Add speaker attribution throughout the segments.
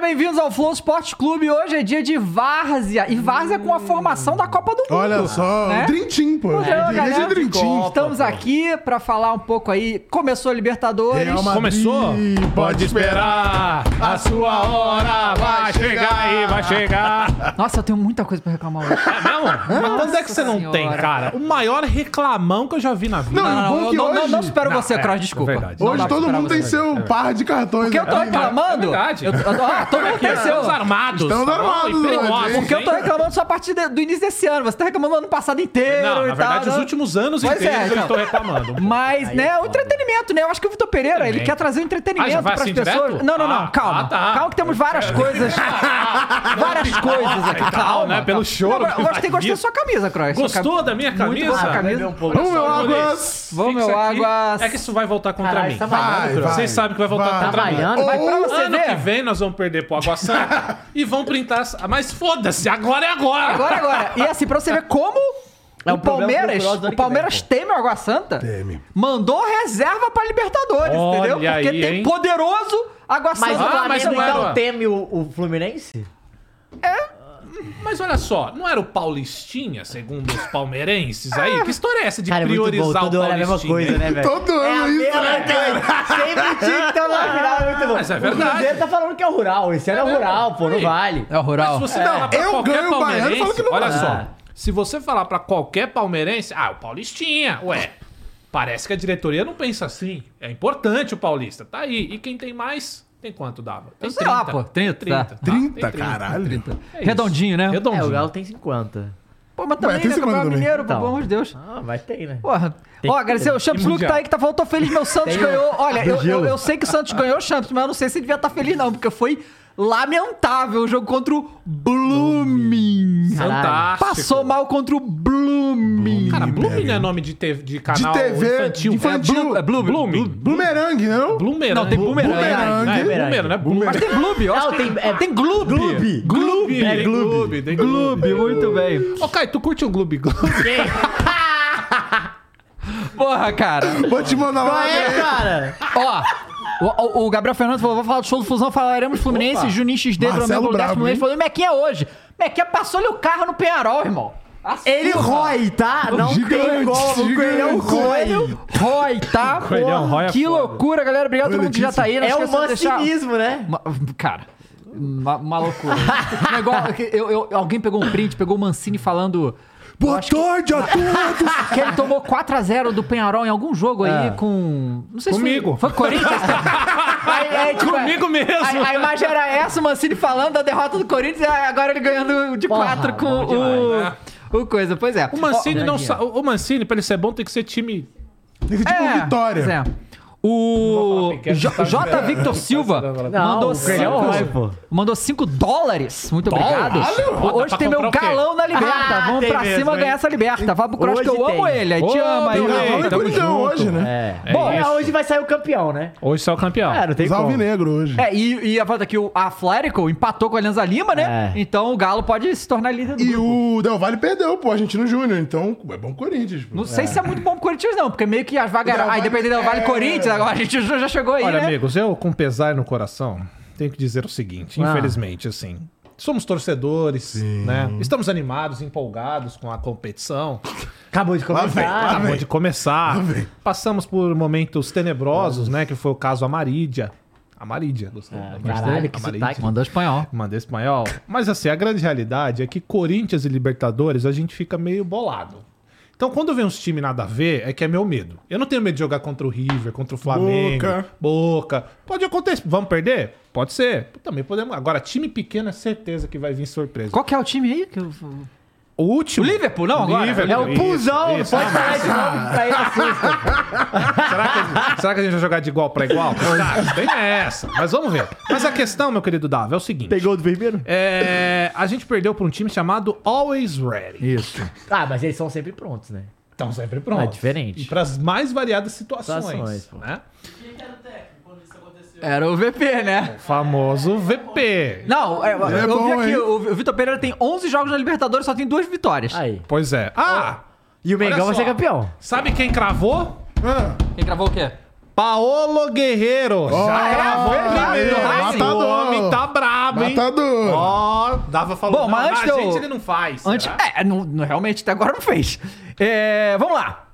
Speaker 1: bem-vindos ao Flow Sport Clube. Hoje é dia de várzea. E várzea com a formação da Copa do Mundo.
Speaker 2: Olha só,
Speaker 1: Né?
Speaker 2: drintim, pô. é
Speaker 1: Então,
Speaker 2: Dirige
Speaker 1: galera,
Speaker 2: drintim.
Speaker 1: Estamos aqui pra falar um pouco aí. Começou a Libertadores.
Speaker 3: Começou?
Speaker 2: Pode esperar.
Speaker 3: a sua hora vai chegar aí, vai chegar.
Speaker 1: Nossa, eu tenho muita coisa pra reclamar hoje.
Speaker 3: É mesmo? Mas quando é que você não
Speaker 1: Senhora.
Speaker 3: tem, cara? O maior reclamão que eu já vi na vida.
Speaker 2: Não,
Speaker 1: Não,
Speaker 2: o bom
Speaker 1: não,
Speaker 2: que
Speaker 1: não,
Speaker 2: hoje...
Speaker 1: não, não espero
Speaker 3: Não,
Speaker 1: você,
Speaker 3: é,
Speaker 1: Cross,
Speaker 3: é
Speaker 1: desculpa.
Speaker 3: verdade.
Speaker 1: Não
Speaker 2: Hoje
Speaker 1: dá pra
Speaker 2: todo
Speaker 1: esperar
Speaker 2: mundo
Speaker 1: você.
Speaker 2: tem seu par de cartões.
Speaker 1: Porque eu tô
Speaker 2: né?
Speaker 1: reclamando.
Speaker 3: é verdade.
Speaker 1: eu, ah, eu- ó, todo mundo tem seu.
Speaker 3: Estamos armados.
Speaker 2: Estamos
Speaker 3: tá bom?
Speaker 2: armados,
Speaker 3: E perigosos,
Speaker 2: hoje, hein?
Speaker 1: Porque eu tô
Speaker 3: hein?
Speaker 1: reclamando só a partir de- do início desse ano. Você tá reclamando do ano passado inteiro
Speaker 3: Não,
Speaker 1: e
Speaker 3: na
Speaker 1: tal.
Speaker 3: verdade, os
Speaker 1: né?
Speaker 3: últimos anos
Speaker 1: Pois
Speaker 3: inteiros
Speaker 1: é,
Speaker 3: eu
Speaker 1: então.
Speaker 3: estou reclamando.
Speaker 1: Mas, né,
Speaker 4: é
Speaker 1: o entretenimento, né? Eu acho que o Vitor Pereira, ele
Speaker 3: Também.
Speaker 1: quer trazer o
Speaker 3: Ah,
Speaker 1: entretenimento
Speaker 3: já vai
Speaker 1: pras
Speaker 3: assim
Speaker 1: pessoas.
Speaker 3: direto?
Speaker 1: Não, não, não.
Speaker 3: Ah,
Speaker 1: Calma.
Speaker 3: ah, tá.
Speaker 1: Calma que temos várias coisas. várias coisas aqui. Calma.
Speaker 3: né? Pelo choro
Speaker 1: Não, mas
Speaker 3: que
Speaker 1: eu gostei,
Speaker 3: vai
Speaker 1: gostei da
Speaker 3: vir.
Speaker 1: sua camisa, Cross. Sua
Speaker 3: Gostou
Speaker 1: cami-
Speaker 3: da minha
Speaker 1: Muito boa
Speaker 3: camisa?
Speaker 1: sua camisa?
Speaker 2: Vamos, meu
Speaker 3: Só olhei.
Speaker 2: águas.
Speaker 1: Vamos,
Speaker 3: Fixa
Speaker 1: meu
Speaker 3: aqui.
Speaker 1: águas.
Speaker 3: É que isso vai voltar contra
Speaker 4: Caralho,
Speaker 3: mim.
Speaker 4: tá valendo,
Speaker 2: Vai,
Speaker 4: Bruno.
Speaker 2: vai.
Speaker 3: Vocês sabem que vai voltar
Speaker 2: Vai.
Speaker 4: Tá
Speaker 3: contra mim.
Speaker 4: valhando?
Speaker 1: Mas pra você
Speaker 3: ano que
Speaker 1: ver...
Speaker 3: vem nós vamos perder pro Água Santa e vão printar. essa- Mas foda-se, agora é agora!
Speaker 1: Agora, agora. E assim, pra você ver como...
Speaker 4: É
Speaker 1: o
Speaker 4: um problema
Speaker 1: Palmeiras,
Speaker 4: pro Cross do ano
Speaker 1: o
Speaker 4: que vem,
Speaker 1: Palmeiras teme o Água Santa.
Speaker 2: Teme.
Speaker 1: Mandou reserva pra Libertadores,
Speaker 3: Olha
Speaker 1: entendeu? Porque
Speaker 3: aí,
Speaker 1: tem
Speaker 3: hein?
Speaker 1: poderoso Água Santa.
Speaker 4: Mas o
Speaker 3: Ah,
Speaker 4: Flamengo
Speaker 3: mas não
Speaker 4: então
Speaker 3: era.
Speaker 4: teme o, o Fluminense?
Speaker 3: Mas olha só, não era o Paulistinha, segundo os palmeirenses aí? Que história é essa de
Speaker 4: Cara, é muito bom.
Speaker 3: priorizar
Speaker 4: Todo
Speaker 3: o
Speaker 4: ano é a
Speaker 3: Paulistinha?
Speaker 4: mesma coisa, né, velho?
Speaker 2: Todo
Speaker 4: É a
Speaker 2: ano isso,
Speaker 4: mesma
Speaker 2: né, cara?
Speaker 4: coisa. Sempre tinha que ter uma final, é muito bom.
Speaker 3: Mas é
Speaker 4: O
Speaker 3: verdade.
Speaker 4: Cruzeiro tá falando que é o rural. Esse ano é, o rural, pô, não
Speaker 3: Aí.
Speaker 4: vale.
Speaker 1: É o rural.
Speaker 3: Se você falar pra
Speaker 2: eu
Speaker 3: qualquer
Speaker 2: ganho o baiano,
Speaker 3: palmeirense,
Speaker 2: fala que não
Speaker 3: olha
Speaker 2: vai.
Speaker 3: só.
Speaker 4: Ah.
Speaker 3: Se você falar pra qualquer palmeirense, ah, o Paulistinha, ué. Parece que a diretoria não pensa assim. É importante o Paulista, tá aí. E quem tem mais? Tem quanto dava? Tem
Speaker 1: Sei lá, pô, 30, tá.
Speaker 2: 30,
Speaker 3: tem
Speaker 2: caralho.
Speaker 3: É isso.
Speaker 1: Redondinho, né?
Speaker 4: É, o
Speaker 3: Redondinho.
Speaker 4: Galo tem 50.
Speaker 1: Pô, mas também,
Speaker 2: Mas tem
Speaker 1: né?
Speaker 2: esse
Speaker 1: Campeonato
Speaker 2: comando também.
Speaker 1: Mineiro,
Speaker 4: Então.
Speaker 1: pelo amor de Deus.
Speaker 4: Ah, mas tem, né?
Speaker 1: Porra.
Speaker 4: Tem
Speaker 1: Ó,
Speaker 4: que
Speaker 1: agradecer o Champs Luke que tá aí que tá falando, tô feliz, meu Santos
Speaker 4: Tem um-
Speaker 1: ganhou. Olha, eu, eu,
Speaker 2: gelo.
Speaker 1: eu sei que o Santos ganhou o Champs, mas eu não sei se ele devia estar feliz não, porque foi lamentável o jogo contra o Blooming.
Speaker 3: Fantástico.
Speaker 1: Passou mal contra o Blooming.
Speaker 3: Cara, Blooming não é nome de, te- de canal
Speaker 2: TV,
Speaker 3: infantil.
Speaker 2: infantil.
Speaker 3: É Blooming. Blooming.
Speaker 2: Boomerang, não?
Speaker 3: Blumerang.
Speaker 1: Não, tem Boomerang.
Speaker 3: Não, é
Speaker 4: Boomerang.
Speaker 3: Boomerang, não é
Speaker 1: Mas
Speaker 3: Boomerang.
Speaker 1: tem Gloob, eu acho
Speaker 4: Não,
Speaker 1: que
Speaker 4: tem, é, tem
Speaker 1: Gloob.
Speaker 4: Gloob.
Speaker 1: Gloob.
Speaker 3: É Gloob. Tem Gloob.
Speaker 1: Gloob, muito bem.
Speaker 3: Ô, Caio, tu curte o Gloob Gloob?
Speaker 1: Porra, cara.
Speaker 2: Vou te mandar lá.
Speaker 4: É,
Speaker 2: né?
Speaker 4: cara.
Speaker 1: Ó, o, o- o Gabriel Fernandes falou: vou falar do show do Fusão, falaremos Fluminense, Juninho XD,
Speaker 2: Marcelo
Speaker 1: Flamengo, Lugar
Speaker 2: brabo,
Speaker 1: Fluminense.
Speaker 2: hein?
Speaker 1: Falou: Mequinha é hoje. Mequinha passou-lhe o carro no Penharol, irmão. Assim,
Speaker 4: Ele
Speaker 1: ó.
Speaker 4: rói, tá? Não tem
Speaker 2: Gigante,
Speaker 4: como. O Coelhão
Speaker 2: gigante.
Speaker 4: rói.
Speaker 1: Rói, tá?
Speaker 3: Coelhão,
Speaker 1: Porra,
Speaker 3: rói é
Speaker 1: que
Speaker 3: foda.
Speaker 1: loucura, galera. Obrigado a todo mundo que já tá aí. Não
Speaker 4: É um
Speaker 1: esqueçam de deixar-
Speaker 4: mancinismo, né?
Speaker 1: Ma- Cara, uma, uma loucura. O negócio é que eu- eu- alguém pegou um print, pegou o Mancini falando.
Speaker 2: Boa tarde a todos.
Speaker 1: Que ele tomou 4x0 do Penharol em algum jogo aí com. Não sei
Speaker 3: É. Comigo.
Speaker 1: se foi. Foi Corinthians? Aí, é, tipo,
Speaker 3: Comigo
Speaker 1: é,
Speaker 3: mesmo.
Speaker 1: A, a imagem era essa, o Mancini falando da derrota do Corinthians e agora ele ganhando de
Speaker 4: Porra,
Speaker 1: 4 com
Speaker 4: bom demais,
Speaker 1: o.
Speaker 3: né?
Speaker 1: O coisa, pois é.
Speaker 3: O Mancini,
Speaker 4: Ó,
Speaker 3: não
Speaker 4: Braguinha.
Speaker 3: sa- o Mancini, pra ele ser bom, tem que ser time.
Speaker 2: Tem que tipo
Speaker 1: É, pois
Speaker 2: vitória.
Speaker 1: é. O
Speaker 3: Não vou falar pequeno,
Speaker 1: J-
Speaker 3: tá
Speaker 1: J.
Speaker 3: esperando.
Speaker 1: Victor Silva
Speaker 4: Não,
Speaker 1: mandou
Speaker 4: o Coelhão rói,
Speaker 1: 5
Speaker 4: pô.
Speaker 1: mandou cinco dólares. Muito obrigado.
Speaker 3: Pô, dá
Speaker 1: Hoje
Speaker 3: pra
Speaker 1: tem meu
Speaker 3: comprar o quê?
Speaker 1: galão na liberta.
Speaker 4: Ah,
Speaker 1: Vamos
Speaker 4: tem
Speaker 1: pra
Speaker 4: mesmo,
Speaker 1: cima
Speaker 4: hein?
Speaker 1: ganhar essa liberta. Vai pro Cross que eu
Speaker 4: Hoje
Speaker 1: amo
Speaker 4: tem.
Speaker 1: ele. Aí te
Speaker 3: Ô,
Speaker 1: ama aí.
Speaker 3: meu
Speaker 1: meu
Speaker 3: Ei,
Speaker 2: Galo
Speaker 1: amor.
Speaker 2: e
Speaker 3: tamo
Speaker 2: Coringão
Speaker 3: junto.
Speaker 2: hoje, né?
Speaker 4: É.
Speaker 3: É
Speaker 4: Bom,
Speaker 3: isso.
Speaker 4: hoje vai sair o campeão, né?
Speaker 3: Hoje só o campeão.
Speaker 4: É, não tem
Speaker 2: Os
Speaker 4: como.
Speaker 2: alvinegro hoje.
Speaker 1: É, e, e a foto aqui, o- a Flerical empatou com a Alianza Lima, né?
Speaker 4: É.
Speaker 1: Então o Galo pode se tornar líder do
Speaker 2: E
Speaker 1: grupo.
Speaker 2: o Del Valle perdeu, pô, Argentino Júnior. Então, é bom Corinthians, pô.
Speaker 1: Não sei se é muito bom pro Corinthians, não, porque meio que as vagas.
Speaker 2: Del
Speaker 1: eram- Aí
Speaker 2: Valle-
Speaker 1: dependendo do Vale
Speaker 2: é.
Speaker 1: Corinthians, agora a gente já chegou aí.
Speaker 3: Olha,
Speaker 1: né?
Speaker 3: amigos, eu com pesar no coração tenho que dizer o seguinte,
Speaker 4: Ah.
Speaker 3: infelizmente, assim. Somos torcedores, né? Estamos animados, empolgados com a competição.
Speaker 4: Acabou de
Speaker 2: vem, lá
Speaker 4: começar.
Speaker 2: vem.
Speaker 3: Acabou de Ah, começar.
Speaker 2: vem.
Speaker 3: Passamos por momentos tenebrosos, né? Que foi o caso Amarídia. Amarídia, gostei.
Speaker 4: Caralho, que
Speaker 3: Amarídia.
Speaker 4: sotaque.
Speaker 1: Mandou espanhol.
Speaker 3: Mandei espanhol. Mas assim, a grande realidade é que Corinthians e Libertadores a gente fica meio bolado. Então, quando vem uns times nada a ver, é que é meu medo. Eu não tenho medo de jogar contra o River, contra o Flamengo.
Speaker 2: Boca.
Speaker 3: Boca. Pode acontecer. Vamos perder? Pode ser. Também podemos. Agora, time pequeno é certeza que vai vir surpresa.
Speaker 1: Qual que é o time aí? que eu-
Speaker 3: O último.
Speaker 1: O Liverpool, não, agora.
Speaker 3: Liverpool,
Speaker 4: É o
Speaker 3: isso,
Speaker 4: Pulzão, não
Speaker 3: isso.
Speaker 4: pode falar esse nome pra ele assim. assusta.
Speaker 3: Será que, a gente- será que a gente vai jogar de igual pra igual? Cara, tem essa. Mas vamos ver. Mas a questão, meu querido Dava, é o seguinte.
Speaker 4: Pegou do vermelho?
Speaker 3: É, a gente perdeu pra um time chamado Always Ready.
Speaker 1: Isso.
Speaker 4: Ah, mas eles são sempre prontos, né?
Speaker 3: Estão Então, sempre prontos.
Speaker 4: É diferente.
Speaker 3: E para as mais variadas situações.
Speaker 4: Situações, pô.
Speaker 3: né?
Speaker 1: Era o VP, né?
Speaker 3: O famoso VP.
Speaker 1: Não, é, eu,
Speaker 2: bom,
Speaker 1: vi aqui,
Speaker 2: hein?
Speaker 1: o, o Vitor Pereira tem 11 jogos na Libertadores, só tem duas vitórias.
Speaker 4: Aí.
Speaker 3: Pois é. Ah,
Speaker 4: E o Mengão
Speaker 3: Olha
Speaker 4: vai
Speaker 3: só.
Speaker 4: ser campeão.
Speaker 3: sabe quem cravou?
Speaker 2: Ah,
Speaker 1: Quem gravou o quê?
Speaker 3: Paolo Guerreiro. Já
Speaker 2: Ah,
Speaker 3: cravou
Speaker 2: é verdade.
Speaker 3: primeiro. hein?
Speaker 2: Matador.
Speaker 3: O homem tá brabo,
Speaker 2: Matador.
Speaker 3: Ó, dava falando.
Speaker 1: Bom, mas
Speaker 3: "Não,
Speaker 1: antes
Speaker 3: na
Speaker 1: do-
Speaker 3: gente ele não faz.
Speaker 1: Antes,
Speaker 3: será?"
Speaker 1: é, não- não- realmente até agora não fez. É, vamos lá.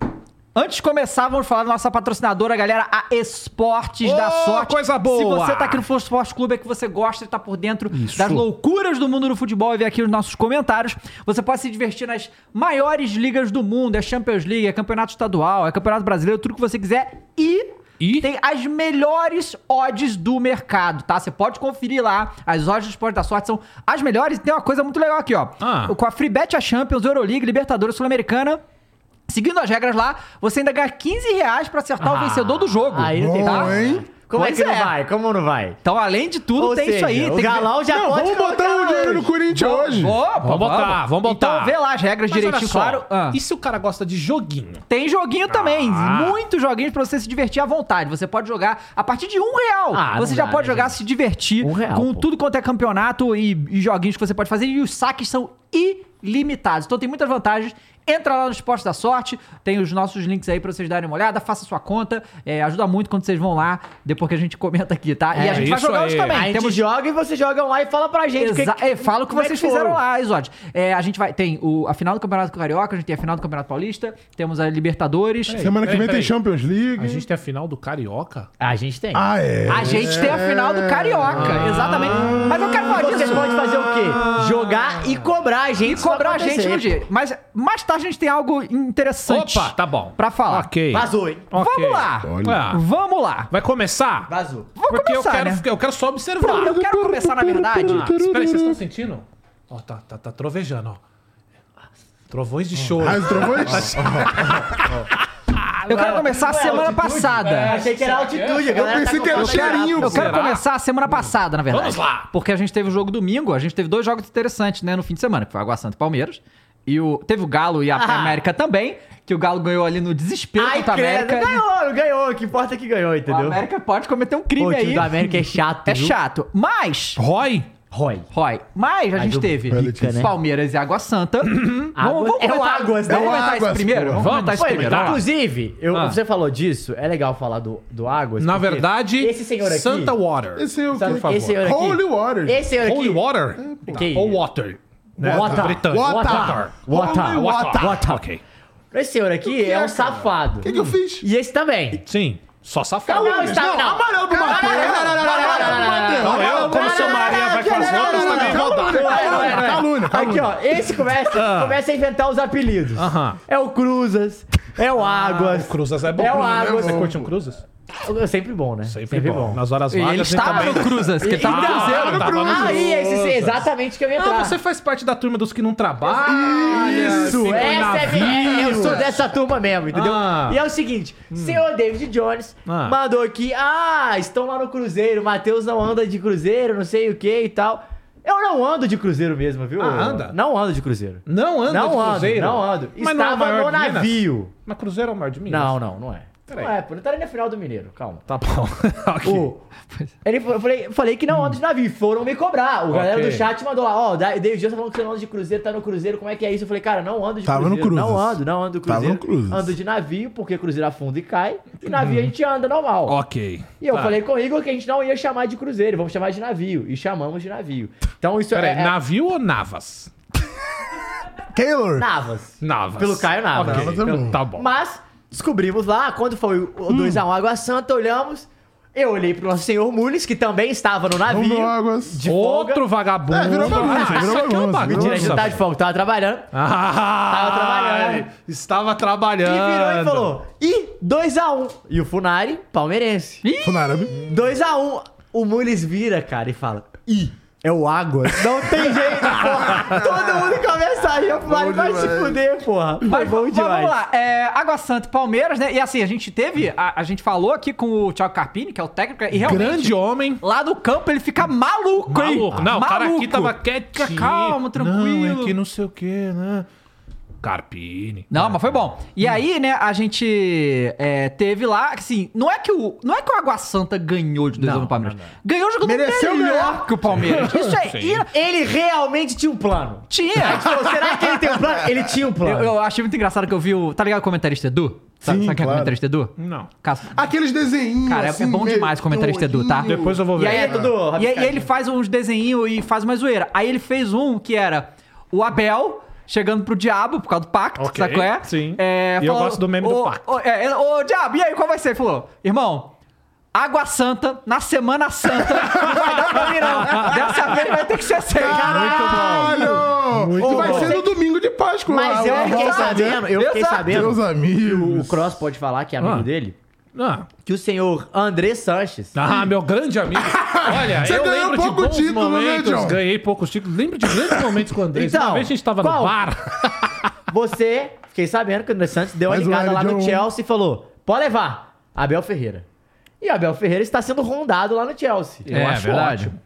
Speaker 1: Antes de começar, vamos falar da nossa patrocinadora, galera, a Esportes
Speaker 3: Ô,
Speaker 1: da Sorte.
Speaker 3: coisa boa!
Speaker 1: Se você tá aqui no Flow Esporte Clube, é que você gosta e tá por dentro
Speaker 3: Isso.
Speaker 1: das loucuras do mundo do futebol e vê aqui os nossos comentários. Você pode se divertir nas maiores ligas do mundo. É Champions League, é Campeonato Estadual, é Campeonato Brasileiro, tudo que você quiser. E...
Speaker 3: E?
Speaker 1: Tem as melhores odds do mercado, tá? Você pode conferir lá. As odds do Esporte da Sorte são as melhores. E tem uma coisa muito legal aqui, ó.
Speaker 3: Ah.
Speaker 1: Com a Freebet, a Champions, Euroleague, Libertadores, Sul-Americana. Seguindo as regras lá, você ainda ganha 15 reais pra acertar
Speaker 3: Ah.
Speaker 1: o vencedor do jogo.
Speaker 4: Aí não tem
Speaker 2: Bom,
Speaker 4: como.
Speaker 2: hein?
Speaker 4: Como
Speaker 1: Pois
Speaker 4: é que
Speaker 1: é.
Speaker 4: não vai? Como não vai?
Speaker 1: Então, além de tudo,
Speaker 4: Ou
Speaker 1: tem isso
Speaker 4: seja,
Speaker 1: aí.
Speaker 4: O
Speaker 1: tem
Speaker 4: Galão já
Speaker 2: Não,
Speaker 4: pode
Speaker 2: vamos botar o
Speaker 4: colocar
Speaker 2: dinheiro do
Speaker 4: hoje.
Speaker 2: Corinthians hoje.
Speaker 1: que... Opa,
Speaker 3: Vamos botar, vamos botar.
Speaker 1: Então vê lá as regras
Speaker 3: Mas olha
Speaker 1: direitinho,
Speaker 3: só,
Speaker 1: claro. Ah.
Speaker 3: E se o cara gosta de joguinho?
Speaker 1: Tem joguinho também,
Speaker 3: Ah.
Speaker 1: muitos joguinhos pra você se divertir à vontade. Você pode jogar a partir de um real.
Speaker 4: Ah,
Speaker 1: você
Speaker 4: não
Speaker 1: já
Speaker 4: dá,
Speaker 1: pode
Speaker 4: né,
Speaker 1: jogar,
Speaker 4: gente?
Speaker 1: se divertir
Speaker 4: Um real,
Speaker 1: com
Speaker 4: pô.
Speaker 1: tudo quanto é campeonato e, e joguinhos que você pode fazer. E os saques são ilimitados. Então tem muitas vantagens. Entra lá no Esporte da Sorte, tem os nossos links aí pra vocês darem uma olhada, faça sua conta, É, ajuda muito quando vocês vão lá, depois que a gente comenta aqui, tá? e
Speaker 4: É,
Speaker 1: a gente vai
Speaker 3: isso
Speaker 1: jogar
Speaker 3: aí.
Speaker 1: hoje também.
Speaker 4: A gente
Speaker 1: Temos
Speaker 4: joga e vocês jogam lá e fala pra gente. o que-
Speaker 1: Exa- é, fala o que
Speaker 4: como é
Speaker 1: vocês
Speaker 4: foi.
Speaker 1: fizeram lá, Exódio. É, a gente vai. Tem o, a final do Campeonato Carioca, a gente tem a final do Campeonato Paulista, temos a Libertadores.
Speaker 3: Peraí.
Speaker 2: Semana que
Speaker 3: Peraí,
Speaker 2: vem
Speaker 3: peraí.
Speaker 2: tem Champions League.
Speaker 3: A gente tem a final do Carioca?
Speaker 4: A gente tem.
Speaker 2: Ah, é.
Speaker 1: A gente tem a final do Carioca, exatamente. Mas eu quero falar
Speaker 4: Vocês
Speaker 1: disso.
Speaker 4: podem fazer o quê? Jogar e cobrar a gente.
Speaker 1: E cobrar a
Speaker 4: se
Speaker 1: gente no
Speaker 4: acontecer.
Speaker 1: dia. Mas mais tarde a gente tem algo interessante.
Speaker 3: Opa, tá bom.
Speaker 1: Pra falar.
Speaker 3: Ok.
Speaker 4: Vazou, hein?
Speaker 3: Ok.
Speaker 1: Vamos lá.
Speaker 2: Olha.
Speaker 3: Ah,
Speaker 1: Vamos lá.
Speaker 3: Vai começar?
Speaker 4: Vazou.
Speaker 1: Vou
Speaker 3: Porque
Speaker 1: começar,
Speaker 3: eu, quero,
Speaker 1: né?
Speaker 3: eu quero só observar.
Speaker 1: Pronto, eu quero começar, na verdade.
Speaker 3: Ah, espera aí, vocês estão sentindo? Ó, tá, tá, tá trovejando, ó. Trovões de choro.
Speaker 2: Ah, os trovões?
Speaker 1: Eu quero começar a
Speaker 4: Não é
Speaker 1: semana
Speaker 4: altitude? É,
Speaker 1: passada.
Speaker 4: achei que era altitude, a galera.
Speaker 2: pensei
Speaker 4: tá
Speaker 2: que era
Speaker 4: com
Speaker 2: o
Speaker 4: saudade.
Speaker 2: cheirinho.
Speaker 1: Eu quero
Speaker 3: Será?
Speaker 1: começar a semana passada, na verdade.
Speaker 3: Vamos lá.
Speaker 1: Porque a gente teve o jogo domingo, a gente teve dois jogos interessantes, né, no fim de semana, que foi o Água Santa e Palmeiras. E o, teve o Galo e a
Speaker 4: Ah.
Speaker 1: América também, que o Galo ganhou ali no desespero
Speaker 4: Ai,
Speaker 1: contra a
Speaker 4: credo.
Speaker 1: América.
Speaker 4: Ganhou, ganhou. O que importa é que ganhou,
Speaker 1: O
Speaker 4: entendeu?
Speaker 1: América pode cometer um crime
Speaker 4: Pô, o
Speaker 1: aí.
Speaker 4: time do América é chato,
Speaker 1: É
Speaker 4: viu?
Speaker 1: chato. Mas,
Speaker 3: Roy?
Speaker 4: Roy.
Speaker 1: Roy, mas a
Speaker 4: Mas
Speaker 1: gente
Speaker 4: o
Speaker 1: teve
Speaker 4: Pelican, né?
Speaker 1: Palmeiras e Água Santa. vamos,
Speaker 4: Águas- é o
Speaker 1: comentar-
Speaker 4: Águas, né?
Speaker 1: Vamos comentar
Speaker 2: Águas,
Speaker 1: isso primeiro?
Speaker 2: pô.
Speaker 1: Vamos comentar isso
Speaker 4: Foi,
Speaker 1: primeiro.
Speaker 3: tá.
Speaker 1: vamos lá.
Speaker 4: inclusive, eu-
Speaker 3: Ah.
Speaker 4: você falou disso, é legal falar do, do Águas.
Speaker 3: Na
Speaker 4: porque
Speaker 3: verdade,
Speaker 4: esse senhor aqui...
Speaker 3: Santa Water.
Speaker 2: Esse é o
Speaker 4: sabe-
Speaker 2: que
Speaker 3: favor.
Speaker 4: Esse senhor aqui...
Speaker 2: Holy Water.
Speaker 4: Esse senhor aqui...
Speaker 3: Holy Water?
Speaker 4: Que-
Speaker 3: Ou Water. né?
Speaker 4: Water.
Speaker 3: Britânico.
Speaker 2: Water.
Speaker 4: Water.
Speaker 2: Holy
Speaker 4: Water. Water.
Speaker 3: Ok.
Speaker 4: Esse senhor aqui é um safado.
Speaker 2: O que, que eu fiz?
Speaker 4: E esse também.
Speaker 3: Sim. Só safado. né?
Speaker 4: Não, está-
Speaker 2: Não, amarelo pro Matheus.
Speaker 3: Não, eu, como sou Maria, vai com as outras também vou dar.
Speaker 2: Calúnia, calúnia,
Speaker 4: Aqui,
Speaker 2: calúnia.
Speaker 4: ó, esse começa, começa a inventar os apelidos.
Speaker 3: Ah. Aham.
Speaker 4: É o Cruzas, é o Águas.
Speaker 3: O Cruzas é bom.
Speaker 4: É o
Speaker 3: né?
Speaker 4: Águas.
Speaker 3: Você curte um Cruzas?
Speaker 4: É sempre bom, né?
Speaker 3: Sempre, bom. Nas horas
Speaker 1: E
Speaker 3: vagas.
Speaker 1: Ele estava no Cruzas, que ele estava no
Speaker 4: Então,
Speaker 1: Cruzeiro.
Speaker 3: Tava no Cruzas.
Speaker 4: Aí, esse, esse, exatamente que eu ia entrar.
Speaker 3: Ah, você faz parte da turma dos que não trabalham. assim,
Speaker 4: Isso,
Speaker 3: ficam em
Speaker 4: Ah, essa é minha. Eu sou dessa turma mesmo, entendeu?
Speaker 3: Ah.
Speaker 4: E é o seguinte: senhor David Jones
Speaker 3: Ah.
Speaker 4: mandou aqui. Ah, estão lá no Cruzeiro. O Matheus não anda de Cruzeiro, não sei o que e tal. Eu não ando de Cruzeiro mesmo, viu?
Speaker 3: Ah, anda?
Speaker 4: Não ando de Cruzeiro.
Speaker 3: Não anda
Speaker 4: não
Speaker 3: de
Speaker 4: ando,
Speaker 3: cruzeiro?
Speaker 4: não ando.
Speaker 3: Mas não é o
Speaker 4: Estava
Speaker 3: maior
Speaker 4: no
Speaker 3: de Minas?
Speaker 4: navio.
Speaker 3: Mas cruzeiro é o maior de Minas?
Speaker 4: Não, não, não é.
Speaker 3: Peraí.
Speaker 4: Não é, pô. Não tá nem na final do Mineiro, calma.
Speaker 3: Tá bom. ok.
Speaker 4: O- Ele, eu falei, eu falei que não
Speaker 2: Hum.
Speaker 4: ando de navio, foram me cobrar. O galera
Speaker 3: Ok.
Speaker 4: do chat mandou lá, ó, o David Jones tá falando que você não anda de cruzeiro, tá no cruzeiro, como é que é isso? Eu falei, cara, não ando de
Speaker 2: Tava no
Speaker 4: cruzeiro. Não
Speaker 2: Cruzes.
Speaker 4: ando, não ando de
Speaker 2: Tava
Speaker 4: cruzeiro.
Speaker 2: no Cruzes. Uhum.
Speaker 4: Ando de navio, porque cruzeiro afunda e cai, e navio a gente anda normal.
Speaker 3: Ok.
Speaker 4: E eu
Speaker 3: Tá.
Speaker 4: falei com o Igor que a gente não ia chamar de cruzeiro, vamos chamar de navio. E chamamos de navio. Então isso
Speaker 3: Peraí,
Speaker 4: é, é
Speaker 3: navio ou navas?
Speaker 2: Taylor.
Speaker 4: Navas.
Speaker 3: Navas.
Speaker 4: Pelo Caio Navas.
Speaker 3: Ok,
Speaker 2: Navas é bom.
Speaker 3: Tá bom.
Speaker 4: Mas descobrimos lá, quando foi o
Speaker 2: Hum.
Speaker 4: 2x1 Água Santa, olhamos. Eu olhei pro nosso senhor Mules, que também estava no navio.
Speaker 2: Vamos, Águas.
Speaker 4: de folga.
Speaker 3: Outro vagabundo.
Speaker 2: É, virou bagunça,
Speaker 3: Ah,
Speaker 2: virou
Speaker 3: isso aqui é uma
Speaker 2: bagunça, virou
Speaker 3: bagunça,
Speaker 4: Mentira, a gente não tava de
Speaker 3: velho.
Speaker 4: folga, tava trabalhando.
Speaker 3: Ah,
Speaker 4: Tava trabalhando.
Speaker 3: Estava
Speaker 4: E
Speaker 3: trabalhando.
Speaker 4: virou e falou: Ih, 2x1. E o Funari, palmeirense.
Speaker 2: Funarabe.
Speaker 4: 2x1. O Mules vira, cara, e fala: Ih, é o Água. Não tem jeito, porra. Todo mundo começa a rir. O Funari
Speaker 2: Bom
Speaker 4: vai se
Speaker 2: demais.
Speaker 4: fuder, porra. Foi
Speaker 1: Mas,
Speaker 4: bom
Speaker 1: mas
Speaker 4: demais.
Speaker 1: vamos lá, é, Água Santa e Palmeiras, né? E assim, a gente teve, a, a gente falou aqui com o Thiago Carpini, que é o técnico, e realmente
Speaker 3: Grande homem.
Speaker 1: lá no campo ele fica maluco, hein?
Speaker 3: Maluco. Não, o cara aqui
Speaker 1: Maluco.
Speaker 3: tava quietinho.
Speaker 1: Fica calmo, tranquilo.
Speaker 3: Não, é que não sei o que, né? Carpini.
Speaker 1: Não, mas foi bom. E aí, né, a gente é, teve lá, assim, não é que o não é que o Água Santa ganhou de 2
Speaker 4: Não,
Speaker 1: anos o Palmeiras.
Speaker 4: não, não.
Speaker 1: Ganhou jogando
Speaker 2: Mereceu
Speaker 1: melhor
Speaker 2: ganhar.
Speaker 1: que o Palmeiras. Isso é
Speaker 3: Sim.
Speaker 1: ir...
Speaker 4: Ele realmente tinha um plano.
Speaker 1: Tinha.
Speaker 4: Pô, será que ele tem um plano? Ele tinha um
Speaker 1: Eu,
Speaker 4: plano.
Speaker 1: eu achei muito engraçado que eu vi o. Tá ligado o comentarista Edu? Sabe,
Speaker 2: Sim,
Speaker 1: sabe quem é
Speaker 2: claro.
Speaker 1: comentarista Edu?
Speaker 3: Não.
Speaker 1: Caça-
Speaker 2: Aqueles desenhinhos.
Speaker 1: Cara, é- é
Speaker 2: assim,
Speaker 1: bom
Speaker 2: meio-
Speaker 1: demais o comentarista Edu, tá?
Speaker 2: olhinho.
Speaker 3: Depois eu vou ver.
Speaker 1: E aí,
Speaker 4: É, Dudu,
Speaker 1: e aí
Speaker 4: rabiscadinho.
Speaker 1: ele faz uns desenhinhos e faz uma zoeira. Aí ele fez um que era o Abel chegando pro diabo por causa do pacto,
Speaker 3: Ok,
Speaker 1: sabe qual é?
Speaker 3: sim.
Speaker 1: É,
Speaker 3: E eu gosto do meme
Speaker 1: "Ô,
Speaker 3: do pacto."
Speaker 1: Ô, é, é, ô, diabo, e aí, qual vai ser? Ele falou, irmão, Água Santa, na Semana Santa, não vai dar pra mim não. Dessa vez vai ter que ser assim." sem.
Speaker 2: Caralho!
Speaker 3: Muito
Speaker 2: que vai
Speaker 3: bom.
Speaker 2: ser no domingo de Páscoa.
Speaker 4: Ah, Mas
Speaker 2: lá,
Speaker 4: eu
Speaker 2: lá,
Speaker 4: fiquei
Speaker 2: lá,
Speaker 4: sabendo, eu fiquei
Speaker 1: Exato.
Speaker 4: sabendo,
Speaker 2: Meus
Speaker 4: o
Speaker 2: amigos.
Speaker 4: Cross pode falar, que é amigo
Speaker 3: Ah.
Speaker 4: dele,
Speaker 3: Ah,
Speaker 4: que o senhor André Sanches
Speaker 3: ah, meu grande amigo. Olha,
Speaker 2: Você
Speaker 3: eu
Speaker 2: ganhou
Speaker 3: lembro de
Speaker 2: pouco
Speaker 3: bons
Speaker 2: título, né,
Speaker 3: momentos.
Speaker 2: John?
Speaker 3: ganhei poucos títulos. Lembro de grandes momentos com o André.
Speaker 4: Então,
Speaker 3: Uma vez a gente tava
Speaker 4: qual?
Speaker 3: no bar.
Speaker 4: Você, fiquei sabendo que o André Santos deu uma
Speaker 2: Mas o
Speaker 4: ligada lá
Speaker 2: Hélio
Speaker 4: no
Speaker 2: deu um-
Speaker 4: Chelsea e falou: pode levar, Abel Ferreira. E Abel Ferreira está sendo rondado lá no Chelsea.
Speaker 3: Eu acho
Speaker 1: verdade.
Speaker 3: ótimo.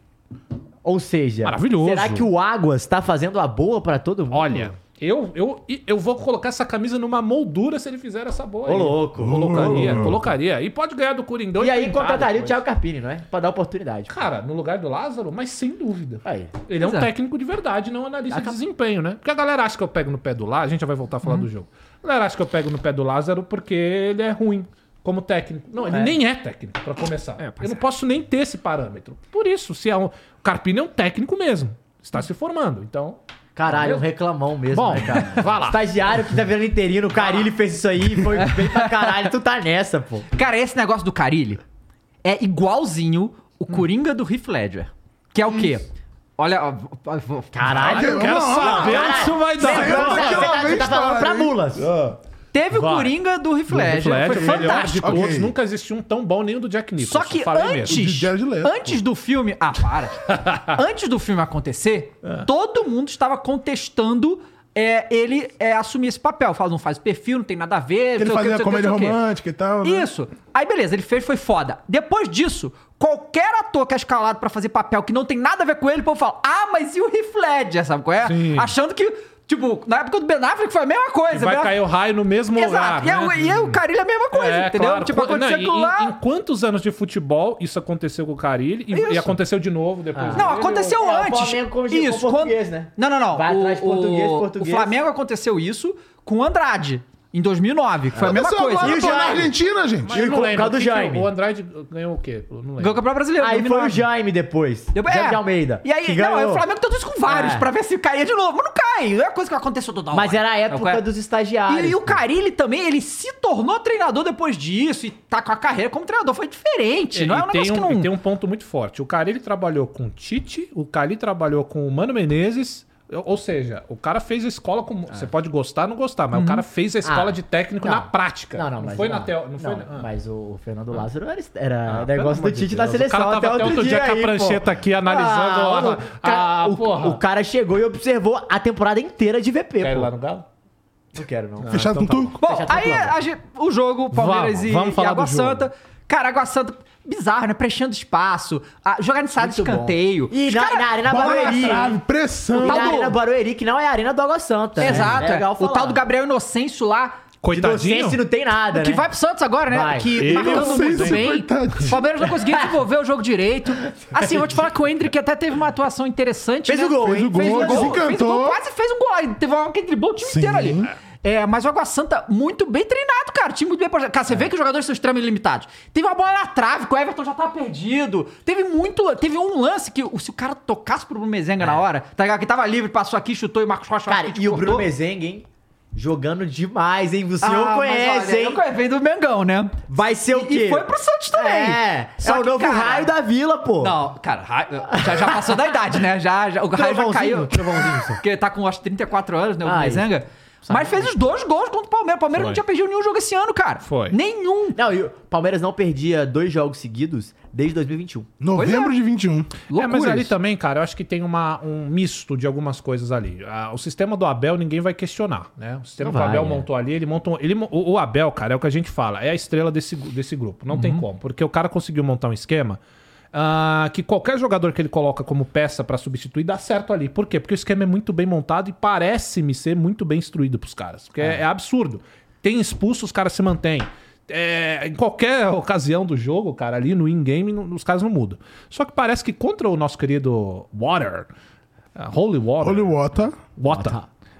Speaker 4: Ou seja,
Speaker 3: É, Maravilhoso.
Speaker 4: será que o Águas está fazendo a boa pra todo mundo?
Speaker 3: Olha, eu, eu, eu vou colocar essa camisa numa moldura se ele fizer essa boa aí.
Speaker 4: Ô, louco.
Speaker 3: Colocaria,
Speaker 2: Ô, louco.
Speaker 3: colocaria. E tá pode ganhar do Coringão.
Speaker 4: E aí
Speaker 3: pintar
Speaker 4: contrataria o
Speaker 3: depois.
Speaker 4: Thiago Carpini, não é? Pra dar oportunidade.
Speaker 3: Cara, no lugar do Lázaro, mas sem dúvida.
Speaker 4: Aí.
Speaker 3: Ele é um
Speaker 1: Exato.
Speaker 3: técnico de verdade, não analista de desempenho, né? Porque a galera acha que eu pego no pé do Lázaro, a gente já vai voltar a falar
Speaker 1: Uhum.
Speaker 3: do jogo. A galera acha que eu pego no pé do Lázaro porque ele é ruim como técnico. Não, ele
Speaker 4: É.
Speaker 3: nem é técnico, pra começar. eu
Speaker 1: É, pois
Speaker 3: não posso nem ter esse parâmetro. Por isso, se é um... o Carpini é um técnico mesmo. Está se formando, então...
Speaker 4: Caralho,
Speaker 3: Beleza?
Speaker 4: um reclamão mesmo,
Speaker 3: Bom,
Speaker 4: né, cara?
Speaker 3: vá lá.
Speaker 4: Estagiário que tá virando interino, o Carilli fez isso aí, foi bem pra caralho. Tu tá nessa, pô.
Speaker 1: Cara, esse negócio do Carilli é igualzinho
Speaker 3: Hum.
Speaker 1: o Coringa do Heath Ledger. Que é o quê? Olha, ó, ó, ó,
Speaker 4: Caralho.
Speaker 2: Eu quero
Speaker 3: saber
Speaker 4: onde isso
Speaker 3: vai
Speaker 4: Você tá, você tá- você tá falando pra mulas.
Speaker 1: Teve o
Speaker 3: Vai.
Speaker 1: Coringa do Heath Ledger, foi fantástico.
Speaker 3: de todos.
Speaker 2: Ok.
Speaker 3: Nunca existiu um tão bom nem o do Jack Nicholson.
Speaker 1: Só que
Speaker 3: falei mesmo.
Speaker 2: O
Speaker 1: antes,
Speaker 2: de Jared Leto.
Speaker 1: antes do filme. Ah, para! antes do filme acontecer,
Speaker 2: É.
Speaker 1: todo mundo estava contestando é, ele é, assumir esse papel. Fala, não faz perfil, não tem nada a ver. não sei o quê,
Speaker 2: Ele
Speaker 1: não
Speaker 2: fazia
Speaker 1: sei o quê,
Speaker 2: comédia
Speaker 1: não sei o quê.
Speaker 2: romântica e tal. né?
Speaker 1: Isso. Aí beleza, ele fez, foi foda. Depois disso, qualquer ator que é escalado pra fazer papel que não tem nada a ver com ele, o povo fala: Ah, mas e o Heath Ledger, sabe qual é?
Speaker 3: Sim.
Speaker 1: Achando que, tipo, na época do Ben Affleck foi a mesma coisa.
Speaker 3: Vai
Speaker 1: né?
Speaker 3: cair o raio no mesmo
Speaker 1: Exato.
Speaker 3: lugar.
Speaker 1: E é
Speaker 3: né?
Speaker 1: o- E é o Carilho é a mesma coisa,
Speaker 3: É,
Speaker 1: entendeu?
Speaker 3: claro.
Speaker 1: Tipo,
Speaker 3: Co-
Speaker 1: aconteceu
Speaker 3: não, e-
Speaker 1: aquilo lá.
Speaker 3: Em, em quantos anos de futebol isso aconteceu com o Carilli e,
Speaker 1: Isso.
Speaker 3: e aconteceu de novo depois?
Speaker 4: Ah.
Speaker 3: dele?
Speaker 1: Não, aconteceu
Speaker 4: É, o
Speaker 1: antes.
Speaker 4: Flamengo conjugou
Speaker 1: quando-
Speaker 4: português, né?
Speaker 1: Não, não, não.
Speaker 4: Vai
Speaker 1: o,
Speaker 4: atrás de português,
Speaker 1: o-
Speaker 4: português.
Speaker 1: O Flamengo aconteceu isso com o Andrade, em 2009, que foi a mesma
Speaker 2: Aconteceu
Speaker 1: coisa.
Speaker 2: agora,
Speaker 4: E o
Speaker 2: pô, na
Speaker 4: Jaime?
Speaker 2: Argentina, gente.
Speaker 3: Mas eu
Speaker 4: Ele
Speaker 3: não
Speaker 4: colocou
Speaker 3: lembro.
Speaker 4: o do
Speaker 3: Quem que-
Speaker 4: Jaime.
Speaker 3: O Andrade ganhou o quê? Eu não
Speaker 1: Ganhou o
Speaker 3: lembro.
Speaker 1: Campeonato Brasileiro.
Speaker 4: Aí foi o
Speaker 1: 2009.
Speaker 4: Jaime depois.
Speaker 1: Depois-
Speaker 4: Jaime
Speaker 1: é.
Speaker 4: de Almeida.
Speaker 1: E aí,
Speaker 4: que
Speaker 1: não, aí
Speaker 4: ganhou.
Speaker 1: o Flamengo tentou isso com vários
Speaker 4: É.
Speaker 1: pra ver se caía de novo. Mas não cai. É uma coisa que aconteceu toda hora.
Speaker 4: Mas era a
Speaker 1: Sabe qual
Speaker 4: época
Speaker 1: é?
Speaker 4: dos estagiários.
Speaker 1: E, e o Carilli também, ele se tornou treinador depois disso e tá com a carreira como treinador. Foi diferente.
Speaker 3: E-
Speaker 1: não é
Speaker 3: e
Speaker 1: um
Speaker 3: tem
Speaker 1: negócio
Speaker 3: um,
Speaker 1: que não.
Speaker 3: e tem um ponto muito forte. O Carilli trabalhou com o Tite, o Cali trabalhou com o Mano Menezes. Ou ou seja, o cara fez a escola com. Você pode gostar ou não gostar, mas o cara fez a escola
Speaker 4: Ah.
Speaker 3: de técnico
Speaker 4: Não.
Speaker 3: na prática.
Speaker 4: Não, não, mas
Speaker 3: foi na teo... não, foi na- Ah.
Speaker 4: Mas o Fernando Lázaro era, era
Speaker 3: Ah,
Speaker 4: negócio
Speaker 3: pelo amor
Speaker 4: do
Speaker 3: de
Speaker 4: Tite
Speaker 3: Deus.
Speaker 4: na
Speaker 3: O
Speaker 4: seleção
Speaker 3: cara tava
Speaker 4: até outro, dia,
Speaker 3: com a
Speaker 4: aí, pô.
Speaker 3: prancheta aqui analisando
Speaker 4: Ah,
Speaker 3: lá,
Speaker 4: mano,
Speaker 3: lá.
Speaker 4: o cara-
Speaker 3: Ah,
Speaker 4: o,
Speaker 3: porra.
Speaker 4: o cara chegou e observou a temporada inteira de VP,
Speaker 3: Quer ir
Speaker 4: pô.
Speaker 3: lá no Ah. Galo?
Speaker 4: Não quero, não.
Speaker 2: Fechado com turco.
Speaker 1: Bom,
Speaker 4: Fechado com
Speaker 1: aí
Speaker 4: Atlanta.
Speaker 1: a gente- o jogo, Palmeiras
Speaker 3: Vamos,
Speaker 1: e,
Speaker 3: vamos
Speaker 1: e
Speaker 3: falar
Speaker 1: Água
Speaker 3: do jogo.
Speaker 1: Santa. Cara, Água Santa, bizarro, né? Preenchendo espaço, a, jogar em sala de
Speaker 4: Muito bom.
Speaker 1: escanteio.
Speaker 4: E
Speaker 1: Os
Speaker 4: na,
Speaker 1: cara-
Speaker 4: na Arena
Speaker 2: Bola na
Speaker 4: Barueri.
Speaker 2: trave,
Speaker 4: E
Speaker 1: Tá
Speaker 2: pressão.
Speaker 4: na
Speaker 1: bom.
Speaker 4: Arena Barueri, que não é a Arena do Água Santa. né?
Speaker 1: Exato.
Speaker 4: É
Speaker 1: é.
Speaker 4: legal
Speaker 1: o
Speaker 4: falar.
Speaker 1: tal do Gabriel Inocêncio lá,
Speaker 3: Coitadinho.
Speaker 4: Inocêncio não tem nada,
Speaker 1: que
Speaker 4: né?
Speaker 1: vai pro Santos agora, né?
Speaker 4: Vai.
Speaker 1: Que
Speaker 2: Ele
Speaker 1: marcando
Speaker 2: sei
Speaker 4: é
Speaker 1: muito
Speaker 2: se
Speaker 1: bem.
Speaker 2: coitadinho.
Speaker 1: O Palmeiras não conseguiu desenvolver o jogo direito. Assim, eu vou te falar que o Hendrick até teve uma atuação interessante.
Speaker 4: Fez
Speaker 1: né?
Speaker 4: o gol,
Speaker 2: Fez
Speaker 4: hein?
Speaker 2: o gol,
Speaker 1: Fez o gol,
Speaker 2: desencantou.
Speaker 1: fez o gol, quase fez um gol. Aí Teve uma hora que ele driblou o time
Speaker 2: Sim.
Speaker 1: inteiro ali. É, mas o Água Santa, muito bem treinado, cara. Time muito bem projetado.
Speaker 4: É.
Speaker 1: Cara, você vê que os jogadores são extremamente limitados. Teve uma bola na trave, que o Everton já tava perdido. Teve muito. Teve um lance que, o- se o cara tocasse pro Bruno Mezenga na hora, tá ligado? Que tava livre, passou aqui, chutou e o Marcos Rocha
Speaker 4: É. Cara,
Speaker 1: acho que
Speaker 4: e o Bruno
Speaker 1: cortou.
Speaker 4: Mezengue, hein? Jogando demais, hein? O
Speaker 1: Tipo, Ah,
Speaker 4: senhor
Speaker 1: mas
Speaker 4: conhece,
Speaker 1: olha,
Speaker 4: hein?
Speaker 1: Eu conheço, veio do Mengão, né?
Speaker 4: Vai ser o
Speaker 1: E-
Speaker 4: quê?
Speaker 1: E foi pro Santos também.
Speaker 4: É,
Speaker 1: Só
Speaker 4: é o
Speaker 1: que,
Speaker 4: novo
Speaker 1: cara,
Speaker 4: raio da vila, pô.
Speaker 1: Não, cara, raio- já, já passou da idade, né? Já, já- o raio já
Speaker 4: Trovãozinho,
Speaker 1: caiu.
Speaker 4: trovãozinho, só. Ah,
Speaker 1: Porque tá com acho 34 anos, né? O
Speaker 4: Ai,
Speaker 1: Mezenga. Mas fez os dois gols contra o Palmeiras. O Palmeiras
Speaker 3: Foi.
Speaker 1: não tinha perdido nenhum jogo esse ano, cara.
Speaker 3: Foi.
Speaker 1: Nenhum.
Speaker 4: Não, e o Palmeiras não perdia dois jogos seguidos desde 2021.
Speaker 1: é.
Speaker 2: Novembro de 21.
Speaker 3: É, mas
Speaker 1: Loucura
Speaker 3: ali
Speaker 1: isso.
Speaker 3: também, cara, eu acho que tem uma, um misto de algumas coisas ali. Ah, o sistema do Abel ninguém vai questionar, né? O sistema
Speaker 4: Não
Speaker 3: que o
Speaker 4: vai,
Speaker 3: Abel
Speaker 4: é.
Speaker 3: montou ali, ele montou. Ele, mo- o, o Abel, cara, é o que a gente fala, é a estrela desse, gru- desse grupo. Não
Speaker 1: Uhum.
Speaker 3: tem como, porque o cara conseguiu montar um esquema. ah, que qualquer jogador que ele coloca como peça pra substituir dá certo ali. Por quê? Porque o esquema é muito bem montado e parece-me ser muito bem instruído pros caras. Porque é, é absurdo. Tem expulso, os caras se mantêm. É, em qualquer ocasião do jogo, cara, ali no in-game, não- os caras não mudam. Só que parece que contra o nosso querido Water, ah, é, Holy Water,
Speaker 2: Holy Water.
Speaker 3: Water.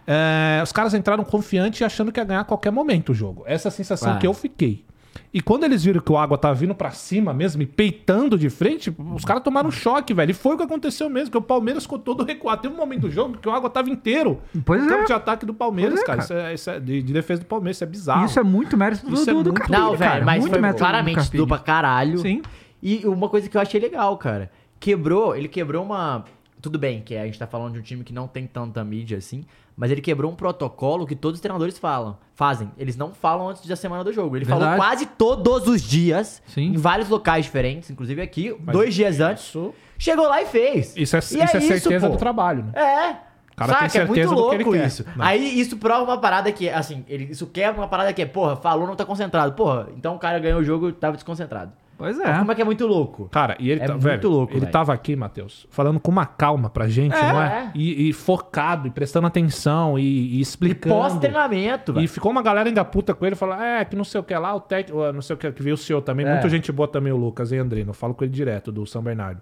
Speaker 3: É, os caras entraram confiante e achando que ia ganhar a qualquer momento o jogo. Essa é a sensação
Speaker 4: Ah.
Speaker 3: que eu fiquei. E quando eles viram que o Água tava vindo pra cima mesmo e peitando de frente, os caras tomaram um choque, velho. E foi o que aconteceu mesmo, que o Palmeiras ficou todo recuado. Teve um momento do jogo que o Água tava inteiro.
Speaker 1: Pois
Speaker 3: no
Speaker 1: é.
Speaker 3: campo de ataque do Palmeiras,
Speaker 1: Pois é,
Speaker 3: cara. Isso é, isso é- de, de defesa do Palmeiras, isso é
Speaker 4: tá-
Speaker 3: bizarro.
Speaker 1: Isso é muito mérito do,
Speaker 3: Isso é
Speaker 1: do, do
Speaker 3: muito-
Speaker 1: Carpini,
Speaker 4: Não,
Speaker 1: cara.
Speaker 4: velho, mas
Speaker 1: muito
Speaker 4: foi
Speaker 1: mérito do
Speaker 4: claramente
Speaker 1: Carpini.
Speaker 4: estudo pra caralho.
Speaker 1: Sim.
Speaker 4: E uma coisa que eu achei legal, cara. Quebrou, ele quebrou uma. Tudo bem, que a gente tá falando de um time que não tem tanta mídia assim, mas ele quebrou um protocolo que todos os treinadores falam, fazem. Eles não falam antes da semana do jogo. Ele falou
Speaker 1: Verdade.
Speaker 4: quase todos os dias,
Speaker 1: Sim. é
Speaker 4: em vários locais diferentes, inclusive aqui, dois dias antes.
Speaker 3: Isso,
Speaker 4: Chegou lá e fez.
Speaker 3: isso é,
Speaker 4: E
Speaker 3: isso é certeza
Speaker 4: pô.
Speaker 3: do trabalho, né?
Speaker 4: É.
Speaker 3: cara tem
Speaker 4: Saca, é muito
Speaker 3: certeza do que
Speaker 4: louco
Speaker 3: ele quer.
Speaker 4: isso.
Speaker 3: Não.
Speaker 4: Aí isso prova uma parada que, assim, ele, isso quebra uma parada que é, porra, falou, não tá concentrado. Porra, então o cara ganhou o jogo e tava desconcentrado.
Speaker 1: Pois
Speaker 4: Então,
Speaker 1: é.
Speaker 4: como é que é muito louco?
Speaker 3: Cara, e ele,
Speaker 4: É
Speaker 3: tá,
Speaker 4: muito
Speaker 3: velho,
Speaker 4: louco,
Speaker 3: ele
Speaker 4: velho.
Speaker 3: tava aqui, Matheus, falando com uma calma pra gente,
Speaker 4: É,
Speaker 3: não é?
Speaker 4: é.
Speaker 3: E, e focado, e prestando atenção, e, e
Speaker 4: E
Speaker 3: explicando.
Speaker 4: pós-treinamento,
Speaker 3: E
Speaker 4: velho.
Speaker 3: ficou uma galera ainda puta com ele, falando, é, que não sei o que lá, o técnico, ah, não sei o que, que veio o senhor também,
Speaker 4: É.
Speaker 3: muita gente boa também, o Lucas e Andrino, eu falo com ele direto, do São Bernardo.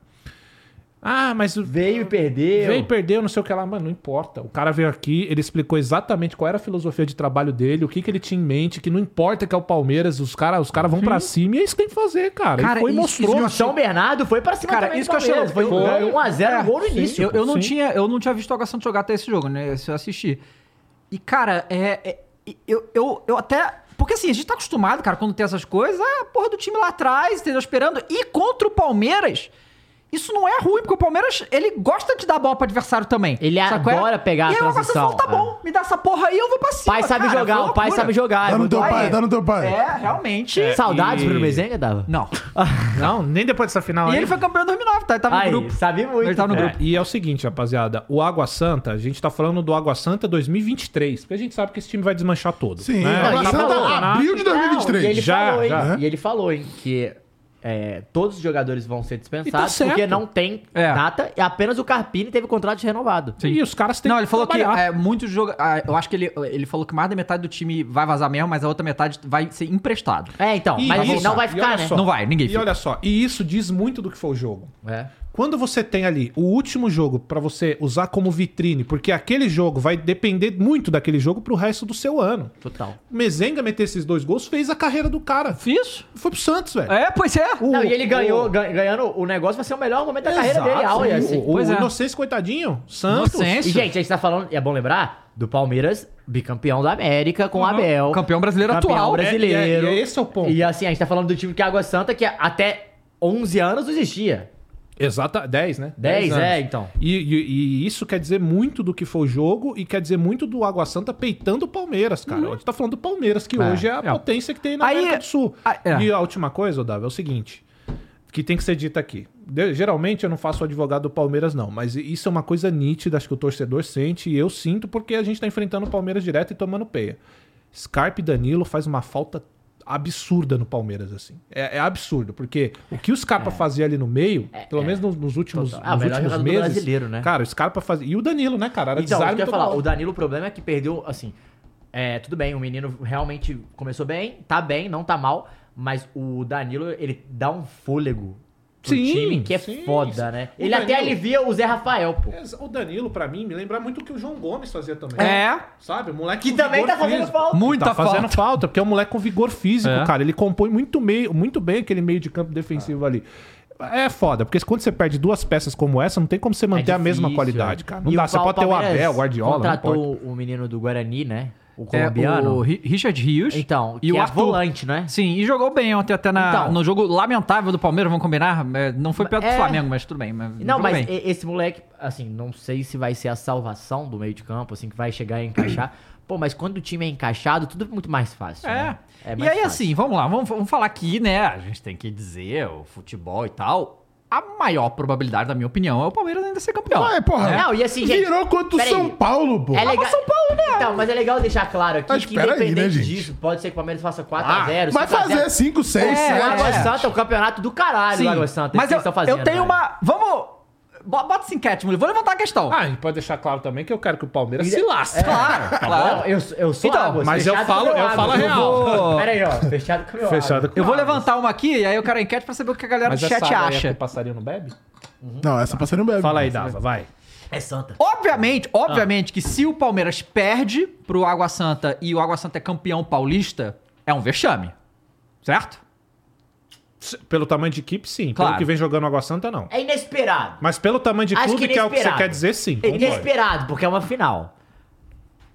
Speaker 3: Ah, mas o-
Speaker 4: Veio e perdeu.
Speaker 3: veio e perdeu, não sei o que lá, mano, não importa. O cara veio aqui, ele explicou exatamente qual era a filosofia de trabalho dele, o que, que ele tinha em mente, que não importa que é o Palmeiras, os caras os cara vão pra cima e é isso que tem que fazer, cara.
Speaker 1: Cara,
Speaker 3: ele foi e
Speaker 1: isso-
Speaker 3: mostrou.
Speaker 1: isso
Speaker 4: O São Bernardo foi pra cima
Speaker 1: Cara,
Speaker 4: também do
Speaker 1: isso que é, eu achei
Speaker 4: Palmeiras.
Speaker 1: louco.
Speaker 4: Foi
Speaker 1: Eu-
Speaker 4: um 1x0 gol no
Speaker 3: Sim.
Speaker 4: início.
Speaker 1: Eu, eu não
Speaker 3: Sim.
Speaker 1: tinha, eu não tinha visto o Gassante jogar até esse jogo, né? Se eu assisti. E, cara, é. é- eu, eu, eu até. Porque assim, a gente tá acostumado, cara, quando tem essas coisas, ah, a porra do time lá atrás, entendeu? Esperando. E contra o Palmeiras, isso não é ruim, porque o Palmeiras, ele gosta de dar bola pro adversário também.
Speaker 4: Ele
Speaker 1: Sabe qual é?
Speaker 4: adora pegar a
Speaker 1: E aí o Gassante
Speaker 4: transição,
Speaker 1: falou, tá
Speaker 4: é.
Speaker 1: bom, me dá essa porra aí, eu vou pra cima.
Speaker 4: Pai sabe
Speaker 1: cara,
Speaker 4: jogar,
Speaker 1: foi
Speaker 4: o pai
Speaker 1: loucura.
Speaker 4: sabe jogar.
Speaker 2: Dá Tá no teu
Speaker 4: Mandou-
Speaker 2: pai, dá no teu pai.
Speaker 1: É, realmente.
Speaker 4: Saudades
Speaker 3: E-
Speaker 4: do Bruno Mezenga, dava?
Speaker 1: Não.
Speaker 3: Não, nem depois dessa final
Speaker 1: E
Speaker 3: aí.
Speaker 1: ele foi campeão em 2009, tá? Ele tava
Speaker 4: Aí,
Speaker 1: no grupo.
Speaker 4: sabe muito.
Speaker 1: Ele tava no
Speaker 4: cara.
Speaker 1: grupo.
Speaker 3: É, e é o seguinte, rapaziada, o Água Santa, a gente tá falando do Água Santa 2023, porque a gente sabe que esse time vai desmanchar todo.
Speaker 2: Sim,
Speaker 3: né?
Speaker 2: a
Speaker 4: Não, ele
Speaker 2: Santa
Speaker 4: falou,
Speaker 2: abril de
Speaker 4: Não, e ele
Speaker 2: 2023.
Speaker 3: Já,
Speaker 4: falou, hein?
Speaker 3: já.
Speaker 4: E ele falou, hein, que é, todos os jogadores vão ser
Speaker 3: E tá
Speaker 4: dispensados
Speaker 3: certo.
Speaker 4: porque não tem
Speaker 1: É.
Speaker 4: data e apenas o Carpini teve o contrato renovado.
Speaker 3: E os caras têm
Speaker 1: Não, ele falou que
Speaker 3: trabalhar.
Speaker 1: é, muitos jogo, ah, eu acho que ele, ele falou que mais da metade do time vai vazar mesmo, mas a outra metade vai ser emprestado.
Speaker 4: É, então,
Speaker 3: E
Speaker 4: mas
Speaker 3: isso,
Speaker 4: assim, não vai
Speaker 3: e
Speaker 4: ficar,
Speaker 3: olha
Speaker 4: né?
Speaker 3: só,
Speaker 1: Não vai, ninguém
Speaker 3: E
Speaker 1: fica.
Speaker 3: olha só, e isso diz muito do que foi o jogo.
Speaker 4: É.
Speaker 3: Quando você tem ali o último jogo pra você usar como vitrine, porque aquele jogo vai depender muito daquele jogo pro resto do seu ano.
Speaker 4: Total.
Speaker 3: O Mezenga meter esses dois gols fez a carreira do cara.
Speaker 1: Isso?
Speaker 3: Foi pro Santos, velho.
Speaker 1: É, pois é.
Speaker 3: O-
Speaker 4: não, e ele
Speaker 3: o-
Speaker 4: ganhou, gan- ganhando o negócio, vai ser o melhor momento da carreira
Speaker 3: Exato.
Speaker 4: dele, Aue, assim.
Speaker 3: O, o,
Speaker 1: Pois é.
Speaker 3: Inocêncio, coitadinho. Santos.
Speaker 1: Inocêncio.
Speaker 4: E, gente, a gente tá falando, é bom lembrar, do Palmeiras, bicampeão da América com o Abel.
Speaker 1: Uhum. Campeão brasileiro
Speaker 4: campeão
Speaker 1: atual.
Speaker 3: brasileiro.
Speaker 4: brasileiro.
Speaker 3: É, e é- e esse é o ponto.
Speaker 4: E assim, a gente tá falando do time que é Água Santa, que até 11 anos não existia.
Speaker 3: Exata, 10, né?
Speaker 4: 10,
Speaker 3: anos.
Speaker 4: é, então.
Speaker 3: E, e- e isso quer dizer muito do que foi o jogo e quer dizer muito do Água Santa peitando o Palmeiras, cara.
Speaker 1: Uhum.
Speaker 3: A gente tá falando do Palmeiras, que hoje é a
Speaker 1: é.
Speaker 3: potência que tem na
Speaker 1: Aí-
Speaker 3: América do Sul.
Speaker 1: Ah, é.
Speaker 3: E a última coisa, Davi, é o seguinte, que tem que ser dita aqui. De- geralmente eu não faço o advogado do Palmeiras, não, mas isso é uma coisa nítida, acho que o torcedor sente e eu sinto porque a gente tá enfrentando o Palmeiras direto e tomando peia. Scarpe e Danilo faz uma falta absurda no Palmeiras, assim. É, é absurdo, porque o que o Scarpa fazia ali no meio, pelo menos nos, nos últimos,
Speaker 4: É. Total. Ah,
Speaker 3: nos
Speaker 4: melhor
Speaker 3: últimos
Speaker 4: jogador
Speaker 3: meses...
Speaker 4: brasileiro, né?
Speaker 3: Cara, o Scarpa fazia... E o Danilo, né, cara? Era
Speaker 4: Então, eu
Speaker 3: desarme
Speaker 4: queria
Speaker 3: toda
Speaker 4: falar,
Speaker 3: hora.
Speaker 4: o Danilo, o problema é que perdeu, assim. É, tudo bem, o menino realmente começou bem, tá bem, não tá mal, mas o Danilo, ele dá um fôlego pro
Speaker 3: Sim,
Speaker 4: time que é
Speaker 3: sim.
Speaker 4: foda, né?
Speaker 3: O
Speaker 4: ele até
Speaker 3: Danilo-
Speaker 4: alivia o Zé Rafael, pô.
Speaker 3: É, O Danilo, pra mim, me lembra muito o que o João Gomes fazia também.
Speaker 1: É.
Speaker 3: Sabe? O moleque
Speaker 4: Que
Speaker 3: com
Speaker 4: também
Speaker 3: vigor
Speaker 4: tá fazendo
Speaker 3: físico.
Speaker 4: falta.
Speaker 1: Muita
Speaker 3: tá fazendo
Speaker 1: falta.
Speaker 3: falta. porque é um moleque com vigor físico,
Speaker 1: É.
Speaker 3: cara. Ele compõe muito, meio, muito bem aquele meio de campo defensivo ali. É foda, porque quando você perde duas peças como essa, não tem como você manter a mesma
Speaker 4: É difícil,
Speaker 3: qualidade,
Speaker 4: é.
Speaker 3: cara. Não
Speaker 4: E
Speaker 3: dá. Você
Speaker 4: Pal-
Speaker 3: pode ter o
Speaker 4: Palmeiras
Speaker 3: Abel, o Guardiola. não pode.
Speaker 4: contratou o menino do Guarani, né? O
Speaker 1: É, o
Speaker 4: colombiano.
Speaker 1: Ri- Richard Rios.
Speaker 4: Então, que é volante, né?
Speaker 1: Sim, e jogou bem ontem até na-
Speaker 4: Então.
Speaker 1: no jogo lamentável do Palmeiras, vamos combinar. É, Não foi perto do
Speaker 4: É.
Speaker 1: Flamengo, mas tudo bem. Mas
Speaker 4: Não,
Speaker 1: jogou
Speaker 4: mas é
Speaker 1: bem.
Speaker 4: e- esse moleque, assim, não sei se vai ser a salvação do meio de campo, assim, que vai chegar e encaixar. Pô, mas quando o time é encaixado, tudo é muito mais fácil.
Speaker 1: É.
Speaker 4: né? É
Speaker 1: e
Speaker 4: mais
Speaker 1: aí,
Speaker 4: fácil.
Speaker 1: assim, vamos lá, vamos, vamos falar aqui, né? A gente tem que dizer, o futebol e tal. A maior probabilidade, na minha opinião, é o Palmeiras ainda ser campeão.
Speaker 2: Vai, porra.
Speaker 1: É.
Speaker 4: Não, e assim, gente,
Speaker 2: Virou contra o
Speaker 4: peraí.
Speaker 2: São Paulo, pô.
Speaker 4: É legal.
Speaker 1: São Paulo, né?
Speaker 4: Então, mas é legal deixar claro aqui
Speaker 2: Mas
Speaker 4: que
Speaker 2: peraí,
Speaker 4: independente
Speaker 2: né, gente?
Speaker 4: disso, pode ser que o Palmeiras faça 4x0.
Speaker 2: Vai
Speaker 4: 5x0.
Speaker 2: fazer 5, 6,
Speaker 1: É,
Speaker 4: O
Speaker 2: 7.
Speaker 4: Água
Speaker 1: é.
Speaker 4: Santa é o campeonato do caralho, o
Speaker 1: Sim,
Speaker 4: Água Santa. é
Speaker 1: mas
Speaker 4: que
Speaker 1: eu,
Speaker 4: eles tão fazendo, né?
Speaker 1: eu tenho
Speaker 4: velho.
Speaker 1: uma... Vamos... bo- Bota essa enquete, mulher. Vou levantar a questão.
Speaker 3: Ah, e pode deixar claro também que eu quero que o Palmeiras se
Speaker 4: É.
Speaker 3: lasque. tá
Speaker 1: Claro,
Speaker 4: Não,
Speaker 1: claro.
Speaker 4: eu, eu sou
Speaker 1: Então,
Speaker 4: Águas,
Speaker 3: mas eu
Speaker 4: fechado
Speaker 3: falo-
Speaker 4: com o meu
Speaker 3: eu
Speaker 4: Águas.
Speaker 3: falo a real.
Speaker 4: vou- Pera aí, ó. Fechado com o meu
Speaker 3: Fechado
Speaker 4: Águas.
Speaker 3: com
Speaker 1: Eu vou
Speaker 3: Água.
Speaker 1: levantar uma aqui e aí eu quero a enquete pra saber o que a galera
Speaker 3: Mas
Speaker 1: do chat
Speaker 3: essa água aí é que
Speaker 1: acha.
Speaker 3: o passarinho não bebe? né?
Speaker 2: Não, essa passarinho bebe.
Speaker 3: Fala aí, Dava, vai.
Speaker 4: É santa.
Speaker 1: Obviamente,
Speaker 4: Ah.
Speaker 1: obviamente que se o Palmeiras perde pro Água Santa e o Água Santa é campeão paulista, é um vexame. Certo?
Speaker 3: S- Pelo tamanho de equipe, sim.
Speaker 1: Claro.
Speaker 3: Pelo que vem jogando Água Santa, não.
Speaker 4: É inesperado.
Speaker 3: Mas pelo tamanho de
Speaker 4: Acho
Speaker 3: clube,
Speaker 4: que
Speaker 3: que, é o que você
Speaker 4: inesperado.
Speaker 3: quer dizer, sim.
Speaker 4: É
Speaker 3: Concordo.
Speaker 4: inesperado, porque é uma final.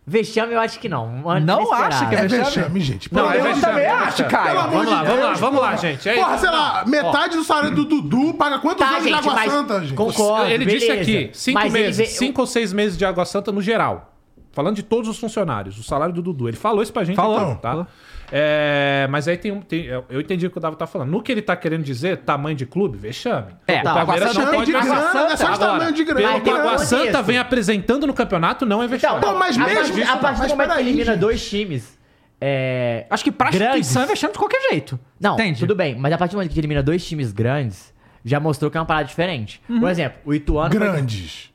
Speaker 4: Vexame eu acho que não. Mas
Speaker 1: Não
Speaker 4: inesperado.
Speaker 1: acho que
Speaker 2: É
Speaker 1: vexame?
Speaker 2: vexame, gente.
Speaker 3: Não,
Speaker 2: Pelo
Speaker 3: é
Speaker 1: eu
Speaker 2: amor de
Speaker 3: vexame,
Speaker 1: também
Speaker 3: é
Speaker 1: acho,
Speaker 3: vexame.
Speaker 1: Caio.
Speaker 2: Pelo amor
Speaker 3: Vamos
Speaker 2: de
Speaker 3: lá,
Speaker 2: Deus,
Speaker 3: vamos lá, vamos lá,
Speaker 2: porra.
Speaker 3: gente. É
Speaker 2: porra,
Speaker 3: isso.
Speaker 2: sei lá, metade do salário do Dudu paga quantos
Speaker 4: Tá,
Speaker 2: anos de
Speaker 4: gente,
Speaker 2: Água
Speaker 4: mas
Speaker 2: Santa, gente?
Speaker 4: concordo.
Speaker 3: Ele disse
Speaker 4: beleza.
Speaker 3: aqui, cinco
Speaker 4: Mas ele
Speaker 3: meses,
Speaker 4: vê-
Speaker 3: cinco ou seis meses de Água Santa no geral. Falando de todos os funcionários, o salário do Dudu. Ele falou isso pra gente.
Speaker 1: Falou,
Speaker 3: então, tá?
Speaker 1: falou.
Speaker 3: É, mas aí tem um. tem- eu eu entendi o que o Dava tá falando. No que ele tá querendo dizer, tamanho de clube, vexame.
Speaker 1: É,
Speaker 3: o
Speaker 1: tá,
Speaker 3: Palmeiras
Speaker 1: Água
Speaker 3: não
Speaker 1: Santa
Speaker 2: Tamanho
Speaker 1: tem
Speaker 3: pode
Speaker 2: de
Speaker 1: Água
Speaker 3: mais-
Speaker 2: grana, é só de
Speaker 1: Santa.
Speaker 2: tamanho de grana.
Speaker 3: Pelo
Speaker 4: Mas
Speaker 3: que
Speaker 4: tem
Speaker 3: o Água
Speaker 4: contexto.
Speaker 3: Santa vem apresentando no campeonato, não é vexame.
Speaker 2: Pô, mas
Speaker 4: Então, a
Speaker 2: mesmo-
Speaker 4: partir, a
Speaker 2: mas
Speaker 4: partir do momento que
Speaker 2: peraí,
Speaker 4: elimina
Speaker 2: gente.
Speaker 4: dois times. É...
Speaker 1: Acho que pra instituição é
Speaker 4: Grandes.
Speaker 1: vexame de qualquer jeito.
Speaker 4: Não,
Speaker 1: Entende?
Speaker 4: tudo bem, mas a partir do momento que elimina dois times grandes, já mostrou que é uma parada diferente.
Speaker 3: Uhum.
Speaker 4: Por exemplo, o Ituano. foi
Speaker 2: Grandes.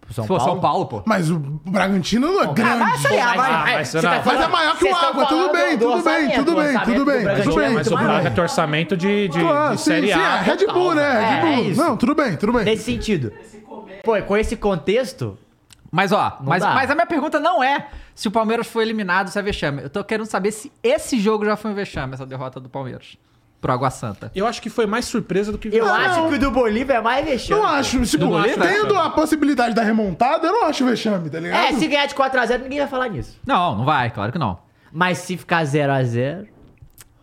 Speaker 4: pro São
Speaker 1: Se for
Speaker 4: Paulo.
Speaker 1: São Paulo, pô.
Speaker 2: Mas o Bragantino não é grande.
Speaker 1: sei lá,
Speaker 4: Mas,
Speaker 1: vai.
Speaker 4: é,
Speaker 3: mas
Speaker 4: você
Speaker 3: não,
Speaker 4: tá
Speaker 3: mas
Speaker 4: falando-
Speaker 2: é maior que o
Speaker 4: vocês estão
Speaker 2: Água, tudo
Speaker 4: falando
Speaker 2: bem,
Speaker 4: do
Speaker 2: tudo bem,
Speaker 4: orçamento,
Speaker 2: tudo
Speaker 4: do
Speaker 2: bem,
Speaker 4: orçamento
Speaker 2: tudo
Speaker 4: do
Speaker 2: bem,
Speaker 4: Brasil. né?
Speaker 2: tudo bem,
Speaker 3: Mas o
Speaker 2: tudo
Speaker 4: Mas,
Speaker 3: Braga tem orçamento de, de,
Speaker 2: Claro,
Speaker 3: de
Speaker 2: sim,
Speaker 3: Série
Speaker 2: sim,
Speaker 3: A.
Speaker 2: é Red Bull, né?
Speaker 4: É,
Speaker 2: Red
Speaker 4: é
Speaker 2: Bull.
Speaker 4: isso.
Speaker 2: não, tudo bem, tudo bem.
Speaker 4: Nesse sentido. Pô, com esse contexto,
Speaker 1: Mas ó,
Speaker 4: Não
Speaker 1: mas,
Speaker 4: dá.
Speaker 1: mas a minha pergunta não é se o Palmeiras foi eliminado, se é vexame. Eu tô querendo saber se esse jogo já foi um vexame, essa derrota do Palmeiras pro Água Santa.
Speaker 3: Eu acho que foi mais surpresa do que
Speaker 4: eu
Speaker 3: vexame.
Speaker 4: acho que o do Bolívia é mais vexame.
Speaker 2: Não acho. Tipo,
Speaker 1: Não acho, né?
Speaker 2: tendo a possibilidade da remontada, eu não acho vexame, tá ligado?
Speaker 4: É, se ganhar de 4x0, ninguém vai falar nisso.
Speaker 1: Não, não vai, claro que não.
Speaker 4: Mas se ficar 0x0.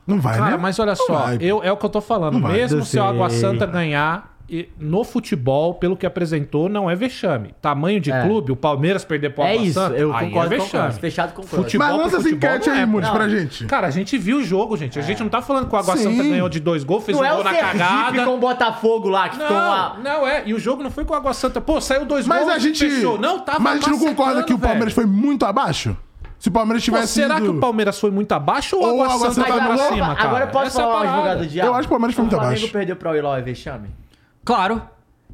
Speaker 2: Não vai,
Speaker 3: Cara,
Speaker 2: né?
Speaker 3: mas olha só,
Speaker 2: vai.
Speaker 3: eu, é o que eu tô falando.
Speaker 2: vai,
Speaker 3: Mesmo
Speaker 4: eu
Speaker 3: se o Água
Speaker 4: sei.
Speaker 3: Santa ganhar e- no futebol, pelo que apresentou, não é vexame. Tamanho de
Speaker 4: É.
Speaker 3: clube, o Palmeiras perder pro
Speaker 4: É
Speaker 3: Água
Speaker 4: isso,
Speaker 3: Santa,
Speaker 4: eu
Speaker 3: aí
Speaker 4: concordo
Speaker 3: é
Speaker 4: com o
Speaker 3: vexame.
Speaker 4: Carlos. Fechado com o Carlos.
Speaker 3: Futebol
Speaker 2: Mas
Speaker 3: pro
Speaker 2: lança essa
Speaker 3: futebol
Speaker 2: enquete
Speaker 3: não é,
Speaker 2: aí, Muniz,
Speaker 4: não.
Speaker 2: pra gente.
Speaker 3: Cara, a gente viu o jogo, gente. A gente não tá falando que o Água
Speaker 2: Sim.
Speaker 3: Santa ganhou de dois gols, fez
Speaker 4: É. Não
Speaker 3: um
Speaker 4: é
Speaker 3: gol
Speaker 4: o
Speaker 3: na
Speaker 4: Sergipe
Speaker 3: cagada.
Speaker 4: com o Botafogo lá, que ficou
Speaker 3: Não,
Speaker 4: lá.
Speaker 3: não é. E o jogo não foi com o Água Santa. Pô, saiu dois
Speaker 2: Mas
Speaker 3: gols
Speaker 2: a
Speaker 3: e
Speaker 2: gente.
Speaker 3: fechou. Não, tava
Speaker 2: mas a gente não concorda que o Palmeiras foi muito abaixo? Se o Palmeiras
Speaker 3: Pô,
Speaker 2: tivesse.
Speaker 3: será
Speaker 2: ido-
Speaker 3: que o Palmeiras foi muito abaixo ou o
Speaker 2: Tipo, Ou
Speaker 3: Água Santa foi
Speaker 2: tá
Speaker 3: pra
Speaker 2: louco?
Speaker 3: cima, cara?
Speaker 4: agora eu posso
Speaker 3: Essa é a
Speaker 4: falar um
Speaker 3: parada.
Speaker 4: advogado do diabo.
Speaker 2: Eu acho que o Palmeiras foi muito
Speaker 4: O
Speaker 2: abaixo.
Speaker 4: Flamengo perdeu pra Oilau é vexame?
Speaker 1: Claro,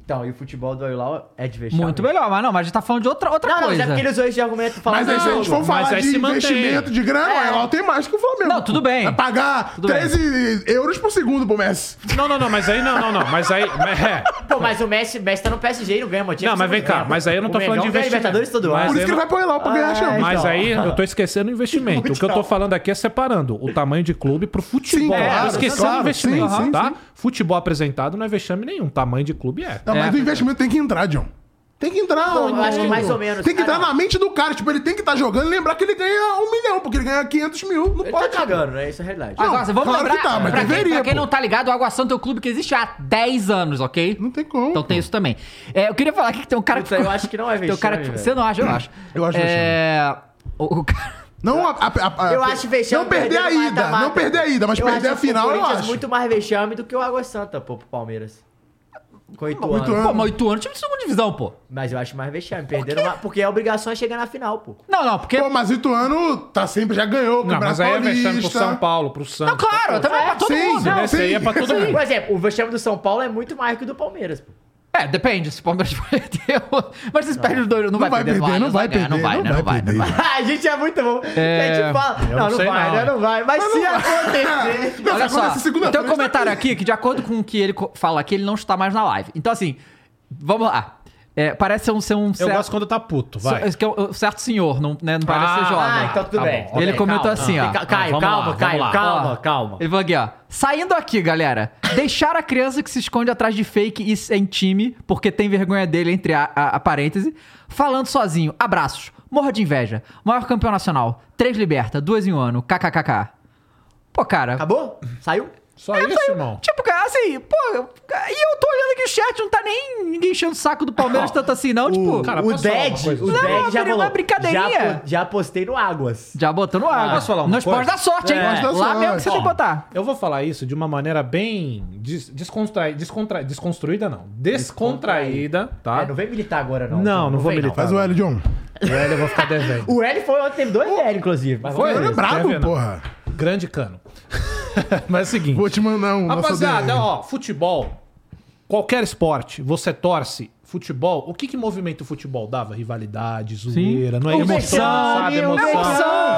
Speaker 4: Então, e o futebol do Oilau é de vexame?
Speaker 1: muito melhor, mas não, mas a gente tá falando de outra, outra
Speaker 4: Não, não, mas
Speaker 1: coisa.
Speaker 4: é porque ele usou esse argumento
Speaker 2: Mas
Speaker 4: falando.
Speaker 2: aí, se a gente
Speaker 3: Não,
Speaker 2: for
Speaker 3: mas
Speaker 2: falar
Speaker 3: aí
Speaker 2: de
Speaker 3: se mantém.
Speaker 2: investimento de grana,
Speaker 4: É.
Speaker 2: ela tem mais que o Flamengo.
Speaker 1: Não, tudo bem.
Speaker 2: Vai pagar
Speaker 1: Tudo
Speaker 2: 13 euros por segundo pro Messi.
Speaker 3: Não, não, não, mas aí não, não, não. Mas aí. é.
Speaker 4: Pô, mas o Messi, Messi tá no PSG e não ganha motivo.
Speaker 3: Não, mas vem cá, mas aí eu não tô falando de investimento.
Speaker 4: Libertadores todo
Speaker 3: Mas
Speaker 2: Por
Speaker 3: aí
Speaker 4: ano.
Speaker 2: isso que
Speaker 3: não-
Speaker 2: ele vai pôr lá pra ganhar a Champions.
Speaker 3: Mas
Speaker 4: Então.
Speaker 3: aí eu tô esquecendo o investimento. o que eu tô falando aqui é separando o tamanho de clube pro futebol.
Speaker 2: Então. Sim,
Speaker 3: Eu
Speaker 2: claro,
Speaker 3: tô esquecendo
Speaker 2: claro,
Speaker 3: o investimento,
Speaker 2: sim, sim,
Speaker 3: tá?
Speaker 2: sim.
Speaker 3: Futebol apresentado não é vexame nenhum. Tamanho de clube é.
Speaker 2: Não,
Speaker 1: É,
Speaker 2: mas o
Speaker 1: mas-
Speaker 2: investimento tem que entrar, John. Tem que entrar,
Speaker 4: Não, eu
Speaker 2: no-
Speaker 4: acho que mais ou menos.
Speaker 2: Tem que
Speaker 4: Ah,
Speaker 2: entrar
Speaker 4: não.
Speaker 2: na mente do cara. Tipo, ele tem que estar jogando e lembrar que ele ganha um milhão, porque ele ganha 500 mil. Não
Speaker 4: Ele tá
Speaker 2: pode.
Speaker 4: cagando, né? Isso é realidade.
Speaker 1: Agora,
Speaker 2: Não,
Speaker 1: vamos
Speaker 2: claro
Speaker 1: lembrar,
Speaker 2: que tá, mas
Speaker 1: pra, quem,
Speaker 2: deveria,
Speaker 1: pra quem
Speaker 2: pô.
Speaker 1: não tá ligado, o Água Santa é um clube que existe há 10 anos, ok?
Speaker 2: Não tem como.
Speaker 1: Então tem isso também. É, eu queria falar aqui que tem um cara
Speaker 4: Puta, eu acho que não é
Speaker 1: tem um
Speaker 4: vexame,
Speaker 1: cara que-
Speaker 4: velho.
Speaker 1: Você não acha, eu acho.
Speaker 2: Eu acho
Speaker 1: é... o, o cara...
Speaker 2: Não, a, a- a-
Speaker 4: Eu acho vexame.
Speaker 2: Não perder a
Speaker 4: no
Speaker 2: ida.
Speaker 4: mata-mata.
Speaker 2: Não perder a ida, mas
Speaker 4: Eu
Speaker 2: perder a
Speaker 4: acho
Speaker 2: final,
Speaker 4: o
Speaker 2: eu
Speaker 4: Corinthians
Speaker 2: acho.
Speaker 4: muito mais vexame do que o Água Santa, pô, pro Palmeiras. Com oito
Speaker 2: Oito
Speaker 4: anos.
Speaker 2: anos.
Speaker 1: Pô, mas o Ituano é um time de segunda divisão, pô.
Speaker 4: Mas eu acho mais vexame. Perderam uma... Porque a obrigação é chegar na final, pô.
Speaker 1: Não, não, porque...
Speaker 2: Pô, mas o Ituano tá sempre, já ganhou. o
Speaker 3: Não, mas
Speaker 2: Campeonato
Speaker 3: aí é vexame pro
Speaker 2: Paulista.
Speaker 3: São Paulo, pro Santos.
Speaker 1: não, claro, também é pra todo
Speaker 2: Sim,
Speaker 1: mundo.
Speaker 2: né?
Speaker 3: Esse aí é pra todo mundo.
Speaker 4: Por exemplo, o vexame do São Paulo é muito mais que o do Palmeiras, pô.
Speaker 1: É, depende. Se o Palmeiras perder, o- mas se perde os dois, não,
Speaker 2: Não
Speaker 1: vai perder.
Speaker 2: não vai
Speaker 1: ganhar,
Speaker 2: perder. Não vai,
Speaker 1: né? Não vai, não vai.
Speaker 4: a gente é muito bom.
Speaker 1: É,
Speaker 4: A gente fala. Não, não,
Speaker 3: não sei
Speaker 4: vai,
Speaker 3: não.
Speaker 4: né? Não vai. Mas, se acontecer.
Speaker 2: Não,
Speaker 1: Olha
Speaker 2: se acontecer
Speaker 1: só,
Speaker 2: segunda-feira,
Speaker 1: tem um
Speaker 2: a gente tá
Speaker 1: comentário aqui que, de acordo com o que ele co- fala aqui, ele não está mais na live. Então, assim, vamos lá. É, parece ser um, ser um
Speaker 3: Eu
Speaker 1: certo,
Speaker 3: gosto quando tá puto, vai.
Speaker 1: so- que é um- um certo senhor, não, né, não parece ser
Speaker 3: Ah,
Speaker 1: jovem.
Speaker 4: Ah, então tudo
Speaker 3: Tá
Speaker 4: bem.
Speaker 3: bom.
Speaker 4: tudo
Speaker 1: Ele
Speaker 4: bem,
Speaker 1: comentou
Speaker 4: calma.
Speaker 1: assim, ó.
Speaker 4: Fica- Caio,
Speaker 3: Não, vamos lá,
Speaker 4: calma,
Speaker 3: vamos
Speaker 4: Caio,
Speaker 3: lá.
Speaker 1: Ó,
Speaker 4: calma, calma.
Speaker 1: Ele falou aqui, ó. Saindo aqui, galera. Deixar a criança que se esconde atrás de fake e sem time, porque tem vergonha dele, entre a, a- a parêntese. Falando sozinho. Abraços. Morra de inveja. Maior campeão nacional. Três liberta. Duas em um ano. KKKK. Pô, cara.
Speaker 4: Acabou? Saiu?
Speaker 3: Só isso, irmão.
Speaker 1: Tipo, cara, assim, pô, eu- e eu tô olhando aqui o chat, não tá nem ninguém enchendo o saco do Palmeiras tanto assim, não, tipo.
Speaker 3: cara,
Speaker 4: o
Speaker 3: posso falar uma
Speaker 4: Dead,
Speaker 3: coisa?
Speaker 4: o
Speaker 1: Não,
Speaker 4: Dead
Speaker 1: não,
Speaker 4: já
Speaker 1: não,
Speaker 4: falou.
Speaker 1: não é brincadeirinha.
Speaker 4: Já, po- já apostei no Águas.
Speaker 1: Já botando água.
Speaker 3: Ah, posso falar uma
Speaker 1: Nos pós
Speaker 3: coisa?
Speaker 1: da sorte, hein?
Speaker 4: É.
Speaker 1: Lá
Speaker 2: Pós da
Speaker 1: mesmo que você
Speaker 2: sorte.
Speaker 1: tem que botar.
Speaker 3: Eu vou falar isso de uma maneira bem des descontraída, descontra desconstruída não, descontraída, tá?
Speaker 4: É, não vem militar agora, não.
Speaker 3: Não, não vou
Speaker 4: vem,
Speaker 3: militar.
Speaker 2: Faz o L, John.
Speaker 3: Eu vou ficar devendo.
Speaker 4: O L foi ontem, teve dois L, inclusive. Mas
Speaker 3: Foi?
Speaker 4: vamos
Speaker 2: Ele é
Speaker 3: Deve
Speaker 2: brabo,
Speaker 3: não.
Speaker 2: porra.
Speaker 3: Grande cano. Mas é o seguinte,
Speaker 1: é
Speaker 2: Vou te mandar um. nosso
Speaker 3: Rapaziada,
Speaker 2: DM.
Speaker 3: ó, futebol, qualquer esporte, você torce Futebol, o que que movimenta o futebol dava? Rivalidade, zoeira, não é
Speaker 1: O
Speaker 3: emoção,
Speaker 1: vexame,
Speaker 3: sabe?
Speaker 1: o
Speaker 3: Emoção,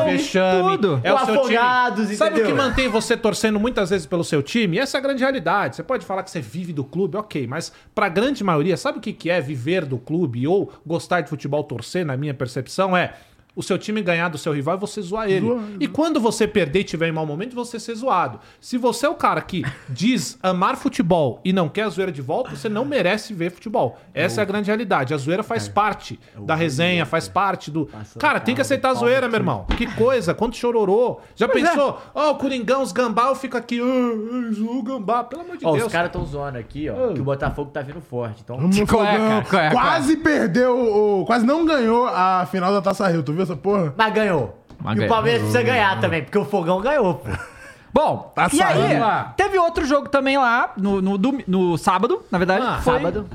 Speaker 1: vexame,
Speaker 3: vexame.
Speaker 1: tudo.
Speaker 3: É o,
Speaker 4: O
Speaker 3: seu
Speaker 4: Afogados,
Speaker 3: time. Sabe o que
Speaker 4: entendeu?
Speaker 3: mantém você torcendo muitas vezes pelo seu time? Essa é a grande realidade. Você pode falar que você vive do clube, ok, mas pra grande maioria, sabe o que que é viver do clube ou gostar de futebol, torcer, na minha percepção, é o seu time ganhar do seu rival e você zoar ele. E quando você perder e tiver em mau momento, você ser zoado. Se você é o cara que diz amar futebol e não quer a zoeira de volta, você não merece ver futebol. Essa é a grande realidade. A zoeira faz parte da resenha, faz parte do. Cara, tem que aceitar a zoeira, meu irmão. Que coisa, quanto chororô. Já pensou? Ó, o Coringão, os gambá, eu fico aqui. "Ah, ah, zoa o gambá, pelo amor de
Speaker 4: Ó,
Speaker 3: Deus.
Speaker 4: os tá caras tão zoando aqui, ó,
Speaker 1: Hum.
Speaker 4: que o Botafogo tá vindo forte. Então,
Speaker 3: Hum.
Speaker 2: Vamos,
Speaker 1: Qual é,
Speaker 2: Fogão.
Speaker 1: cara? Qual é, qual é?
Speaker 2: Quase perdeu, o- quase não ganhou a final da Taça Rio. Tu viu essa porra?
Speaker 4: mas ganhou.
Speaker 1: Mas
Speaker 4: e
Speaker 1: ganhou.
Speaker 4: o Palmeiras precisa ganhar também, porque o Fogão ganhou, pô.
Speaker 1: Bom,
Speaker 2: Tá
Speaker 1: e aí,
Speaker 2: saindo
Speaker 3: lá.
Speaker 1: teve outro jogo também lá, no, no, dom- no sábado, na verdade.
Speaker 3: Ah,
Speaker 1: foi,
Speaker 4: sábado.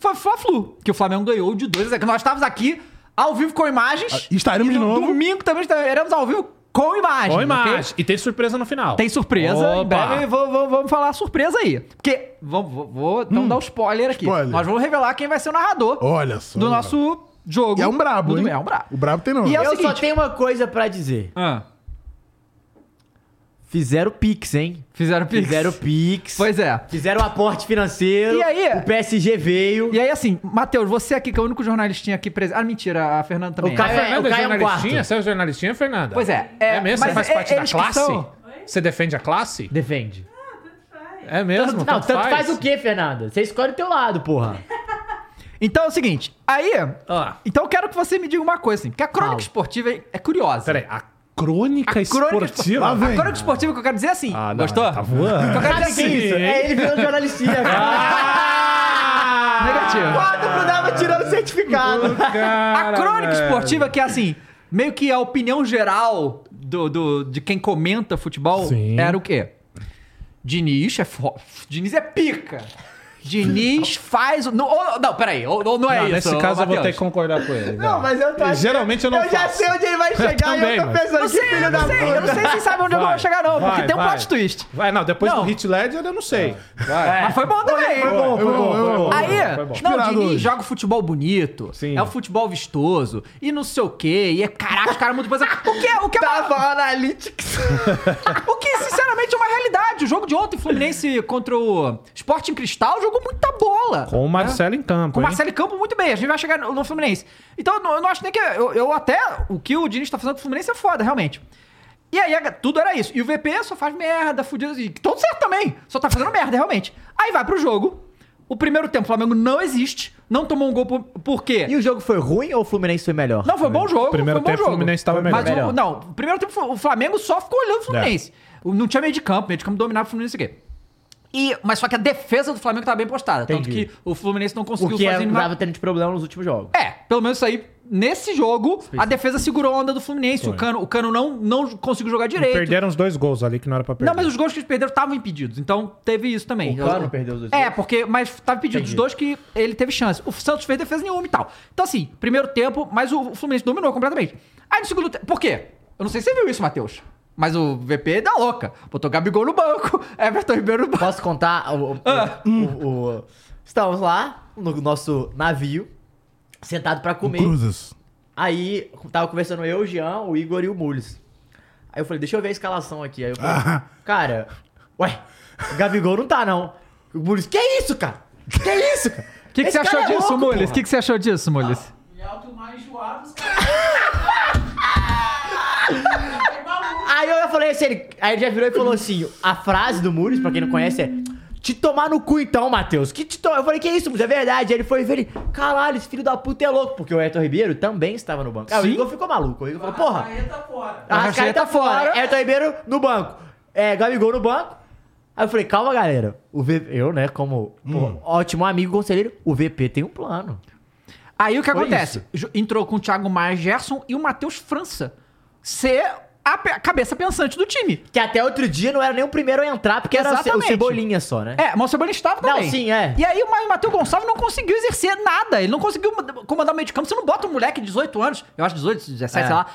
Speaker 1: Foi Fla-Flu, que o Flamengo ganhou de 2 a 0. Nós estávamos aqui, ao vivo com imagens.
Speaker 2: Ah, estaremos
Speaker 1: E no
Speaker 2: de novo.
Speaker 1: domingo também estaremos ao vivo com imagens.
Speaker 3: Põe
Speaker 1: ok?
Speaker 3: mais. E tem surpresa no final.
Speaker 1: Tem surpresa, em
Speaker 3: Opa.
Speaker 1: breve vou- vou- vamos falar a surpresa aí. Porque, vou, vou, vou então dar um spoiler aqui.
Speaker 2: Hum. spoiler.
Speaker 1: Nós vamos revelar quem vai ser o narrador
Speaker 2: Olha só.
Speaker 1: do nosso jogo.
Speaker 2: E é um brabo,
Speaker 1: do
Speaker 2: hein?
Speaker 1: domingo. É um brabo.
Speaker 2: O brabo tem não.
Speaker 1: E é
Speaker 4: Eu
Speaker 1: o
Speaker 4: só
Speaker 1: seguinte-
Speaker 4: tenho uma coisa pra dizer.
Speaker 1: Ah,
Speaker 4: Fizeram pix, hein?
Speaker 1: fizeram pix.
Speaker 4: Fizeram pix.
Speaker 1: Pois é.
Speaker 4: Fizeram um aporte financeiro.
Speaker 1: E aí?
Speaker 4: O PSG veio.
Speaker 1: E aí, assim, Matheus, você aqui, que é o único jornalistinha aqui presente. Ah, mentira, a Fernanda também. é.
Speaker 4: O
Speaker 3: A
Speaker 4: Caio-
Speaker 3: Fernanda
Speaker 4: o
Speaker 3: é
Speaker 4: Caio é um
Speaker 3: jornalistinha?
Speaker 4: quarto.
Speaker 3: Você é jornalistinha, Fernanda?
Speaker 1: Pois é, é,
Speaker 3: É, mesmo? Você
Speaker 1: mas
Speaker 3: faz
Speaker 1: é-
Speaker 3: parte da
Speaker 1: eles que
Speaker 3: classe?
Speaker 1: são-
Speaker 3: Você defende a classe?
Speaker 4: Defende.
Speaker 3: É mesmo?
Speaker 4: Não, tanto faz. o quê, Fernanda? Você escolhe o teu lado, porra.
Speaker 1: Então é o seguinte, aí.
Speaker 3: Ah.
Speaker 1: Então eu quero que você me diga uma coisa, assim, porque a crônica
Speaker 4: Fala.
Speaker 1: esportiva é- é curiosa.
Speaker 3: Peraí, a crônica
Speaker 1: A crônica
Speaker 3: esportiva?
Speaker 1: A
Speaker 2: Lá vem.
Speaker 1: crônica esportiva que eu quero dizer é assim.
Speaker 3: Ah, não,
Speaker 1: gostou?
Speaker 3: Tá voando.
Speaker 1: Eu quero
Speaker 4: Sabe o que
Speaker 1: dizer assim.
Speaker 4: é
Speaker 1: Ah.
Speaker 4: isso? É ele virou jornalistinha, cara.
Speaker 1: Negativo.
Speaker 4: Quadro dava tirando certificado.
Speaker 1: A crônica
Speaker 3: velho.
Speaker 1: esportiva que é assim, meio que a opinião geral do, do- de quem comenta futebol
Speaker 3: Sim.
Speaker 1: era o quê? Diniz é fo... Diniz é pica. Diniz faz... o- Não, ou- não peraí, ou, ou não é
Speaker 3: Não,
Speaker 1: isso,
Speaker 3: nesse caso eu vou
Speaker 1: Matheus.
Speaker 3: ter que concordar com ele.
Speaker 4: Não,
Speaker 3: velho.
Speaker 4: mas eu tô achando-
Speaker 3: Geralmente eu não
Speaker 4: já
Speaker 3: faço.
Speaker 4: sei onde ele vai chegar e
Speaker 3: também,
Speaker 4: eu tô
Speaker 3: mas-
Speaker 4: pensando
Speaker 1: Eu
Speaker 4: que
Speaker 1: sei, eu
Speaker 4: filho
Speaker 1: não
Speaker 4: Tá da
Speaker 1: sei, eu não
Speaker 4: puta.
Speaker 1: sei se sabe onde eu vou
Speaker 3: Vai,
Speaker 1: chegar não, porque
Speaker 3: vai,
Speaker 1: tem um
Speaker 3: vai.
Speaker 1: plot twist.
Speaker 3: Vai, não, depois
Speaker 1: Não.
Speaker 3: do Hit Ledger eu não sei. Vai.
Speaker 1: Mas foi bom também.
Speaker 4: Foi bom, foi bom, foi bom.
Speaker 1: Aí,
Speaker 3: foi bom.
Speaker 1: não, o
Speaker 2: Inspirado hoje.
Speaker 1: Diniz joga o futebol bonito,
Speaker 3: Sim.
Speaker 1: é o futebol vistoso, e não sei o quê, e é caraca, os caras muito coisa. O que, é- o que é uma-
Speaker 4: Tava Analytics.
Speaker 1: O que, sinceramente, é uma realidade. O jogo de ontem, Fluminense contra o Sporting Cristal, jogou muita bola.
Speaker 3: Com o Marcelo em campo,
Speaker 1: Com o
Speaker 3: hein?
Speaker 1: Marcelo Campo, muito bem. A gente vai chegar no, no Fluminense. Então, eu não- eu não acho nem que... Eu, eu até... O que o Diniz tá fazendo pro Fluminense é foda, realmente. E aí, a- tudo era isso. E o VP só faz merda, fudido. E todo certo também. Só tá fazendo merda, realmente. Aí vai pro jogo. O primeiro tempo, o Flamengo não existe. Não tomou um gol por, por quê?
Speaker 4: E o jogo foi ruim ou o Fluminense foi melhor?
Speaker 1: Não, foi um bom jogo.
Speaker 3: Primeiro
Speaker 1: foi bom
Speaker 3: tempo,
Speaker 1: jogo.
Speaker 3: o Fluminense tava
Speaker 1: Mas
Speaker 3: melhor. É.
Speaker 1: o- não, o primeiro tempo o Flamengo só ficou olhando o Fluminense. O- Não tinha meio de campo, meio de campo dominava o Fluminense aqui. E, mas só que a defesa do Flamengo tava bem postada.
Speaker 4: Entendi.
Speaker 1: Tanto que o Fluminense não
Speaker 4: O
Speaker 1: conseguiu
Speaker 4: que é,
Speaker 1: fazer nenhuma-
Speaker 4: tava tendo de problema nos últimos jogos.
Speaker 1: É, pelo menos isso aí. Nesse jogo, a defesa segurou a onda do Fluminense. O Cano, o Cano não, não conseguiu jogar direito.
Speaker 3: Perderam os dois gols ali que não era pra perder.
Speaker 1: Não, mas os gols que eles perderam estavam impedidos. Então teve isso também.
Speaker 4: O Cano perdeu os dois
Speaker 1: É,
Speaker 4: gols?
Speaker 1: porque. Mas tava impedido os dois que ele teve chance. O Santos fez defesa nenhuma e tal. Então, assim, primeiro tempo, mas o o Fluminense dominou completamente. Aí no segundo tempo. Por quê? Eu não sei se você viu isso, Matheus. Mas o VP dá louca. Botou Gabigol no banco, Everton Ribeiro no banco.
Speaker 4: Posso contar? O, o-
Speaker 1: Ah.
Speaker 4: o- o- Estávamos lá no nosso navio, sentado pra comer.
Speaker 2: Cruzes.
Speaker 4: Aí tava conversando eu, o Jean, o Igor e o Mules. Aí eu falei, deixa eu ver a escalação aqui. Aí eu falei,
Speaker 2: Ah.
Speaker 4: cara, ué, o Gabigol não tá, não. O Mules, que isso, cara? Que isso, cara?
Speaker 1: O que, que
Speaker 4: Esse
Speaker 1: você
Speaker 4: cara
Speaker 1: achou
Speaker 4: é
Speaker 1: disso,
Speaker 4: louco,
Speaker 1: Mules? O
Speaker 4: porra."
Speaker 1: que, que você achou disso, Mules?
Speaker 4: Aí eu falei assim, ele, aí ele já virou e falou assim: a frase do Muris, pra quem não conhece, é. Te tomar no cu então, Matheus. Que te to... Eu falei, que isso, Muris? É verdade. Aí ele foi ver ele. Caralho, esse filho da puta é louco. Porque o Everton Ribeiro também estava no banco. Aí o
Speaker 1: Sim.
Speaker 4: Igor ficou maluco. O Igor falou, porra.
Speaker 1: Arrascaeta
Speaker 4: Arrascaeta fora.
Speaker 1: fora.
Speaker 4: Everton Ribeiro no banco. É, Gabigol no banco. Aí eu falei, calma, galera. O v... Eu, né, como pô,
Speaker 1: Hum.
Speaker 4: ótimo amigo conselheiro, o VP tem um plano.
Speaker 1: Aí o que
Speaker 4: Foi
Speaker 1: acontece? Jo- Entrou com o Thiago Maia Gerson e o Matheus França. Ser a pe- cabeça pensante do time.
Speaker 4: Que até outro dia não era nem o primeiro a entrar, porque era o Ce- o
Speaker 1: Exatamente.
Speaker 4: Cebolinha só, né?
Speaker 1: É, mas o Cebolinha estava
Speaker 4: Não,
Speaker 1: também.
Speaker 4: sim, é.
Speaker 1: E aí o Matheus Gonçalves não conseguiu exercer nada. Ele não conseguiu comandar o meio de campo. Você não bota um moleque de 18 anos, eu acho 18, 17,
Speaker 4: É.
Speaker 1: sei lá,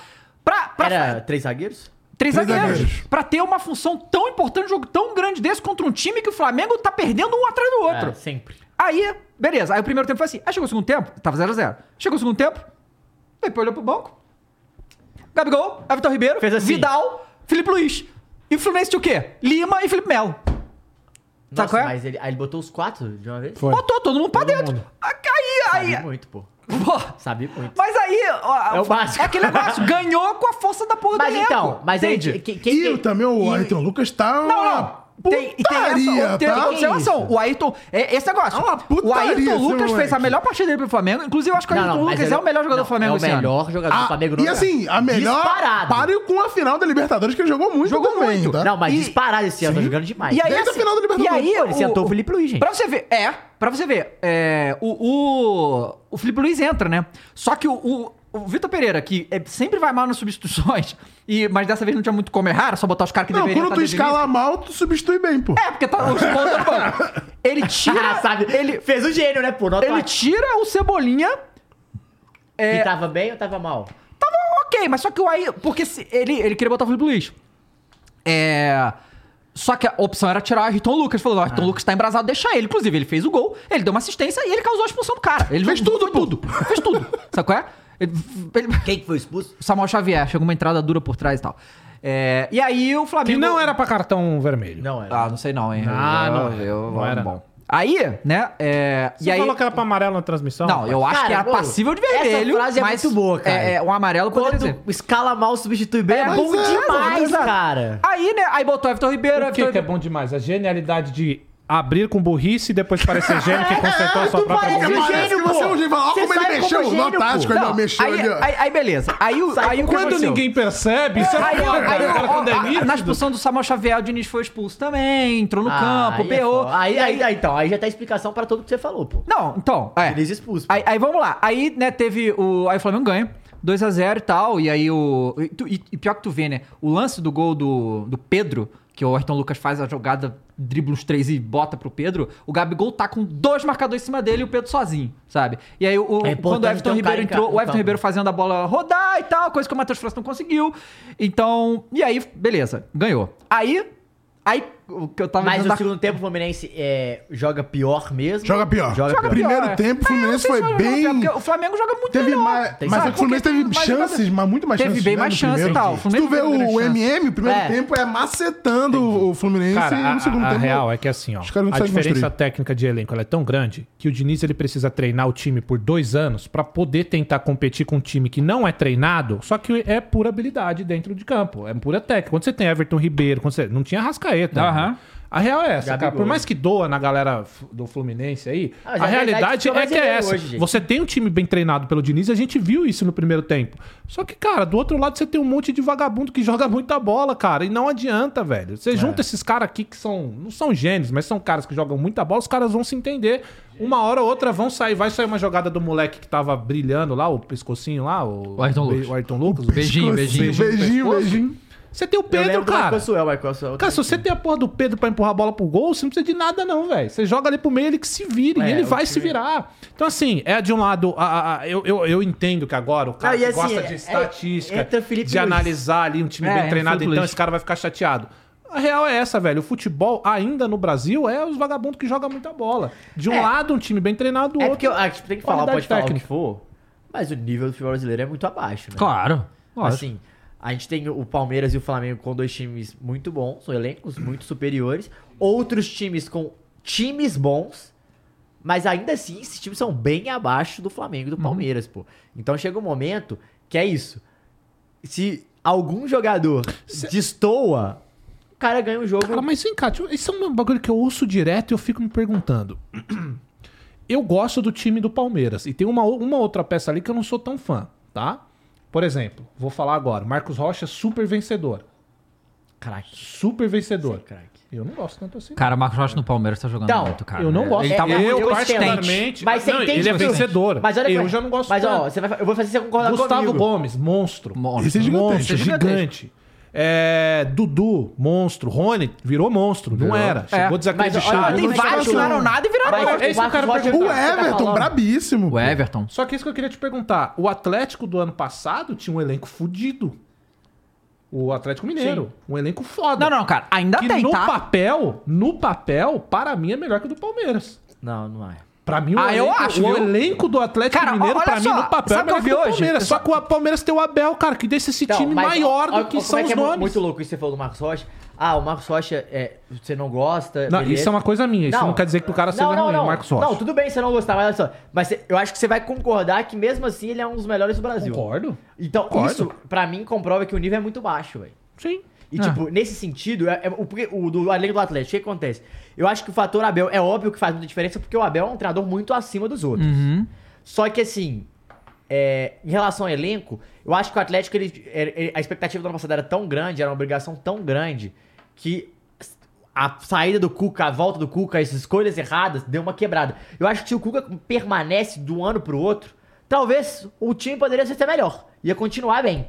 Speaker 1: pra, pra
Speaker 4: Era três zagueiros?
Speaker 1: três
Speaker 2: três
Speaker 1: zagueiros.
Speaker 2: zagueiros.
Speaker 1: Pra ter uma função tão importante, um jogo tão grande desse contra um time que o Flamengo tá perdendo um atrás do outro.
Speaker 4: É, sempre.
Speaker 1: Aí, beleza. Aí o primeiro tempo foi assim. Aí chegou o segundo tempo, tava 0x0. Chegou o segundo tempo, depois olhou pro banco. Gabigol, Everton Ribeiro,
Speaker 4: Fez assim.
Speaker 1: Vidal, Felipe Luiz. E o Fluminense tinha o quê? Lima e Felipe Melo. Sabe
Speaker 4: Nossa,
Speaker 1: qual é?
Speaker 4: mas ele, aí ele botou os quatro de uma vez?
Speaker 3: Foi.
Speaker 1: Botou todo mundo pra
Speaker 3: Todo
Speaker 1: dentro. Ah,
Speaker 3: mundo.
Speaker 1: Aí,
Speaker 4: Sabe
Speaker 1: aí.
Speaker 4: muito, pô.
Speaker 1: Pô,
Speaker 4: Sabe muito.
Speaker 1: mas aí. ó,
Speaker 4: É o básico.
Speaker 1: É aquele negócio. Ganhou com a força da porra
Speaker 4: Mas
Speaker 1: do elenco.
Speaker 4: então, mas aí...
Speaker 1: entende?
Speaker 4: que- que-
Speaker 2: E
Speaker 4: que-
Speaker 2: também o
Speaker 1: e-
Speaker 2: Ayrton Lucas tá
Speaker 1: Não,
Speaker 2: uma
Speaker 1: não. Tem, e tem
Speaker 2: putaria,
Speaker 1: essa, tem,
Speaker 2: tá?
Speaker 1: tem observação. O Ayrton. É, esse negócio.
Speaker 2: É uma putaria,
Speaker 1: o Ayrton
Speaker 2: seu
Speaker 1: Lucas fez a
Speaker 2: moleque.
Speaker 1: melhor partida dele pro Flamengo. Inclusive, eu acho que o
Speaker 4: Não,
Speaker 1: Ayrton
Speaker 4: não, mas
Speaker 1: Lucas
Speaker 4: ele-
Speaker 1: é o melhor jogador
Speaker 4: não,
Speaker 1: do Flamengo
Speaker 4: É
Speaker 1: esse
Speaker 4: o
Speaker 1: ano.
Speaker 4: melhor jogador do
Speaker 2: Ah,
Speaker 4: Flamengo no
Speaker 1: é
Speaker 2: e assim, a melhor
Speaker 4: Disparado.
Speaker 2: páreo com a final da Libertadores, que ele jogou muito
Speaker 1: Jogou
Speaker 2: também,
Speaker 1: muito.
Speaker 2: tá?
Speaker 4: Não, mas
Speaker 1: E-
Speaker 4: disparado esse ano, tá jogando demais.
Speaker 1: E aí,
Speaker 2: Desde a
Speaker 1: assim,
Speaker 2: final da
Speaker 1: e
Speaker 2: Libertadores.
Speaker 1: aí
Speaker 4: Pô, ele sentou o Felipe Luiz, gente.
Speaker 1: Pra você ver, é, pra você ver, é, o, o, o Felipe Luiz entra, né? Só que o, o, o Vitor Pereira, que é- sempre vai mal nas substituições, e, mas dessa vez não tinha muito como errar, era só botar os caras que
Speaker 2: Não,
Speaker 1: deveriam
Speaker 2: quando
Speaker 1: tá
Speaker 2: tu
Speaker 1: desde o
Speaker 2: escala mal, tu substitui bem, pô.
Speaker 1: início. É, porque tá os pontos do banco. Ele tira,
Speaker 4: Ah, sabe? Ele fez o gênio, né, pô? Nota
Speaker 1: ele tira o Cebolinha, é,
Speaker 4: Que tava bem ou tava mal?
Speaker 1: tava Tá ok, mas só que o aí, porque se- ele, ele queria botar o Felipe Luiz. É. Só que a opção era tirar o Ayrton Lucas. Falou, "Não, o
Speaker 3: É.
Speaker 1: Ayrton Lucas tá embrasado, deixa ele. Inclusive, ele fez o gol, ele deu uma assistência e ele causou a expulsão do cara. Ele
Speaker 2: Fez tudo,
Speaker 1: foi
Speaker 2: pô.
Speaker 1: tudo. Fez tudo. Sabe qual é? Ele- ele-
Speaker 4: Quem que foi expulso?
Speaker 1: Samuel Xavier, chegou uma entrada dura por trás e tal. É, e aí o
Speaker 3: Que
Speaker 1: Flamengo.
Speaker 3: não era pra cartão vermelho.
Speaker 4: Não, era.
Speaker 1: Ah, não sei não, hein?
Speaker 3: Ah,
Speaker 1: Eu-
Speaker 3: não
Speaker 1: Eu,
Speaker 3: era.
Speaker 1: eu-
Speaker 3: Não era,
Speaker 1: bom.
Speaker 3: não.
Speaker 1: Aí, né? É,
Speaker 3: Você
Speaker 1: e aí...
Speaker 3: falou que era pra amarelo na transmissão?
Speaker 1: Não, eu acho
Speaker 4: Cara,
Speaker 1: que era
Speaker 4: pô,
Speaker 1: passível de
Speaker 4: essa
Speaker 1: vermelho.
Speaker 4: frase é
Speaker 1: mas
Speaker 4: muito boa, cara.
Speaker 1: É, é, um amarelo poderia ser.
Speaker 4: Quando escala mal, substitui bem, é,
Speaker 1: mas
Speaker 4: bom
Speaker 2: é,
Speaker 1: mano,
Speaker 4: demais,
Speaker 1: exato.
Speaker 4: cara.
Speaker 1: Aí, né? Aí botou Everton Ribeiro.
Speaker 3: O que,
Speaker 1: Everton
Speaker 3: que é bom demais? A genialidade de abrir com burrice e depois parecer gênio É, que consertou a sua
Speaker 4: tu
Speaker 3: própria
Speaker 4: parece
Speaker 2: Porque
Speaker 4: um
Speaker 3: burrice.
Speaker 2: parece
Speaker 4: gênio,
Speaker 2: que você é
Speaker 4: pô.
Speaker 2: um gênio. Olha
Speaker 4: Você
Speaker 2: como ele
Speaker 4: sabe como
Speaker 2: mexeu,
Speaker 4: é gênio,
Speaker 2: nó tático, ele
Speaker 1: Não,
Speaker 2: não mexeu
Speaker 1: aí,
Speaker 2: ali, ó.
Speaker 1: aí, aí beleza. Aí, o- aí o que
Speaker 3: Quando
Speaker 1: aconteceu?
Speaker 3: ninguém percebe, isso é
Speaker 1: Aí, ó,
Speaker 3: foda,
Speaker 1: aí,
Speaker 3: cara.
Speaker 1: ó,
Speaker 3: Cara, quando é
Speaker 1: ó, a- na
Speaker 3: nítido.
Speaker 1: expulsão do Samuel Xavier, o Diniz foi expulso também, entrou no campo,
Speaker 4: aí é
Speaker 1: berrou.
Speaker 4: foda. aí, aí, aí, então, aí já tá a explicação pra tudo que você falou, pô.
Speaker 1: Não, então, é.
Speaker 4: Eles expulsos. pô.
Speaker 1: Aí, aí vamos lá. Aí, né, teve o. Aí o Flamengo ganha. 2x0 e tal. E aí o. E, tu- e- e pior que tu vê, né? O lance do gol do, do Pedro, que o Ayrton Lucas faz a jogada, dribla os três e bota pro Pedro. O Gabigol tá com dois marcadores em cima dele e o Pedro sozinho, sabe? E aí o, o-
Speaker 4: É importante
Speaker 1: quando o Everton
Speaker 4: ter um cara
Speaker 1: Ribeiro
Speaker 4: em
Speaker 1: entrou,
Speaker 4: campo,
Speaker 1: o Everton
Speaker 4: então.
Speaker 1: Ribeiro fazendo a bola rodar e tal, coisa que o Matheus França não conseguiu. Então. E aí, beleza, ganhou. Aí. Aí o que eu tava
Speaker 4: Mas
Speaker 1: dizendo
Speaker 4: no
Speaker 1: da-
Speaker 4: segundo tempo o Fluminense é, joga pior mesmo.
Speaker 2: Joga pior.
Speaker 4: Joga
Speaker 1: Joga
Speaker 4: pior.
Speaker 1: pior.
Speaker 2: Primeiro
Speaker 1: é.
Speaker 2: tempo,
Speaker 1: É,
Speaker 2: o
Speaker 1: eu não
Speaker 2: Fluminense
Speaker 1: sei se
Speaker 2: foi
Speaker 1: joga
Speaker 2: bem-
Speaker 1: pior, porque o Flamengo joga muito
Speaker 2: Teve
Speaker 1: melhor.
Speaker 2: mais,
Speaker 4: Tem
Speaker 2: mas é
Speaker 4: sabe
Speaker 2: o Fluminense
Speaker 1: porque
Speaker 2: teve
Speaker 1: tem mais
Speaker 2: chances,
Speaker 1: jogador.
Speaker 2: mas muito mais
Speaker 1: Teve
Speaker 2: chances.
Speaker 1: bem
Speaker 2: né,
Speaker 1: mais
Speaker 2: no
Speaker 1: chance e
Speaker 2: primeiro.
Speaker 1: tal. O
Speaker 2: Se
Speaker 1: Fluminense
Speaker 2: tu vê
Speaker 1: teve grande
Speaker 2: o
Speaker 1: chance.
Speaker 2: MM, o primeiro
Speaker 4: É.
Speaker 2: tempo é macetando o Fluminense e
Speaker 3: Cara,
Speaker 2: no um segundo
Speaker 3: a, a, a
Speaker 2: tempo.
Speaker 3: real é que assim, ó,
Speaker 2: Os caras não
Speaker 3: a
Speaker 2: conseguem
Speaker 3: diferença
Speaker 2: construir.
Speaker 3: técnica de elenco ela é tão grande que o Diniz ele precisa treinar o time por dois anos pra poder tentar competir com um time que não é treinado, só que é pura habilidade dentro de campo, é pura técnica. Quando você tem Everton Ribeiro, quando você não tinha Rascaeta.
Speaker 1: Aham.
Speaker 3: A real é essa, cara.
Speaker 4: Gabigol.
Speaker 3: Por mais que doa na galera f- do Fluminense aí,
Speaker 4: Ah, mas
Speaker 3: a
Speaker 4: a verdade
Speaker 3: realidade
Speaker 4: é que
Speaker 3: é que é
Speaker 4: brasileiro
Speaker 3: essa.
Speaker 4: hoje, gente.
Speaker 3: você tem um time bem treinado pelo Diniz e a gente viu isso no primeiro tempo. Só que, cara, do outro lado você tem um monte de vagabundo que joga muita bola, cara. E não adianta, velho.
Speaker 1: É.
Speaker 3: Você junta esses caras aqui que são. Não são gênios, mas são caras que jogam muita bola, os caras vão se entender. Uma hora ou outra vão sair. Vai sair uma jogada do moleque que tava brilhando lá, o pescocinho lá, o,
Speaker 1: O Ayrton Lucas.
Speaker 3: o Ayrton Lucas.
Speaker 1: Beijinho, beijinho.
Speaker 2: Beijinho,
Speaker 3: pescoço.
Speaker 2: beijinho.
Speaker 3: Você tem o
Speaker 4: Eu
Speaker 3: Pedro,
Speaker 4: lembro do
Speaker 3: cara.
Speaker 4: Michael Suel, Michael Suel.
Speaker 3: Cara, se você tem a porra do Pedro pra empurrar a bola pro gol, você não precisa de nada, não, velho. Você joga ali pro meio, ele que se vira e
Speaker 4: É,
Speaker 3: ele
Speaker 4: o
Speaker 3: vai
Speaker 4: time-
Speaker 3: se virar. Então, assim, é de um lado, a- a- a- eu, eu, eu entendo que agora o cara
Speaker 4: Ah, e
Speaker 3: que
Speaker 4: assim,
Speaker 3: gosta
Speaker 4: é-
Speaker 3: de estatística,
Speaker 4: é- entra o Felipe
Speaker 3: de
Speaker 4: Luiz.
Speaker 3: analisar ali um time
Speaker 1: É, entra
Speaker 3: bem
Speaker 1: o
Speaker 3: treinado,
Speaker 1: Felipe
Speaker 3: então
Speaker 1: Luiz.
Speaker 3: esse cara vai ficar chateado. A real é essa, velho. O futebol, ainda no Brasil, é os vagabundos que jogam muita bola. De um
Speaker 4: É.
Speaker 3: lado, um time bem treinado, do
Speaker 4: É
Speaker 3: outro.
Speaker 4: porque eu- ah, tem que falar,
Speaker 3: qualidade
Speaker 4: pode falar o que
Speaker 3: técnica.
Speaker 4: for, mas o nível do futebol brasileiro é muito abaixo, né?
Speaker 1: Claro. lógico.
Speaker 4: Assim, a gente tem o Palmeiras e o Flamengo com dois times muito bons, são elencos muito superiores. Outros times com times bons, mas ainda assim, esses times são bem abaixo do Flamengo e
Speaker 3: Uhum.
Speaker 4: do Palmeiras, pô. Então chega um momento que é isso. Se algum jogador destoa, o cara ganha um jogo.
Speaker 3: Cara, mas vem cá, tio, isso é um bagulho que eu ouço direto e eu fico me perguntando. Eu gosto do time do Palmeiras e tem uma, ou- uma outra peça ali que eu não sou tão fã, tá? Por exemplo, vou falar agora, Marcos Rocha super vencedor.
Speaker 4: Craque.
Speaker 3: Super vencedor.
Speaker 4: Craque.
Speaker 3: Eu não gosto tanto assim.
Speaker 1: Cara, o Marcos Rocha no Palmeiras tá jogando
Speaker 4: Então,
Speaker 1: muito, cara.
Speaker 3: eu não gosto.
Speaker 1: Ele tá
Speaker 4: É,
Speaker 1: muito
Speaker 4: eu
Speaker 1: consistente.
Speaker 3: particularmente-
Speaker 4: Mas você
Speaker 3: Não,
Speaker 4: entende
Speaker 3: ele é
Speaker 4: bastante.
Speaker 3: vencedor.
Speaker 4: Mas olha,
Speaker 3: Eu
Speaker 4: como é.
Speaker 3: já não gosto
Speaker 4: Mas ó,
Speaker 3: tanto.
Speaker 4: você vai, eu vou fazer você concordar
Speaker 3: Gustavo
Speaker 4: comigo.
Speaker 3: Gomes, monstro.
Speaker 1: Monstro.
Speaker 2: Esse é gigantesco.
Speaker 3: monstro,
Speaker 1: Esse é gigantesco.
Speaker 3: gigante. É, Dudu, monstro. Rony virou monstro, não era. Chegou
Speaker 1: É.
Speaker 3: desacreditado.
Speaker 1: olha, tem
Speaker 3: Não
Speaker 1: vários que
Speaker 3: chegou-
Speaker 1: não eram nada e viraram
Speaker 4: Mas
Speaker 3: monstro.
Speaker 4: o
Speaker 3: Esse é eu
Speaker 4: Marcos
Speaker 3: quero
Speaker 4: Rocha-
Speaker 3: perguntar.
Speaker 2: O
Speaker 4: Tá, você tá
Speaker 2: Everton,
Speaker 4: falando.
Speaker 2: brabíssimo.
Speaker 1: O Everton.
Speaker 3: Só que é isso que eu queria te perguntar. O Atlético do ano passado tinha um elenco fudido. O Atlético Mineiro. Um elenco foda.
Speaker 1: Não, não, cara. Ainda
Speaker 3: Que
Speaker 1: tem,
Speaker 3: no
Speaker 1: tá?
Speaker 3: papel, no papel, para mim é melhor que o do Palmeiras.
Speaker 4: Não, não é.
Speaker 3: Pra mim, o,
Speaker 1: Ah, eu
Speaker 3: elenco,
Speaker 1: acho,
Speaker 3: o
Speaker 1: viu?
Speaker 3: elenco do Atlético
Speaker 1: Cara,
Speaker 3: Mineiro,
Speaker 1: olha
Speaker 3: pra
Speaker 1: só,
Speaker 3: mim, no papel, é
Speaker 1: sabe o que eu
Speaker 3: melhor
Speaker 1: vi
Speaker 3: que o
Speaker 1: hoje?
Speaker 3: Palmeiras. Só que o Palmeiras tem o Abel, cara, que deixa esse
Speaker 4: Então,
Speaker 3: time maior do que são os
Speaker 4: é mu-
Speaker 3: nomes.
Speaker 4: muito louco isso que você falou do Marcos Rocha. Ah, o Marcos Rocha, é, você não gosta.
Speaker 3: Não,
Speaker 4: beleza.
Speaker 3: isso é uma coisa minha. Isso não, quer dizer que o cara seja ruim, é o Marcos Rocha.
Speaker 4: Não, tudo bem você não gostar, mas olha só. Mas você- eu acho que você vai concordar que mesmo assim ele é um dos melhores do Brasil.
Speaker 3: Concordo.
Speaker 4: Então,
Speaker 3: Concordo.
Speaker 4: isso, pra mim, comprova que o nível é muito baixo, velho.
Speaker 3: Sim.
Speaker 4: E,
Speaker 1: Ah.
Speaker 4: tipo, nesse sentido, é, é o, porque o do além do Atlético, o que que acontece? Eu acho que o fator Abel é óbvio que faz muita diferença, porque o Abel é um treinador muito acima dos outros. Só que, assim, é, em relação ao elenco, eu acho que o Atlético, ele- ele- a expectativa do ano passado era tão grande, era uma obrigação tão grande, que a saída do Cuca, a volta do Cuca, as escolhas erradas, deu uma quebrada. Eu acho que se o Cuca permanece de um ano pro outro, talvez o time poderia ser até melhor. Ia continuar bem.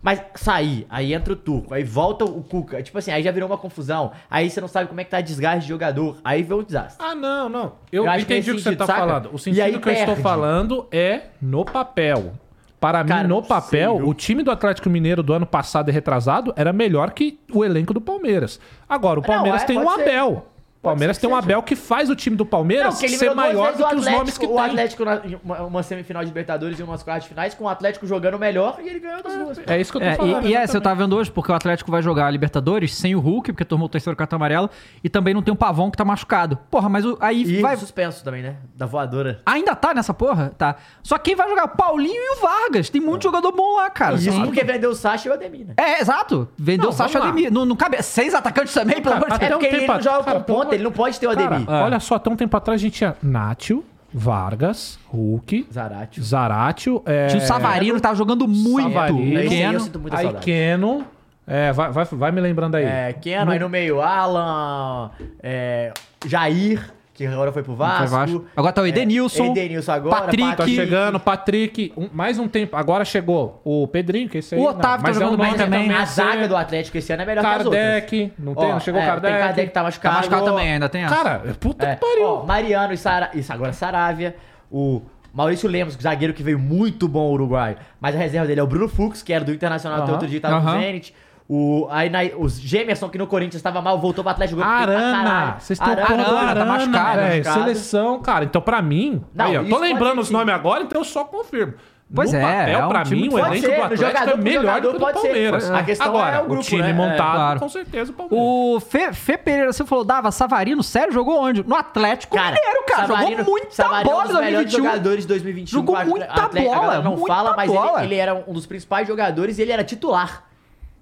Speaker 4: Mas sair, aí entra o Turco, aí volta o Cuca. Tipo assim, aí já virou uma confusão. Aí você não sabe como é que tá desgaste de jogador. Aí vem um desastre.
Speaker 3: Ah, não, não. Eu,
Speaker 4: Eu acho que
Speaker 3: entendi
Speaker 4: nesse
Speaker 3: o que você
Speaker 4: sentido,
Speaker 3: tá
Speaker 4: saca?
Speaker 3: falando. O
Speaker 4: E
Speaker 3: sentido
Speaker 4: aí
Speaker 3: que eu estou
Speaker 4: perde.
Speaker 3: falando é no papel. Para mim,
Speaker 4: Cara,
Speaker 3: no papel,
Speaker 4: sim, eu-
Speaker 3: o time do Atlético Mineiro do ano passado e retrasado era melhor que o elenco do Palmeiras. Agora, o
Speaker 4: Não,
Speaker 3: Palmeiras
Speaker 4: é,
Speaker 3: tem um
Speaker 4: pode ser.
Speaker 3: Abel. O Palmeiras
Speaker 4: ser
Speaker 3: tem
Speaker 4: que
Speaker 3: um Abel que faz o time do Palmeiras
Speaker 4: porque ele
Speaker 3: ser
Speaker 4: virou duas
Speaker 3: maior
Speaker 4: vezes
Speaker 3: do que
Speaker 4: o
Speaker 3: os nomes que
Speaker 4: Atlético-
Speaker 3: tem.
Speaker 4: O Atlético, na- uma semifinal de Libertadores e umas quartas de finais, com o Atlético jogando melhor e ele ganhou das duas.
Speaker 3: É isso que eu tô
Speaker 1: É,
Speaker 3: falando.
Speaker 1: e, e essa eu
Speaker 3: exatamente.
Speaker 1: tava vendo hoje, porque o Atlético vai jogar a Libertadores sem o Hulk, porque tomou o terceiro cartão amarelo, e também não tem o Pavão que tá machucado. Porra, mas o- aí
Speaker 4: E
Speaker 1: vai.
Speaker 4: suspenso também, né? Da voadora.
Speaker 1: Ainda tá nessa porra? Tá. Só quem vai jogar? O Paulinho e o Vargas. Tem
Speaker 3: É.
Speaker 1: muito jogador bom lá, cara.
Speaker 4: Isso
Speaker 1: Sim.
Speaker 4: porque vendeu o Sacha e o Ademir, né?
Speaker 1: É, exato. Vendeu
Speaker 3: Não,
Speaker 1: o Sacha
Speaker 3: vamos lá.
Speaker 1: Ademir. Não, não cabe. Seis atacantes também, pelo amor de
Speaker 3: até
Speaker 1: Deus.
Speaker 4: É
Speaker 3: um
Speaker 4: porque ele
Speaker 3: tempo
Speaker 4: não joga
Speaker 3: atrás-
Speaker 4: com
Speaker 3: cara,
Speaker 4: ponta, ele não pode ter o
Speaker 3: Cara,
Speaker 4: Ademir.
Speaker 3: Olha só, até um tempo atrás a gente tinha Nátio, Vargas, Hulk,
Speaker 4: Zaratio.
Speaker 3: Zaratio. é,
Speaker 1: Tinha o Savarino que tava jogando muito.
Speaker 3: Savarino.
Speaker 1: O
Speaker 4: Esse aí eu
Speaker 1: Keno.
Speaker 4: sinto muita
Speaker 3: Aí
Speaker 4: saudade.
Speaker 3: Keno. É, vai, vai, vai me lembrando aí.
Speaker 4: É, Keno aí no meio, Alan, é, Jair, que agora foi pro Vasco.
Speaker 1: Foi Vasco. Agora tá o Edenilson,
Speaker 4: É, Edenilson agora.
Speaker 1: Patrick.
Speaker 3: Tá chegando, Patrick, um- mais um tempo. Agora chegou o Pedrinho, que esse aí.
Speaker 1: O Otávio tá
Speaker 3: mas é um
Speaker 1: jogando
Speaker 3: nome
Speaker 1: bem também.
Speaker 4: A
Speaker 3: a
Speaker 4: zaga do Atlético esse ano é melhor que as outras.
Speaker 3: Kardec, não tem?
Speaker 4: Ó,
Speaker 3: não chegou o
Speaker 4: é,
Speaker 3: Kardec.
Speaker 4: Tem Kardec que tá
Speaker 1: Tá
Speaker 4: machucado.
Speaker 1: machucado também, ainda tem essa.
Speaker 3: Cara, puta
Speaker 4: É,
Speaker 3: que pariu.
Speaker 4: ó, Mariano e Sara... Isso, agora é Saravia. O Maurício Lemos, zagueiro que veio muito bom uruguaio. Mas a reserva dele é o Bruno Fux, que era do Internacional até
Speaker 3: Aham,
Speaker 4: outro dia, tava no
Speaker 1: aham.
Speaker 4: Zenit. O, aí na, os Gemerson, que no Corinthians tava mal, voltou pro Atlético. jogou bem pra
Speaker 3: Arana.
Speaker 4: caralho.
Speaker 3: Vocês estão
Speaker 4: Arana,
Speaker 3: falando do
Speaker 1: tá
Speaker 3: Arana,
Speaker 1: machucado,
Speaker 3: velho.
Speaker 4: machucado.
Speaker 3: Seleção, cara. Então, pra mim.
Speaker 4: Não,
Speaker 3: aí, ó, tô
Speaker 4: isso
Speaker 3: lembrando
Speaker 4: pode
Speaker 3: os
Speaker 4: ser.
Speaker 3: nomes agora, então eu só confirmo.
Speaker 1: Pois
Speaker 3: no
Speaker 1: é,
Speaker 3: papel,
Speaker 1: é um
Speaker 3: pra
Speaker 1: time
Speaker 3: mim,
Speaker 1: muito
Speaker 3: o
Speaker 1: forte.
Speaker 3: elenco
Speaker 4: Pode
Speaker 3: do
Speaker 4: ser,
Speaker 3: Atlético
Speaker 4: no jogador
Speaker 3: é
Speaker 4: pro
Speaker 3: melhor do
Speaker 4: jogador
Speaker 3: que o do
Speaker 4: pode ser.
Speaker 3: Palmeiras.
Speaker 4: A questão
Speaker 3: Agora,
Speaker 4: é o grupo,
Speaker 3: time
Speaker 4: né? É,
Speaker 3: montado,
Speaker 1: claro.
Speaker 3: com certeza, o Palmeiras.
Speaker 1: O Fe, Fe Pereira, você falou, dava Savarino, sério, jogou onde? No Atlético Mineiro, cara.
Speaker 4: Savarino-
Speaker 1: jogou muita
Speaker 4: Savarino
Speaker 1: bola
Speaker 4: é
Speaker 1: em
Speaker 4: um dos melhores
Speaker 1: 2021.
Speaker 4: jogadores de 2021.
Speaker 1: Jogou
Speaker 4: com a-
Speaker 1: muita
Speaker 4: um, a galera
Speaker 1: bola,
Speaker 4: não
Speaker 1: muita
Speaker 4: fala, mas ele-
Speaker 1: bola.
Speaker 4: Ele, era um dos principais jogadores e ele era titular.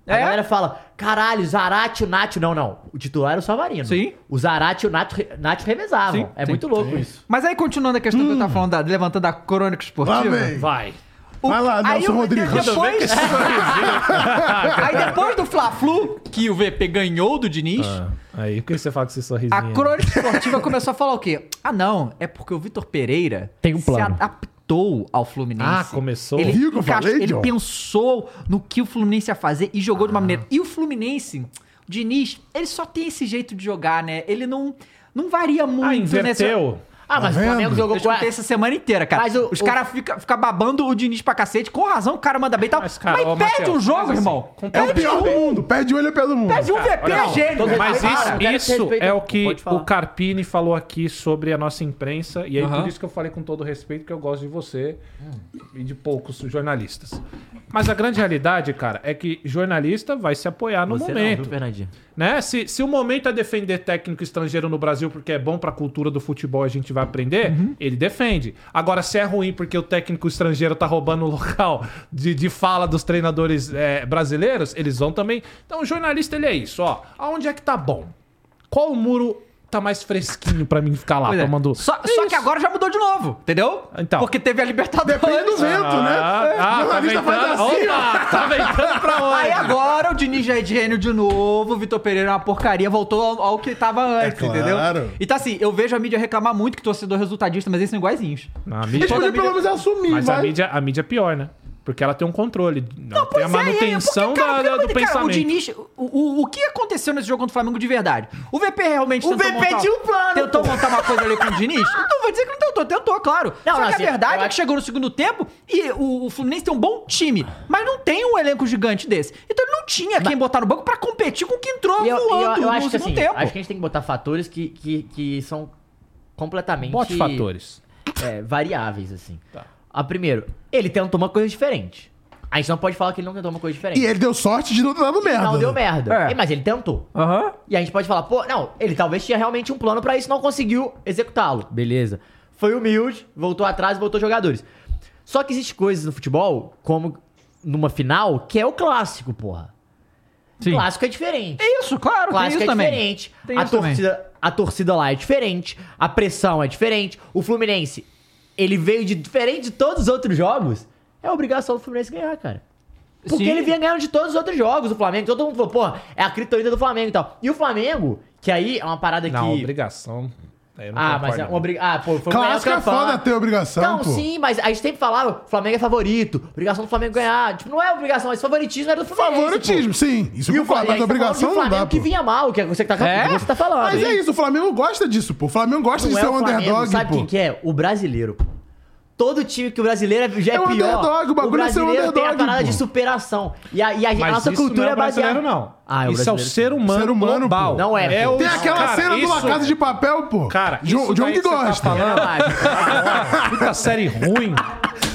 Speaker 4: A
Speaker 1: É?
Speaker 4: galera fala, caralho, Zarate e o Nacho. Não, não. O titular era o Savarino.
Speaker 1: Sim.
Speaker 4: O Zarate e o Nacho, Nacho revezavam.
Speaker 1: Sim,
Speaker 4: é
Speaker 1: sim.
Speaker 4: muito louco isso.
Speaker 1: Mas aí, continuando a questão que eu
Speaker 4: Hum.
Speaker 1: tava falando, da- levantando a crônica
Speaker 2: Lá
Speaker 1: esportiva.
Speaker 2: vem.
Speaker 3: Vai.
Speaker 1: o-
Speaker 2: Vai lá,
Speaker 1: aí
Speaker 2: Nelson
Speaker 1: o-
Speaker 2: Rodrigues.
Speaker 1: Depois, aí depois do Fla-Flu, que o VP ganhou do Diniz,
Speaker 4: Ah.
Speaker 3: Ah, Aí, por que você fala com esse sorrisinho?
Speaker 1: a crônica esportiva começou a falar o quê? Ah, não, é porque o Vitor Pereira
Speaker 3: Tem um plano.
Speaker 1: se adaptou ao Fluminense.
Speaker 3: Ah, começou.
Speaker 1: Ele,
Speaker 2: Viu que eu
Speaker 1: encaixou-
Speaker 2: falei,
Speaker 1: ele
Speaker 2: John?
Speaker 1: pensou no que o Fluminense ia fazer e jogou de
Speaker 3: Ah.
Speaker 1: uma maneira. E o Fluminense, o Diniz, ele só tem esse jeito de jogar, né? Ele não, não varia muito
Speaker 3: Ah,
Speaker 1: nessa.
Speaker 3: inverteu.
Speaker 4: Ah,
Speaker 3: Tá
Speaker 4: mas o Flamengo
Speaker 2: vendo?
Speaker 4: jogou
Speaker 1: Eu
Speaker 4: com a...
Speaker 1: escutei essa semana inteira, cara.
Speaker 4: Mas o-
Speaker 1: Os
Speaker 4: o-
Speaker 1: caras ficam fica babando o Diniz pra cacete, com razão, o cara manda bem e tal. Mas,
Speaker 3: Mas, cara, ó,
Speaker 1: perde
Speaker 3: Matheus,
Speaker 1: um jogo,
Speaker 3: mas assim,
Speaker 1: irmão.
Speaker 3: com
Speaker 2: É o
Speaker 1: perde
Speaker 2: pior do
Speaker 1: um,
Speaker 2: mundo. Perde o olho é pelo mundo.
Speaker 1: perde um VP,
Speaker 3: Ah, Olha,
Speaker 1: gênio.
Speaker 3: Mas
Speaker 4: todo- Cara,
Speaker 3: isso,
Speaker 4: eu quero
Speaker 3: isso
Speaker 4: respeito.
Speaker 3: é o que
Speaker 4: Pode falar.
Speaker 3: o Carpini falou aqui sobre a nossa imprensa. E aí,
Speaker 1: Aham.
Speaker 3: por isso que eu falei com todo respeito que eu gosto de você e de poucos jornalistas. Mas a grande realidade, cara, é que jornalista vai se apoiar no
Speaker 4: Você não,
Speaker 3: momento.
Speaker 4: viu, Fernandinho?
Speaker 3: né? Se, se o momento é defender técnico estrangeiro no Brasil porque é bom pra cultura do futebol e a gente vai aprender, ele defende. Agora, se é ruim porque o técnico estrangeiro tá roubando o local de, de fala dos treinadores é, brasileiros, eles vão também. Então, o jornalista, ele é isso, ó. Aonde é que tá bom? Qual o muro tá mais fresquinho pra mim ficar lá
Speaker 1: Pois é.
Speaker 3: tomando...
Speaker 1: Só, só
Speaker 3: É isso.
Speaker 1: que agora já mudou de novo, entendeu?
Speaker 3: Então.
Speaker 1: Porque teve a Libertadores.
Speaker 2: Depende do vento, né?
Speaker 3: Ah, ah,
Speaker 2: o
Speaker 3: tá
Speaker 2: jornalista faz
Speaker 3: ventando-
Speaker 2: assim, ó.
Speaker 3: Opa, tá ventando pra onde?
Speaker 1: Aí agora o Diniz já é de gênio de novo, o Vitor Pereira é uma porcaria, voltou ao, ao que tava antes,
Speaker 2: claro.
Speaker 1: entendeu? Então assim, eu vejo a mídia reclamar muito que torcedor é resultadista, mas eles são iguaizinhos.
Speaker 3: Não, a
Speaker 2: Eles
Speaker 3: mídia-
Speaker 2: podiam pelo menos assumir,
Speaker 3: Mas a
Speaker 2: vai.
Speaker 3: mídia, a mídia é pior, né? Porque ela tem um controle. Não, tem
Speaker 1: Pois
Speaker 3: a
Speaker 1: é, e aí,
Speaker 3: manutenção
Speaker 1: porque, cara,
Speaker 3: da- da-
Speaker 1: porque,
Speaker 3: do
Speaker 1: cara,
Speaker 3: pensamento.
Speaker 1: O Diniz, o, o, o que aconteceu nesse jogo contra o Flamengo de verdade? O VP realmente
Speaker 4: O
Speaker 1: tentou
Speaker 4: VP tinha um plano,
Speaker 1: Tentou
Speaker 4: pô.
Speaker 1: montar uma coisa ali com o Diniz? Então vou dizer que não tentou, tentou, claro.
Speaker 4: Não,
Speaker 1: Só
Speaker 4: não,
Speaker 1: que
Speaker 4: assim,
Speaker 1: a verdade
Speaker 4: eu
Speaker 1: é que
Speaker 4: acho-
Speaker 1: chegou no segundo tempo e o, o Fluminense tem um bom time, mas não tem um elenco gigante desse. Então ele não tinha quem botar no banco pra competir com o que entrou
Speaker 4: E eu, e eu-
Speaker 1: Tá voando
Speaker 4: eu
Speaker 1: no
Speaker 4: acho que
Speaker 1: segundo
Speaker 4: assim,
Speaker 1: tempo.
Speaker 4: acho que a gente tem que botar fatores que, que, que são completamente
Speaker 3: Bote fatores.
Speaker 4: é, variáveis, assim.
Speaker 3: Tá.
Speaker 4: A primeiro, ele tentou uma coisa diferente. A gente não pode falar que ele não tentou uma coisa diferente.
Speaker 2: E ele deu sorte de não ter dado merda. né?
Speaker 4: Não deu merda.
Speaker 1: É.
Speaker 4: É, Mas ele tentou.
Speaker 1: Aham.
Speaker 4: E a gente pode falar, pô, não, ele talvez tinha realmente um plano pra isso, não conseguiu executá-lo. Beleza. Foi humilde, voltou atrás, voltou jogadores. Só que existe coisas no futebol, como numa final, que é o clássico, porra.
Speaker 1: Sim.
Speaker 4: Clássico é diferente.
Speaker 1: É isso, claro,
Speaker 4: Clássico
Speaker 1: tem
Speaker 4: é
Speaker 1: isso também.
Speaker 4: diferente.
Speaker 1: Tem
Speaker 4: a
Speaker 1: isso também.
Speaker 4: torcida, a torcida lá é diferente, a pressão é diferente. O Fluminense, ele veio de diferente de todos os outros jogos. É obrigação do Fluminense ganhar, cara. Porque
Speaker 1: Sim.
Speaker 4: ele vinha ganhando de todos os outros jogos, o Flamengo. Todo mundo falou, pô, é a criptonita do Flamengo e tal. E o Flamengo, que aí é uma parada
Speaker 3: Não,
Speaker 4: que.
Speaker 3: obrigação. Aí eu não
Speaker 4: Ah, mas é
Speaker 3: concordo,
Speaker 4: uma obrigação. Ah, pô, foi
Speaker 2: Clássico é foda ter obrigação,
Speaker 4: Não,
Speaker 2: pô.
Speaker 4: sim, mas a gente sempre falava, Flamengo é favorito, obrigação do Flamengo ganhar. Tipo, não é obrigação, mas favoritismo era do Flamengo.
Speaker 1: é
Speaker 2: Favoritismo, sim. Isso eu
Speaker 1: tá
Speaker 2: concordo, mas é obrigação
Speaker 4: o
Speaker 2: não
Speaker 4: Flamengo
Speaker 2: dá,
Speaker 4: que
Speaker 2: pô.
Speaker 4: vinha mal, que é você que tá,
Speaker 1: É?
Speaker 4: que você tá falando.
Speaker 2: Mas é
Speaker 4: hein?
Speaker 2: isso, o Flamengo gosta disso, pô. O Flamengo gosta de
Speaker 4: Não
Speaker 2: ser
Speaker 4: é
Speaker 2: um
Speaker 4: o Flamengo,
Speaker 2: underdog,
Speaker 4: Sabe
Speaker 2: pô.
Speaker 4: quem que é? O brasileiro. pô. Todo time que o brasileiro é- já é,
Speaker 2: É um
Speaker 4: pior.
Speaker 2: underdog, o bagulho é ser um
Speaker 4: brasileiro tem a
Speaker 2: underdog,
Speaker 4: parada
Speaker 2: pô.
Speaker 4: de superação. E a, e a gente- a
Speaker 3: Mas
Speaker 4: nossa
Speaker 3: isso
Speaker 4: cultura
Speaker 3: não é o brasileiro,
Speaker 4: baseada...
Speaker 3: não.
Speaker 4: Ah, é o
Speaker 3: isso é o
Speaker 4: brasileiro.
Speaker 3: ser humano,
Speaker 2: Ser humano,
Speaker 3: global.
Speaker 2: pô.
Speaker 4: Não é, pô.
Speaker 3: o-
Speaker 2: Tem aquela
Speaker 3: cara,
Speaker 2: cena do
Speaker 3: isso-
Speaker 2: La Casa de Papel, pô.
Speaker 3: Cara,
Speaker 2: John,
Speaker 3: isso
Speaker 2: John
Speaker 3: daí
Speaker 2: que
Speaker 3: você tá
Speaker 2: gosta.
Speaker 3: falando- Puta série ruim.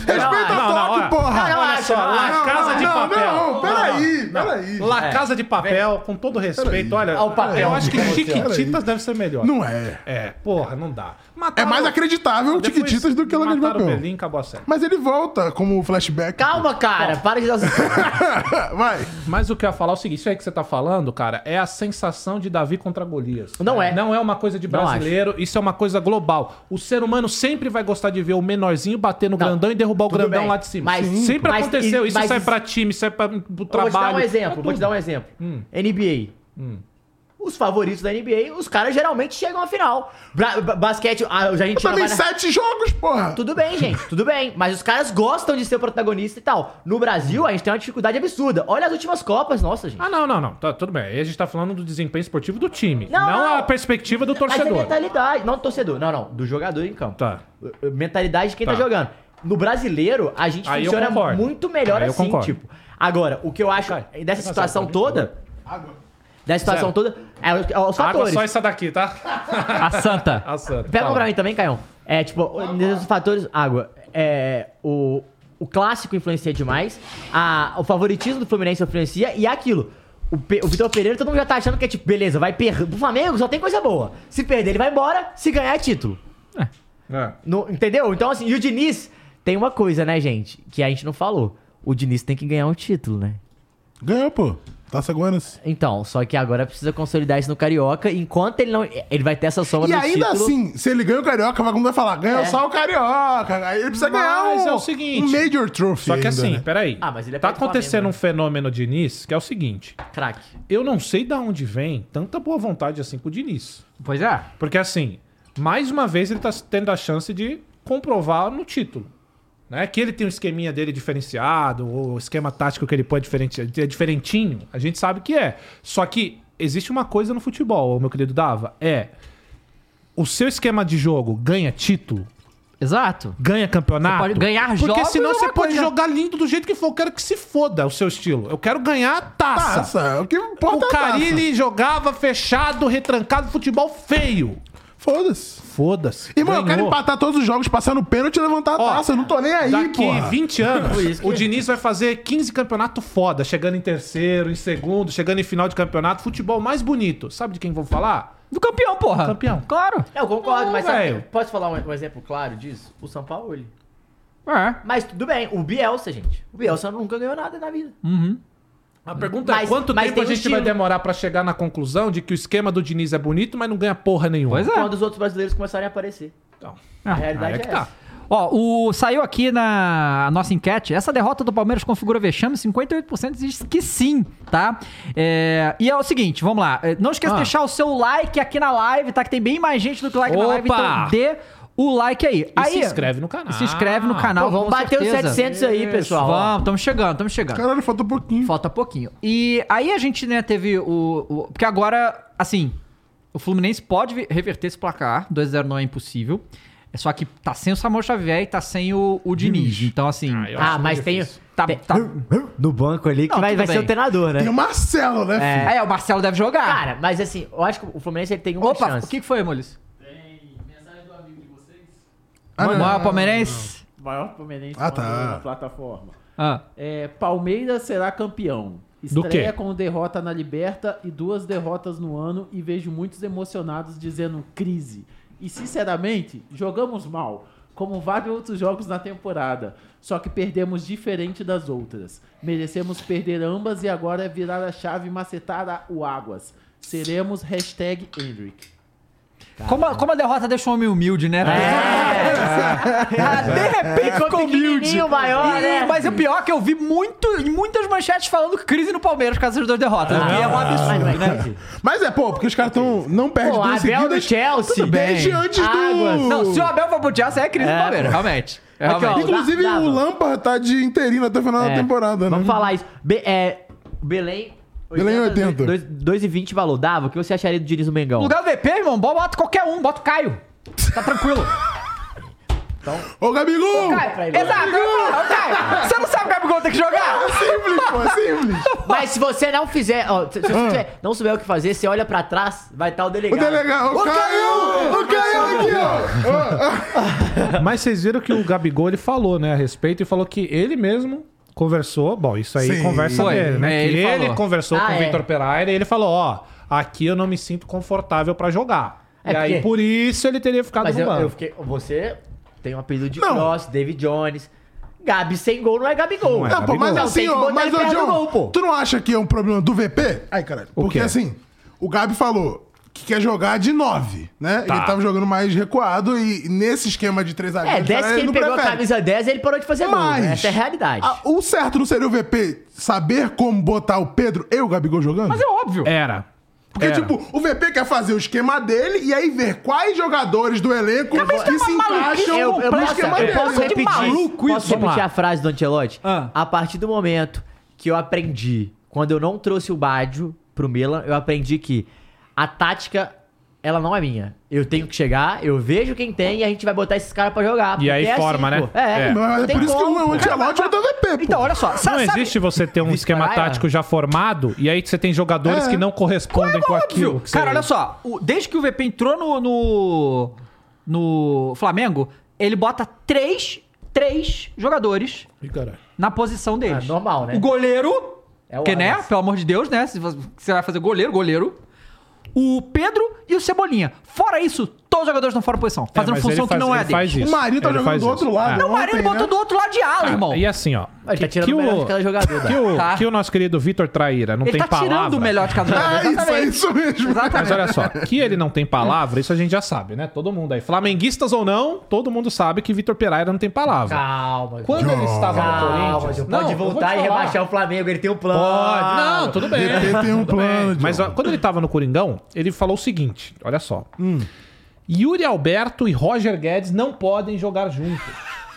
Speaker 2: Respeita
Speaker 3: Não,
Speaker 2: o
Speaker 3: não,
Speaker 2: toque,
Speaker 3: olha.
Speaker 2: porra.
Speaker 4: Não, não,
Speaker 3: Olha só, La
Speaker 2: Ah, Não,
Speaker 3: Casa
Speaker 2: não,
Speaker 3: de
Speaker 2: não,
Speaker 3: Papel.
Speaker 2: não, peraí,
Speaker 3: não.
Speaker 2: peraí.
Speaker 3: La Casa de Papel, com todo respeito, olha.
Speaker 4: Ah, o papel.
Speaker 3: Eu acho que
Speaker 4: Peraí.
Speaker 3: Chiquititas deve ser melhor.
Speaker 2: Não é.
Speaker 3: É, porra, não dá.
Speaker 2: É mais acreditável o
Speaker 3: Depois
Speaker 2: Tiquititas do que o La Casa de
Speaker 3: mataram o
Speaker 2: Papel.
Speaker 3: Belim, acabou a série.
Speaker 2: Mas ele volta como flashback.
Speaker 4: Calma, cara, para de dar... um
Speaker 2: Vai.
Speaker 3: Mas o que eu ia falar é o seguinte: isso aí que você tá falando, cara, é a sensação de Davi contra Golias.
Speaker 4: Não é.
Speaker 3: Não é uma coisa de
Speaker 4: Não acho.
Speaker 3: brasileiro, isso é uma coisa global. O ser humano sempre vai gostar de ver o menorzinho bater no
Speaker 4: Não.
Speaker 3: grandão e derrubar o
Speaker 4: Tudo
Speaker 3: grandão
Speaker 4: bem.
Speaker 3: lá de cima.
Speaker 4: Mas-
Speaker 3: Sim. sempre
Speaker 4: mas-
Speaker 3: aconteceu.
Speaker 4: e-
Speaker 3: Isso
Speaker 4: mas
Speaker 3: sai
Speaker 4: isso-
Speaker 3: pra time, sai pra, pro
Speaker 4: Eu vou te dar
Speaker 3: trabalho.
Speaker 4: um exemplo,
Speaker 3: pra
Speaker 4: vou
Speaker 3: tudo.
Speaker 4: te
Speaker 3: Hum.
Speaker 4: dar um exemplo. NBA. Os favoritos da NBA, os caras geralmente chegam à final. Bra- ba- basquete, ah, a, a gente não
Speaker 2: Também
Speaker 4: vai na-
Speaker 2: sete jogos, porra.
Speaker 4: Tudo bem, gente, tudo bem. Mas os caras gostam de ser o protagonista e tal. No Brasil, a gente tem uma dificuldade absurda. Olha as últimas Copas, nossa, gente.
Speaker 3: Ah, não, não, não. Tá, tudo bem. Aí a gente tá falando do desempenho esportivo do time. Não,
Speaker 4: Não, não.
Speaker 3: a perspectiva do
Speaker 4: Mas é
Speaker 3: torcedor.
Speaker 4: mentalidade, não do torcedor, não, não, do jogador em campo.
Speaker 3: Tá.
Speaker 4: Eh, Mentalidade de quem tá,
Speaker 3: Tá.
Speaker 4: jogando. No brasileiro, a gente
Speaker 3: Aí eu
Speaker 4: funciona
Speaker 3: concordo.
Speaker 4: muito melhor
Speaker 3: Aí eu
Speaker 4: assim,
Speaker 3: concordo.
Speaker 4: tipo. Agora, o que eu acho
Speaker 3: Cara,
Speaker 4: dessa
Speaker 3: tá
Speaker 4: situação
Speaker 3: certo,
Speaker 4: toda, dessa situação toda, é, os- é os
Speaker 3: Água
Speaker 4: fatores.
Speaker 3: só essa daqui, tá?
Speaker 1: A Santa.
Speaker 3: A Santa.
Speaker 4: Pega
Speaker 3: Fala.
Speaker 4: um pra mim também, Caião. É, tipo, nesses fatores, água. É, o, o clássico influencia demais, a, o favoritismo do Fluminense influencia e aquilo. O, Pe- o Vitor Pereira, todo mundo já tá achando que é tipo, beleza, vai perder. O Flamengo só tem coisa boa. Se perder, ele vai embora, se ganhar é título.
Speaker 3: É.
Speaker 4: No- entendeu? Então, assim, e o Diniz tem uma coisa, né, gente, que a gente não falou. O Diniz tem que ganhar um título, né?
Speaker 2: Ganhou, pô. Tá Taça Guanas.
Speaker 4: Então, só que agora precisa consolidar isso no Carioca. Enquanto ele não. Ele vai ter essa soma
Speaker 2: E
Speaker 4: do
Speaker 2: ainda
Speaker 4: título.
Speaker 2: assim, se ele ganha o Carioca, o vagabundo vai falar, ganhou
Speaker 4: É.
Speaker 2: só o Carioca. Aí ele precisa
Speaker 3: Mas
Speaker 2: ganhar um,
Speaker 3: é o seguinte,
Speaker 2: um Major Trophy
Speaker 3: Só que
Speaker 2: ainda,
Speaker 3: assim,
Speaker 2: né?
Speaker 3: peraí.
Speaker 4: Ah, mas ele é
Speaker 3: tá
Speaker 4: perto do
Speaker 3: acontecendo
Speaker 4: Flamengo,
Speaker 3: um fenômeno Diniz que é o seguinte.
Speaker 4: Craque.
Speaker 3: Eu não sei da onde vem tanta boa vontade assim com o Diniz.
Speaker 1: Pois é.
Speaker 3: Porque assim, mais uma vez ele tá tendo a chance de comprovar no título. Né? Que ele tem um esqueminha dele diferenciado, ou o esquema tático que ele põe é, diferente, é diferentinho. A gente sabe que é. Só que existe uma coisa no futebol, meu querido Dava, é... O seu esquema de jogo ganha título?
Speaker 1: Exato.
Speaker 3: ganha campeonato.
Speaker 1: Você pode ganhar
Speaker 3: Porque
Speaker 1: jogos é
Speaker 3: senão
Speaker 1: uma
Speaker 3: você pode
Speaker 1: coisa.
Speaker 3: jogar lindo do jeito que for. Eu quero que se foda o seu estilo. Eu quero ganhar a taça.
Speaker 2: Taça, é o que importa é
Speaker 3: O
Speaker 2: a taça.
Speaker 3: Carilli jogava fechado, retrancado, futebol feio.
Speaker 2: Foda-se.
Speaker 3: Foda-se.
Speaker 2: E, mano, eu quero
Speaker 3: Ganhou.
Speaker 2: empatar todos os jogos, passar no pênalti e levantar a
Speaker 3: Ó,
Speaker 2: taça. Eu não tô nem aí,
Speaker 3: Daqui
Speaker 2: porra.
Speaker 3: 20 anos,
Speaker 4: isso
Speaker 3: o
Speaker 4: que-
Speaker 3: Diniz vai fazer 15 campeonato foda, chegando em terceiro, em segundo, chegando em final de campeonato, futebol mais bonito. Sabe de quem vão falar?
Speaker 1: Do campeão, porra.
Speaker 3: Campeão.
Speaker 1: Claro.
Speaker 4: Eu concordo,
Speaker 3: Não,
Speaker 4: mas sabe,
Speaker 3: velho.
Speaker 4: posso falar um, um exemplo claro disso? O São Paulo.
Speaker 1: É.
Speaker 4: Mas tudo bem, o Bielsa, gente. O Bielsa nunca ganhou nada na vida.
Speaker 3: A pergunta é
Speaker 4: Mas-
Speaker 3: quanto
Speaker 4: mas
Speaker 3: tempo
Speaker 4: tem
Speaker 3: a
Speaker 4: um
Speaker 3: gente vai
Speaker 4: estilo.
Speaker 3: demorar pra chegar na conclusão de que o esquema do Diniz é bonito, mas não ganha porra nenhuma.
Speaker 1: Pois é.
Speaker 4: Quando os outros brasileiros começarem a aparecer.
Speaker 3: Então,
Speaker 1: Ah,
Speaker 4: a realidade
Speaker 3: aí
Speaker 4: é,
Speaker 3: é que tá.
Speaker 4: essa.
Speaker 1: Ó, o, saiu aqui na nossa enquete. Essa derrota do Palmeiras configura vexame. 58% diz que sim, tá? É, e é o seguinte, vamos lá. É, Não esqueça
Speaker 3: Ah.
Speaker 1: de deixar o seu like aqui na live, tá? Que tem bem mais gente do que o like na live.
Speaker 3: Opa!
Speaker 1: Então dê o like aí.
Speaker 3: E
Speaker 1: aí
Speaker 3: se inscreve no canal.
Speaker 1: Se inscreve no canal.
Speaker 4: Pô, vamos
Speaker 1: com
Speaker 4: bater os
Speaker 1: certeza.
Speaker 4: 700 aí, pessoal.
Speaker 1: Vamos, estamos chegando, estamos chegando.
Speaker 2: Caralho, falta um pouquinho.
Speaker 1: Falta pouquinho. E aí a gente, né, teve o. o- porque agora, assim, o Fluminense pode vi- reverter esse placar. 2x0 não é impossível. É só que tá sem o Samuel Xavier e tá sem o, o Diniz. Então, assim.
Speaker 3: Ah, eu-
Speaker 4: Ah,
Speaker 3: acho
Speaker 4: mas
Speaker 3: muito
Speaker 4: tem,
Speaker 3: difícil.
Speaker 1: Tá,
Speaker 4: tem-
Speaker 1: tá-
Speaker 4: No banco ali que
Speaker 1: Não,
Speaker 4: vai,
Speaker 1: tudo
Speaker 4: vai ser
Speaker 1: bem.
Speaker 4: o treinador, né?
Speaker 2: Tem o Marcelo, né, filho?
Speaker 1: É, o Marcelo deve jogar.
Speaker 4: Cara, mas assim, eu acho que o Fluminense ele tem uma
Speaker 1: Opa,
Speaker 4: chance.
Speaker 1: o que que foi, Molis?
Speaker 2: Ah, não.
Speaker 1: Maior palmeirense.
Speaker 5: Maior palmeirense
Speaker 2: Ah, tá.
Speaker 5: mandou na plataforma.
Speaker 1: Ah.
Speaker 5: É, Palmeiras será campeão.
Speaker 3: Do
Speaker 5: Estreia
Speaker 3: quê?
Speaker 5: com derrota na Liberta e duas derrotas no ano e vejo muitos emocionados dizendo crise. E sinceramente, jogamos mal, como vários outros jogos na temporada, só que perdemos diferente das outras. Merecemos perder ambas e agora é virar a chave e macetar a- o Águas. Seremos hashtag Hendrick.
Speaker 4: Tá.
Speaker 1: Como, a- como a derrota deixa um homem humilde, né? Ah, de repente ficou humilde.
Speaker 4: É. pequenininho, maior,
Speaker 1: E-
Speaker 4: né?
Speaker 1: Mas o pior é que eu vi muito, em muitas manchetes falando crise no Palmeiras por causa das duas derrotas. o que é um
Speaker 3: Ah.
Speaker 1: absurdo,
Speaker 4: Mas não é
Speaker 1: né?
Speaker 4: crise.
Speaker 2: Mas é, pô, porque os caras tão, não perdem
Speaker 4: Pô,
Speaker 2: duas
Speaker 4: Abel do
Speaker 2: seguidas.
Speaker 4: Chelsea.
Speaker 2: Tudo bem. Desde antes
Speaker 4: Águas.
Speaker 2: do...
Speaker 1: Não, se o Abel for pro Chelsea, é crise no
Speaker 4: É,
Speaker 1: Palmeiras, realmente.
Speaker 4: Aqui, ó,
Speaker 1: realmente.
Speaker 2: Inclusive,
Speaker 4: Dava.
Speaker 2: o Lampard tá de interino até o final da
Speaker 4: É,
Speaker 2: temporada, né?
Speaker 4: Vamos falar isso. Be- é, Belém.
Speaker 2: Belém, 80.
Speaker 4: 2,20 valor. Dava, o que você acharia do Diniz no Mengão?
Speaker 1: No lugar do VP, irmão, bota qualquer um, bota o Caio. Tá tranquilo.
Speaker 2: Ô, Gabigol!
Speaker 1: Caio, Exato, eu ia falar, o Caio. Você não sabe o Gabigol tem que jogar?
Speaker 2: É simples, pô, é simples.
Speaker 4: Mas se você não fizer, ó, se, se você fizer- não souber o que fazer, você olha pra trás, vai estar o
Speaker 2: O
Speaker 4: delegado.
Speaker 2: delegado, o Caio! O Caio aqui, ó!
Speaker 3: Mas vocês viram que o Gabigol ele falou, né, a respeito e falou que ele mesmo conversou. Bom, isso aí
Speaker 2: Sim.
Speaker 3: conversa
Speaker 1: Foi,
Speaker 3: dele, né?
Speaker 1: é,
Speaker 3: que
Speaker 1: ele
Speaker 3: ele,
Speaker 1: falou.
Speaker 3: conversou
Speaker 4: Ah,
Speaker 3: com o
Speaker 4: é.
Speaker 3: Vitor Pereira e ele falou: ó, aqui eu não me sinto confortável pra jogar.
Speaker 4: É,
Speaker 3: e aí
Speaker 4: porque-
Speaker 3: por isso ele teria ficado
Speaker 4: Mas
Speaker 3: no
Speaker 4: eu,
Speaker 3: banco.
Speaker 4: eu fiquei. Você tem um apelido de
Speaker 2: Tá Não.
Speaker 4: Cross, David Jones. Gabi sem gol não é Gabigol.
Speaker 3: Não é
Speaker 2: Não, pô, mas
Speaker 3: Gabigol.
Speaker 2: assim,
Speaker 4: tem que
Speaker 2: ó,
Speaker 4: botar
Speaker 2: mas
Speaker 4: ele
Speaker 2: ô,
Speaker 4: perto do
Speaker 2: John,
Speaker 4: gol, pô.
Speaker 2: tu não acha que é um problema do VP? Ai, caralho. Porque
Speaker 3: quê?
Speaker 2: assim, o Gabi falou que quer jogar de 9, né?
Speaker 3: Tá.
Speaker 2: Ele tava jogando mais recuado e nesse esquema de 3
Speaker 4: É, desce que ele pegou a camisa 10 e ele parou de fazer
Speaker 2: Mas,
Speaker 4: gol. Essa é a realidade.
Speaker 2: a- Ah, o certo não seria o VP saber como botar o Pedro e o Gabigol jogando?
Speaker 1: Mas é óbvio.
Speaker 3: Era.
Speaker 2: Porque,
Speaker 3: Era.
Speaker 2: tipo, o VP quer fazer o esquema dele e aí ver quais jogadores do elenco que se encaixam
Speaker 4: eu, eu
Speaker 2: no
Speaker 4: posso,
Speaker 2: esquema
Speaker 4: eu
Speaker 2: dele.
Speaker 4: posso
Speaker 1: Coisa de
Speaker 4: repetir,
Speaker 1: maluco
Speaker 4: posso
Speaker 1: isso. Vamos
Speaker 4: repetir
Speaker 1: lá.
Speaker 4: a frase do Ancelotti?
Speaker 1: Ah.
Speaker 4: A partir do momento que eu aprendi, quando eu não trouxe o Baggio pro Milan, eu aprendi que a tática, ela não é minha. Eu tenho que chegar, eu vejo quem tem e a gente vai botar esses caras pra jogar. porque
Speaker 3: aí
Speaker 4: é
Speaker 3: forma,
Speaker 4: assim,
Speaker 3: né?
Speaker 4: pô. É,
Speaker 3: É.
Speaker 2: Mas é
Speaker 4: Tem
Speaker 2: por isso que
Speaker 4: como,
Speaker 2: o
Speaker 4: pô.
Speaker 2: Antelote é do VP, pô.
Speaker 1: Então, olha só. sa-
Speaker 3: Não
Speaker 1: sabe-
Speaker 3: existe você ter um esquema
Speaker 4: Pereira?
Speaker 3: tático já formado e aí você tem jogadores
Speaker 2: É.
Speaker 3: que não correspondem com aquilo. que
Speaker 1: Cara,
Speaker 3: você- É,
Speaker 1: olha só. o- desde que o VP entrou no, no, no Flamengo, ele bota três, três jogadores
Speaker 3: Ih, caralho.
Speaker 1: na posição deles.
Speaker 4: Ah, normal, né?
Speaker 1: O goleiro,
Speaker 4: É o
Speaker 1: que né,
Speaker 4: Alas.
Speaker 1: pelo amor de Deus, né? Se vo- você vai fazer goleiro, goleiro. O Pedro e o Cebolinha. Fora isso, todos os jogadores estão fora de posição,
Speaker 3: É,
Speaker 1: fazendo
Speaker 3: mas ele
Speaker 1: função que
Speaker 3: faz-
Speaker 1: não é
Speaker 3: ele faz
Speaker 1: deles.
Speaker 3: isso.
Speaker 2: O Marinho tá
Speaker 3: Ele
Speaker 2: jogando
Speaker 3: faz
Speaker 2: do
Speaker 3: isso.
Speaker 2: outro lado.
Speaker 3: É.
Speaker 1: Não, o Marinho
Speaker 2: Ontem,
Speaker 1: botou
Speaker 2: né?
Speaker 1: do outro lado de ala, é irmão.
Speaker 3: E assim, ó.
Speaker 4: Ele tá tirando o melhor de cada jogador,
Speaker 3: que, o,
Speaker 1: Tá.
Speaker 3: que o nosso querido Vitor Traíra não
Speaker 1: Ele
Speaker 3: tem
Speaker 1: tá
Speaker 3: palavra. Ah,
Speaker 1: tirando o melhor de cada jogador.
Speaker 3: Então,
Speaker 2: É isso, é
Speaker 1: exatamente.
Speaker 2: isso mesmo.
Speaker 1: Exatamente.
Speaker 3: Mas olha só, que ele não tem palavra, isso a gente já sabe, né? Todo mundo aí. Flamenguistas ou não, todo mundo sabe que Vitor Pereira não tem palavra.
Speaker 4: Calma,
Speaker 3: Quando ele
Speaker 4: é
Speaker 3: estava no
Speaker 4: calma,
Speaker 3: Corinthians.
Speaker 4: pode
Speaker 3: eu vou te
Speaker 4: voltar e
Speaker 3: falar.
Speaker 4: rebaixar o Flamengo, ele tem um plano.
Speaker 3: Pode. Não, tudo bem.
Speaker 2: Ele tem um
Speaker 3: Tudo bem.
Speaker 2: plano,
Speaker 3: É, Mas
Speaker 2: John.
Speaker 3: ó, quando ele tava no Coringão, ele falou o seguinte: olha só. Yuri Alberto e Roger Guedes não podem jogar juntos.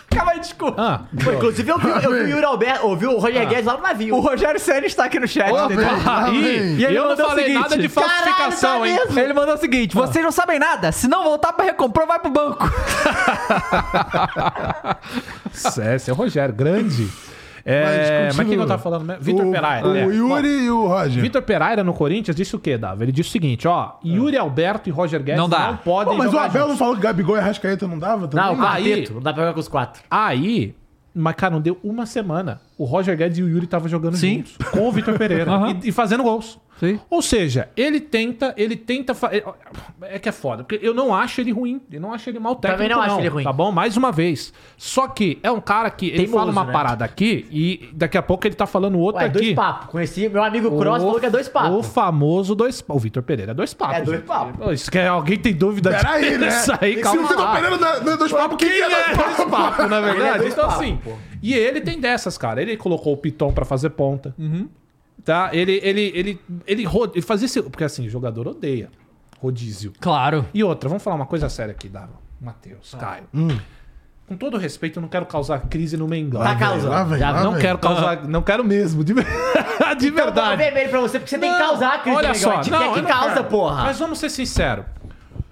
Speaker 1: Calma aí, desculpa.
Speaker 3: Ah,
Speaker 4: Pô, inclusive, eu vi, eu vi o Yuri Alberto, ouvi o Roger Guedes lá no
Speaker 1: O
Speaker 4: navio.
Speaker 1: Rogério Senna está aqui no chat.
Speaker 2: Ô,
Speaker 1: entendeu?
Speaker 2: velho. Ah, bem.
Speaker 1: E
Speaker 3: E
Speaker 1: ele
Speaker 3: eu não
Speaker 1: mandou o
Speaker 3: falei
Speaker 1: seguinte,
Speaker 3: nada de
Speaker 4: "Caralho, tá
Speaker 3: falsificação, hein?
Speaker 4: mesmo?"
Speaker 1: Ele mandou o seguinte: vocês não sabem nada. Se não voltar pra recomprar, vai pro banco.
Speaker 3: É, seu Rogério, grande. É, mas,
Speaker 2: continua.
Speaker 3: quem que eu tava falando mesmo? Vitor
Speaker 2: O-
Speaker 3: Pereira.
Speaker 2: O
Speaker 3: né?
Speaker 2: Yuri
Speaker 3: Bom,
Speaker 2: e o
Speaker 4: É.
Speaker 2: Roger.
Speaker 3: Vitor Pereira no Corinthians disse o quê, Dava? Ele disse o seguinte, ó, Yuri Alberto e Roger Guedes
Speaker 1: Não
Speaker 3: não,
Speaker 1: dá.
Speaker 3: podem
Speaker 2: Pô, mas o
Speaker 3: jogar
Speaker 2: Abel
Speaker 3: juntos.
Speaker 2: não falou que Gabigol e Arrascaeta não dava também?
Speaker 4: Não, o
Speaker 3: Aí-
Speaker 4: quarteto, não dá pra jogar com os quatro.
Speaker 3: Aí, mas cara, não deu uma semana. O Roger Guedes e o Yuri estavam jogando
Speaker 1: Sim.
Speaker 3: juntos com o Vitor Pereira
Speaker 1: Aham.
Speaker 3: e, e fazendo gols.
Speaker 1: Sim.
Speaker 3: Ou seja, ele tenta, ele tenta. fa- É que é foda, porque eu não acho ele ruim, eu não acho ele mal técnico.
Speaker 4: Também não acho ele ruim.
Speaker 3: Tá bom? Mais uma vez. Só que é um cara que ele
Speaker 4: Teimoso,
Speaker 3: fala uma
Speaker 4: né?
Speaker 3: parada aqui e daqui a pouco ele tá falando outra
Speaker 4: Ué,
Speaker 3: aqui.
Speaker 4: dois papos. Conheci meu amigo Cross, falou que é dois
Speaker 3: O
Speaker 4: papos.
Speaker 3: famoso dois papos. O Vitor Pereira é dois papos.
Speaker 4: É dois
Speaker 3: gente.
Speaker 4: papos.
Speaker 3: Isso que é- alguém tem dúvida
Speaker 2: Peraí, né?
Speaker 3: disso aí,
Speaker 2: Se o
Speaker 3: calma
Speaker 2: Vitor
Speaker 3: lá.
Speaker 2: Pereira não é- não é dos papos, quem que é
Speaker 3: é
Speaker 2: dos
Speaker 3: dois
Speaker 2: papos?
Speaker 3: papos, na
Speaker 4: Ele é
Speaker 3: verdade.
Speaker 4: dois
Speaker 3: então,
Speaker 4: papos,
Speaker 3: assim.
Speaker 4: pô.
Speaker 3: E ele tem dessas, cara. Ele colocou o Piton pra fazer ponta.
Speaker 2: Uhum.
Speaker 3: Tá? Ele, ele, ele, ele, ro- ele fazia esse. Porque assim, o jogador odeia rodízio.
Speaker 1: Claro.
Speaker 3: E outra, vamos falar uma coisa séria aqui, Dava.
Speaker 2: Ah.
Speaker 3: Matheus, Caio. Com todo respeito, eu não quero causar crise no Mengão.
Speaker 4: Tá
Speaker 3: velho.
Speaker 4: causando.
Speaker 2: lá vem,
Speaker 4: Já-
Speaker 2: lá
Speaker 4: não
Speaker 3: Não
Speaker 2: vem.
Speaker 3: quero causar. Então, Não quero mesmo. De, ver- de
Speaker 4: Dá
Speaker 3: verdade.
Speaker 4: vermelho pra você, porque você tem que
Speaker 3: Não,
Speaker 4: causar, Cris.
Speaker 3: Olha só,
Speaker 4: Não,
Speaker 3: eu
Speaker 4: tipo, é que
Speaker 3: não
Speaker 4: causa,
Speaker 3: quero.
Speaker 4: porra.
Speaker 3: Mas vamos ser sinceros.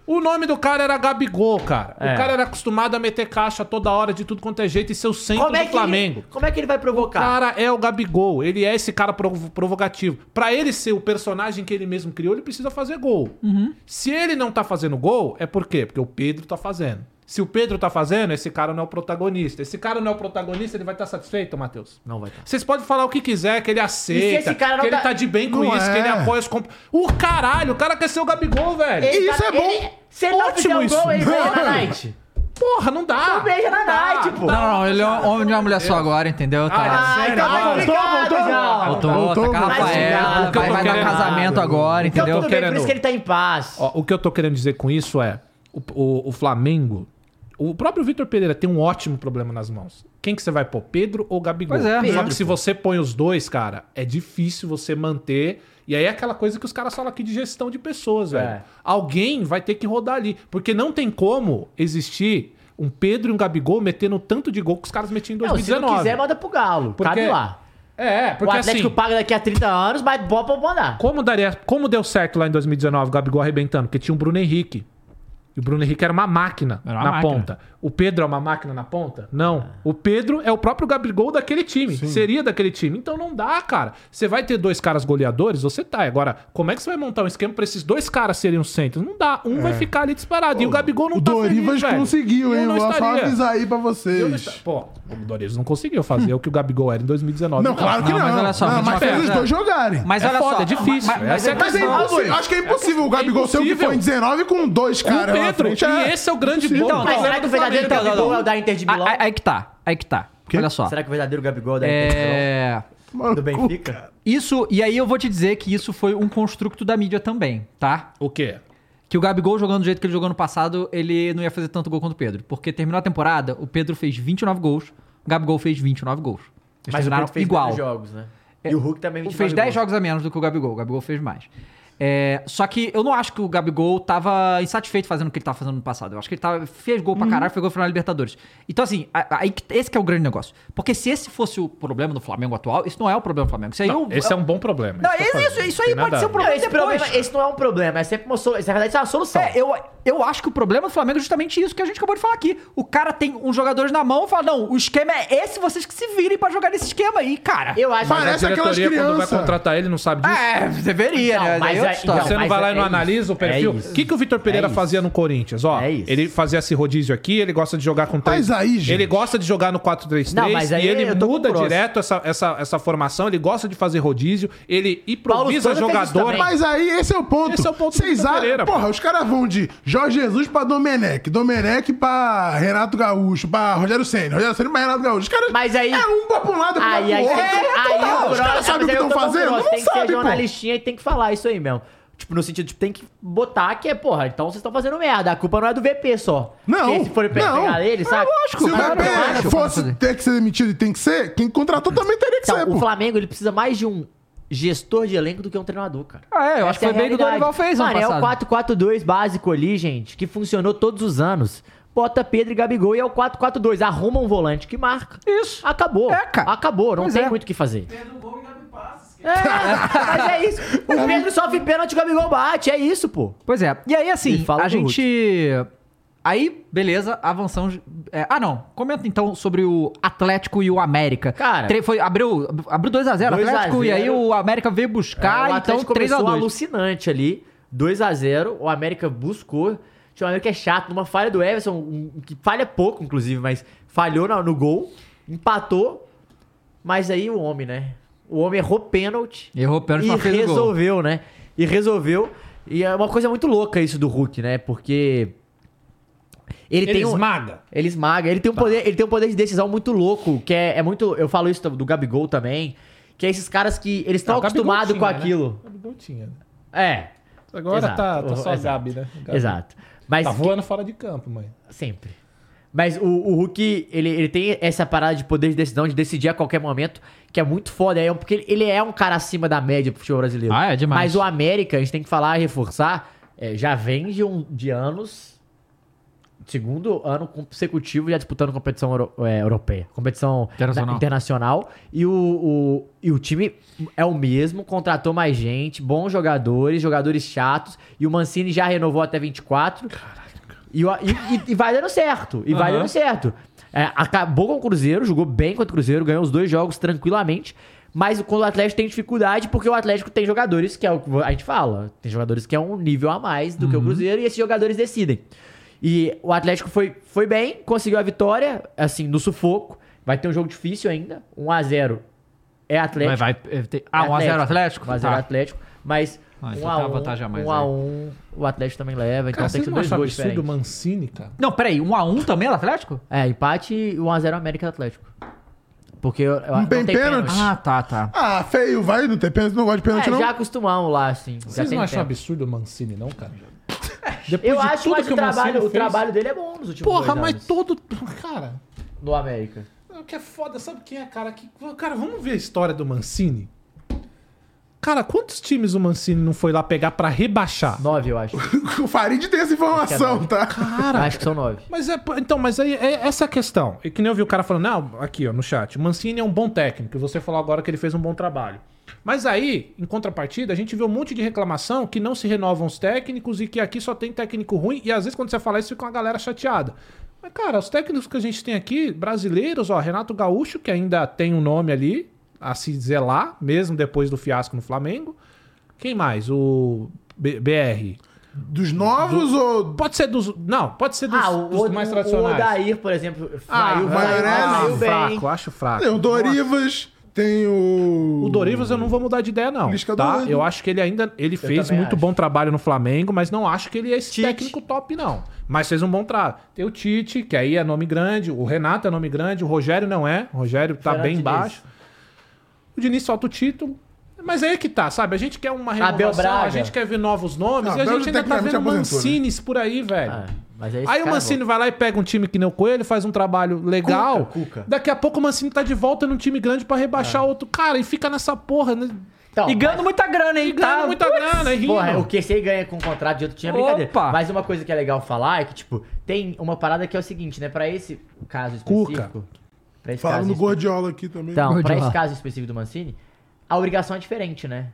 Speaker 3: O nome do cara era Gabigol, cara.
Speaker 4: É.
Speaker 3: O cara era acostumado a meter caixa toda hora, de tudo quanto é jeito, e ser o centro
Speaker 4: como, é
Speaker 3: do
Speaker 4: que
Speaker 3: Flamengo.
Speaker 4: Ele, como é que ele vai
Speaker 3: O
Speaker 4: provocar?
Speaker 3: cara é o Gabigol, ele é esse cara provo- provocativo. Pra ele ser o personagem que ele mesmo
Speaker 4: Uhum.
Speaker 3: criou, ele precisa fazer gol. Se ele não tá fazendo gol, é por quê? Porque o Pedro tá fazendo. Se o Pedro tá fazendo, esse cara não é o protagonista. Esse cara não é o protagonista, ele vai estar satisfeito, Matheus?
Speaker 4: Não vai estar.
Speaker 3: Vocês podem falar o que quiser, que ele aceita,
Speaker 4: esse cara não
Speaker 3: que ele
Speaker 4: tá-
Speaker 3: tá de bem com
Speaker 2: Não
Speaker 3: isso, que
Speaker 2: é.
Speaker 3: ele apoia os... Comp... O caralho, o cara quer ser o Gabigol, velho.
Speaker 2: E isso é bom.
Speaker 4: Se tá- ele não
Speaker 3: Ótimo
Speaker 4: fizer o
Speaker 3: isso.
Speaker 4: gol, ele beija na night.
Speaker 3: Porra, não dá.
Speaker 4: Não beija na
Speaker 3: Não dá,
Speaker 4: night, pô.
Speaker 1: Não, não, ele é um homem de uma mulher só agora, entendeu? Tá.
Speaker 3: Ah,
Speaker 4: Ah,
Speaker 3: sério?
Speaker 4: então
Speaker 3: Ah,
Speaker 4: tá
Speaker 3: voltou,
Speaker 4: complicado,
Speaker 2: voltou?
Speaker 4: já. Então,
Speaker 1: Voltou,
Speaker 2: voltou,
Speaker 1: tá com a
Speaker 4: voltou. Ah,
Speaker 1: Rafaela,
Speaker 4: que eu
Speaker 1: vai,
Speaker 4: tô
Speaker 1: vai dar um
Speaker 4: querendo.
Speaker 1: casamento agora,
Speaker 4: Então
Speaker 1: entendeu?
Speaker 4: tudo bem, por
Speaker 3: Querendo-
Speaker 4: isso que ele tá em paz.
Speaker 3: Ó, o que eu tô querendo dizer com isso é: o, o- o Flamengo. O próprio Vitor Pereira tem um ótimo problema nas mãos. Quem que você vai pôr? Pedro ou Gabigol?
Speaker 1: Pois é.
Speaker 3: Só
Speaker 1: Pedro,
Speaker 3: que se você põe os dois, cara, é difícil você manter. E aí é aquela coisa que os caras falam aqui de gestão de pessoas, velho.
Speaker 4: É.
Speaker 3: Alguém vai ter que rodar ali. Porque não tem como existir um Pedro e um Gabigol metendo tanto de gol que os caras metiam em
Speaker 4: Não, se não
Speaker 3: 2019.
Speaker 4: quiser, manda pro Galo.
Speaker 3: Porque-
Speaker 4: Cabe lá.
Speaker 3: É, porque
Speaker 4: o Atlético
Speaker 3: assim...
Speaker 4: paga daqui a 30 anos, mas bom pra mandar.
Speaker 3: Como, daria, como deu certo lá em 2019 o Gabigol arrebentando? Porque tinha o Bruno Henrique. E o Bruno Henrique era uma máquina
Speaker 1: Era uma
Speaker 3: na
Speaker 1: máquina.
Speaker 3: ponta. O Pedro é uma máquina na ponta? Não. O Pedro é o próprio Gabigol daquele time. Seria daquele time. Então não dá, cara. Você vai ter dois caras goleadores, você tá. Agora, como é que você vai montar um esquema pra esses dois caras serem os centros? Não dá. Um vai ficar ali disparado. e o Gabigol não
Speaker 2: É. o
Speaker 3: tá
Speaker 2: Dorivas
Speaker 3: feliz, velho.
Speaker 2: conseguiu,
Speaker 3: Eu
Speaker 2: hein?
Speaker 3: não
Speaker 2: Vou só
Speaker 3: estaria.
Speaker 2: avisar aí pra
Speaker 3: Eu não
Speaker 2: vocês.
Speaker 3: esta- Pô, o Dorivas não conseguiu fazer o que o Gabigol era em 2019.
Speaker 2: Não, claro que
Speaker 1: Não,
Speaker 2: não.
Speaker 1: mas olha só,
Speaker 2: Não,
Speaker 1: mas
Speaker 2: mas
Speaker 1: uma
Speaker 2: fez os
Speaker 1: coisa-
Speaker 2: dois jogarem.
Speaker 1: Mas
Speaker 3: É
Speaker 1: olha
Speaker 3: Então, foda,
Speaker 1: só.
Speaker 3: é difícil.
Speaker 1: ma- ma- Mas,
Speaker 3: Essa é a
Speaker 2: Mas é
Speaker 3: questão.
Speaker 2: impossível. Acho que é impossível o Gabigol ser o que
Speaker 3: impossível.
Speaker 2: foi em 19 com dois
Speaker 3: Com o
Speaker 2: caras na
Speaker 3: Pedro.
Speaker 2: frente. É.
Speaker 3: E esse é o grande
Speaker 2: Impossível.
Speaker 3: bom.
Speaker 2: Então,
Speaker 4: Mas será que o verdadeiro
Speaker 1: Flamengo-
Speaker 4: Gabigol
Speaker 1: Não,
Speaker 4: é o da Inter de
Speaker 1: Aí,
Speaker 4: Milão?
Speaker 1: aí- aí que tá, aí que tá. Olha só.
Speaker 4: Será que o verdadeiro Gabigol é o da Inter de Milão?
Speaker 1: É.
Speaker 4: Do Benfica?
Speaker 1: Isso, e aí eu vou te dizer que isso foi um construto da mídia também, tá?
Speaker 3: O quê?
Speaker 1: Que o Gabigol jogando do jeito que ele jogou no passado, ele não ia fazer tanto gol quanto o Pedro. Porque terminou a temporada, o Pedro fez 29 gols, o Gabigol fez 29 gols. Eles
Speaker 4: Mas o
Speaker 1: terminaram
Speaker 4: Hulk fez
Speaker 1: igual.
Speaker 4: igual. jogos, né?
Speaker 1: É,
Speaker 4: E o Hulk também
Speaker 1: O fez 10 jogos a menos do que o Gabigol. O Gabigol fez mais. É, só que eu não acho que o Gabigol tava insatisfeito fazendo o que ele tava fazendo no passado. Eu acho que ele tava, fez gol pra
Speaker 4: Uhum.
Speaker 1: caralho, fez gol final da Libertadores. Então, assim, a- a- aí que- esse que é o grande negócio. Porque se esse fosse o problema do Flamengo atual, isso não é o problema do Flamengo. Isso aí
Speaker 3: Não,
Speaker 1: eu-
Speaker 3: esse é um bom problema.
Speaker 1: Não,
Speaker 3: que eu tô
Speaker 1: isso-
Speaker 3: falando.
Speaker 1: isso aí
Speaker 3: Tem
Speaker 1: pode
Speaker 3: nada
Speaker 1: ser
Speaker 3: a
Speaker 1: um
Speaker 3: ver.
Speaker 1: problema
Speaker 4: Não, esse,
Speaker 1: depois.
Speaker 4: problema, esse não é um problema, é sempre uma solução. Na verdade, isso é uma solução.
Speaker 1: É, eu, eu acho que o problema do Flamengo é justamente isso que a gente acabou de falar aqui. O cara tem uns jogadores na mão e fala: não, o esquema é esse, vocês que se virem pra jogar nesse esquema aí, cara.
Speaker 4: Eu acho
Speaker 2: Mas
Speaker 3: A
Speaker 2: Parece aquelas
Speaker 3: diretoria, quando vai
Speaker 2: crianças.
Speaker 3: contratar ele, não sabe disso.
Speaker 1: É, deveria,
Speaker 4: Não,
Speaker 1: né?
Speaker 4: mas
Speaker 1: Daí é
Speaker 4: aí-
Speaker 1: outra história.
Speaker 4: então,
Speaker 3: Você não
Speaker 4: mas
Speaker 3: vai lá
Speaker 4: Ah, é
Speaker 3: e não
Speaker 4: isso,
Speaker 3: analisa o perfil?
Speaker 4: é
Speaker 3: O
Speaker 4: isso.
Speaker 3: que, que o Vitor Pereira
Speaker 4: É
Speaker 3: fazia no Corinthians? Ó,
Speaker 4: É isso.
Speaker 3: ele fazia esse rodízio aqui, ele gosta de jogar com três.
Speaker 2: Mas aí, gente.
Speaker 3: Ele gosta de jogar no 4-3-3
Speaker 4: Não, mas aí
Speaker 3: e ele
Speaker 4: eu tô com o
Speaker 3: muda
Speaker 4: Cross.
Speaker 3: direto essa, essa, essa formação, ele gosta de fazer rodízio, ele improvisa
Speaker 4: Souza fez isso
Speaker 3: jogador.
Speaker 4: também.
Speaker 2: Mas aí, esse é o ponto.
Speaker 3: Esse é o ponto do
Speaker 2: Vocês
Speaker 3: Vitor Pereira,
Speaker 2: acham.
Speaker 3: pô.
Speaker 2: Porra, os caras vão de Jorge Jesus pra Domenech, Domenech pra Renato Gaúcho, pra Rogério Senna, Rogério Senna pra Renato Gaúcho. Os caras.
Speaker 4: Mas aí-
Speaker 2: É um pra um lado, pra
Speaker 4: Aí, aí,
Speaker 2: outro.
Speaker 4: tem que-
Speaker 2: É,
Speaker 4: aí
Speaker 2: total.
Speaker 4: o
Speaker 2: Os caras
Speaker 4: Gross-
Speaker 2: sabem o
Speaker 4: mas
Speaker 2: que
Speaker 4: aí eu
Speaker 2: estão
Speaker 4: tô com o
Speaker 2: fazendo?
Speaker 4: Gross,
Speaker 2: Não
Speaker 4: Tem que ser
Speaker 2: sabe, pô.
Speaker 4: jornalistinha e tem que falar isso aí mesmo. Tipo, no sentido, tipo, tem que botar que é, porra, então vocês estão fazendo merda. A culpa não é do VP só.
Speaker 2: Não,
Speaker 4: Porque se for
Speaker 2: não. É Ah,
Speaker 4: pegar ele, sabe?
Speaker 1: lógico,
Speaker 2: Se o
Speaker 1: Claro, eu acho,
Speaker 2: VP
Speaker 1: eu
Speaker 2: fosse
Speaker 1: concordo.
Speaker 2: ter que ser demitido e tem que ser, quem contratou também teria que ser,
Speaker 4: Então, o
Speaker 2: pô.
Speaker 4: Flamengo, ele precisa mais de um gestor de elenco do que um treinador, cara.
Speaker 1: Ah, é, eu acho
Speaker 4: Essa
Speaker 1: que foi
Speaker 4: é a
Speaker 1: bem o que o
Speaker 4: realidade.
Speaker 1: Dorival fez ano
Speaker 4: Mano, é
Speaker 1: passado.
Speaker 4: o 4-4-2 básico ali, gente, que funcionou todos os anos. Bota Pedro e Gabigol e é o 4-4-2. Arruma um volante que marca.
Speaker 1: Isso.
Speaker 4: Acabou.
Speaker 1: É, cara.
Speaker 4: Acabou, não
Speaker 1: Pois
Speaker 4: tem
Speaker 1: é.
Speaker 4: muito o que fazer. É, mas é isso. O Pedro sofre pênalti, o Gabigol bate. É isso, pô.
Speaker 1: Pois é. E aí, assim,
Speaker 4: E fala
Speaker 1: a
Speaker 4: do Hulk.
Speaker 1: gente. Aí, beleza, avançamos. É, ah, não. Comenta então sobre o Atlético e o América.
Speaker 4: Cara.
Speaker 1: Tre- foi, abriu, abriu 2x0
Speaker 4: 2 a
Speaker 1: Atlético e aí
Speaker 4: 0.
Speaker 1: o América veio buscar,
Speaker 4: É,
Speaker 1: então
Speaker 4: o Atlético começou
Speaker 1: 3x2.
Speaker 4: alucinante ali. 2 a 0 O América buscou. Tinha um América chato, numa falha do Everson, um- um que falha pouco, inclusive, mas falhou na- no, gol. Empatou. Mas aí o homem, né? O homem errou pênalti.
Speaker 1: Errou o pênalti,
Speaker 4: E
Speaker 1: mas fez o gol.
Speaker 4: resolveu, né? E resolveu. E é uma coisa muito louca isso do Hulk, né? Porque. Ele,
Speaker 3: Ele
Speaker 4: tem um,
Speaker 3: esmaga.
Speaker 4: ele esmaga. Ele tem um,
Speaker 3: Tá.
Speaker 4: poder, ele tem um poder de decisão muito louco, que é, é muito... Eu falo isso do Gabigol também, que é esses caras que... Eles estão
Speaker 3: Ah, o Gabigol
Speaker 4: acostumados com
Speaker 3: tinha, né?
Speaker 4: aquilo.
Speaker 3: O Gabigol tinha, né?
Speaker 4: É,
Speaker 3: Agora
Speaker 4: Exato.
Speaker 3: tá, tá só a
Speaker 4: Exato.
Speaker 3: Gabi, né? O Gabi.
Speaker 4: exato. Mas
Speaker 3: Tá voando fora de campo, mãe.
Speaker 4: sempre. Mas o, o Hulk, ele, ele tem essa parada de poder de decisão, de decidir a qualquer momento, que é muito foda. É, um- porque ele- ele é um cara acima da média pro futebol brasileiro.
Speaker 1: Ah, é demais.
Speaker 4: Mas o América, a gente tem que falar e reforçar, é, já vem de, um, de anos, segundo ano consecutivo, já disputando competição euro- é, europeia, competição
Speaker 1: Internacional.
Speaker 4: na- internacional. E o, o- e o time é o mesmo, contratou mais gente, bons jogadores, jogadores chatos. E o Mancini já renovou até 24. E, o- e- e- e vai dando certo. E vai
Speaker 3: Aham.
Speaker 4: dando certo. É, acabou com o Cruzeiro, jogou bem contra o Cruzeiro, ganhou os dois jogos tranquilamente. Mas quando o Atlético tem dificuldade, porque o Atlético tem
Speaker 1: Uhum.
Speaker 4: jogadores que é o que a gente fala. Tem jogadores que é um nível a mais do que o Cruzeiro e esses jogadores decidem. E o Atlético foi, foi bem, conseguiu a vitória, assim, no sufoco. Vai ter um jogo difícil ainda. 1x0 é Atlético.
Speaker 1: Mas vai. é, tem- Ah, 1x0 Atlético?
Speaker 4: 1x0
Speaker 1: Tá.
Speaker 4: Atlético. Mas
Speaker 1: Ah, então
Speaker 4: 1 a
Speaker 1: tem uma
Speaker 4: 1,
Speaker 1: vantagem a mais
Speaker 4: 1 a
Speaker 1: aí.
Speaker 4: 1, o Atlético também leva, então
Speaker 3: Cara, vocês
Speaker 4: tem que ser
Speaker 3: não
Speaker 4: dois
Speaker 3: acham
Speaker 4: gols
Speaker 3: absurdo o
Speaker 4: diferentes.
Speaker 3: Mancini, cara?
Speaker 1: Não, peraí, 1x1 também é do Atlético?
Speaker 4: É, empate e 1x0 América Atlético. Porque eu, eu, não
Speaker 2: tem Um pênalti?
Speaker 1: Ah, tá, tá.
Speaker 2: Ah, feio, vai, não tem pênalti, não gosta de pênalti,
Speaker 4: É,
Speaker 2: não.
Speaker 4: já acostumamos lá, assim. já
Speaker 3: Vocês
Speaker 4: tem
Speaker 3: não acham
Speaker 4: tempo.
Speaker 3: absurdo o Mancini, não, cara?
Speaker 4: Eu acho mas o, trabalho, o
Speaker 3: fez-
Speaker 4: trabalho dele é bom nos últimos
Speaker 3: Porra,
Speaker 4: dois
Speaker 3: mas
Speaker 4: anos,
Speaker 3: todo. Cara,
Speaker 4: No América.
Speaker 3: o que é foda, sabe quem é, cara? Que... Cara, vamos ver a história do Mancini? Cara, quantos times o Mancini não foi lá pegar pra rebaixar?
Speaker 4: Nove, eu acho.
Speaker 2: O Farid tem essa informação, tá?
Speaker 3: Cara,
Speaker 4: Acho que são nove.
Speaker 3: Mas é, então, mas aí é essa é a questão. E que nem eu vi o cara falando, não, aqui ó, no chat, o Mancini é um bom técnico, e você falou agora que ele fez um bom trabalho. Mas aí, em contrapartida, a gente vê um monte de reclamação que não se renovam os técnicos e que aqui só tem técnico ruim, e às vezes quando você fala isso, fica uma galera chateada. Mas, cara, os técnicos que a gente tem aqui, brasileiros, ó, Renato Gaúcho, que ainda tem um nome ali a se zelar, mesmo depois do fiasco no Flamengo. Quem mais? O B- BR.
Speaker 2: Dos novos ou.
Speaker 3: Pode ser dos. Não, pode ser dos,
Speaker 4: ah, o,
Speaker 3: dos
Speaker 4: o,
Speaker 3: mais
Speaker 4: o
Speaker 3: tradicionais.
Speaker 4: Odair, por exemplo,
Speaker 3: Ah,
Speaker 4: saiu,
Speaker 3: o
Speaker 4: saiu,
Speaker 2: Maionese.
Speaker 4: saiu bem.
Speaker 3: fraco, acho fraco.
Speaker 2: Tem o Dorivas, tem o.
Speaker 3: O Dorivas eu não vou mudar de ideia, não.
Speaker 2: Lisca
Speaker 3: Tá?
Speaker 2: doido.
Speaker 3: Eu acho que ele ainda ele fez
Speaker 4: também
Speaker 3: muito
Speaker 4: acho.
Speaker 3: bom trabalho no Flamengo, mas não acho que ele é esse
Speaker 4: Tite.
Speaker 3: técnico top, não. Mas fez um bom trabalho. Tem o Tite, que aí é nome grande, o Renato é nome grande, o Rogério não é. O Rogério tá
Speaker 4: Fernando
Speaker 3: bem
Speaker 4: Diniz.
Speaker 3: baixo. O Diniz solta o título. Mas aí que tá, sabe? A gente quer uma
Speaker 4: Abel
Speaker 3: renovação, a
Speaker 4: Braga.
Speaker 3: gente quer ver novos nomes,
Speaker 2: Ah,
Speaker 3: e a
Speaker 2: Abel
Speaker 3: gente ainda tá
Speaker 2: tecnicamente
Speaker 3: vendo
Speaker 2: aposentou, né?
Speaker 3: Mancines por aí, velho.
Speaker 4: Ah, mas é esse
Speaker 3: Aí o
Speaker 4: cara,
Speaker 3: Mancini vai lá e pega um time que nem o Coelho, faz um trabalho legal.
Speaker 4: Cuca, Cuca. É.
Speaker 3: Daqui a pouco o Mancini tá de volta num time grande pra rebaixar outro cara e fica nessa porra, né?
Speaker 4: Então,
Speaker 1: E ganhando muita grana, hein?
Speaker 3: E ganhando
Speaker 1: tá?
Speaker 3: muita grana, e rindo.
Speaker 4: Porra, é o que você ganha com o contrato de outro time é brincadeira.
Speaker 1: Opa!
Speaker 4: Mas uma coisa que é legal falar é que, tipo, tem uma parada que é o seguinte, né? Pra esse caso específico. Pra esse
Speaker 2: Falando
Speaker 4: caso
Speaker 2: do
Speaker 4: específico-
Speaker 2: Gordiola aqui também.
Speaker 4: Então, pra
Speaker 1: Guardiola.
Speaker 4: esse caso específico do Mancini, a obrigação é diferente, né?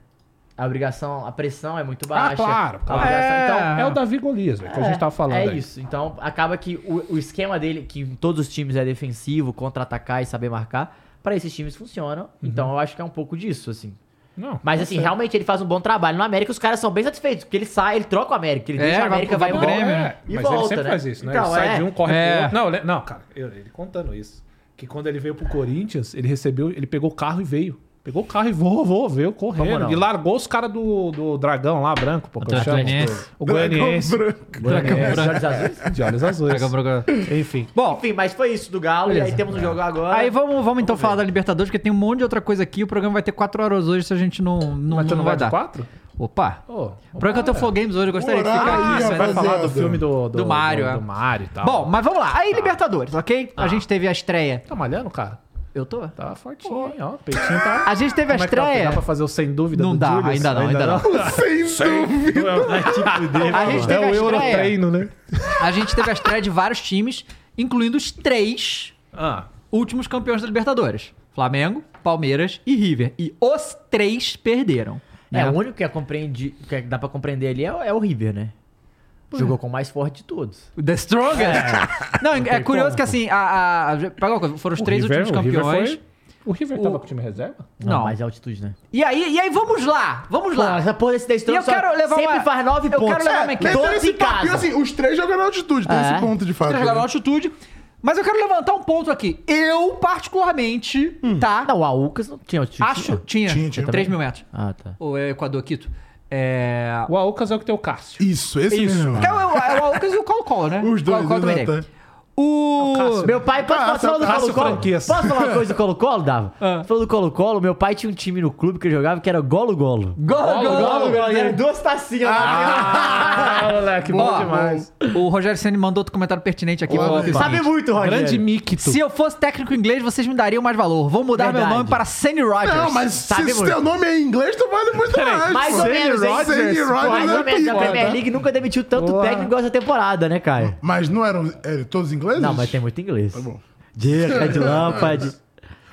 Speaker 4: A obrigação, a pressão é muito baixa.
Speaker 3: Ah, claro,
Speaker 4: A
Speaker 3: claro.
Speaker 4: obrigação- então,
Speaker 1: Ah.
Speaker 3: É o Davi Golias, velho, que a gente tava falando.
Speaker 4: é
Speaker 3: aí.
Speaker 4: isso. Então acaba que o, o esquema dele, que em todos os times é defensivo, contra-atacar e saber marcar, pra esses times
Speaker 3: Uhum.
Speaker 4: funciona. Então eu acho que é um pouco disso, assim.
Speaker 3: Não.
Speaker 4: Mas assim, realmente ele faz um bom trabalho. No América os caras são bem satisfeitos, porque ele sai, ele troca o América, ele
Speaker 1: É,
Speaker 4: deixa o
Speaker 1: vai pro-
Speaker 4: América,
Speaker 1: vai pro
Speaker 4: vai pro
Speaker 3: Não,
Speaker 1: Grêmio,
Speaker 3: é,
Speaker 1: né?
Speaker 4: e
Speaker 3: mas
Speaker 4: volta,
Speaker 3: ele sempre
Speaker 4: né?
Speaker 3: faz isso, né?
Speaker 4: Então,
Speaker 3: ele sai
Speaker 4: é.
Speaker 3: de um, corre
Speaker 1: É.
Speaker 3: pro outro. Não, ele- não, cara, eu- ele contando isso. Que quando ele veio pro Corinthians, ele recebeu, ele pegou o carro e veio. Pegou o carro e voou, voou, veio
Speaker 4: Como
Speaker 3: correndo.
Speaker 4: não?
Speaker 3: E largou os caras do, do Dragão lá, branco, pô, que eu
Speaker 1: Do
Speaker 3: chamo.
Speaker 1: Goianiense.
Speaker 3: O Goianiense.
Speaker 4: Grêmio, Olhos azuis.
Speaker 3: De olhos azuis. Enfim.
Speaker 1: Bom,
Speaker 4: Enfim, mas foi isso do Galo, e aí temos um
Speaker 3: É.
Speaker 4: jogo agora.
Speaker 1: aí vamos, vamos então falar da Libertadores, porque tem um monte de outra coisa aqui. O programa vai ter 4 horas hoje se a gente não, não,
Speaker 3: Mas tu
Speaker 1: não,
Speaker 3: não
Speaker 1: vai
Speaker 3: vai de
Speaker 1: dar.
Speaker 3: quatro?
Speaker 1: Opa.
Speaker 3: Ô,
Speaker 1: O problema é que eu tenho Flow Games hoje, eu gostaria que
Speaker 2: Horário,
Speaker 1: ficar isso.
Speaker 2: rapaz.
Speaker 1: né?
Speaker 3: Ah, vai falar do
Speaker 2: rapaziada.
Speaker 3: filme do, do,
Speaker 1: Do Mario,
Speaker 3: do, do
Speaker 1: é.
Speaker 3: Mario e tal.
Speaker 1: Bom, mas vamos lá. Aí, Libertadores, ok?
Speaker 3: Ah.
Speaker 1: A gente teve a estreia.
Speaker 3: tá malhando, cara?
Speaker 1: Eu tô?
Speaker 3: Tá fortinho, hein, ó. O peitinho tá.
Speaker 1: A gente teve a
Speaker 3: Como é que tá?
Speaker 1: estreia.
Speaker 3: Dá pra fazer o sem dúvida
Speaker 1: Não
Speaker 3: do
Speaker 1: dá,
Speaker 3: Julius?
Speaker 1: ainda não, ainda não.
Speaker 2: Sem dúvida.
Speaker 1: A gente
Speaker 3: É
Speaker 1: teve a
Speaker 3: o
Speaker 1: estreia.
Speaker 3: Eurotreino, né?
Speaker 1: A gente teve a estreia de vários times, incluindo os três
Speaker 3: Ah,
Speaker 1: últimos campeões da Libertadores: Flamengo, Palmeiras e River. E os três perderam.
Speaker 4: É,
Speaker 1: né?
Speaker 4: o único que, é compreendi, que dá pra compreender ali é, o- é o River, né?
Speaker 1: é.
Speaker 4: Jogou com o mais forte de todos.
Speaker 1: The Strongest. Não, é
Speaker 3: tem
Speaker 1: curioso
Speaker 3: como.
Speaker 1: que assim, a, a, a- pega uma coisa, foram os três
Speaker 3: River-
Speaker 1: últimos
Speaker 3: River
Speaker 1: campeões.
Speaker 3: foi- O River tava com o time reserva?
Speaker 1: Não.
Speaker 4: mas é altitude, né?
Speaker 1: E aí, e aí, vamos lá, vamos
Speaker 4: Pô,
Speaker 1: lá.
Speaker 4: essa porra desse 10
Speaker 1: E eu quero levar
Speaker 4: sempre
Speaker 1: uma-
Speaker 4: faz 9
Speaker 1: eu quero
Speaker 4: pontos.
Speaker 1: levar uma
Speaker 2: É,
Speaker 1: equipe.
Speaker 2: mas tem
Speaker 4: 12
Speaker 2: esse
Speaker 4: em
Speaker 2: papinho,
Speaker 4: casa.
Speaker 2: assim, os três jogando altitude, tem
Speaker 4: É.
Speaker 2: esse ponto de fato.
Speaker 1: Eles jogaram
Speaker 2: né?
Speaker 1: altitude. Mas eu quero levantar um ponto aqui. Eu, particularmente, tá?
Speaker 4: Não, o Aucas não tinha altitude.
Speaker 1: acho. Tinha,
Speaker 2: Tinha, tinha
Speaker 1: 3
Speaker 2: também.
Speaker 1: mil metros.
Speaker 4: Ah, tá.
Speaker 1: Ou é Equador, Quito? É.
Speaker 3: O Aucas é o que tem o Cássio.
Speaker 2: Isso, esse
Speaker 1: Isso.
Speaker 2: mesmo.
Speaker 1: É o, é o Alcas e o Colo-Colo, né?
Speaker 2: Os dois,
Speaker 1: Colo-Colo também
Speaker 2: exato.
Speaker 1: tem. O.
Speaker 3: Cássio.
Speaker 4: Meu pai, posso, posso
Speaker 2: Ah,
Speaker 4: falar do
Speaker 3: Cássio
Speaker 4: Colo-Colo?
Speaker 3: Franquias.
Speaker 4: Posso falar uma coisa do Colo-Colo, Dava?
Speaker 1: Ah.
Speaker 4: Falando do Colo-Colo, meu pai tinha um time no clube que eu jogava que era Golo-Golo.
Speaker 1: Gol, gol, gol.
Speaker 4: e eram duas tacinhas
Speaker 3: Ah, moleque,
Speaker 1: Ó, O Rogério Senna mandou outro comentário pertinente aqui. falou que-
Speaker 4: Sabe muito, Rogério.
Speaker 3: Grande Micto.
Speaker 1: Se eu fosse técnico inglês, vocês me dariam mais valor. Vou mudar meu
Speaker 4: Verdade.
Speaker 1: nome para Senny Rogers.
Speaker 2: Não, mas
Speaker 4: Sabe
Speaker 2: se o
Speaker 4: muito.
Speaker 2: teu nome é em inglês, tu vale muito mais.
Speaker 4: Mais
Speaker 2: pô.
Speaker 4: ou menos, hein?
Speaker 2: Sandy
Speaker 4: Sandy
Speaker 2: Rogers
Speaker 4: Pô, Mais
Speaker 2: é
Speaker 4: ou menos, a
Speaker 2: pica,
Speaker 4: Premier
Speaker 2: tá?
Speaker 4: League nunca demitiu tanto
Speaker 3: Boa.
Speaker 4: técnico igual essa temporada, né, Caio?
Speaker 2: Mas não eram eram todos ingleses?
Speaker 4: Não, mas tem muito inglês. Tá
Speaker 2: bom.
Speaker 4: Dica de lâmpade.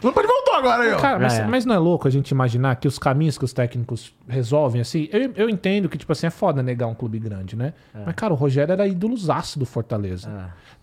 Speaker 2: Lampard voltou agora aí, ó.
Speaker 3: Cara, mas,
Speaker 4: É.
Speaker 3: mas não é louco a gente imaginar que os caminhos que os técnicos resolvem, assim. Eu, eu entendo que, tipo assim, é foda negar um clube grande, né?
Speaker 4: É.
Speaker 3: Mas, cara, o Rogério era ídolozaço do Fortaleza.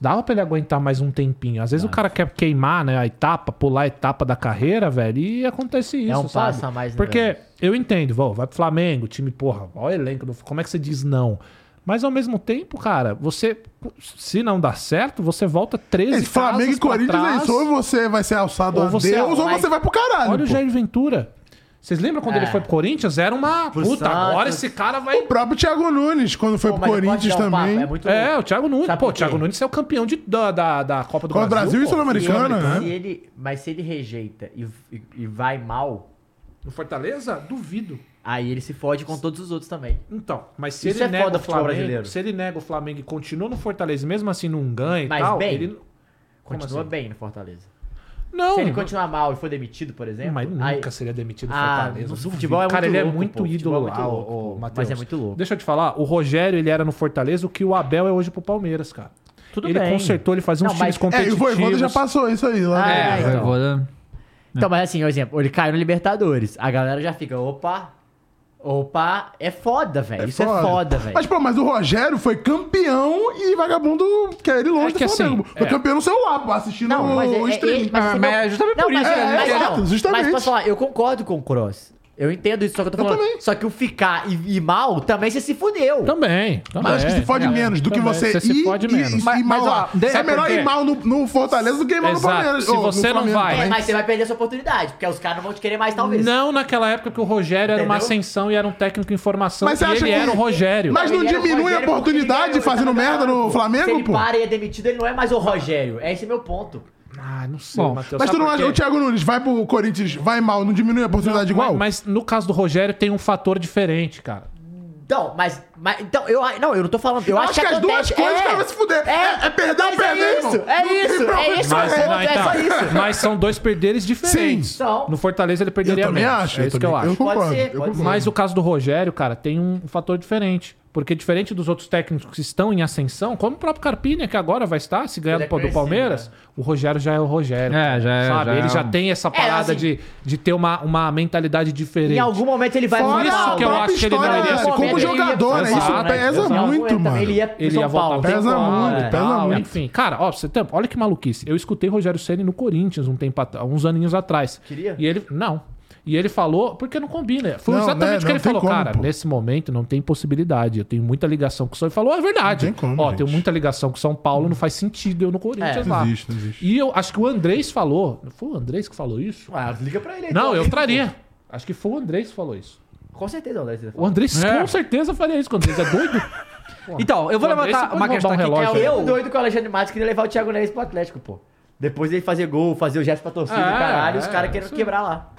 Speaker 3: Dava pra ele aguentar mais um tempinho. Às vezes
Speaker 4: É.
Speaker 3: o cara quer queimar, né, a etapa, pular a etapa da carreira, velho, e acontece isso.
Speaker 4: É um
Speaker 3: sabe?
Speaker 4: passo a mais, né,
Speaker 3: Porque
Speaker 4: velho?
Speaker 3: eu entendo, vô, vai pro Flamengo, time, porra, olha o elenco. do- Como é que você diz não? Mas ao mesmo tempo, cara, você. Se não dá certo, você volta 13
Speaker 2: Esse É, Flamengo e
Speaker 3: casas pra
Speaker 2: Corinthians é
Speaker 3: trás.
Speaker 2: isso. Ou você vai ser alçado
Speaker 3: Ou
Speaker 2: a
Speaker 3: você
Speaker 2: Deus, ou
Speaker 4: vai-
Speaker 2: você vai pro caralho.
Speaker 3: Olha o
Speaker 2: pô.
Speaker 3: Jair Ventura. Vocês lembram quando ele
Speaker 4: É.
Speaker 3: foi pro Corinthians? Era uma.
Speaker 4: Pro
Speaker 3: Puta, agora
Speaker 4: Santos.
Speaker 3: esse cara vai.
Speaker 2: O próprio Thiago Nunes, quando foi
Speaker 4: Pô,
Speaker 2: pro
Speaker 4: mas pode
Speaker 2: Corinthians
Speaker 4: dar um papo,
Speaker 2: também.
Speaker 4: É muito
Speaker 3: É,
Speaker 4: louco.
Speaker 3: o Thiago Nunes.
Speaker 4: Sabe
Speaker 3: Pô,
Speaker 4: por
Speaker 3: o Thiago
Speaker 4: quê?
Speaker 3: Nules é o campeão de, da, da, da Copa do
Speaker 2: Copa do Brasil e
Speaker 3: pô.
Speaker 2: Sul-Americana, né?
Speaker 4: Se ele, mas se ele rejeita e, e, e vai mal,
Speaker 3: No Fortaleza? Duvido.
Speaker 4: aí ele se fode com todos os outros também.
Speaker 3: Então, mas se
Speaker 4: Isso
Speaker 3: ele
Speaker 4: é
Speaker 3: nega
Speaker 4: foda
Speaker 3: o
Speaker 4: pro futebol
Speaker 3: Flamengo,
Speaker 4: brasileiro.
Speaker 3: se ele nega o Flamengo e continua no Fortaleza, e mesmo assim não ganha e
Speaker 4: Mas
Speaker 3: tal,
Speaker 4: bem.
Speaker 3: ele Como
Speaker 4: Continua
Speaker 3: assim?
Speaker 4: bem no Fortaleza.
Speaker 3: não.
Speaker 4: se ele continuar mal e for demitido, por exemplo.
Speaker 3: mas nunca
Speaker 4: aí-
Speaker 3: seria demitido do
Speaker 4: Ah,
Speaker 3: Fortaleza.
Speaker 4: no
Speaker 3: duvido.
Speaker 4: futebol é muito
Speaker 3: Cara, ele é
Speaker 4: louco,
Speaker 3: muito
Speaker 4: pô.
Speaker 3: ídolo
Speaker 4: Futebol é muito
Speaker 3: lá,
Speaker 4: louco,
Speaker 3: ô, ô,
Speaker 4: pô.
Speaker 3: Matheus.
Speaker 4: Mas é muito louco.
Speaker 3: Deixa eu te falar, o Rogério, ele era no Fortaleza o que o Abel é hoje pro Palmeiras, cara.
Speaker 4: Tudo
Speaker 3: ele
Speaker 4: bem.
Speaker 3: consertou, ele fazia
Speaker 4: Não,
Speaker 3: uns
Speaker 4: mas-
Speaker 3: times
Speaker 2: É, e o
Speaker 3: competitivos.
Speaker 2: Voivoda já passou isso aí lá.
Speaker 4: Ah,
Speaker 2: né?
Speaker 4: é, então.
Speaker 1: Voivoda-
Speaker 4: Então, mas assim, por exemplo, ele caiu no Libertadores. A galera já fica, opa. Opa, é foda, velho. Isso é foda, velho.
Speaker 2: Mas, pô, mas o Rogério foi campeão e vagabundo quer ele longe
Speaker 3: É que
Speaker 2: do Flamengo.
Speaker 3: assim,
Speaker 2: foi
Speaker 3: é.
Speaker 2: campeão no celular, pô, assistindo
Speaker 4: Não, mas é,
Speaker 2: o
Speaker 4: é-
Speaker 2: streaming.
Speaker 4: é- mas
Speaker 1: Ah,
Speaker 4: você
Speaker 1: mas
Speaker 4: não-
Speaker 1: é justamente
Speaker 4: Não,
Speaker 1: por
Speaker 4: mas-
Speaker 1: isso, né?
Speaker 4: Mas,
Speaker 2: É,
Speaker 4: não,
Speaker 2: justamente.
Speaker 4: mas posso falar, eu concordo com o Cross. Eu entendo isso, só que eu tô
Speaker 2: Eu
Speaker 4: falando.
Speaker 2: também.
Speaker 4: só que o ficar e, e mal também você se fudeu.
Speaker 3: Também, também.
Speaker 2: Mas acho que se fode
Speaker 3: também,
Speaker 2: menos do que
Speaker 3: É, também.
Speaker 2: você,
Speaker 3: se
Speaker 2: ir
Speaker 3: fode
Speaker 2: e-
Speaker 3: menos.
Speaker 2: e,
Speaker 1: Mas-
Speaker 2: ir mal
Speaker 1: mas, ó,
Speaker 2: lá.
Speaker 1: de-
Speaker 2: é
Speaker 1: sabe
Speaker 2: melhor
Speaker 3: por quê?
Speaker 2: ir mal no, no Fortaleza do que ir mal
Speaker 3: Exato.
Speaker 2: no Palmeiras.
Speaker 3: Se
Speaker 2: ou no
Speaker 3: você não
Speaker 2: Flamengo.
Speaker 3: vai-
Speaker 4: É,
Speaker 3: Mas-
Speaker 4: mas você vai perder essa oportunidade, porque os caras não vão te querer mais, talvez.
Speaker 3: Não naquela época que o Rogério era uma
Speaker 4: Entendeu?
Speaker 3: ascensão e era um técnico em formação.
Speaker 2: Mas você
Speaker 3: e
Speaker 2: acha
Speaker 3: ele
Speaker 2: que-
Speaker 3: era o Rogério.
Speaker 2: Mas não
Speaker 4: Ele era o
Speaker 2: diminui a
Speaker 4: Rogério porque ele
Speaker 2: oportunidade
Speaker 4: ganhou, ele
Speaker 2: fazendo
Speaker 4: tava
Speaker 2: merda
Speaker 4: ganhando,
Speaker 2: no
Speaker 4: pô. Se
Speaker 2: Flamengo,
Speaker 4: ele
Speaker 2: pô.
Speaker 4: para e é demitido, ele não é mais o Rogério. Esse é meu ponto.
Speaker 3: Ah, não sei,
Speaker 1: Bom,
Speaker 3: Matheus.
Speaker 2: Mas tu
Speaker 3: sabe
Speaker 2: não
Speaker 3: por
Speaker 2: acha
Speaker 3: quê?
Speaker 2: o Thiago Nunes vai pro Corinthians, vai mal, não diminui a oportunidade igual?
Speaker 3: Mas, mas no caso do Rogério tem um fator diferente, cara.
Speaker 4: Então, mas, mas- então eu não, eu não tô falando, eu,
Speaker 2: Eu
Speaker 4: acho que
Speaker 2: as duas
Speaker 4: acontece-
Speaker 2: coisas
Speaker 4: é,
Speaker 2: o cara vai se fuder. É, é perder ou
Speaker 4: mas
Speaker 2: perder,
Speaker 4: é
Speaker 2: irmão.
Speaker 4: isso, é
Speaker 2: Não tem
Speaker 4: isso,
Speaker 2: problema.
Speaker 4: é isso,
Speaker 3: Mas,
Speaker 4: é
Speaker 3: não,
Speaker 4: é
Speaker 3: então,
Speaker 4: só isso.
Speaker 3: mas são dois perderes diferentes.
Speaker 2: Sim.
Speaker 4: São.
Speaker 3: No Fortaleza ele
Speaker 2: Eu
Speaker 3: perderia
Speaker 2: também
Speaker 3: menos.
Speaker 2: acho.
Speaker 3: é isso que eu
Speaker 2: também-
Speaker 3: acho.
Speaker 4: Pode
Speaker 2: concordo.
Speaker 4: ser,
Speaker 2: eu
Speaker 4: pode
Speaker 2: concordo.
Speaker 4: ser.
Speaker 3: Mas o caso do Rogério, cara, tem um fator diferente. Porque diferente dos outros técnicos que estão em ascensão, como o próprio Carpini, que agora vai estar, se ganhar
Speaker 4: Ele é
Speaker 3: do, do
Speaker 4: conhecido,
Speaker 3: Palmeiras,
Speaker 2: né?
Speaker 3: o Rogério já é o Rogério.
Speaker 1: É,
Speaker 3: cara,
Speaker 1: já é-
Speaker 3: Sabe?
Speaker 1: já é
Speaker 3: ele já
Speaker 1: um-
Speaker 3: tem essa parada
Speaker 4: assim-
Speaker 3: de, de ter uma, uma mentalidade diferente.
Speaker 4: Em algum momento ele vai
Speaker 2: Fora
Speaker 3: isso
Speaker 2: a
Speaker 3: que eu
Speaker 2: própria
Speaker 3: acho que ele
Speaker 2: história
Speaker 3: não iria se
Speaker 2: como
Speaker 3: convencer.
Speaker 2: jogador, né? Isso
Speaker 3: Exato,
Speaker 2: pesa
Speaker 3: exato.
Speaker 2: muito, mano.
Speaker 4: é, Ele ia pro
Speaker 3: Ele é
Speaker 4: São
Speaker 3: ia voltar
Speaker 4: Paulo. né?
Speaker 3: pra
Speaker 2: Pesa
Speaker 3: Europa,
Speaker 2: muito,
Speaker 3: e
Speaker 2: pesa
Speaker 3: tal,
Speaker 2: muito.
Speaker 3: Enfim, cara, ó, pra você tem, olha que maluquice. Eu escutei Rogério Ceni no Corinthians um tempo atra- uns aninhos atrás.
Speaker 4: Queria?
Speaker 3: E ele não. E ele falou, porque não combina. Foi
Speaker 2: Não,
Speaker 3: exatamente
Speaker 2: né?
Speaker 3: o que
Speaker 2: Não
Speaker 3: ele
Speaker 2: tem
Speaker 3: falou,
Speaker 2: como,
Speaker 3: cara.
Speaker 2: pô.
Speaker 3: Nesse momento não tem possibilidade. Eu tenho muita ligação com o São Paulo. Ele falou, é verdade.
Speaker 2: Não tem como,
Speaker 3: ó,
Speaker 2: gente.
Speaker 3: tenho muita ligação com o São Paulo, não faz sentido eu no Corinthians
Speaker 2: Não
Speaker 3: lá.
Speaker 2: existe, não existe.
Speaker 3: E eu acho que o Andrés falou. Foi o Andrés que falou isso?
Speaker 4: Ah, liga pra ele aí,
Speaker 3: Não,
Speaker 4: então.
Speaker 3: eu traria. Acho que foi o Andrés que falou isso.
Speaker 4: Com certeza, André.
Speaker 3: O Andrés
Speaker 1: É.
Speaker 3: com certeza faria isso, que o Andrés é doido.
Speaker 1: Então, eu vou
Speaker 3: Pô,
Speaker 1: levantar
Speaker 3: André, você pode
Speaker 1: uma
Speaker 3: roubar
Speaker 1: questão
Speaker 3: um
Speaker 1: aqui.
Speaker 3: relógio
Speaker 1: que é
Speaker 3: aí.
Speaker 1: o-
Speaker 4: Eu doido que o Alexandre Matos queria levar o Thiago Neves pro Atlético, pô. Depois ele fazer gol, fazer o gesto pra torcida,
Speaker 3: É,
Speaker 4: caralho, os
Speaker 3: é,
Speaker 4: caras querendo quebrar lá.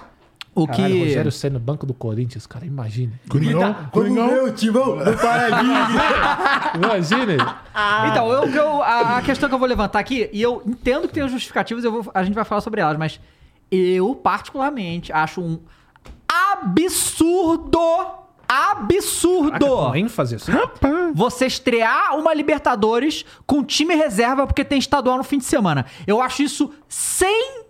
Speaker 1: O
Speaker 3: Caralho, o Rogério
Speaker 1: que...
Speaker 3: Senna, banco do Corinthians, cara, imagina.
Speaker 2: Coringão, Coringão.
Speaker 6: Meu timão, não para ali.
Speaker 3: Imagine.
Speaker 1: Então, eu, que eu- a, a questão que eu vou levantar aqui, e eu entendo que tem os justificativos, eu vou- a gente vai falar sobre elas, mas eu, particularmente, acho um absurdo, absurdo,
Speaker 3: Com ênfase, assim.
Speaker 1: você estrear uma Libertadores com time reserva porque tem estadual no fim de semana. Eu acho isso sem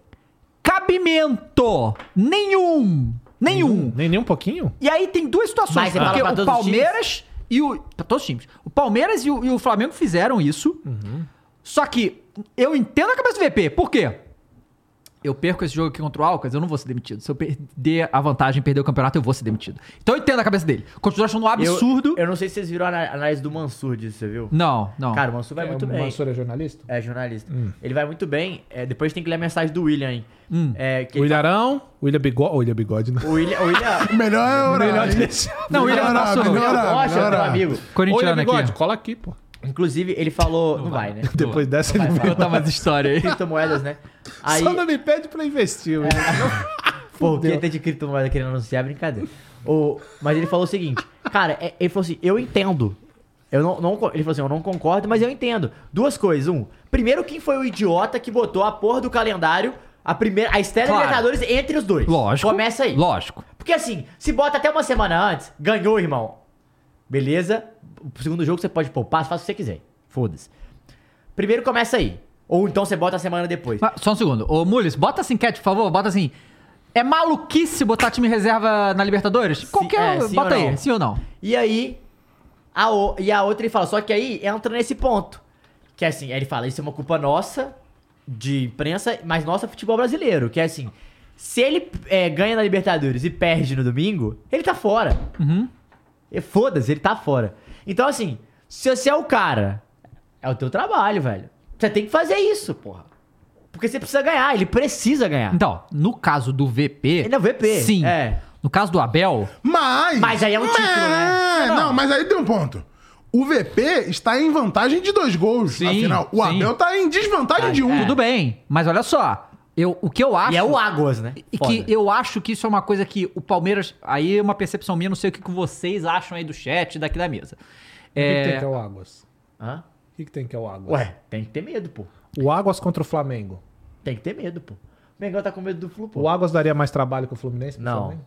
Speaker 1: cabimento nenhum, nenhum.
Speaker 3: Nem, nem um pouquinho?
Speaker 1: E aí tem duas situações,
Speaker 4: Mas você fala
Speaker 1: porque
Speaker 4: pra
Speaker 1: o
Speaker 4: todos os
Speaker 1: Palmeiras e o. Pra todos os times. O Palmeiras e o, e o Flamengo fizeram isso. Só que eu entendo a cabeça do VP. Por quê? Eu perco esse jogo aqui contra o Alcas, eu não vou ser demitido. Se eu perder a vantagem, perder o campeonato, eu vou ser demitido. Então eu entendo a cabeça dele. Continua achando um
Speaker 4: Eu-
Speaker 1: absurdo.
Speaker 4: Eu, não sei se vocês viram a ana- análise do Mansur disso, você viu?
Speaker 1: Não, não.
Speaker 4: Cara, o Mansur vai
Speaker 3: É,
Speaker 4: muito
Speaker 3: o
Speaker 4: bem.
Speaker 3: Mansur é jornalista?
Speaker 4: É jornalista. Ele vai muito bem. É, depois tem que ler a mensagem do William, hein? É, que
Speaker 3: O Ilharão, o William Bigode. O William Bigode, não.
Speaker 4: O William. O William
Speaker 2: Melhor é o
Speaker 3: Melhor
Speaker 2: horário.
Speaker 3: desse.
Speaker 1: não, ele
Speaker 2: melhorar,
Speaker 1: passou.
Speaker 2: melhorar.
Speaker 4: eu gosto, é meu
Speaker 2: melhorar.
Speaker 4: amigo.
Speaker 3: William
Speaker 1: Corintiano
Speaker 3: Bigode,
Speaker 1: aqui.
Speaker 3: cola aqui, pô.
Speaker 4: Inclusive, ele falou. Não vai, né?
Speaker 3: Depois dessa ele
Speaker 1: Vou
Speaker 4: tá
Speaker 1: contar umas histórias aí.
Speaker 4: Criptomoedas, né? Aí.
Speaker 3: Só não me pede pra investir. É.
Speaker 4: Pô, quem até de criptomoeda querendo anunciar é brincadeira. O, mas ele falou o seguinte, cara, é- ele falou assim, eu entendo. Eu não, não con- ele falou assim, eu não concordo, mas eu entendo. Duas coisas. Um, primeiro, quem foi o idiota que botou a porra do calendário, a primeira, a estreia da
Speaker 1: Claro.
Speaker 4: Libertadores entre os dois?
Speaker 1: Lógico.
Speaker 4: Começa aí.
Speaker 1: Lógico.
Speaker 4: Porque assim, se bota até uma semana antes, ganhou, irmão. Beleza? O segundo jogo você pode poupar, faz o que você quiser. Foda-se. Primeiro começa aí. Ou então você bota a semana depois.
Speaker 1: Mas, Só um segundo. Ô, Mules, bota assim, Cat, por favor, bota assim. É maluquice botar time reserva na Libertadores? Qualquer. um,
Speaker 4: é, sim
Speaker 1: bota
Speaker 4: ou
Speaker 1: aí,
Speaker 4: não?
Speaker 1: sim ou não?
Speaker 4: E aí, a, o- e a outra ele fala, só que aí entra nesse ponto. Que é assim, aí ele fala, isso é uma culpa nossa, de imprensa, mas nossa futebol brasileiro. Que é assim, se ele é, ganha na Libertadores e
Speaker 1: Uhum.
Speaker 4: perde no domingo, ele tá fora. E Foda-se, ele tá fora. Então assim, Se você é o cara, é o teu trabalho, velho. Você tem que fazer isso, porra. Porque você precisa ganhar, ele precisa ganhar.
Speaker 1: Então, no caso do VP.
Speaker 4: Ele é o VP,
Speaker 1: Sim.
Speaker 4: é.
Speaker 1: No caso do Abel.
Speaker 2: Mas.
Speaker 4: Mas aí é um título, né?
Speaker 2: Não, mas aí tem um ponto. O VP está em vantagem de dois gols.
Speaker 1: Sim,
Speaker 2: afinal, o
Speaker 1: sim. é.
Speaker 2: Abel está em desvantagem de um.
Speaker 1: Tudo bem. Mas olha só. Eu, o que eu acho.
Speaker 4: É. E é o Águas, né?
Speaker 1: E
Speaker 4: Foda.
Speaker 1: que eu acho que isso é uma coisa que o Palmeiras. Aí é uma percepção minha, não sei o que que vocês acham aí do chat, daqui da mesa.
Speaker 3: O que, que tem
Speaker 1: É,
Speaker 3: que é o Águas?
Speaker 4: Hã?
Speaker 3: O que, que tem que é o Águas?
Speaker 4: Ué, tem que ter medo, pô.
Speaker 3: O Águas contra o Flamengo.
Speaker 4: Tem que ter medo, pô. O Mengão tá com medo do Flu, pô.
Speaker 3: O Águas daria mais trabalho que o Fluminense? pro
Speaker 4: Não.
Speaker 3: Flamengo?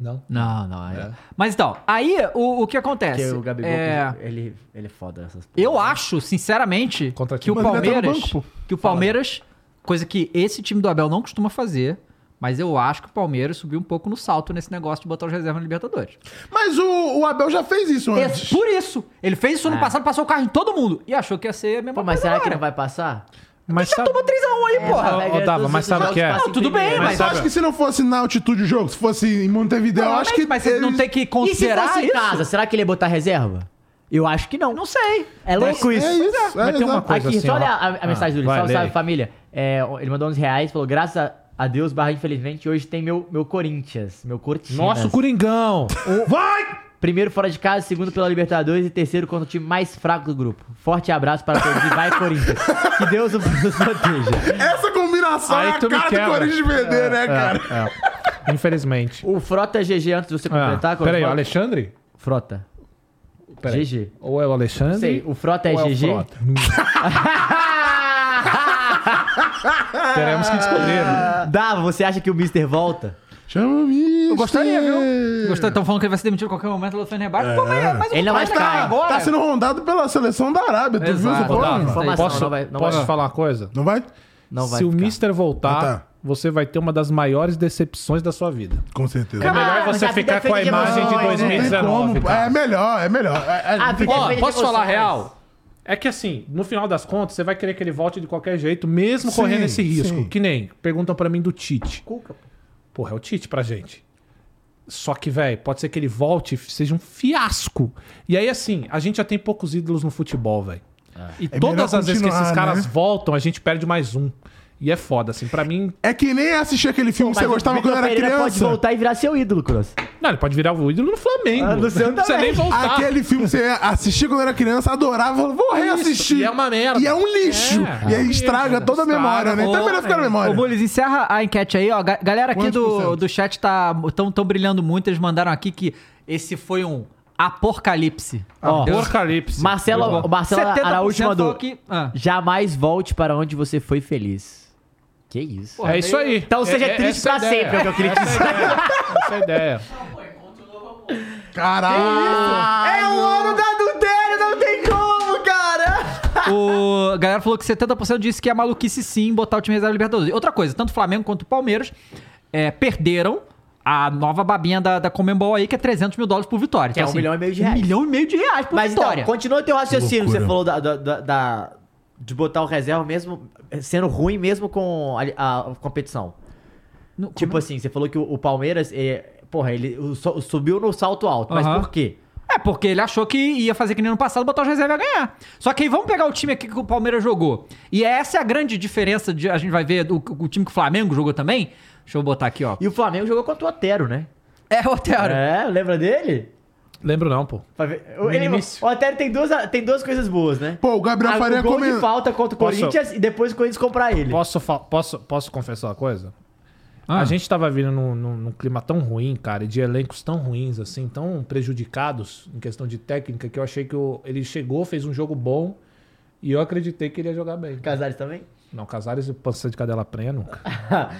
Speaker 3: Não.
Speaker 1: não, não. é. Mas então, aí o, o que
Speaker 4: Porque
Speaker 1: acontece?
Speaker 4: o Gabigol,
Speaker 1: é,
Speaker 4: ele, ele é foda essas
Speaker 1: eu acho, sinceramente,
Speaker 3: Contra
Speaker 1: que o
Speaker 2: time. Mas ele vai
Speaker 1: Palmeiras.
Speaker 2: estar no banco,
Speaker 1: que o Palmeiras. Coisa que esse time do Abel não costuma fazer. Mas eu acho que o Palmeiras subiu um pouco no salto nesse negócio de botar os reservas no Libertadores.
Speaker 2: Mas o, o Abel já fez isso antes.
Speaker 1: Esse- por isso. Ele fez isso no passado, passou o carro em todo mundo. E achou que ia ser a mesma
Speaker 4: É. Pô, mas
Speaker 1: coisa
Speaker 4: será que É,
Speaker 1: agora.
Speaker 4: não vai passar?
Speaker 3: Mas
Speaker 1: Já tomou 3x1 aí, porra.
Speaker 3: ô, Dava, mas sabe o que é?
Speaker 4: assim,
Speaker 1: Não, tudo bem,
Speaker 2: Mas eu
Speaker 3: sabe-
Speaker 2: acho que se não fosse na altitude do jogo, se fosse em Montevideo, eu acho que.
Speaker 1: Mas você não
Speaker 2: eles-
Speaker 1: tem que
Speaker 4: E se
Speaker 1: considerar
Speaker 4: fosse em
Speaker 1: isso?
Speaker 4: casa, será que ele ia botar reserva? Eu acho que não.
Speaker 1: Não sei.
Speaker 4: É louco isso.
Speaker 2: É isso.
Speaker 3: Mas
Speaker 2: é,
Speaker 3: tem uma
Speaker 2: exato.
Speaker 3: coisa
Speaker 4: Aqui,
Speaker 3: assim,
Speaker 4: só
Speaker 3: ó.
Speaker 4: olha a, a
Speaker 3: Ah,
Speaker 4: mensagem do Yuri.
Speaker 3: vai,
Speaker 4: Salve,
Speaker 3: lê
Speaker 4: salve,
Speaker 3: aí.
Speaker 4: família. É, ele mandou 11 reais, falou, graças a Deus, barra, infelizmente, hoje tem meu, meu Corinthians, meu Cortinas.
Speaker 3: Nossa, o Coringão! Vai!
Speaker 4: Primeiro fora de casa, segundo pela Libertadores e terceiro contra o time mais fraco do grupo. Forte abraço para todos e vai, Corinthians. Que Deus os proteja.
Speaker 2: Essa combinação
Speaker 3: Aí
Speaker 2: é a
Speaker 3: tu me
Speaker 2: cara do
Speaker 3: quebra.
Speaker 2: Corinthians vender, né, cara?
Speaker 3: É, é. Infelizmente.
Speaker 4: O Frota GG, antes de você
Speaker 3: Ah,
Speaker 4: completar... quando
Speaker 3: peraí, o
Speaker 4: fala-
Speaker 3: Alexandre?
Speaker 4: Frota.
Speaker 3: Peraí.
Speaker 4: GG.
Speaker 3: Ou é o Alexandre?
Speaker 4: Sei, o Frota é
Speaker 3: ou é o
Speaker 4: GG?
Speaker 3: Frota? Teremos que descobrir. né?
Speaker 4: Dava, você acha que o Mister volta?
Speaker 2: Chama-me.
Speaker 1: Eu gostaria, viu? Gostaria. Estão falando que ele vai ser demitido a qualquer momento pelo Fenerbahçe. Pô, mas, mas o
Speaker 4: Ele não vai
Speaker 1: contrato tá
Speaker 4: ficar, hein?
Speaker 1: agora.
Speaker 2: Tá sendo rondado pela seleção da Arábia, tu viu
Speaker 1: Exato.
Speaker 2: essa
Speaker 3: Ô,
Speaker 2: porra?
Speaker 3: Dava,
Speaker 2: mano?
Speaker 4: Ah, Informação,
Speaker 3: Hum, posso
Speaker 4: não vai- não
Speaker 3: posso
Speaker 4: vai-
Speaker 3: falar uma coisa?
Speaker 2: Não vai?
Speaker 4: Não vai
Speaker 3: Se o
Speaker 4: ficar.
Speaker 3: Mister voltar,
Speaker 2: Tá.
Speaker 3: você vai ter uma das maiores decepções da sua vida.
Speaker 2: Com certeza.
Speaker 3: É melhor
Speaker 4: mas
Speaker 3: você
Speaker 4: a vida
Speaker 3: ficar
Speaker 4: é
Speaker 3: com a
Speaker 4: feita de
Speaker 3: imagem de
Speaker 4: emoções,
Speaker 2: Não tem
Speaker 3: 2019.
Speaker 2: como, pô.
Speaker 3: cara.
Speaker 2: É melhor, é melhor. É- é-
Speaker 4: A vida
Speaker 3: Ó,
Speaker 4: é feita de
Speaker 3: posso falar a
Speaker 4: emoções.
Speaker 3: real? É que assim, no final das contas, você vai querer que ele volte de qualquer jeito, mesmo
Speaker 2: Sim,
Speaker 3: correndo esse risco.
Speaker 2: sim.
Speaker 3: Que nem perguntam pra mim do Tite. Porra, é o Tite pra gente. Só que, velho, pode ser que ele volte e seja um fiasco. E aí, assim, a gente já tem poucos ídolos no futebol, velho.
Speaker 4: Ah.
Speaker 3: E
Speaker 4: É
Speaker 3: todas
Speaker 2: melhor
Speaker 3: as vezes que esses
Speaker 2: continuar,
Speaker 3: caras
Speaker 2: né?
Speaker 3: voltam, a gente perde mais um. E é foda, assim. Pra mim,
Speaker 2: É que nem assistir aquele filme que você
Speaker 4: Mas o
Speaker 2: gostava
Speaker 4: Vitor
Speaker 2: quando era
Speaker 4: Pereira pode
Speaker 2: criança.
Speaker 4: voltar e virar seu ídolo, Cross.
Speaker 3: Não, ele pode virar o ídolo no Flamengo.
Speaker 4: Ah, no seu
Speaker 3: não precisa
Speaker 4: também. Ah,
Speaker 3: nem voltar.
Speaker 2: Aquele filme que você assistia quando era criança, adorava, falou, vou reassistir.
Speaker 3: e é uma merda.
Speaker 2: E é um lixo.
Speaker 3: É.
Speaker 2: E aí estraga
Speaker 3: Estraga.
Speaker 2: toda a memória, né? Então é
Speaker 1: Ô,
Speaker 2: melhor ficar na memória.
Speaker 1: Ô, Mules, encerra a enquete aí, ó. Ga- Galera aqui
Speaker 2: Quantos por
Speaker 1: do,
Speaker 2: cento?
Speaker 1: do chat tá, tão, tão brilhando muito. Eles mandaram aqui que esse foi um apocalipse.
Speaker 3: Ó,
Speaker 1: Eu-
Speaker 3: Apocalipse.
Speaker 4: Marcelo, o Marcelo
Speaker 1: 70%
Speaker 4: Araújo
Speaker 1: falou
Speaker 4: mandou.
Speaker 1: que- ah.
Speaker 4: Jamais volte para onde você foi feliz. Que isso.
Speaker 3: É isso aí.
Speaker 4: Então seja
Speaker 3: É- é-
Speaker 4: triste
Speaker 3: essa a
Speaker 4: pra
Speaker 3: ideia.
Speaker 4: sempre, é o que eu queria
Speaker 3: Essa a ideia. Essa é a ideia. Tá
Speaker 2: Caralho!
Speaker 4: É o ano da adultério, não tem como, cara!
Speaker 1: O a galera falou que 70% disse que é maluquice sim botar o time reserva na Libertadores. Outra coisa, tanto o Flamengo quanto o Palmeiras é, perderam a nova babinha da, da Comembol aí, que é 300 mil dólares por vitória.
Speaker 4: Que é um milhão e meio de reais.
Speaker 1: Um milhão e meio de reais por
Speaker 4: Mas
Speaker 1: vitória.
Speaker 4: então, continua o teu raciocínio que
Speaker 2: Loucura.
Speaker 4: você falou da, da- da- da- de botar o reserva mesmo sendo ruim mesmo com a- a competição.
Speaker 1: No-
Speaker 4: Tipo assim, você falou que o, o Palmeiras, é, porra, ele o so- subiu no salto alto, mas
Speaker 1: Aham.
Speaker 4: por quê?
Speaker 1: É, porque ele achou que ia fazer que nem no passado, botar os reservas e ia ganhar. Só que aí vamos pegar o time aqui que o Palmeiras jogou. E essa é a grande diferença, de, a gente vai ver do, o time que o Flamengo jogou também. Deixa eu botar aqui, ó.
Speaker 4: E o Flamengo jogou contra o Otero, né?
Speaker 1: É, Otero.
Speaker 4: É, lembra dele?
Speaker 3: Lembro não, pô.
Speaker 4: Pra ver- o- ele-
Speaker 3: início.
Speaker 4: o Otero tem duas, tem duas coisas boas, né?
Speaker 2: Pô, o Gabriel
Speaker 4: Ah,
Speaker 2: Faria
Speaker 4: o gol
Speaker 2: come-
Speaker 4: de falta contra o
Speaker 3: Posso-
Speaker 4: Corinthians e depois o Corinthians comprar ele.
Speaker 3: Posso, fa- posso, posso confessar uma coisa?
Speaker 1: Ah.
Speaker 3: A gente tava vindo num, num- num clima tão ruim, cara, e de elencos tão ruins, assim, tão prejudicados em questão de técnica, que eu achei que o- ele chegou, fez um jogo bom, e eu acreditei que ele ia jogar bem.
Speaker 4: Casares também?
Speaker 3: Não, Casares e pança de cadela prenha nunca.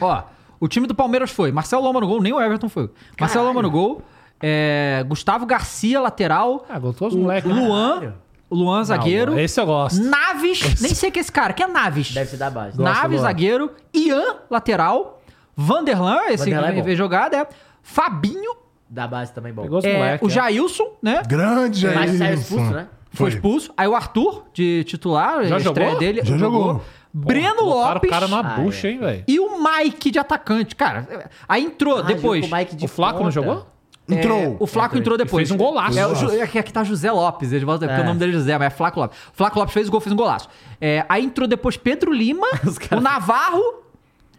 Speaker 1: Ó, o time do Palmeiras foi Marcelo Loma no gol, nem o Everton foi. Marcelo Loma no gol, é, Gustavo Garcia, lateral.
Speaker 3: Ah, gostou os moleques.
Speaker 1: né? Luan, Luan zagueiro.
Speaker 3: Não, esse eu gosto.
Speaker 1: Naves, nem sei que é esse cara, que é Naves.
Speaker 4: Deve ser da base.
Speaker 3: Gosto,
Speaker 1: Naves,
Speaker 3: gosto.
Speaker 1: zagueiro. Ian, lateral. Vanderlan, esse
Speaker 4: Vanderlan é
Speaker 1: que
Speaker 4: bom.
Speaker 1: veio jogada, é. Fabinho,
Speaker 4: Da base também bom.
Speaker 3: Pegou os
Speaker 1: é,
Speaker 3: moleques.
Speaker 1: o Jailson, né?
Speaker 2: Grande, Jair.
Speaker 4: Mas saiu expulso, né?
Speaker 1: Foi
Speaker 2: Foi.
Speaker 1: expulso. Aí o Arthur, de titular,
Speaker 3: Já
Speaker 1: a estreia
Speaker 3: jogou?
Speaker 1: dele.
Speaker 2: Já jogou.
Speaker 1: Breno
Speaker 3: Botaram
Speaker 1: Lopes.
Speaker 3: o cara numa
Speaker 4: Ah,
Speaker 3: bucha,
Speaker 4: é.
Speaker 3: hein, velho.
Speaker 1: E o Mike de atacante, cara. Aí entrou
Speaker 4: Ah,
Speaker 1: depois.
Speaker 4: jogou com o Mike de
Speaker 3: O Flaco não
Speaker 4: ponta.
Speaker 3: jogou?
Speaker 2: É, Entrou.
Speaker 1: o Flaco entrou depois.
Speaker 3: E fez um golaço.
Speaker 1: É, o Ju- é que aqui tá José Lopes, eles voltam, é porque
Speaker 4: É.
Speaker 1: o nome dele é José, mas é Flaco Lopes. Flaco Lopes fez o gol, fez um golaço. É, aí entrou depois Pedro Lima, o Navarro,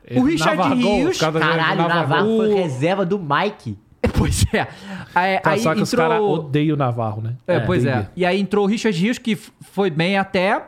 Speaker 1: o Richard
Speaker 3: Navarro,
Speaker 1: Rios.
Speaker 3: os caras-
Speaker 4: Caralho, o Navarro foi reserva do Mike.
Speaker 1: Pois é. Aí,
Speaker 3: Cara,
Speaker 1: aí
Speaker 3: só que os caras
Speaker 1: entrou.
Speaker 3: odeiam o Navarro, né?
Speaker 1: É, pois é.
Speaker 3: Odeia.
Speaker 1: E aí entrou o Richard Rios, que f- foi bem até.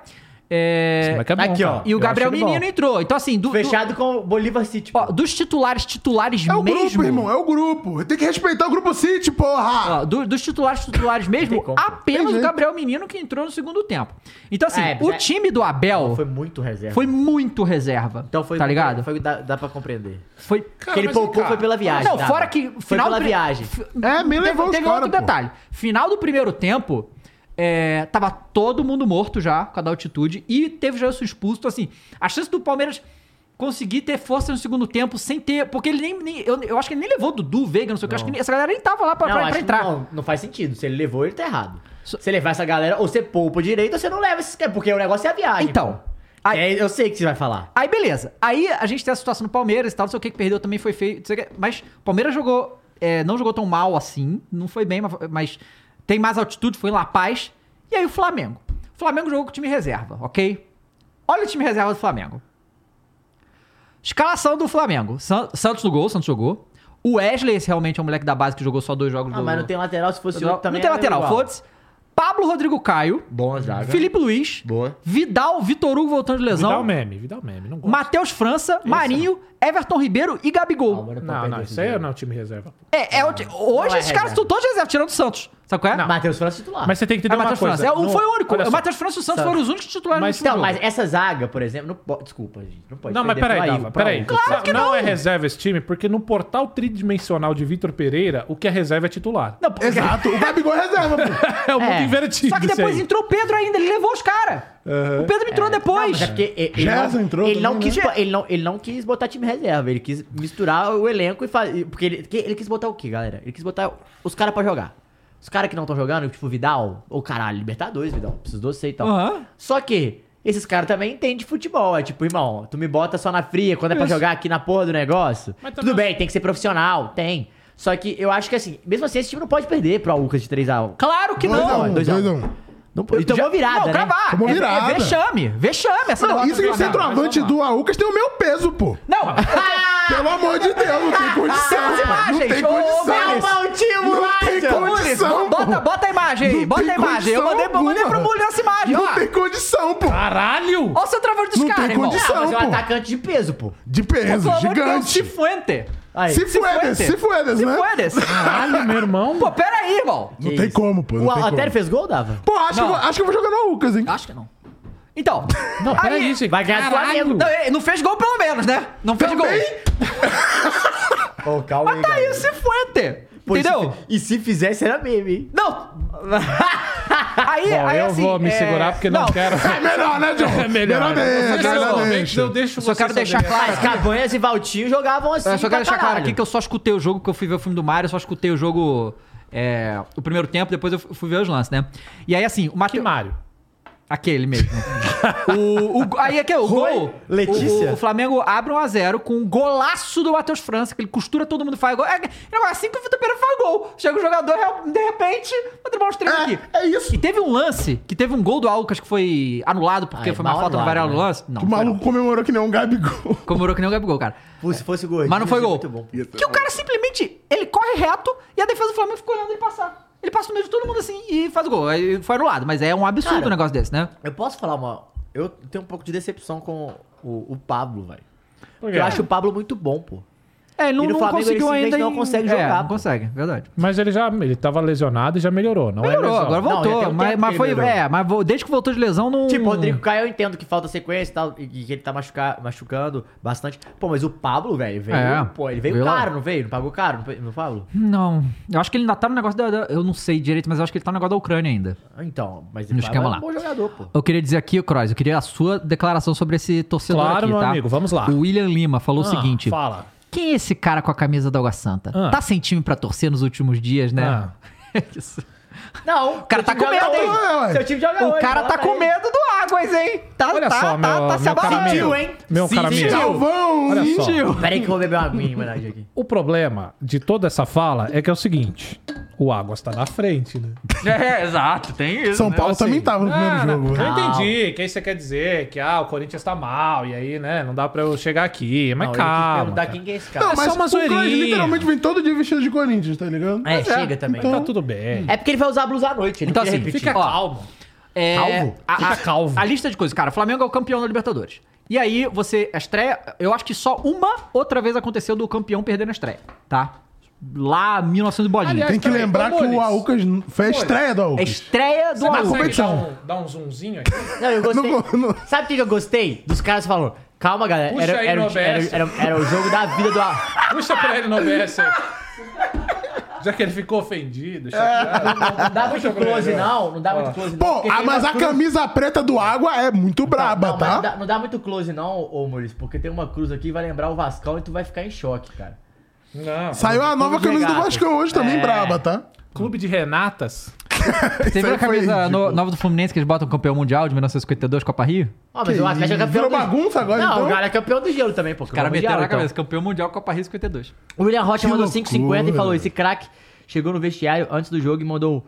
Speaker 1: é,
Speaker 3: Esse moleque é bom,
Speaker 4: Aqui, ó.
Speaker 3: cara.
Speaker 1: E o
Speaker 3: Eu
Speaker 1: Gabriel
Speaker 3: acho ele
Speaker 1: Menino
Speaker 3: bom.
Speaker 1: entrou. Então, assim, do- do-
Speaker 4: Fechado com o Bolívar City.
Speaker 1: ó, dos titulares, titulares
Speaker 2: É o
Speaker 1: mesmo. Ah.
Speaker 2: grupo, irmão. É o grupo. Tem que respeitar o grupo City, porra.
Speaker 1: Ó, do- dos titulares titulares mesmo,
Speaker 4: como.
Speaker 1: apenas
Speaker 2: Tem
Speaker 1: o
Speaker 2: jeito.
Speaker 1: Gabriel Menino que entrou no segundo tempo. Então, assim,
Speaker 4: É,
Speaker 1: o
Speaker 4: é-
Speaker 1: time do Abel foi,
Speaker 4: Foi muito reserva.
Speaker 1: muito reserva.
Speaker 4: Então foi.
Speaker 1: Tá ligado?
Speaker 4: Foi, dá, dá pra compreender.
Speaker 1: Foi.
Speaker 4: Porque ele
Speaker 3: mas vem
Speaker 4: poupou
Speaker 3: cá.
Speaker 4: foi pela viagem.
Speaker 1: Ah, Não,
Speaker 4: dá.
Speaker 1: fora que.
Speaker 4: Foi pela
Speaker 1: do pri-
Speaker 4: viagem.
Speaker 1: f-
Speaker 2: É, me levou
Speaker 1: teve,
Speaker 2: os
Speaker 1: teve
Speaker 2: cara,
Speaker 1: um outro
Speaker 2: pô.
Speaker 1: detalhe. Final do primeiro tempo, é, tava todo mundo morto já, com a da altitude, e teve já isso expulso. Então, assim, a chance do Palmeiras conseguir ter força no segundo tempo sem ter. Porque ele nem. nem- eu, eu acho que ele nem levou Dudu, Veiga, não sei o que. eu Acho que nem- essa galera nem tava lá pra,
Speaker 4: não,
Speaker 1: pra- pra
Speaker 4: acho que
Speaker 1: entrar.
Speaker 4: Não, não faz sentido. Se ele levou, ele tá errado. Se levar essa galera, ou você poupa direito, ou você não leva esses caras. Porque o negócio é a viagem.
Speaker 1: Então,
Speaker 4: pô.
Speaker 1: aí-
Speaker 4: É, eu sei o que você vai falar.
Speaker 1: Aí, beleza. Aí a gente tem a situação do Palmeiras e tal, não sei o que, que perdeu também foi feio. não sei o que. Mas o Palmeiras jogou. é, não jogou tão mal assim. Não foi bem, mas, mas tem mais altitude, foi em La Paz. E aí o Flamengo. O Flamengo jogou com o time reserva, ok? Olha o time reserva do Flamengo. Escalação do Flamengo. San- Santos no gol, Santos jogou. O Wesley, esse realmente é um moleque da base que jogou só dois jogos
Speaker 4: Ah,
Speaker 1: do-
Speaker 4: mas não tem lateral, se fosse
Speaker 1: Não,
Speaker 4: outro também.
Speaker 1: tem
Speaker 4: era
Speaker 1: lateral,
Speaker 4: igual.
Speaker 1: foda-se. Pablo Rodrigo Caio.
Speaker 4: Boa zaga.
Speaker 1: Felipe Luiz.
Speaker 4: Boa.
Speaker 1: Vidal, Vitor Hugo voltando de lesão.
Speaker 3: Vidal meme, Vidal meme. Não gosto.
Speaker 1: Matheus França, Marinho, Everton Ribeiro e Gabigol.
Speaker 4: Palmeiras pode
Speaker 3: Não,
Speaker 4: perder
Speaker 3: não,
Speaker 4: esse
Speaker 3: isso aí
Speaker 4: jogo.
Speaker 3: não é o time reserva. pô.
Speaker 1: é, é o ti- hoje
Speaker 4: Não é
Speaker 1: esses caras
Speaker 4: reserva.
Speaker 1: estão todos reserva, tirando o Santos. Sabe qual é?
Speaker 3: Não,
Speaker 4: Matheus França titular.
Speaker 3: Mas você tem que
Speaker 1: é
Speaker 3: entender uma
Speaker 1: Matheus
Speaker 3: coisa.
Speaker 1: França. É, um
Speaker 3: Não,
Speaker 1: foi o único.
Speaker 3: olha
Speaker 1: O
Speaker 3: só.
Speaker 1: Matheus França e o Santos
Speaker 4: Sabe.
Speaker 1: foram os únicos titulares
Speaker 3: Mas
Speaker 1: desse
Speaker 4: Então,
Speaker 1: jogo.
Speaker 4: mas essa zaga, por exemplo, não pode. Desculpa, gente. Não pode.
Speaker 3: tá Não, mas
Speaker 4: perder
Speaker 3: peraí,
Speaker 4: pra
Speaker 3: Dava,
Speaker 4: Ivo, pra
Speaker 3: peraí.
Speaker 4: outra.
Speaker 1: um. Claro que
Speaker 3: não,
Speaker 1: não.
Speaker 3: é reserva esse time, porque no portal tridimensional de Vitor Pereira, o que é reserva é titular.
Speaker 1: Não, porque-
Speaker 2: Exato. O Gabigol é reserva, pô.
Speaker 3: É o mundo
Speaker 4: É.
Speaker 3: invertido.
Speaker 1: Só que
Speaker 3: isso
Speaker 1: depois
Speaker 3: aí.
Speaker 1: entrou o Pedro ainda, ele levou os caras. O Pedro entrou
Speaker 4: Não,
Speaker 1: depois.
Speaker 4: mas é porque e- ele,
Speaker 2: Gerson
Speaker 4: não,
Speaker 2: entrou
Speaker 4: ele, não
Speaker 2: também, né?
Speaker 4: quis, ele, não, ele não quis botar time reserva, ele quis misturar o elenco e fazer. Porque ele, que- ele quis botar o quê, galera? Ele quis botar os caras pra jogar. Os caras que não estão jogando, tipo Vidal, ou caralho, Libertadores, Vidal, preciso de você e tal.
Speaker 1: Aham.
Speaker 4: Só que esses caras também entendem de futebol. É tipo, irmão, tu me bota só na fria quando é pra jogar aqui na porra do negócio.
Speaker 3: Mas também
Speaker 4: Tudo bem, tem que ser profissional, tem. Só que eu acho que assim, mesmo assim, esse time não pode perder pro Lucas de 3x1.
Speaker 1: Claro que não.
Speaker 2: 2x1,
Speaker 4: dois a um.
Speaker 2: 2x1.
Speaker 4: Não pode. E tomou virada,
Speaker 1: Não,
Speaker 4: né?
Speaker 1: cravar.
Speaker 2: Tomou
Speaker 1: É-
Speaker 2: virada.
Speaker 1: É, vexame. Vexame essa
Speaker 2: Não,
Speaker 1: derrota
Speaker 2: isso
Speaker 1: do
Speaker 2: que o
Speaker 1: Flamengo.
Speaker 2: centroavante do Aucas tem o meu peso, pô.
Speaker 1: Não, ah,
Speaker 2: Pelo amor de Deus, não tem condição.
Speaker 1: Temos
Speaker 2: Não
Speaker 1: imagens.
Speaker 2: tem
Speaker 1: Ô,
Speaker 2: condição.
Speaker 1: Mel
Speaker 2: Não tem condição, pô.
Speaker 1: bota, bota a imagem aí.
Speaker 2: Não
Speaker 1: Bota
Speaker 2: tem
Speaker 1: a imagem. Eu
Speaker 2: condição
Speaker 1: mandei, eu mandei
Speaker 2: alguma.
Speaker 1: pro Mulho essa imagem, ó.
Speaker 2: Não tem condição, pô.
Speaker 3: Caralho!
Speaker 1: Olha o centroavante dos
Speaker 2: Não tem
Speaker 1: caras, irmão.
Speaker 2: condição.
Speaker 4: Ah, mas é
Speaker 2: Pô.
Speaker 4: um atacante de peso, pô.
Speaker 2: De peso,
Speaker 1: Pelo amor de Deus,
Speaker 2: gigante.
Speaker 1: Cifuente.
Speaker 4: Aí.
Speaker 2: Se fuedes,
Speaker 1: Cifuente.
Speaker 2: se fuedes, né?
Speaker 1: Cifuentes.
Speaker 3: Caralho, meu irmão.
Speaker 1: Pô, pera aí, irmão.
Speaker 2: Não tem como, pô.
Speaker 4: O
Speaker 2: Não tem
Speaker 4: Altero
Speaker 2: como.
Speaker 4: fez gol, Dava?
Speaker 2: Pô, acho que eu vou- acho que eu vou jogar no Aucas, hein?
Speaker 1: Acho que não. Então.
Speaker 3: Não, peraí, gente.
Speaker 4: vai ganhar do Flamengo.
Speaker 1: Não, ele não fez gol pelo menos, né? Não fez gol.
Speaker 2: Também?
Speaker 4: Pô, calma aí,
Speaker 1: Tá aí o Cifuente. Entendeu?
Speaker 4: E se fizesse, era meme, hein?
Speaker 1: Não. Aí,
Speaker 3: Bom,
Speaker 1: aí
Speaker 3: eu
Speaker 1: assim,
Speaker 3: vou me
Speaker 1: é,
Speaker 3: segurar porque não, quero.
Speaker 2: É melhor, né, John?
Speaker 3: É melhor.
Speaker 2: deixa,
Speaker 3: Você
Speaker 2: melhor
Speaker 3: sabe,
Speaker 2: deixa.
Speaker 3: Eu deixo
Speaker 1: Eu só
Speaker 3: você
Speaker 1: quero
Speaker 3: saber.
Speaker 1: deixar claro
Speaker 4: Mas Cabanhas e Valtinho jogavam assim.
Speaker 1: Eu é só
Speaker 4: pra
Speaker 1: quero deixar claro
Speaker 4: caralho.
Speaker 1: aqui que eu só escutei o jogo, porque eu fui ver o filme do Mario, eu só escutei o jogo. é, o primeiro tempo, depois eu fu- fui ver os lances, né? E aí, assim, o
Speaker 3: Que
Speaker 1: Matheus.
Speaker 3: Mário.
Speaker 1: Aquele mesmo. o, o- aí aqui, o
Speaker 4: Roy,
Speaker 1: gol.
Speaker 4: Letícia.
Speaker 1: O, o Flamengo abre 1x0 com um golaço do Matheus França, que ele costura, todo mundo faz gol. É, não, é assim que o Vitor Pereira faz gol. Chega o jogador, é, de repente, vou derrubar os três
Speaker 2: É,
Speaker 1: aqui.
Speaker 2: é isso.
Speaker 1: E teve um lance, que teve um gol do Alcas que foi anulado, porque
Speaker 4: Ah, é
Speaker 1: foi uma
Speaker 4: mal
Speaker 1: falta no
Speaker 4: anulado,
Speaker 1: Varela no
Speaker 4: né?
Speaker 1: lance. Não,
Speaker 2: O
Speaker 1: foi não.
Speaker 2: maluco comemorou que nem um Gabigol.
Speaker 1: comemorou que nem o Gabigol, cara.
Speaker 4: Pô, se fosse gol.
Speaker 1: Mas não foi gol.
Speaker 4: é Muito bom.
Speaker 1: Que o cara simplesmente, ele corre reto e a defesa do Flamengo ficou olhando ele passar. Ele passa no meio de todo mundo assim e faz o gol. Aí foi anulado, mas é um absurdo
Speaker 4: Cara,
Speaker 1: um negócio desse, né?
Speaker 4: Eu posso falar uma. Eu tenho um pouco de decepção com o, o Pablo, velho.
Speaker 3: Por
Speaker 4: Porque
Speaker 3: quê?
Speaker 4: Eu acho o Pablo muito bom, pô.
Speaker 1: É, ele
Speaker 4: e no Flamengo ele simplesmente não
Speaker 1: em-
Speaker 4: consegue
Speaker 1: é,
Speaker 4: jogar,
Speaker 1: não
Speaker 4: pô.
Speaker 1: consegue, verdade.
Speaker 3: Mas ele já ele tava lesionado e já melhorou, não é
Speaker 1: Melhorou,
Speaker 3: lesão.
Speaker 1: agora
Speaker 4: Não, já
Speaker 1: voltou.
Speaker 4: tem um
Speaker 1: mas,
Speaker 4: tempo
Speaker 1: mas
Speaker 4: que ele
Speaker 1: foi,
Speaker 4: melhorou.
Speaker 1: é, mas vo- desde que voltou de lesão não.
Speaker 4: Tipo, o Rodrigo Caio, eu entendo que falta sequência e tal, e que ele tá machuca- machucando bastante. Pô, mas o Pablo, velho, veio.
Speaker 1: É.
Speaker 4: Pô, ele veio,
Speaker 1: Veio lá.
Speaker 4: caro, não veio? Não pagou caro, não foi- não Pablo?
Speaker 1: Não, eu acho que ele ainda tá no negócio da, da- Eu não sei direito, mas eu acho que ele tá no negócio da Ucrânia ainda.
Speaker 4: Então, mas
Speaker 1: No
Speaker 4: ele
Speaker 1: esquema lá.
Speaker 4: um bom jogador, pô.
Speaker 1: Eu queria dizer aqui, Croz, eu queria a sua declaração sobre esse torcedor
Speaker 3: Claro,
Speaker 1: aqui,
Speaker 3: meu
Speaker 1: tá?
Speaker 3: amigo, vamos lá.
Speaker 1: O William Lima falou
Speaker 3: Ah,
Speaker 1: o seguinte:
Speaker 3: Fala.
Speaker 1: Quem é esse cara com a camisa da Água Santa?
Speaker 3: Ah.
Speaker 1: Tá sem time pra torcer nos últimos dias, né?
Speaker 3: Ah.
Speaker 1: É isso.
Speaker 4: Não.
Speaker 1: O cara tá com medo,
Speaker 2: É,
Speaker 1: hein?
Speaker 4: Seu time joga
Speaker 1: O
Speaker 4: hoje,
Speaker 1: cara
Speaker 4: fala
Speaker 1: tá
Speaker 4: pra
Speaker 1: com
Speaker 4: ele.
Speaker 1: medo do Águas, hein? Tá,
Speaker 3: Olha
Speaker 1: tá,
Speaker 3: só,
Speaker 1: tá,
Speaker 3: meu,
Speaker 1: tá se
Speaker 3: meu caro
Speaker 1: abalando.
Speaker 3: amigo.
Speaker 4: Sentiu, hein?
Speaker 3: Meu caro
Speaker 1: Sentiu.
Speaker 3: amigo.
Speaker 2: Galvão,
Speaker 3: Olha só.
Speaker 2: sentiu.
Speaker 4: Pera aí que eu vou beber uma aguinha, verdade, aqui.
Speaker 3: O problema de toda essa fala é que é o seguinte: o Águas tá na frente, né?
Speaker 1: É, exato, tem isso.
Speaker 2: São
Speaker 1: né?
Speaker 2: Paulo também tava no primeiro
Speaker 3: Ah, não,
Speaker 2: jogo. né?
Speaker 3: Eu entendi que aí você quer dizer que ah, o Corinthians tá mal, e aí, né, não dá pra eu chegar aqui. Mas
Speaker 4: Não, eu ia te
Speaker 3: calma.
Speaker 4: perguntar
Speaker 3: cara.
Speaker 4: quem que é esse cara.
Speaker 2: Não,
Speaker 3: É só
Speaker 2: mas
Speaker 3: uma
Speaker 2: o Cães
Speaker 3: zoeirinha.
Speaker 2: literalmente vem todo dia vestido de Corinthians, tá ligado?
Speaker 4: É, chega também.
Speaker 2: Então,
Speaker 3: Tá tudo
Speaker 2: hum.
Speaker 3: bem.
Speaker 4: É porque ele vai usar a blusa à noite. Ele
Speaker 1: Então,
Speaker 4: então,
Speaker 1: assim,
Speaker 4: repetir.
Speaker 3: Fica
Speaker 1: Ó,
Speaker 3: calmo.
Speaker 1: É,
Speaker 3: Calvo?
Speaker 1: A, a-
Speaker 3: Fica calvo.
Speaker 1: a lista de coisas, cara. Flamengo é o campeão da Libertadores. E aí, você a estreia. Eu acho que só uma outra vez aconteceu do campeão perder na estreia, tá? Lá 1900 e bolinha.
Speaker 3: Aliás,
Speaker 2: Tem que
Speaker 3: peraí,
Speaker 2: lembrar
Speaker 3: ô,
Speaker 2: que o
Speaker 3: Mules,
Speaker 2: Aucas foi a estreia do
Speaker 1: é a
Speaker 2: Aucas.
Speaker 1: estreia do
Speaker 3: Você
Speaker 1: Arrua.
Speaker 3: consegue dar
Speaker 2: competição.
Speaker 3: um, dar um zoomzinho aí?
Speaker 4: Não, eu
Speaker 2: Não,
Speaker 4: gostei.
Speaker 2: não-
Speaker 4: Sabe o que eu gostei? Dos caras falando, calma, galera.
Speaker 3: Puxa
Speaker 4: Era,
Speaker 3: aí
Speaker 4: era,
Speaker 3: no
Speaker 4: o- era,
Speaker 3: OBS.
Speaker 4: era, era o jogo da vida do. Ar-
Speaker 3: Puxa pra ele no OBS aí. Já que ele ficou ofendido.
Speaker 2: É.
Speaker 3: chateado.
Speaker 4: Não dá muito
Speaker 3: pra ele,
Speaker 4: close,
Speaker 3: ó.
Speaker 4: não. Não dá muito close, não.
Speaker 2: Pô,
Speaker 4: porque
Speaker 2: ah,
Speaker 4: tem
Speaker 2: mas
Speaker 4: uma
Speaker 2: a
Speaker 4: cruz-
Speaker 2: camisa preta do Água é muito braba,
Speaker 4: Não, mas não
Speaker 2: tá?
Speaker 4: dá, não dá muito close, não, ô Maurício, porque tem uma cruz aqui, vai lembrar o Vascão e tu vai ficar em choque, cara.
Speaker 3: Não.
Speaker 2: Saiu a nova
Speaker 4: Clube
Speaker 2: camisa do
Speaker 4: Regatas.
Speaker 2: Vasco hoje também, braba, tá?
Speaker 3: Clube de Renatas.
Speaker 1: Você
Speaker 2: Isso
Speaker 1: viu
Speaker 2: aí
Speaker 1: a
Speaker 2: foi
Speaker 1: camisa
Speaker 2: ridículo.
Speaker 1: no- nova do Fluminense que eles botam campeão mundial de 1952, Copa Rio?
Speaker 4: Ó, mas o Atlético é campeão
Speaker 2: Virou
Speaker 4: do...
Speaker 2: bagunça agora,
Speaker 4: Não,
Speaker 2: então?
Speaker 4: o cara é campeão do gelo também, pô.
Speaker 1: O cara
Speaker 4: campeão
Speaker 1: meteram
Speaker 4: mundial,
Speaker 1: na
Speaker 4: então.
Speaker 1: cabeça, campeão mundial Copa Rio 52.
Speaker 4: O William Rocha
Speaker 2: Que
Speaker 4: mandou
Speaker 2: loucura.
Speaker 4: 5,50 e falou, esse craque chegou no vestiário antes do jogo e mandou...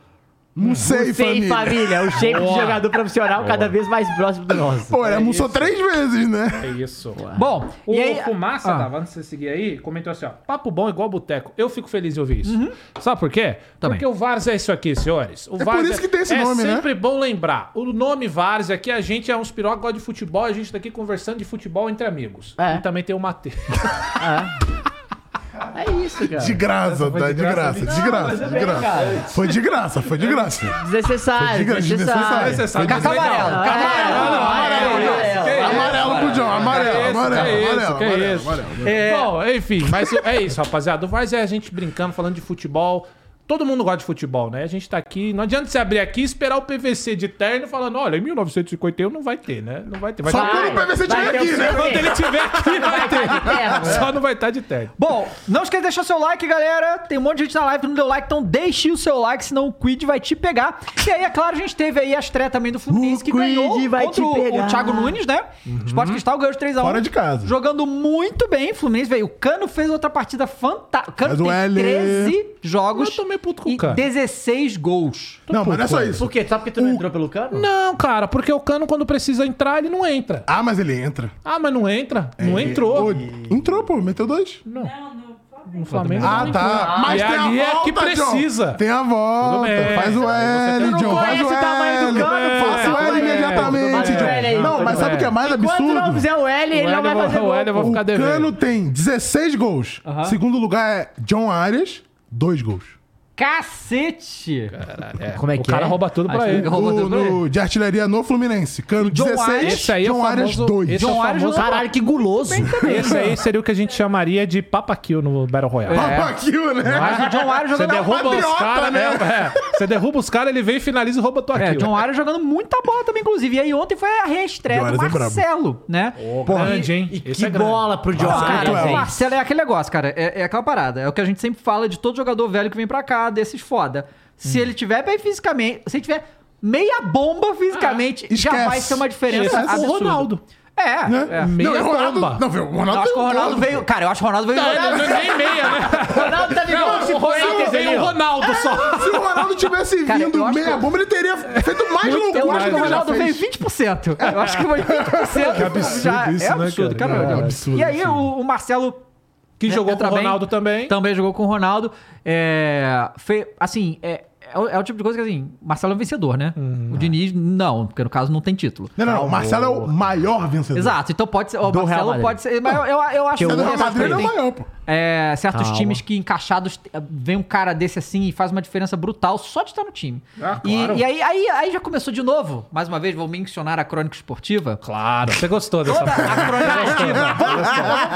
Speaker 2: Não sei,
Speaker 4: Sem
Speaker 2: família.
Speaker 4: família, o shape de jogador profissional cada vez mais próximo do nosso.
Speaker 2: Pô, ele almoçou três vezes, né?
Speaker 3: É isso.
Speaker 1: Bom,
Speaker 3: O
Speaker 1: e aí.
Speaker 3: Fumaça,
Speaker 1: Ah.
Speaker 3: Tava, antes de você seguir aí, comentou assim, ó. Papo bom igual boteco. Eu fico feliz de ouvir isso. Sabe por quê?
Speaker 1: Também.
Speaker 3: Porque o Vars é isso aqui, senhores. O
Speaker 2: por
Speaker 3: Várzea
Speaker 2: isso que tem esse nome,
Speaker 3: É
Speaker 2: né?
Speaker 3: sempre bom lembrar. O nome Vars aqui, a gente é uns piroca, gosta de futebol, a gente tá aqui conversando de futebol entre amigos.
Speaker 4: É.
Speaker 3: E também tem o Matheus.
Speaker 4: É isso, cara.
Speaker 2: De graça, tá? De graça, de graça, de graça. Foi de graça, foi de graça. Foi de
Speaker 4: Desnecessário,
Speaker 2: graça,
Speaker 4: desnecessário.
Speaker 2: desnecessário.
Speaker 3: Desnecessário.
Speaker 1: Cartão
Speaker 3: Legal.
Speaker 1: amarelo,
Speaker 4: É,
Speaker 1: cartão amarelo.
Speaker 4: não, amarelo,
Speaker 3: Que
Speaker 4: amarelo.
Speaker 3: isso?
Speaker 2: Amarelo pro John,
Speaker 3: Ah, Que
Speaker 2: amarelo,
Speaker 3: isso, que
Speaker 2: amarelo,
Speaker 3: isso,
Speaker 2: amarelo,
Speaker 3: que
Speaker 2: amarelo,
Speaker 3: isso.
Speaker 2: amarelo.
Speaker 3: É. Bom, enfim, mas é isso, rapaziada. O Vars é a gente brincando, falando de futebol. Todo mundo gosta de futebol, né? A gente tá aqui. Não adianta você abrir aqui e esperar o PVC de terno falando: olha, em 1951 não vai ter, né? Não vai ter. Vai
Speaker 2: Só quando
Speaker 3: ter-
Speaker 2: o PVC
Speaker 4: vai
Speaker 2: tiver
Speaker 4: ter
Speaker 2: aqui,
Speaker 4: o
Speaker 2: né?
Speaker 4: seu-
Speaker 3: Quando ele tiver aqui, vai ter.
Speaker 4: É,
Speaker 3: Só não vai estar de terno.
Speaker 1: Bom, não esqueça de deixar seu like, galera. Tem um monte de gente na live que não deu like, então deixe o seu like, senão o Quid vai te pegar. E aí, é claro, a gente teve aí a estreia também do Fluminense,
Speaker 4: O
Speaker 1: que
Speaker 4: Quid
Speaker 1: ganhou
Speaker 4: vai
Speaker 1: contra
Speaker 4: te
Speaker 1: o- o
Speaker 4: pegar.
Speaker 1: Thiago Nunes, né? Sport Cristal ganhou os 3x1.
Speaker 2: Fora de casa.
Speaker 1: Jogando muito bem, Fluminense veio. O Cano fez outra partida fantástica. O Cano
Speaker 2: Mas o
Speaker 1: tem
Speaker 2: L-
Speaker 1: 13 jogos
Speaker 3: Eu tomei puto com o
Speaker 1: e
Speaker 3: Cano.
Speaker 1: 16 gols.
Speaker 2: Não, mas não é só isso.
Speaker 4: Por quê? Sabe porque tu não entrou pelo cano?
Speaker 3: Não, cara, porque o Cano, quando precisa entrar, ele não entra.
Speaker 2: Ah, mas ele entra.
Speaker 3: Ah, mas não entra? Não entrou.
Speaker 2: Pô, Entrou, pô, meteu dois.
Speaker 3: No Flamengo.
Speaker 2: Ah,
Speaker 3: não entrou.
Speaker 2: tá. Mas
Speaker 3: e
Speaker 2: tem
Speaker 3: aí
Speaker 2: a volta,
Speaker 3: é que precisa.
Speaker 2: John. Tem a volta.
Speaker 3: Tudo bem.
Speaker 2: Faz o
Speaker 3: Você
Speaker 2: L,
Speaker 3: não
Speaker 2: John. Faz
Speaker 4: conhece
Speaker 2: o
Speaker 4: o tamanho
Speaker 2: L.
Speaker 4: do cano,
Speaker 2: Faça
Speaker 4: pô.
Speaker 2: o L
Speaker 4: Tudo bem,
Speaker 2: imediatamente,
Speaker 4: tudo bem.
Speaker 2: John. Não, mas sabe o que é mais
Speaker 4: Quando não
Speaker 2: absurdo?
Speaker 4: fizer o L, ele
Speaker 3: O
Speaker 4: não
Speaker 3: Hélio
Speaker 4: vai fazer
Speaker 3: vou- o
Speaker 4: gol.
Speaker 3: Hélio eu vou
Speaker 2: O
Speaker 3: ficar devendo.
Speaker 2: Cano tem 16 gols. Segundo lugar é John Arias, dois gols.
Speaker 1: Cacete!
Speaker 4: Como é
Speaker 3: O cara rouba tudo pra ele.
Speaker 1: Roubou
Speaker 2: No-
Speaker 1: tudo pra ele?
Speaker 2: no- de artilharia no Fluminense. Cano
Speaker 1: John
Speaker 2: 16,
Speaker 1: Arias,
Speaker 3: Esse aí é o
Speaker 2: John Arias
Speaker 3: famoso.
Speaker 2: 2.
Speaker 3: Esse é o
Speaker 1: Arias
Speaker 3: famoso né?
Speaker 4: Caralho, que guloso.
Speaker 3: Esse aí seria o que a gente chamaria de Papa Kill no Battle Royale.
Speaker 2: Papa Kill, né?
Speaker 1: Mas o John Arias
Speaker 3: Você
Speaker 1: jogando
Speaker 3: derruba os
Speaker 2: patriota,
Speaker 3: caras, né? É, Você derruba os caras, ele vem e finaliza e rouba tua
Speaker 1: É,
Speaker 3: kill.
Speaker 1: John Arias jogando muita bola também, inclusive. E aí ontem foi a reestreia
Speaker 2: John
Speaker 1: do
Speaker 2: Arias é brabo.
Speaker 1: Marcelo, né?
Speaker 3: grande, hein?
Speaker 4: E
Speaker 3: Esse
Speaker 4: que
Speaker 3: é grande.
Speaker 4: bola pro John
Speaker 2: Marcelo
Speaker 4: Arias,
Speaker 2: Cruel.
Speaker 1: O
Speaker 4: hein?
Speaker 1: Marcelo é aquele negócio, cara. É, é aquela parada. É o que a gente sempre fala de todo jogador velho que vem pra cá, desses foda. Se
Speaker 2: Hum.
Speaker 1: ele tiver bem fisicamente, se ele tiver meia bomba fisicamente, já
Speaker 2: Ah, Esquece.
Speaker 1: vai ser uma diferença
Speaker 3: Esquece.
Speaker 1: absurda.
Speaker 3: O Ronaldo.
Speaker 1: É.
Speaker 2: Né?
Speaker 1: é.
Speaker 3: Meia
Speaker 2: não, e o Ronaldo,
Speaker 3: bomba.
Speaker 2: não, viu? O
Speaker 1: Eu
Speaker 2: Ronaldo
Speaker 1: acho que o
Speaker 2: tem um
Speaker 1: Ronaldo
Speaker 2: gol.
Speaker 1: veio... Cara, eu acho que o Ronaldo veio... jogando.
Speaker 3: Nem meia, né?
Speaker 4: Ronaldo tá
Speaker 3: Não,
Speaker 4: de
Speaker 3: o Ronaldo tem o Ronaldo só.
Speaker 2: Se o Ronaldo tivesse
Speaker 1: Cara, eu
Speaker 2: vindo
Speaker 1: acho
Speaker 2: meia
Speaker 1: que-
Speaker 2: bomba, ele teria feito mais loucura
Speaker 1: Eu acho que o
Speaker 2: ele já
Speaker 1: Ronaldo veio
Speaker 2: fez.
Speaker 1: 20%. Eu acho que foi 20%.
Speaker 2: Que absurdo
Speaker 1: já
Speaker 2: isso,
Speaker 1: é
Speaker 2: né,
Speaker 1: absurdo,
Speaker 2: cara?
Speaker 1: cara.
Speaker 2: É absurdo,
Speaker 1: E aí
Speaker 2: absurdo.
Speaker 1: o- o Marcelo
Speaker 3: Que
Speaker 1: Né?
Speaker 3: jogou com
Speaker 1: Entra
Speaker 3: o
Speaker 1: bem.
Speaker 3: Ronaldo também.
Speaker 1: Também jogou com o Ronaldo. É, fe- assim, é, é o, é o tipo de coisa que, assim, Marcelo é um vencedor, né? o Diniz, não, porque no caso não tem título.
Speaker 2: Não, não, o Marcelo é o maior vencedor.
Speaker 1: Exato, então pode ser. O
Speaker 4: Do Real
Speaker 1: Marcelo
Speaker 4: Madrid.
Speaker 1: pode ser. Mas eu, eu, eu acho
Speaker 4: Que
Speaker 1: que.
Speaker 4: o
Speaker 2: O Real
Speaker 1: certos
Speaker 2: Madrid é o
Speaker 1: tem-
Speaker 2: maior, pô.
Speaker 1: é, certos
Speaker 4: Calma.
Speaker 1: times que encaixados eh, vem um cara desse assim e faz uma diferença brutal só de estar no time.
Speaker 3: Ah,
Speaker 1: e
Speaker 3: claro.
Speaker 1: e aí, aí, aí já começou de novo. Mais uma vez, vou mencionar a crônica esportiva.
Speaker 3: Claro. Você gostou dessa parte.
Speaker 1: A crônica esportiva.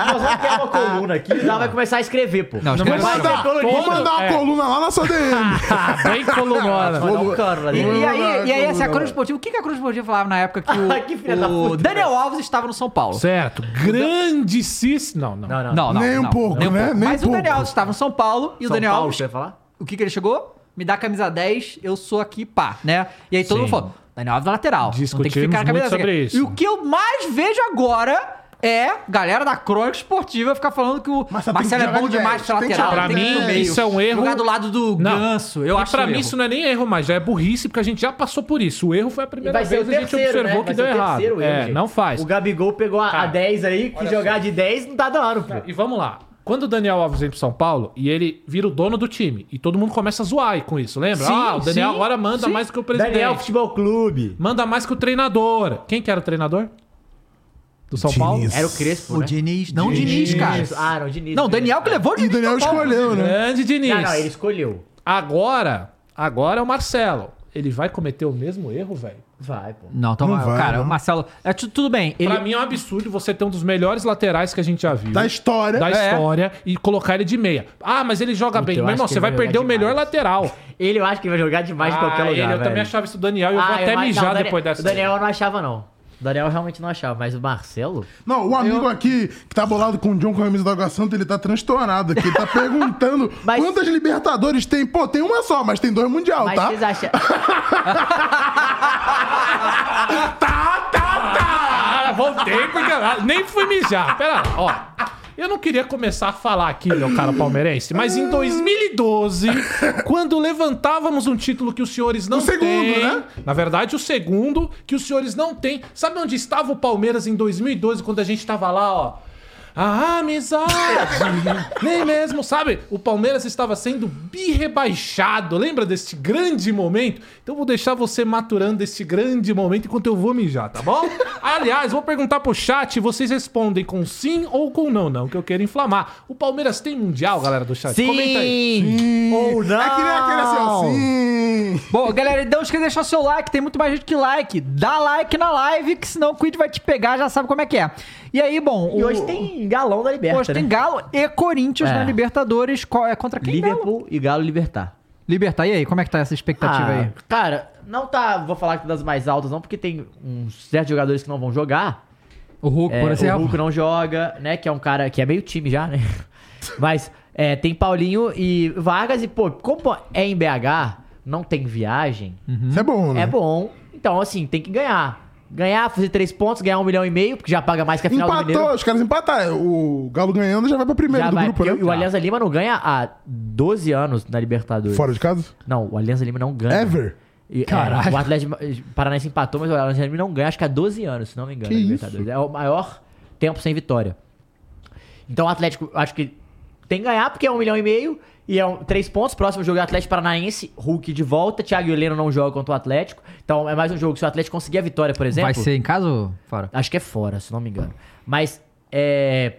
Speaker 4: Nós vamos criar uma coluna aqui e ela vai começar a escrever, pô.
Speaker 1: Não,
Speaker 4: Não,
Speaker 1: escreve-
Speaker 2: Vou mandar, vou mandar uma
Speaker 3: é.
Speaker 2: coluna lá na sua DM.
Speaker 3: Ah, Bem colunona.
Speaker 4: vai dar um cano lá
Speaker 1: E,
Speaker 4: dentro.
Speaker 1: e aí, e aí assim, a
Speaker 2: Não,
Speaker 1: Cruz
Speaker 2: não.
Speaker 1: Esportiva, o que, que a Cruz Esportiva falava na época que o,
Speaker 4: Que filha da
Speaker 1: o
Speaker 4: puta,
Speaker 1: Daniel Alves estava no São Paulo?
Speaker 3: Certo. Grandíssimo. Não, não.
Speaker 4: Não, não.
Speaker 1: Não, não.
Speaker 2: Nem um
Speaker 1: não,
Speaker 2: pouco, né? Nem
Speaker 1: Mas o
Speaker 2: pouco.
Speaker 1: Daniel Alves estava no São Paulo e o
Speaker 4: São
Speaker 1: Daniel
Speaker 4: Paulo,
Speaker 1: Alves,
Speaker 4: você vai falar?
Speaker 1: o que, que ele chegou? me dá a camisa 10, eu sou aqui, pá, né? E aí todo
Speaker 3: Sim.
Speaker 1: mundo falou, Daniel Alves na lateral. Não tem que
Speaker 3: Discutimos
Speaker 1: ficar na camisa 10.
Speaker 3: muito sobre isso.
Speaker 1: E o que eu mais vejo agora é galera da crônica esportiva ficar falando que o
Speaker 2: Mas só tem
Speaker 1: Marcelo
Speaker 2: que
Speaker 1: é bom
Speaker 2: jogar de
Speaker 1: demais pra
Speaker 2: 10, tem que
Speaker 1: lateral.
Speaker 2: jogar
Speaker 3: Pra
Speaker 2: de
Speaker 1: tem que ir
Speaker 3: mim,
Speaker 1: no meio.
Speaker 3: isso é um erro.
Speaker 1: Jogar do lado do
Speaker 3: Não.
Speaker 1: ganso, eu
Speaker 3: e
Speaker 1: acho
Speaker 3: pra
Speaker 1: um
Speaker 3: mim
Speaker 1: erro.
Speaker 3: isso não é nem erro, mas já é burrice, porque a gente já passou por isso. O erro foi a primeira
Speaker 4: vai
Speaker 3: vez
Speaker 4: ser o
Speaker 3: a gente
Speaker 4: terceiro,
Speaker 3: observou
Speaker 4: né?
Speaker 3: que
Speaker 4: Vai ser
Speaker 3: deu
Speaker 4: o
Speaker 3: errado.
Speaker 4: terceiro erro,
Speaker 3: é,
Speaker 4: gente.
Speaker 3: não faz.
Speaker 4: O Gabigol pegou a, a
Speaker 3: Cara,
Speaker 4: 10 aí, que jogar de 10 não tá dando, pô.
Speaker 3: E vamos lá. Quando o Daniel Alves vem pro São Paulo e ele vira o dono do time, e todo mundo começa a zoar aí com isso, lembra?
Speaker 1: Sim,
Speaker 3: ah, o Daniel
Speaker 1: sim,
Speaker 3: agora manda
Speaker 1: sim.
Speaker 3: mais que o presidente.
Speaker 4: Daniel Futebol Clube.
Speaker 3: Manda mais que o treinador. Quem que era o treinador? Do São
Speaker 2: Diniz.
Speaker 3: Paulo?
Speaker 4: Era o Crespo,
Speaker 1: O
Speaker 4: né?
Speaker 1: Diniz, não o Diniz, cara.
Speaker 4: Ah, não, Diniz.
Speaker 1: Não, o Daniel que levou o
Speaker 2: E o
Speaker 1: Diniz.
Speaker 2: Daniel
Speaker 1: pra São Paulo.
Speaker 2: escolheu, né?
Speaker 3: Grande Diniz.
Speaker 4: Não, não, ele escolheu.
Speaker 3: Agora, agora é o Marcelo. Ele vai cometer o mesmo erro, velho?
Speaker 4: Vai, pô.
Speaker 1: Não, então,
Speaker 2: Não vai,
Speaker 1: cara,
Speaker 2: não.
Speaker 1: o Marcelo. É, tu- tudo bem. Ele,
Speaker 3: Pra mim é um absurdo você ter um dos melhores laterais que a gente já viu.
Speaker 2: Da história.
Speaker 3: da
Speaker 2: É.
Speaker 3: história e colocar ele de meia. Ah, mas ele joga bem.
Speaker 4: eu
Speaker 3: Meu irmão, você
Speaker 4: acho que ele
Speaker 3: vai
Speaker 4: vai
Speaker 3: perder o
Speaker 4: jogar
Speaker 3: melhor
Speaker 4: demais.
Speaker 3: lateral.
Speaker 4: Ele eu acho que ele vai jogar demais em
Speaker 3: Ah,
Speaker 4: qualquer
Speaker 3: ele-
Speaker 4: lugar,
Speaker 3: eu
Speaker 4: velho.
Speaker 3: também achava isso do Daniel e eu vou
Speaker 4: Ah,
Speaker 3: até
Speaker 4: não,
Speaker 3: mijar
Speaker 4: o Daniel-
Speaker 3: depois dessa.
Speaker 4: O Daniel eu não achava, não. O Daniel eu realmente não achava, mas o Marcelo...
Speaker 2: Não, o amigo aqui que tá bolado com o John com a camisa do Água Santa, ele tá transtornado aqui. Ele tá perguntando
Speaker 4: Mas-
Speaker 2: quantas Libertadores tem. Pô, tem uma só, mas tem dois Mundial,
Speaker 4: Mas
Speaker 2: tá?
Speaker 4: vocês acham...
Speaker 3: Ah, voltei porque nem fui mijar. Pera, lá, ó. Eu não queria começar a falar aqui, meu cara palmeirense, mas em 2012, quando levantávamos um título que os senhores não
Speaker 2: O segundo,
Speaker 3: têm,
Speaker 2: né?
Speaker 3: na verdade o segundo que os senhores não têm. Sabe onde estava o Palmeiras em 2012 quando a gente tava lá, ó? A amizade, nem mesmo, sabe? O Palmeiras estava sendo birrebaixado. Lembra deste grande momento? Então eu vou deixar você maturando este grande momento enquanto eu vou mijar, tá bom? Aliás, vou perguntar pro chat, vocês respondem com sim ou com não, não, que eu quero inflamar. O Palmeiras tem mundial, galera do chat? Comenta aí.
Speaker 2: Ou
Speaker 4: não.
Speaker 2: É que nem aquele assim, ó, sim.
Speaker 4: Uhum.
Speaker 1: Bom, galera, então não esqueça de deixar seu like. Tem muito mais gente que like. Dá like na live, que senão o Quid vai te pegar, já sabe como é que é. E aí, bom.
Speaker 4: E
Speaker 1: o-
Speaker 4: hoje tem galão da Liberta,
Speaker 1: Hoje tem
Speaker 4: né?
Speaker 1: Galo e Corinthians
Speaker 4: É.
Speaker 1: na Libertadores. Qual- é contra quem? Galo?
Speaker 4: Liverpool e Galo Libertar.
Speaker 1: Libertar. E aí, como é que tá essa expectativa aí?
Speaker 4: Ah, Cara, não tá... Vou falar que das mais altas, não, porque tem uns certos jogadores que não vão jogar.
Speaker 1: O Hulk,
Speaker 4: É,
Speaker 1: por exemplo.
Speaker 4: O Hulk não joga, né? Que é um cara que é meio time já, né? Mas é, tem Paulinho e Vargas. E, pô, como é em BH, não tem viagem,
Speaker 2: Isso é bom, né?
Speaker 4: é bom. Então, assim, tem que ganhar. Ganhar, fazer três pontos, ganhar um milhão e meio, porque já paga mais que a final do
Speaker 2: Empatou,
Speaker 4: Mineiro.
Speaker 2: os caras empataram. O Galo ganhando já vai pra primeiro
Speaker 4: Já
Speaker 2: do
Speaker 4: vai,
Speaker 2: grupo,
Speaker 4: porque
Speaker 2: né?
Speaker 4: o Alianza Lima não ganha há 12 anos na Libertadores.
Speaker 2: Fora de casa?
Speaker 4: Não, o Alianza Lima não ganha.
Speaker 2: Ever?
Speaker 4: E, é,
Speaker 1: Caralho.
Speaker 4: o Atlético Paranaense empatou, mas o Atlético Mineiro não ganha, acho que há 12 anos, se não me engano,
Speaker 2: Que
Speaker 4: na Libertadores. É o maior tempo sem vitória. Então o Atlético, acho que tem que ganhar, porque é um milhão e meio, e é um, três pontos. Próximo jogo é o Atlético Paranaense, Hulk de volta, Thiago Heleno não joga contra o Atlético. Então é mais um jogo, se o Atlético conseguir a vitória, por
Speaker 1: Vai
Speaker 4: exemplo...
Speaker 1: ser em casa ou fora?
Speaker 4: Acho que é fora, se não me engano. Mas é.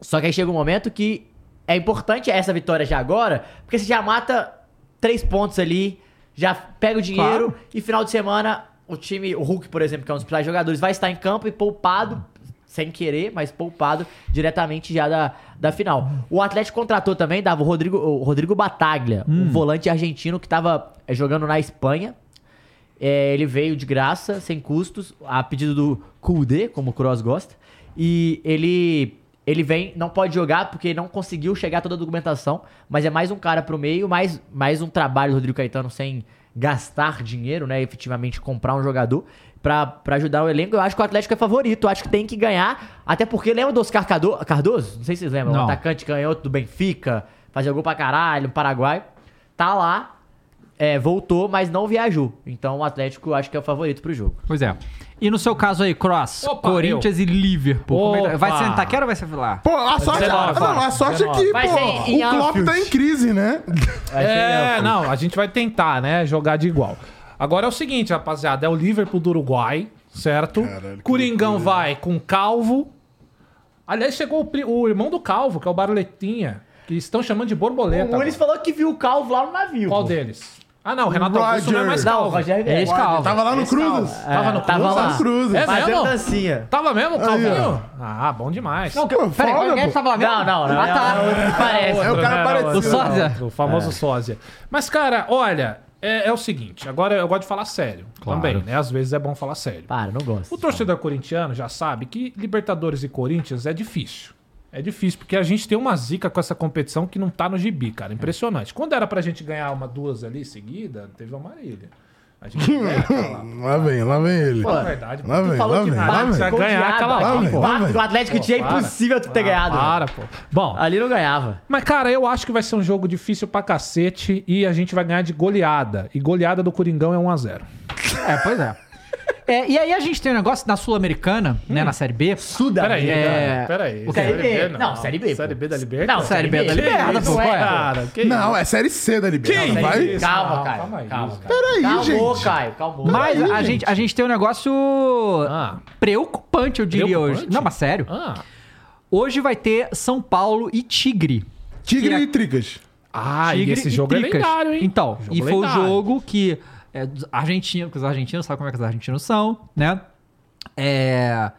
Speaker 4: Só que aí chega um momento que é importante essa vitória já agora, porque você já mata três pontos ali, já pega o dinheiro e final de semana o time, o Hulk, por exemplo, que é um dos principais jogadores, vai estar em campo e poupado, sem querer, mas poupado diretamente já da, da final. O Atlético contratou também, dava o Rodrigo, o Rodrigo Bataglia, um volante argentino que estava jogando na Espanha. É, ele veio de graça, sem custos, a pedido do Kudê, como o Cross gosta. E ele ele vem, não pode jogar porque não conseguiu chegar toda a documentação, mas é mais um cara pro meio, mais, mais um trabalho do Rodrigo Caetano sem gastar dinheiro, né, efetivamente comprar um jogador pra pra ajudar o elenco. Eu acho que o Atlético é favorito, eu acho que tem que ganhar, até porque lembra do Oscar Cardo- Cardoso? Não sei se vocês lembram,
Speaker 1: Não.
Speaker 4: o atacante canhoto é do Benfica, fazia gol pra caralho, no Paraguai. Tá lá, é, voltou, mas não viajou. Então o Atlético eu acho que é o favorito pro jogo.
Speaker 1: Pois é. E no seu caso aí, Cross,
Speaker 3: Opa,
Speaker 1: Corinthians e Liverpool. como é que tá? Vai
Speaker 3: Opa.
Speaker 1: ser em Itaquera ou vai ser lá?
Speaker 2: Pô, a sorte,
Speaker 3: 19,
Speaker 2: não, a sorte é que,
Speaker 4: Vai ser
Speaker 2: pô,
Speaker 4: em
Speaker 2: o Klopp
Speaker 4: Anfield.
Speaker 2: tá em crise, né?
Speaker 3: É, não, a gente vai tentar, né? Jogar de igual. Agora é o seguinte, rapaziada: é o Liverpool do Uruguai, certo?
Speaker 2: Caralho, que
Speaker 3: Coringão vai com Calvo. Aliás, chegou o, pri- o irmão do Calvo, que é o Barletinha, que estão chamando de borboleta.
Speaker 4: O Willis
Speaker 3: agora.
Speaker 4: falou que viu o Calvo lá no navio.
Speaker 3: Qual deles? Ah, não, o Renato Augusto não é
Speaker 2: Roger.
Speaker 3: mais
Speaker 4: Não, o
Speaker 3: Calvo.
Speaker 4: Rogério Guedes.
Speaker 1: Esse calvo.
Speaker 2: Tava lá no Cruzes.
Speaker 3: Tava no
Speaker 4: É, tava
Speaker 3: Cruzes?
Speaker 4: lá.
Speaker 2: Tava no Cruzes.
Speaker 3: É
Speaker 4: Fazendo
Speaker 3: mesmo?
Speaker 4: dancinha.
Speaker 3: Tava mesmo, Calvinho?
Speaker 2: ó.
Speaker 3: Ah, bom demais.
Speaker 2: Pô,
Speaker 1: Peraí, é o
Speaker 2: foda,
Speaker 4: é?
Speaker 1: Guedes
Speaker 2: pô.
Speaker 1: tava lá mesmo?
Speaker 4: Não, não, não.
Speaker 1: Ah, tá.
Speaker 4: não, não, não, parece.
Speaker 2: É o cara
Speaker 1: O
Speaker 2: parecido. É.
Speaker 1: sósia?
Speaker 3: né, O famoso sósia. Mas, cara, olha, é, é o seguinte. Agora eu gosto de falar sério também, né? Às vezes é bom falar sério.
Speaker 4: Para, não
Speaker 3: O
Speaker 4: gosto.
Speaker 3: torcedor corintiano já sabe que Libertadores e Corinthians é difícil. É difícil, porque a gente tem uma zica com essa competição que não tá no gibi, cara. Impressionante. Quando era pra gente ganhar uma, duas ali seguida, teve uma Marília. A gente ganha aquela.
Speaker 2: Lá vem, lá vem ele.
Speaker 3: Pô, é verdade,
Speaker 2: lá
Speaker 3: mano.
Speaker 2: vem,
Speaker 4: falou
Speaker 2: lá
Speaker 4: né? que
Speaker 2: vem, lá
Speaker 4: bate,
Speaker 2: vem.
Speaker 3: Vai ganhar aquela
Speaker 2: lá,
Speaker 3: lá,
Speaker 2: vem,
Speaker 3: pô.
Speaker 2: lá vem.
Speaker 4: O Atlético tinha é
Speaker 3: para.
Speaker 4: impossível tu ter ganhado.
Speaker 3: Para, pô. Bom,
Speaker 4: Ali não ganhava.
Speaker 3: mas cara, eu acho que vai ser um jogo difícil pra cacete e a gente vai ganhar de goleada. E goleada do Coringão é 1x0.
Speaker 1: É, pois é. É, e aí a gente tem um negócio na Sul-Americana, né, na Série B.
Speaker 4: Suda.
Speaker 3: Peraí,
Speaker 1: É,
Speaker 3: cara, peraí.
Speaker 1: o quê?
Speaker 4: Série B, não, Série B, pô.
Speaker 3: Série B da Libertadores?
Speaker 4: Não, Série B é da
Speaker 1: Que
Speaker 4: Liberta,
Speaker 1: isso,
Speaker 4: pô. é,
Speaker 1: cara.
Speaker 3: Cara, que
Speaker 2: Não, é Série C da Libertadores.
Speaker 3: Que
Speaker 2: Vai.
Speaker 3: isso?
Speaker 4: Calma,
Speaker 3: Não,
Speaker 4: Caio.
Speaker 3: calma aí,
Speaker 4: Calma,
Speaker 3: cara.
Speaker 4: Caio.
Speaker 2: Peraí,
Speaker 4: Calmou,
Speaker 2: gente.
Speaker 4: Caio. Calmou.
Speaker 1: Mas
Speaker 2: Peraí,
Speaker 1: a, gente, a gente tem um negócio
Speaker 3: Ah.
Speaker 1: preocupante, eu diria hoje.
Speaker 3: Preocupante?
Speaker 1: Não, mas sério.
Speaker 3: Ah.
Speaker 1: Hoje vai ter São Paulo e Tigre.
Speaker 2: Tigre e Tricas.
Speaker 3: Ah,
Speaker 1: Tigre
Speaker 3: e esse jogo é
Speaker 1: Tricas.
Speaker 3: lendário, hein?
Speaker 1: Então,
Speaker 3: Jogo
Speaker 1: e foi o
Speaker 3: lendário.
Speaker 1: jogo que é, dos argentinos, porque os argentinos, sabe como é que os argentinos são, né? É,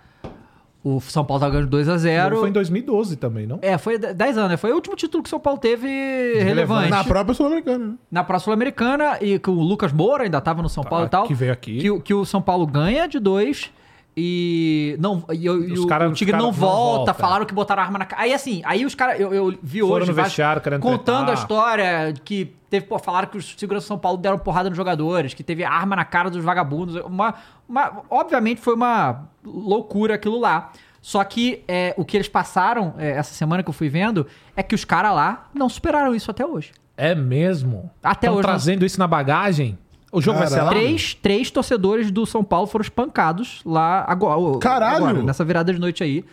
Speaker 1: o São Paulo tá ganhando 2 a
Speaker 3: O jogo
Speaker 1: 0
Speaker 3: Foi em 2012 também, não?
Speaker 1: É, foi 10 anos, né? Foi o último título que o São Paulo teve relevante.
Speaker 3: Relevante.
Speaker 1: Na,
Speaker 2: Na própria Sul-Americana. né?
Speaker 1: Praça Sul-Americana, e que o Lucas Moura ainda tava no São Paulo e tal.
Speaker 3: Ah, que veio aqui.
Speaker 1: Que, o- que o São Paulo ganha de 2 e não e, o- e
Speaker 3: Os
Speaker 1: o,
Speaker 3: cara-
Speaker 1: o Tigre
Speaker 3: os cara
Speaker 1: não
Speaker 3: não
Speaker 1: volta,
Speaker 3: volta.
Speaker 1: falaram que botaram arma na cara. Aí assim, aí os caras, eu, eu vi
Speaker 3: Foram
Speaker 1: hoje
Speaker 3: no
Speaker 1: vários-
Speaker 3: vestiário querendo
Speaker 1: contando a
Speaker 3: tretar.
Speaker 1: história história que teve, pô, falaram que os seguranças de São Paulo deram porrada nos jogadores, que teve arma na cara dos vagabundos. Uma, uma- obviamente foi uma loucura aquilo lá. Só que é, o que eles passaram é, essa semana que eu fui vendo é que os caras lá não superaram isso até hoje.
Speaker 3: É mesmo?
Speaker 1: Até
Speaker 3: Tão
Speaker 1: hoje,
Speaker 3: trazendo isso na bagagem? né? O jogo vai ser lá?
Speaker 2: Caralho.
Speaker 1: Três, três torcedores do São Paulo foram espancados lá agora.
Speaker 2: Caralho!
Speaker 1: agora, nessa virada de noite aí.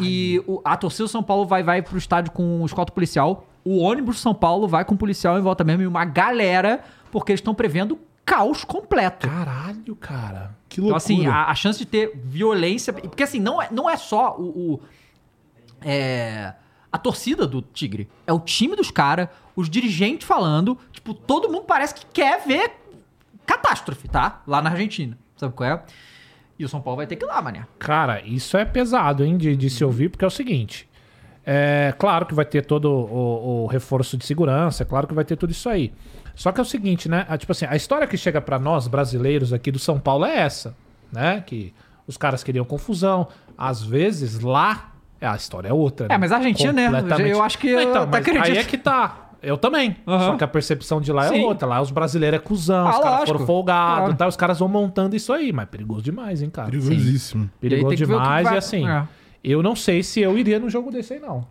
Speaker 1: E o- a torcida do São Paulo vai, vai pro estádio com o escolta policial. O ônibus do São Paulo vai com o policial em volta mesmo e uma galera, porque eles estão prevendo caos completo.
Speaker 3: Caralho, cara.
Speaker 2: Que
Speaker 1: Então,
Speaker 2: loucura.
Speaker 1: assim, a, a chance de ter violência. Porque, assim, não é, não é só o. o- é, a torcida do Tigre. É o time dos caras, os dirigentes falando. Tipo, todo mundo parece que quer ver catástrofe, tá? Lá na Argentina. Sabe qual é? E o São Paulo vai ter que ir lá, mané.
Speaker 3: Cara, isso é pesado, hein, de, de se
Speaker 1: Uhum.
Speaker 3: ouvir, porque é o seguinte. É claro que vai ter todo o, o reforço de segurança, é claro que vai ter tudo isso aí. Só que é o seguinte, né? a- tipo assim, a história que chega pra nós, brasileiros aqui do São Paulo, é essa, né? Que os caras queriam confusão. Às vezes, lá, é, a história é outra.
Speaker 1: É, mas a Argentina, né?
Speaker 3: Completamente.
Speaker 1: Eu acho que eu
Speaker 3: então,
Speaker 1: até
Speaker 3: mas Aí
Speaker 1: acredito.
Speaker 3: é que tá. Eu também.
Speaker 1: Aham.
Speaker 3: Só que a percepção de lá
Speaker 1: Sim.
Speaker 3: é outra. Lá os brasileiros é cuzão,
Speaker 1: Ah,
Speaker 3: os caras
Speaker 1: lógico.
Speaker 3: foram folgados
Speaker 1: Claro.
Speaker 3: e tal. Os caras vão montando isso aí, mas é perigoso demais, hein, cara?
Speaker 2: Perigosíssimo.
Speaker 1: E
Speaker 3: Perigoso
Speaker 1: aí tem que ver o que
Speaker 3: demais
Speaker 1: vai-
Speaker 3: e assim.
Speaker 1: é.
Speaker 3: Eu não sei se eu iria num jogo desse aí, não.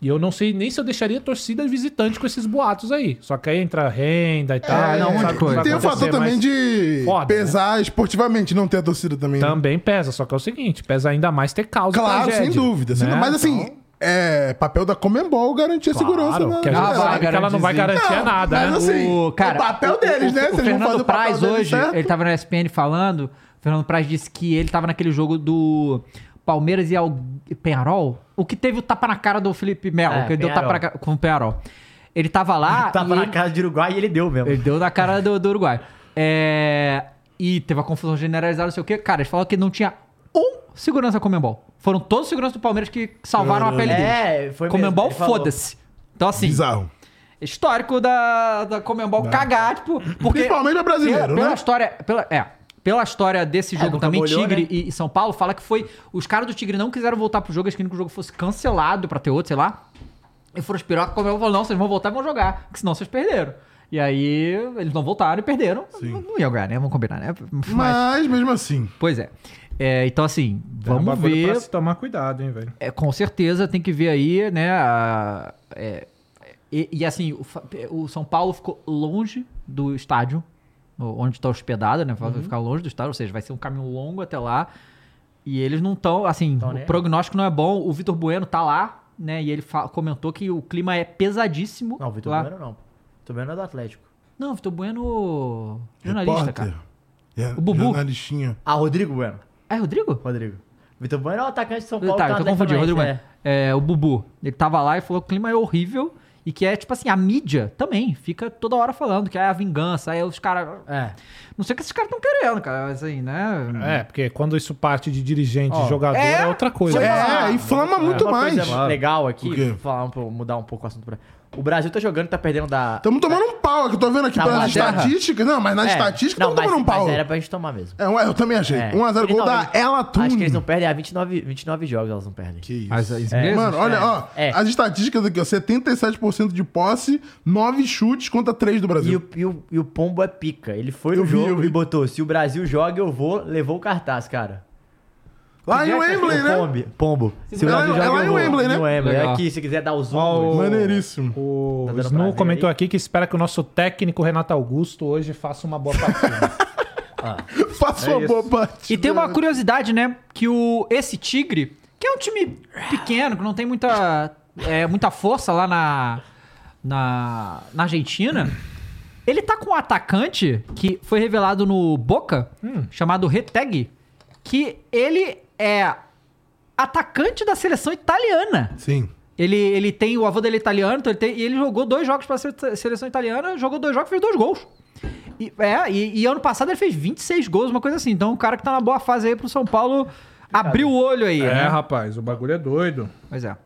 Speaker 3: E eu não sei nem se eu deixaria torcida visitante com esses boatos aí. Só que aí entra renda e tal.
Speaker 1: É, não,
Speaker 3: sabe
Speaker 1: muita
Speaker 3: o que
Speaker 1: coisa.
Speaker 3: vai
Speaker 2: É, Tem o
Speaker 3: acontecer,
Speaker 2: fator também
Speaker 3: mas
Speaker 2: de
Speaker 3: foda,
Speaker 2: pesar esportivamente, não ter a torcida também. né?
Speaker 3: Também pesa, só que é o seguinte, pesa ainda mais ter causa e
Speaker 2: Claro,
Speaker 3: tragédia,
Speaker 2: sem dúvida. sem
Speaker 3: né?
Speaker 2: dúvida. Mas assim, é papel da Comembol garantir a
Speaker 3: Claro,
Speaker 2: segurança. né?
Speaker 3: que a gente
Speaker 1: Ah, vai
Speaker 3: sabe que ela não vai
Speaker 1: garantir,
Speaker 2: Não,
Speaker 3: garantir nada,
Speaker 2: mas
Speaker 3: né?
Speaker 2: assim,
Speaker 1: O, cara,
Speaker 2: o papel deles,
Speaker 1: o-
Speaker 2: né?
Speaker 1: O, o
Speaker 2: Se eles não
Speaker 1: Fernando
Speaker 2: fazem o papel
Speaker 1: Praz
Speaker 2: deles
Speaker 1: hoje,
Speaker 2: certo.
Speaker 1: ele tava na SPN falando, o Fernando Praz disse que ele tava naquele jogo do Palmeiras e Al... Penharol, o que teve o tapa na cara do Felipe Melo,
Speaker 4: É,
Speaker 1: que ele deu
Speaker 4: Penharol.
Speaker 1: tapa na cara com o Penharol. Ele tava lá
Speaker 4: Tava
Speaker 1: e
Speaker 4: na
Speaker 1: ele-
Speaker 4: casa de Uruguai e ele deu mesmo.
Speaker 1: ele deu na cara do, do Uruguai. É, E teve uma confusão generalizada, não sei o quê. Cara, eles falaram que não tinha um segurança Comembol. Foram todos os seguranças do Palmeiras que salvaram a pele deles.
Speaker 4: É, foi mesmo,
Speaker 1: Comembol,
Speaker 4: ele falou.
Speaker 1: foda-se. Então, assim,
Speaker 2: Bizarro.
Speaker 1: histórico da, da Comembol cagar, tipo, porque
Speaker 2: Principalmente o brasileiro,
Speaker 1: pela, pela
Speaker 2: né?
Speaker 1: história, pela, é, pela história desse jogo
Speaker 4: nunca
Speaker 1: também,
Speaker 4: molhou,
Speaker 1: Tigre
Speaker 4: né?
Speaker 1: e, e São Paulo, fala que foi, os caras do Tigre não quiseram voltar pro jogo, eles queriam que o jogo fosse cancelado pra ter outro, sei lá, e foram os pirocas, como eu falou, não, vocês vão voltar e vão jogar, que senão vocês perderam. E aí, eles não voltaram e perderam. Não, não iam ganhar, né? Vamos combinar, né? Mas,
Speaker 2: Mas mesmo assim.
Speaker 1: pois é. É, Então, assim,
Speaker 3: É um
Speaker 1: vamos
Speaker 3: bagulho
Speaker 1: ver.
Speaker 3: pra se tomar cuidado, hein, velho.
Speaker 1: É, com certeza tem que ver aí, né? a- é, e, e, assim, o, fa- o São Paulo ficou longe do estádio, o- onde está hospedada, né?
Speaker 4: Uhum.
Speaker 1: Vai ficar longe do estádio, ou seja, vai ser um caminho longo até lá. E eles não estão, assim, o
Speaker 4: né?
Speaker 1: prognóstico não é bom. O Vitor Bueno tá lá, né? E ele fa- comentou que o clima é pesadíssimo.
Speaker 4: Não, o Vitor
Speaker 1: lá.
Speaker 4: Bueno não. Vitor Bueno é do Atlético.
Speaker 1: Não, Vitor Bueno. Jornalista, cara.
Speaker 2: É,
Speaker 1: O Bubu.
Speaker 2: Jornalistinha.
Speaker 4: Ah, Rodrigo Bueno.
Speaker 1: É, Rodrigo?
Speaker 4: Rodrigo. Vitor Bueno é o atacante de São Paulo.
Speaker 1: tá,
Speaker 4: que
Speaker 1: eu tô
Speaker 4: no Atlético
Speaker 1: confundindo, Rodrigo.
Speaker 4: também,
Speaker 1: É. o Bubu. Ele tava lá e falou que o clima é horrível e que é, tipo assim, a mídia também fica toda hora falando que é a vingança, aí os caras...
Speaker 4: É.
Speaker 1: Não sei o que esses caras estão querendo, cara, mas assim, né...
Speaker 3: É, porque quando isso parte de dirigente, de jogador,
Speaker 1: é?
Speaker 3: é, outra coisa.
Speaker 2: É, inflama muito
Speaker 4: Uma
Speaker 2: mais.
Speaker 4: coisa legal aqui,
Speaker 2: O quê?
Speaker 4: falar um pouco- mudar um pouco o assunto pra. O Brasil tá jogando, tá perdendo da.
Speaker 2: Estamos tomando um pau aqui, tô vendo aqui
Speaker 4: da
Speaker 2: pelas
Speaker 4: Inglaterra.
Speaker 2: estatísticas. Não, mas nas
Speaker 4: Tá É.
Speaker 2: estatísticas
Speaker 4: Não,
Speaker 2: estamos tomando um
Speaker 4: mas-
Speaker 2: pau.
Speaker 4: Mas era pra gente tomar mesmo.
Speaker 2: É, ué, eu também achei. 1x0
Speaker 4: Eles
Speaker 2: gol
Speaker 4: não,
Speaker 2: da
Speaker 4: eles-
Speaker 2: Ela Tune.
Speaker 4: Acho que eles não perdem há 29, 29 jogos, elas não perdem.
Speaker 2: É Que isso.
Speaker 1: As, as inglesas?
Speaker 2: Mano, olha,
Speaker 4: É.
Speaker 2: ó,
Speaker 4: É.
Speaker 2: as estatísticas aqui, ó, 77% de posse, 9 chutes contra 3 do
Speaker 4: E
Speaker 2: Brasil.
Speaker 4: o, e, o, e o Pombo é pica. Ele foi
Speaker 2: Eu
Speaker 4: no
Speaker 2: vi,
Speaker 4: jogo
Speaker 2: eu vi.
Speaker 4: e botou: se o Brasil joga, eu vou. Levou o cartaz, cara.
Speaker 2: Lá em Wembley,
Speaker 4: é? o
Speaker 2: né?
Speaker 4: Pombo, pombo. Se
Speaker 2: É
Speaker 4: o
Speaker 2: lá-
Speaker 4: Brasil
Speaker 2: é lá
Speaker 4: joga,
Speaker 2: em
Speaker 4: eu vou.
Speaker 2: Wembley, né?
Speaker 4: No Wembley.
Speaker 1: Legal.
Speaker 4: Aqui, se quiser dar os
Speaker 3: Ó,
Speaker 4: ombros.
Speaker 3: o-
Speaker 2: Maneiríssimo.
Speaker 3: O
Speaker 4: Tá dando
Speaker 3: Snow
Speaker 4: prazer
Speaker 3: comentou
Speaker 4: aí?
Speaker 3: aqui que espera que o nosso técnico Renato Augusto hoje faça uma boa partida.
Speaker 2: Faça uma boa partida.
Speaker 1: E tem uma curiosidade, né? Que o, esse Tigre, que é um time pequeno, que não tem muita, é, muita força lá na, na, na Argentina, ele tá com um atacante que foi revelado no Boca, chamado Reteg, que ele é atacante da seleção italiana.
Speaker 2: Sim.
Speaker 1: Ele, ele tem, o avô dele é italiano, então ele tem, e ele jogou dois jogos para a seleção italiana, jogou dois jogos e fez dois gols. E, é, e, e ano passado ele fez 26 gols, uma coisa assim. Então o cara que tá na boa fase aí pro São Paulo abriu o olho aí,
Speaker 3: é,
Speaker 1: né?
Speaker 3: rapaz, o bagulho é doido.
Speaker 1: Pois é.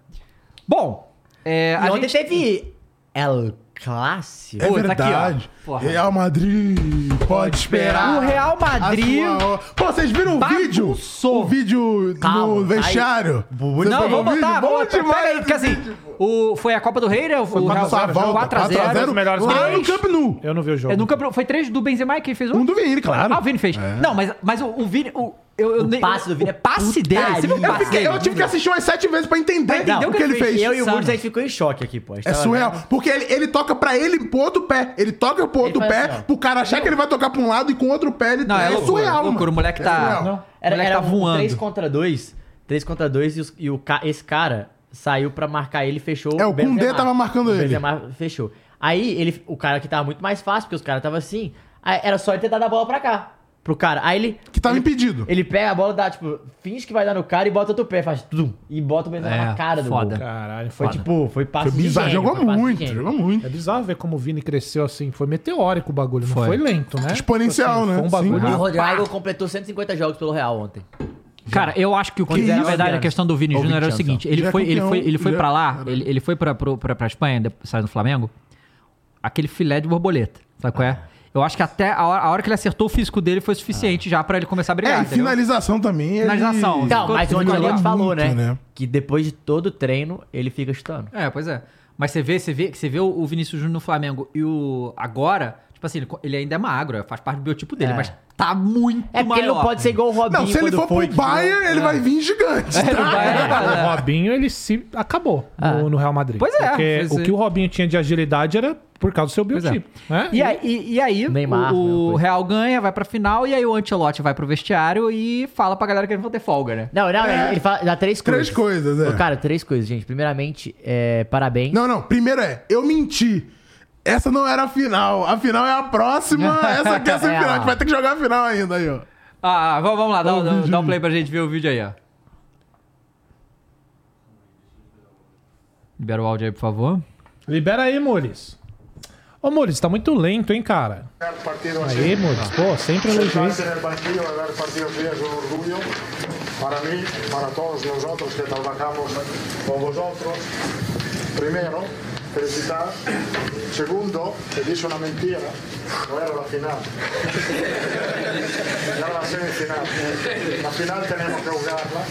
Speaker 1: Bom, é,
Speaker 4: E
Speaker 1: a
Speaker 4: ontem
Speaker 1: gente...
Speaker 4: teve. El Clássico.
Speaker 2: É
Speaker 1: Pô, tá aqui, ó.
Speaker 2: verdade.
Speaker 1: Porra.
Speaker 2: Real Madrid, pode esperar.
Speaker 1: O Real Madrid
Speaker 2: a sua hora. Pô, vocês viram o vídeo?
Speaker 1: bagunçou.
Speaker 2: O vídeo no
Speaker 4: Calma,
Speaker 2: vestiário? Vocês
Speaker 1: Não,
Speaker 2: viram o
Speaker 1: vamos botar,
Speaker 2: vídeo? Bom
Speaker 1: vamos botar.
Speaker 2: demais
Speaker 1: Pera aí, porque
Speaker 2: esse
Speaker 1: assim,
Speaker 2: vídeo.
Speaker 1: o, foi a Copa do Rei, né? O, o Real
Speaker 2: Nossa, a volta,
Speaker 1: 4x0.
Speaker 2: 4x0,
Speaker 3: melhores
Speaker 2: lá no
Speaker 3: gols.
Speaker 2: Camp Nou.
Speaker 3: Eu não vi o jogo.
Speaker 1: É, nunca, pro- foi três do Benzema que fez um?
Speaker 2: Um do É. Vini, claro.
Speaker 1: Ah, o Vini fez. Não, mas, mas o, o Vini... O, eu, eu
Speaker 4: O
Speaker 1: nem-
Speaker 4: passe do Vini é
Speaker 1: O passe dele. Você viu o
Speaker 4: putaria.
Speaker 1: passe
Speaker 4: Eu
Speaker 2: Porque
Speaker 1: dele?
Speaker 2: eu tive que assistir umas sete vezes pra entender
Speaker 1: Não,
Speaker 2: É, o que ele fez.
Speaker 4: Eu e o
Speaker 1: Insano.
Speaker 4: Muros, a gente ficou em choque aqui, pô. A gente
Speaker 2: É
Speaker 4: tava
Speaker 2: surreal.
Speaker 1: né?
Speaker 4: vendo.
Speaker 2: Porque ele, ele toca pra ele pro outro pé. Ele toca pro outro
Speaker 4: faz
Speaker 2: pé,
Speaker 4: assim, ó.
Speaker 2: pro cara achar que ele vai tocar pra um lado e com o outro pé ele
Speaker 1: Não, é, loucura,
Speaker 2: surreal,
Speaker 1: loucura.
Speaker 2: mano.
Speaker 1: O moleque
Speaker 2: É
Speaker 1: tá,
Speaker 2: surreal.
Speaker 1: o
Speaker 4: Era,
Speaker 1: moleque
Speaker 4: era
Speaker 1: tá
Speaker 4: um
Speaker 1: voando.
Speaker 4: 3 contra 2. 3 contra 2 e, os- e o, ca- esse cara saiu pra marcar ele e fechou.
Speaker 2: É, o Koundé
Speaker 4: Benzema.
Speaker 2: tava marcando
Speaker 4: o
Speaker 2: ele.
Speaker 4: Benzema fechou. Aí ele, o cara que tava muito mais fácil, porque os caras tava assim. aí era só ele ter dado a bola pra cá. Pro cara. Aí ele.
Speaker 2: Que tava
Speaker 4: ele,
Speaker 2: impedido.
Speaker 4: Ele pega a bola, dá, tipo, finge que vai dar no cara e bota outro pé, faz tudo. E bota o Benzema
Speaker 1: É,
Speaker 4: na cara do
Speaker 1: foda.
Speaker 4: gol.
Speaker 3: Caralho,
Speaker 4: Foi
Speaker 3: foi tipo.
Speaker 4: tipo, foi passe
Speaker 2: Foi bizarro.
Speaker 4: de gênio,
Speaker 2: Jogou
Speaker 4: foi passe de
Speaker 2: muito,
Speaker 4: gênio.
Speaker 2: jogou muito.
Speaker 3: É bizarro ver como o Vini cresceu assim. Foi meteórico o bagulho, não
Speaker 1: Foi.
Speaker 3: foi lento, né?
Speaker 2: Exponencial, né?
Speaker 3: Foi um bagulho.
Speaker 2: Sim.
Speaker 4: O Rodrigo completou 150 jogos pelo Real ontem. um.
Speaker 1: Cara, eu acho que o que,
Speaker 4: Quando
Speaker 1: na
Speaker 4: era
Speaker 1: verdade, a
Speaker 4: anos.
Speaker 1: questão do Vini
Speaker 4: Ou
Speaker 1: Júnior era o
Speaker 4: 20 anos,
Speaker 1: seguinte: ele
Speaker 2: Já é
Speaker 1: foi, ele
Speaker 2: campeão,
Speaker 1: foi, ele foi
Speaker 2: já-
Speaker 1: pra lá,
Speaker 2: caralho.
Speaker 1: ele, ele foi pra, pro- pra, pra Espanha, depois saiu do Flamengo, aquele filé de borboleta. Sabe qual
Speaker 4: Ah.
Speaker 1: é? Eu acho que até a hora, a hora que ele acertou o físico dele foi suficiente já pra ele começar a brigar.
Speaker 2: É, e
Speaker 1: entendeu?
Speaker 2: finalização também. ele-
Speaker 1: Finalização.
Speaker 4: Então,
Speaker 1: Ficou-
Speaker 4: mas o
Speaker 1: ficou ali
Speaker 4: Ancelotti falou,
Speaker 2: muito,
Speaker 4: né,
Speaker 2: né?
Speaker 4: Que depois de todo o treino, ele fica chutando.
Speaker 1: É, pois é. Mas você vê, você vê, você vê o Vinícius Júnior no Flamengo e o. Agora, tipo assim, ele, ele ainda é magro, faz parte do biotipo dele,
Speaker 4: É.
Speaker 1: mas tá muito
Speaker 4: É porque ele não
Speaker 1: maior.
Speaker 4: pode ser igual o Robinho
Speaker 2: Não, se ele
Speaker 4: quando
Speaker 2: for
Speaker 4: foi,
Speaker 2: pro
Speaker 4: que- É.
Speaker 2: Bayern, ele vai vir gigante.
Speaker 1: É,
Speaker 2: tá?
Speaker 1: né?
Speaker 3: O Robinho, ele se acabou no, no Real Madrid.
Speaker 1: Pois é,
Speaker 3: Porque
Speaker 1: pois
Speaker 3: o
Speaker 1: é.
Speaker 3: que o Robinho tinha de agilidade era por causa do seu
Speaker 1: é.
Speaker 3: biotipo. né?
Speaker 1: E aí, e- e aí,
Speaker 4: Neymar, mesma
Speaker 1: o, o
Speaker 4: coisa.
Speaker 1: Real ganha, vai pra final, e aí o Ancelotti vai pro vestiário e fala pra galera que eles vão ter folga, né?
Speaker 4: Não, não, ele fala, dá três coisas.
Speaker 2: Três coisas, é.
Speaker 4: Ô, Cara, três coisas, gente. Primeiramente, é, parabéns.
Speaker 2: Não, não. Primeiro é, eu menti. Essa não era a final. A final é a próxima. Essa aqui é a semifinal. A gente vai ter que jogar a final ainda aí, ó.
Speaker 1: Ah, vamos, vamos lá, dá, um- dá um- dá um play pra gente ver o vídeo aí, ó. Libera o áudio aí, por favor.
Speaker 3: Libera aí, Mules. Ô, Mules, tá muito lento, hein, cara?
Speaker 7: ganar partidos
Speaker 3: Aí, Mules, pô, sempre elogiei.
Speaker 7: sentarse en el banquillo, ganar partidos es un orgullo para mí, para todos nosotros que trabajamos con vosotros. Primero, felicitar. Segundo, que dice una mentira, no era la final. Era la semifinal. La final tenemos que jugarla.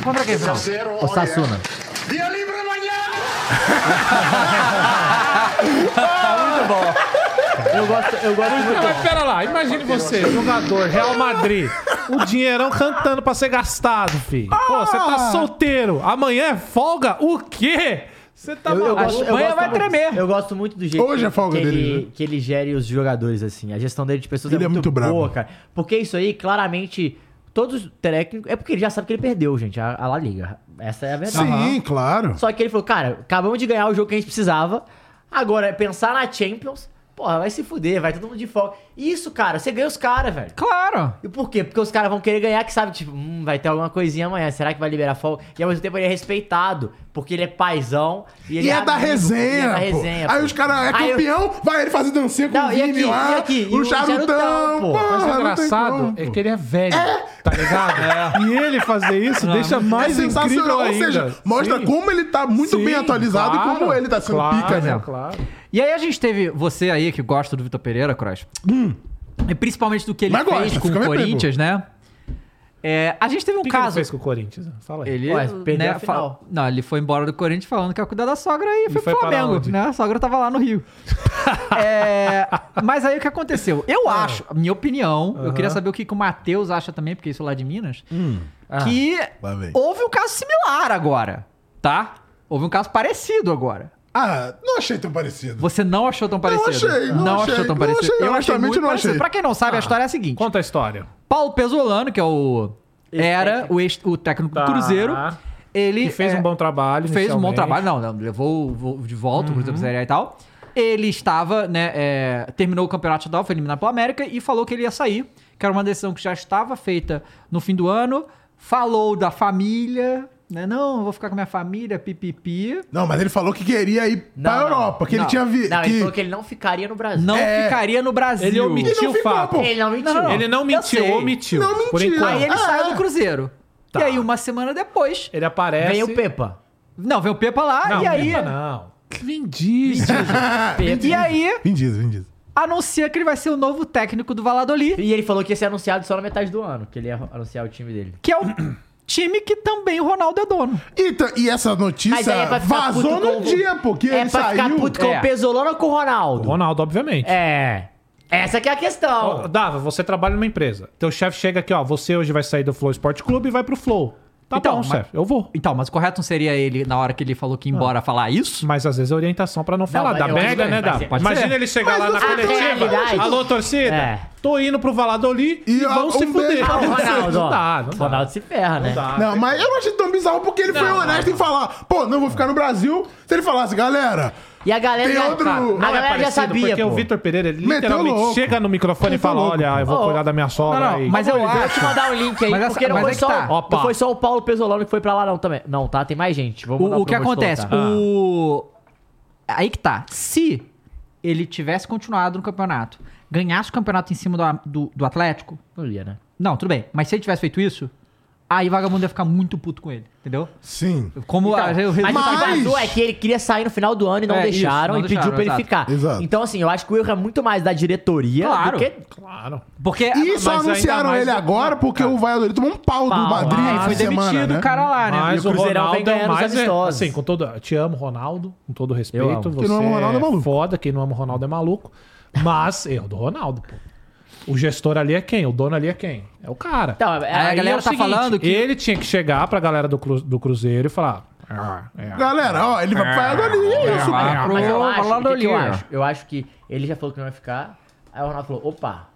Speaker 1: Vamos pra quem, Fran?
Speaker 7: Tercero,
Speaker 4: Osasuna.
Speaker 7: oye, Día libre mañana.
Speaker 4: Eu gosto, eu gosto muito.
Speaker 3: Não, mas pera lá, imagine você, jogador, Real Madrid, o dinheirão cantando pra ser gastado, filho. Pô, você
Speaker 2: Ah.
Speaker 3: tá solteiro, amanhã é folga? O quê? Você tá
Speaker 4: Eu, eu
Speaker 3: maluco?
Speaker 4: gosto, eu
Speaker 1: Espanha
Speaker 4: gosto
Speaker 1: vai
Speaker 4: muito-
Speaker 1: tremer.
Speaker 4: Eu gosto muito do jeito
Speaker 2: Hoje é folga
Speaker 4: que,
Speaker 2: dele,
Speaker 4: ele,
Speaker 2: né?
Speaker 4: que ele gere os jogadores, assim. A gestão dele de pessoas
Speaker 2: Ele
Speaker 4: é
Speaker 2: é
Speaker 4: muito,
Speaker 2: muito brabo.
Speaker 4: boa, cara. Porque isso aí, claramente, todos os técnicos... É porque ele já sabe que ele perdeu, gente, a, a La Liga. Essa é a verdade.
Speaker 2: Sim, claro.
Speaker 4: Só que ele falou, cara, acabamos de ganhar o jogo que a gente precisava. Agora, é pensar na Champions, porra, vai se fuder, vai todo mundo de folga. Isso, cara, você ganha os caras, velho.
Speaker 1: Claro!
Speaker 4: E por quê? Porque os caras vão querer ganhar, que sabe, tipo, hum, vai ter alguma coisinha amanhã, será que vai liberar folga? E ao mesmo tempo ele é respeitado. porque ele é paizão. E, ele
Speaker 2: E é
Speaker 4: abre
Speaker 2: da
Speaker 4: o grupo, e é
Speaker 2: resenha,
Speaker 4: da
Speaker 2: pô.
Speaker 4: resenha,
Speaker 2: Aí
Speaker 4: pô.
Speaker 2: os caras, é
Speaker 4: Aí eu-
Speaker 2: campeão, vai ele fazer dancinha com
Speaker 4: Não,
Speaker 2: o
Speaker 4: e
Speaker 2: Vini
Speaker 4: aqui,
Speaker 2: lá,
Speaker 4: e aqui, e
Speaker 2: o
Speaker 4: o
Speaker 2: charutão,
Speaker 4: Charutão, pô. é
Speaker 2: pô.
Speaker 3: Mas o engraçado é que ele é velho, tá ligado?
Speaker 1: É.
Speaker 3: E ele fazer isso deixa
Speaker 2: É
Speaker 3: mais incrível
Speaker 2: sensacional, ou
Speaker 3: ainda.
Speaker 2: seja, mostra
Speaker 3: Sim.
Speaker 2: como ele tá muito
Speaker 3: Sim,
Speaker 2: bem atualizado e
Speaker 3: claro,
Speaker 2: como ele tá sendo
Speaker 3: claro,
Speaker 2: pica, né?
Speaker 3: Claro.
Speaker 1: E aí a gente teve você aí que gosta do Vitor Pereira, Cross.
Speaker 3: Hum.
Speaker 1: E principalmente do que ele
Speaker 2: Mas
Speaker 1: fez
Speaker 2: gosta,
Speaker 1: com
Speaker 2: fica
Speaker 1: o
Speaker 2: bem pego.
Speaker 1: Corinthians, né? É, a gente teve um
Speaker 3: O que, que ele
Speaker 1: caso.
Speaker 3: fez com o Corinthians? Fala aí.
Speaker 1: Ele,
Speaker 4: Ué, perdeu
Speaker 1: né,
Speaker 4: a final.
Speaker 1: fa- Não, ele foi embora do Corinthians falando que ia cuidar da sogra e, foi
Speaker 3: foi
Speaker 1: pro
Speaker 3: para
Speaker 1: Flamengo,
Speaker 3: onde?
Speaker 1: né? A sogra tava lá no Rio. É, mas aí o que aconteceu?
Speaker 3: É.
Speaker 1: Eu acho, minha opinião, eu queria saber o que, que o Matheus acha também, porque isso é lá de Minas,
Speaker 2: Hum.
Speaker 3: Ah.
Speaker 1: que
Speaker 2: lá vem.
Speaker 1: houve um caso similar agora, tá? Houve um caso parecido agora.
Speaker 2: Ah, não achei tão parecido.
Speaker 1: Você não achou tão parecido?
Speaker 2: achei, não achei,
Speaker 1: achou tão
Speaker 2: não
Speaker 1: parecido.
Speaker 2: achei,
Speaker 1: eu achei
Speaker 2: honestamente
Speaker 1: muito
Speaker 2: não
Speaker 1: parecido.
Speaker 2: achei.
Speaker 1: Pra quem não
Speaker 3: Ah.
Speaker 1: sabe, a história é a seguinte.
Speaker 3: Conta a história.
Speaker 1: Paulo Pesolano, que é o... Era o, ex, o técnico
Speaker 3: Tá.
Speaker 1: do Cruzeiro. Ele
Speaker 3: Que fez
Speaker 1: é,
Speaker 3: um bom trabalho.
Speaker 1: fez um bom
Speaker 3: inicialmente. Uhum.
Speaker 1: trabalho, não, não, levou o vo- de volta o Cruzeiro pra Série A e tal. ele estava, né, é, terminou o campeonato estadual, foi eliminado pelo América e falou que ele ia sair, que era uma decisão que já estava feita no fim do ano. Falou da família, né, não, eu vou ficar com minha família, pipipi.
Speaker 2: Não, mas ele falou que queria ir pra
Speaker 4: Não, não,
Speaker 2: Europa, que
Speaker 1: não.
Speaker 2: ele tinha vi...
Speaker 4: Não, ele
Speaker 2: que...
Speaker 4: falou que ele não ficaria no Brasil.
Speaker 1: Não
Speaker 2: É.
Speaker 1: ficaria no Brasil.
Speaker 3: Ele
Speaker 2: E
Speaker 3: omitiu
Speaker 2: não
Speaker 3: o
Speaker 2: ficou,
Speaker 3: fato.
Speaker 2: pô.
Speaker 4: Ele não mentiu.
Speaker 1: Não, não,
Speaker 3: Ele não
Speaker 1: Eu
Speaker 3: mentiu,
Speaker 1: sei.
Speaker 3: omitiu.
Speaker 2: Não
Speaker 3: Por
Speaker 2: mentiu.
Speaker 3: enquanto.
Speaker 1: Aí ele
Speaker 2: Ah,
Speaker 1: saiu
Speaker 2: é.
Speaker 1: do Cruzeiro.
Speaker 3: Tá.
Speaker 1: E aí, uma semana depois,
Speaker 3: Ele aparece.
Speaker 4: Vem o Pepa.
Speaker 1: não, vem o Pepa lá,
Speaker 3: Não,
Speaker 1: e aí...
Speaker 3: Pepa não. Vin Diesel.
Speaker 1: E aí,
Speaker 2: Vendido, vendido.
Speaker 1: anuncia que ele vai ser o novo técnico do Valladolid.
Speaker 4: E ele falou que ia ser anunciado só na metade do ano, que ele ia anunciar o time dele.
Speaker 1: que é o time que também o Ronaldo é dono.
Speaker 2: E, ta- Então, e essa
Speaker 4: Mas
Speaker 2: notícia
Speaker 4: aí é pra ficar puto
Speaker 2: vazou no
Speaker 4: com o-
Speaker 2: dia, pô, que
Speaker 4: é
Speaker 2: ele
Speaker 4: pra ficar
Speaker 2: saiu.
Speaker 4: puto com
Speaker 1: É.
Speaker 4: o Pesolano ou com o Ronaldo?
Speaker 3: Ronaldo, obviamente.
Speaker 4: É. Essa que é a questão.
Speaker 3: Ó, Dava, você trabalha numa empresa. Teu chefe chega aqui, ó. Você hoje vai sair do Flow Esporte Clube e vai pro Flow. Tá
Speaker 1: Então,
Speaker 3: bom,
Speaker 1: mas-
Speaker 3: chefe. Eu vou.
Speaker 1: Então, mas o correto não seria ele, na hora que ele falou que ia embora, falar isso?
Speaker 3: Mas às vezes é orientação pra não falar.
Speaker 4: mas
Speaker 3: Dá
Speaker 4: eu-
Speaker 3: merda,
Speaker 4: mas
Speaker 3: né,
Speaker 4: é-
Speaker 3: Dava?
Speaker 4: mas é-
Speaker 1: pode
Speaker 3: Imagina
Speaker 1: ser.
Speaker 3: ele chegar lá na
Speaker 4: a
Speaker 3: coletiva.
Speaker 4: realidade-
Speaker 3: Alô, torcida.
Speaker 4: É.
Speaker 3: Tô indo pro Valladolid e,
Speaker 2: E, ó,
Speaker 3: vão se
Speaker 2: um
Speaker 3: fuder.
Speaker 2: beijo pra
Speaker 4: Ah, o Ronaldo,
Speaker 3: Não
Speaker 4: ó.
Speaker 3: dá, não
Speaker 4: O
Speaker 3: dá.
Speaker 4: Ronaldo se ferra, né?
Speaker 3: dá.
Speaker 2: Não, mas eu não achei tão bizarro porque ele foi honesto em falar, pô, não vou ficar no Brasil. Se ele falasse, galera,
Speaker 4: E a galera
Speaker 2: Tem
Speaker 4: já,
Speaker 2: outro-
Speaker 4: a
Speaker 2: Não
Speaker 3: Não é
Speaker 4: galera já
Speaker 3: parecido,
Speaker 4: sabia,
Speaker 3: Porque
Speaker 4: pô.
Speaker 3: o Vitor Pereira, ele
Speaker 2: Meteu
Speaker 3: literalmente
Speaker 2: louco.
Speaker 3: chega no microfone e
Speaker 2: Meteu
Speaker 3: fala:
Speaker 2: louco,
Speaker 3: olha, eu vou
Speaker 4: Ô,
Speaker 3: cuidar da minha sogra.
Speaker 1: não, não,
Speaker 3: aí.
Speaker 1: mas eu acho-
Speaker 4: Deixa eu mandar o link aí,
Speaker 1: Mas essa-
Speaker 4: porque não
Speaker 1: mas
Speaker 4: foi,
Speaker 1: é que
Speaker 4: só,
Speaker 1: tá.
Speaker 4: não
Speaker 3: Opa.
Speaker 4: foi só o Paulo Pesolano que foi pra lá não também. Não, tá? Tem mais gente. Vou mandar
Speaker 1: O, o
Speaker 4: pro
Speaker 1: que
Speaker 4: Augusto
Speaker 1: acontece?
Speaker 4: colocar.
Speaker 1: O. Aí que tá. Se ele tivesse continuado no campeonato, ganhasse o campeonato em cima do, do, do Atlético.
Speaker 4: Não ia, né?
Speaker 1: Não, tudo bem. Mas se ele tivesse feito isso, aí vagabundo ia ficar muito puto com ele, entendeu?
Speaker 2: sim.
Speaker 1: Como
Speaker 4: Então,
Speaker 1: a- eu
Speaker 4: mas,
Speaker 1: resumo-
Speaker 4: o que
Speaker 2: Mas-
Speaker 4: vazou é que ele queria sair no final do ano e não
Speaker 1: É, isso,
Speaker 4: deixaram
Speaker 1: não
Speaker 4: e pediu
Speaker 1: deixaram,
Speaker 4: pra ele
Speaker 1: exato.
Speaker 4: ficar.
Speaker 2: Exato.
Speaker 4: Então, assim, eu acho que o erro é muito mais da diretoria
Speaker 1: Claro.
Speaker 4: do que
Speaker 3: Claro.
Speaker 1: Porque.
Speaker 4: É,
Speaker 2: E só
Speaker 3: mas ainda
Speaker 2: anunciaram
Speaker 3: mais-
Speaker 2: ele agora porque o Valladolid tomou um pau,
Speaker 4: Pau,
Speaker 2: do Madrid
Speaker 1: É,
Speaker 2: é,
Speaker 1: e foi demitido o cara lá, né?
Speaker 3: Mas
Speaker 4: E o
Speaker 3: o
Speaker 4: Cruzeirão vem
Speaker 3: Ronaldo é
Speaker 4: ganhando os
Speaker 3: mais. é-
Speaker 4: amistosos.
Speaker 3: Assim, com todo. eu Te amo, Ronaldo, com todo
Speaker 4: Eu
Speaker 3: respeito.
Speaker 4: amo.
Speaker 3: Você
Speaker 2: Quem não ama o Ronaldo é maluco.
Speaker 3: foda, quem não ama o Ronaldo é maluco. Mas erro do Ronaldo, pô. O gestor ali é quem? O dono ali é quem? É o cara.
Speaker 4: Então,
Speaker 1: a
Speaker 4: aí
Speaker 1: galera
Speaker 4: é o
Speaker 1: tá
Speaker 4: seguinte,
Speaker 1: falando que.
Speaker 3: Ele tinha que chegar pra galera do, cru- do Cruzeiro e falar. "Ah, é,
Speaker 2: Galera, ó, ele vai pro Valladolid, é isso.
Speaker 1: vai
Speaker 4: Mas
Speaker 1: pro
Speaker 4: eu acho, o que que eu
Speaker 1: Valladolid.
Speaker 4: acho? Eu acho que ele já falou que não vai ficar. Aí o Ronaldo falou, opa,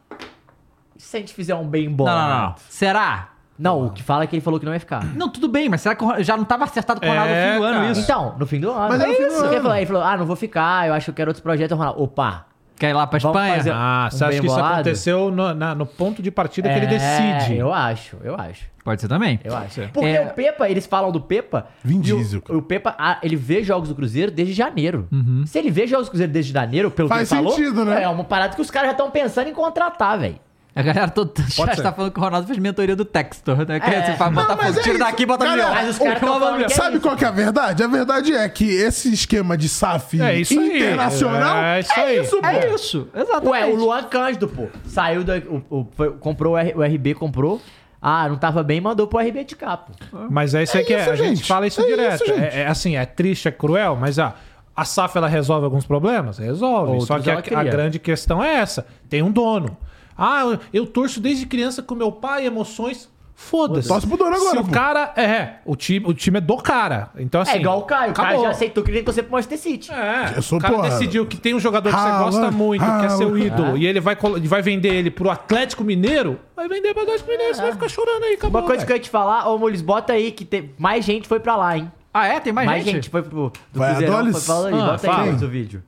Speaker 4: e se a gente fizer um bem bom?
Speaker 1: Não, não, não. Será?
Speaker 4: Não, o que fala é que ele falou que não ia ficar.
Speaker 1: Não, tudo bem, mas será que o Ron- já não tava acertado com o Ronaldo
Speaker 3: É,
Speaker 1: no fim do ano
Speaker 3: cara.
Speaker 1: isso?
Speaker 4: Então, no fim do ano.
Speaker 2: Ah. Mas é no fim do
Speaker 4: Porque Ele
Speaker 2: ano.
Speaker 4: falou, ele falou, ah, não vou ficar, eu acho que eu quero outros projetos. Aí o Ronaldo, opa.
Speaker 1: Quer ir lá pra
Speaker 4: Vamos
Speaker 1: Espanha?
Speaker 4: fazer-
Speaker 3: Ah,
Speaker 4: Um
Speaker 3: você acha
Speaker 4: bem
Speaker 3: que isso
Speaker 4: bolado?
Speaker 3: aconteceu no, na- no ponto de partida que ele
Speaker 4: é,
Speaker 3: decide?
Speaker 4: Eu acho, eu acho.
Speaker 1: Pode ser também.
Speaker 4: Eu acho. Porque
Speaker 1: É.
Speaker 4: o Pepa, eles falam do Pepa.
Speaker 2: Vin
Speaker 4: e o-
Speaker 2: Diesel,
Speaker 4: O,
Speaker 2: cara.
Speaker 4: Pepa, ah, ele vê jogos do Cruzeiro desde janeiro. Se ele vê jogos do Cruzeiro desde janeiro, pelo
Speaker 2: Faz
Speaker 4: que ele
Speaker 2: sentido,
Speaker 4: falou,
Speaker 2: né?
Speaker 4: é uma parada que os caras já estão pensando em contratar, velho.
Speaker 1: A galera toda tá- já
Speaker 3: ser.
Speaker 1: está falando que o Ronaldo fez mentoria do Textor, né? Que
Speaker 4: É.
Speaker 1: você faz botar
Speaker 2: mas
Speaker 1: fogo,
Speaker 2: é
Speaker 1: tira
Speaker 2: isso.
Speaker 1: daqui e bota no
Speaker 2: Galera,
Speaker 1: milhão.
Speaker 4: Mas os caras
Speaker 1: Ô,
Speaker 4: tão
Speaker 1: pelo
Speaker 4: falando
Speaker 1: amor de
Speaker 4: que é
Speaker 2: Sabe
Speaker 4: isso.
Speaker 2: qual que é a verdade? A verdade é que esse esquema de SAF
Speaker 3: É isso aí,
Speaker 2: internacional
Speaker 3: é
Speaker 2: é
Speaker 3: isso
Speaker 2: isso,
Speaker 3: aí.
Speaker 2: pô.
Speaker 1: Deus. É isso, exatamente.
Speaker 4: Ué, o Luan Cândido, pô. Saiu da. O, o- foi- comprou o, R- o RB, comprou. Ah, não tava bem, mandou pro RB de capo.
Speaker 3: Mas é isso aí que é.
Speaker 2: isso,
Speaker 3: A gente
Speaker 2: gente.
Speaker 3: fala isso
Speaker 2: É
Speaker 3: direto.
Speaker 2: isso, gente.
Speaker 3: é, é assim, é triste, é cruel, mas a, a SAF ela resolve alguns problemas? Resolve.
Speaker 4: Outros
Speaker 3: Só que a,
Speaker 4: ela cria.
Speaker 3: a grande questão é essa: tem um dono. Ah, eu, eu torço desde criança com meu pai, emoções. Foda-se.
Speaker 2: Torce pro dono
Speaker 3: Se
Speaker 2: agora,
Speaker 3: o
Speaker 2: pô.
Speaker 3: cara. É, o time, o time é do cara. Então, assim.
Speaker 4: é igual o Caio. O Caio
Speaker 3: acabou.
Speaker 4: já aceitou que ele torcer pro Manchester City.
Speaker 3: É,
Speaker 2: Eu sou
Speaker 3: o cara
Speaker 2: porra.
Speaker 3: decidiu que tem um jogador que você
Speaker 2: Haaland,
Speaker 3: gosta muito, que é seu
Speaker 2: Haaland.
Speaker 3: ídolo, e ele vai, colo- ele vai vender ele pro Atlético Mineiro, vai vender pro Atlético Mineiro, você vai ficar chorando aí, acabou.
Speaker 4: É. Uma coisa que eu ia te falar, ô Mules, bota aí que tem, mais gente foi pra lá, hein?
Speaker 1: Ah, é? Tem mais,
Speaker 4: mais
Speaker 1: gente?
Speaker 4: gente? foi pro. Do
Speaker 2: Vai,
Speaker 4: Cruzeirão,
Speaker 2: Adolis?
Speaker 4: foi pra lá,
Speaker 3: Ah,
Speaker 4: bota
Speaker 3: fala.
Speaker 4: aí Mules, o vídeo.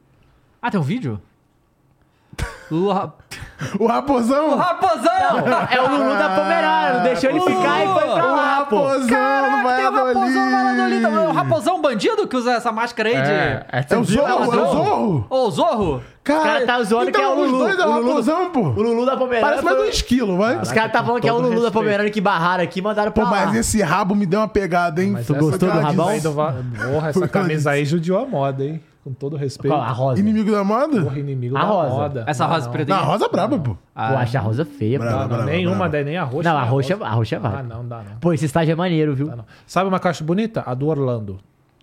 Speaker 1: Ah, tem um vídeo? Lula...
Speaker 2: O raposão?
Speaker 1: O raposão!
Speaker 4: É o Lulu da Pomerana, não deixou ele ficar e foi pra
Speaker 2: o
Speaker 4: lá, pô.
Speaker 2: raposão do
Speaker 1: Caraca, tem o raposão
Speaker 2: Valladolid.
Speaker 1: Valladolid. É o raposão bandido que usa essa máscara aí de...
Speaker 2: É o Zorro, é o Zorro.
Speaker 1: Ô, Zorro!
Speaker 4: cara tá zoando
Speaker 2: então,
Speaker 4: que é o
Speaker 2: Os
Speaker 4: Lulu.
Speaker 2: dois é
Speaker 4: O
Speaker 2: o
Speaker 4: Lulu do-
Speaker 2: raposão,
Speaker 4: O
Speaker 2: pô.
Speaker 4: Lulu da Pomerana.
Speaker 2: Parece mais
Speaker 4: foi-
Speaker 2: um esquilo, vai.
Speaker 4: Os caras tá falando que é o
Speaker 5: todo
Speaker 4: Lulu da
Speaker 5: respeito.
Speaker 4: Pomerana que barraram aqui e mandaram pra
Speaker 2: Pô, mas
Speaker 4: lá.
Speaker 2: esse rabo me deu uma pegada, hein?
Speaker 3: essa camisa
Speaker 2: Cara,
Speaker 3: aí do Va- Porra, essa
Speaker 2: Por causa
Speaker 3: camisa aí judiou a moda, hein? Com todo respeito.
Speaker 4: Qual? A rosa.
Speaker 2: Inimigo da moda?
Speaker 3: Porra, inimigo
Speaker 4: A
Speaker 3: da
Speaker 4: rosa.
Speaker 3: moda.
Speaker 1: Essa rosa preta
Speaker 2: Na
Speaker 1: aí. Ah,
Speaker 2: rosa é braba, pô.
Speaker 4: Pô, acho a rosa feia, pô.
Speaker 2: Brava,
Speaker 3: Não, é
Speaker 2: brava,
Speaker 3: nenhuma,
Speaker 2: brava.
Speaker 3: daí, nem a roxa.
Speaker 4: Não, a
Speaker 3: nem
Speaker 4: roxa, é a roxa vai.
Speaker 3: Ah, não, dá não.
Speaker 4: Pô, esse estágio é maneiro, viu?
Speaker 3: Dá não. Sabe uma caixa bonita? A do Orlando.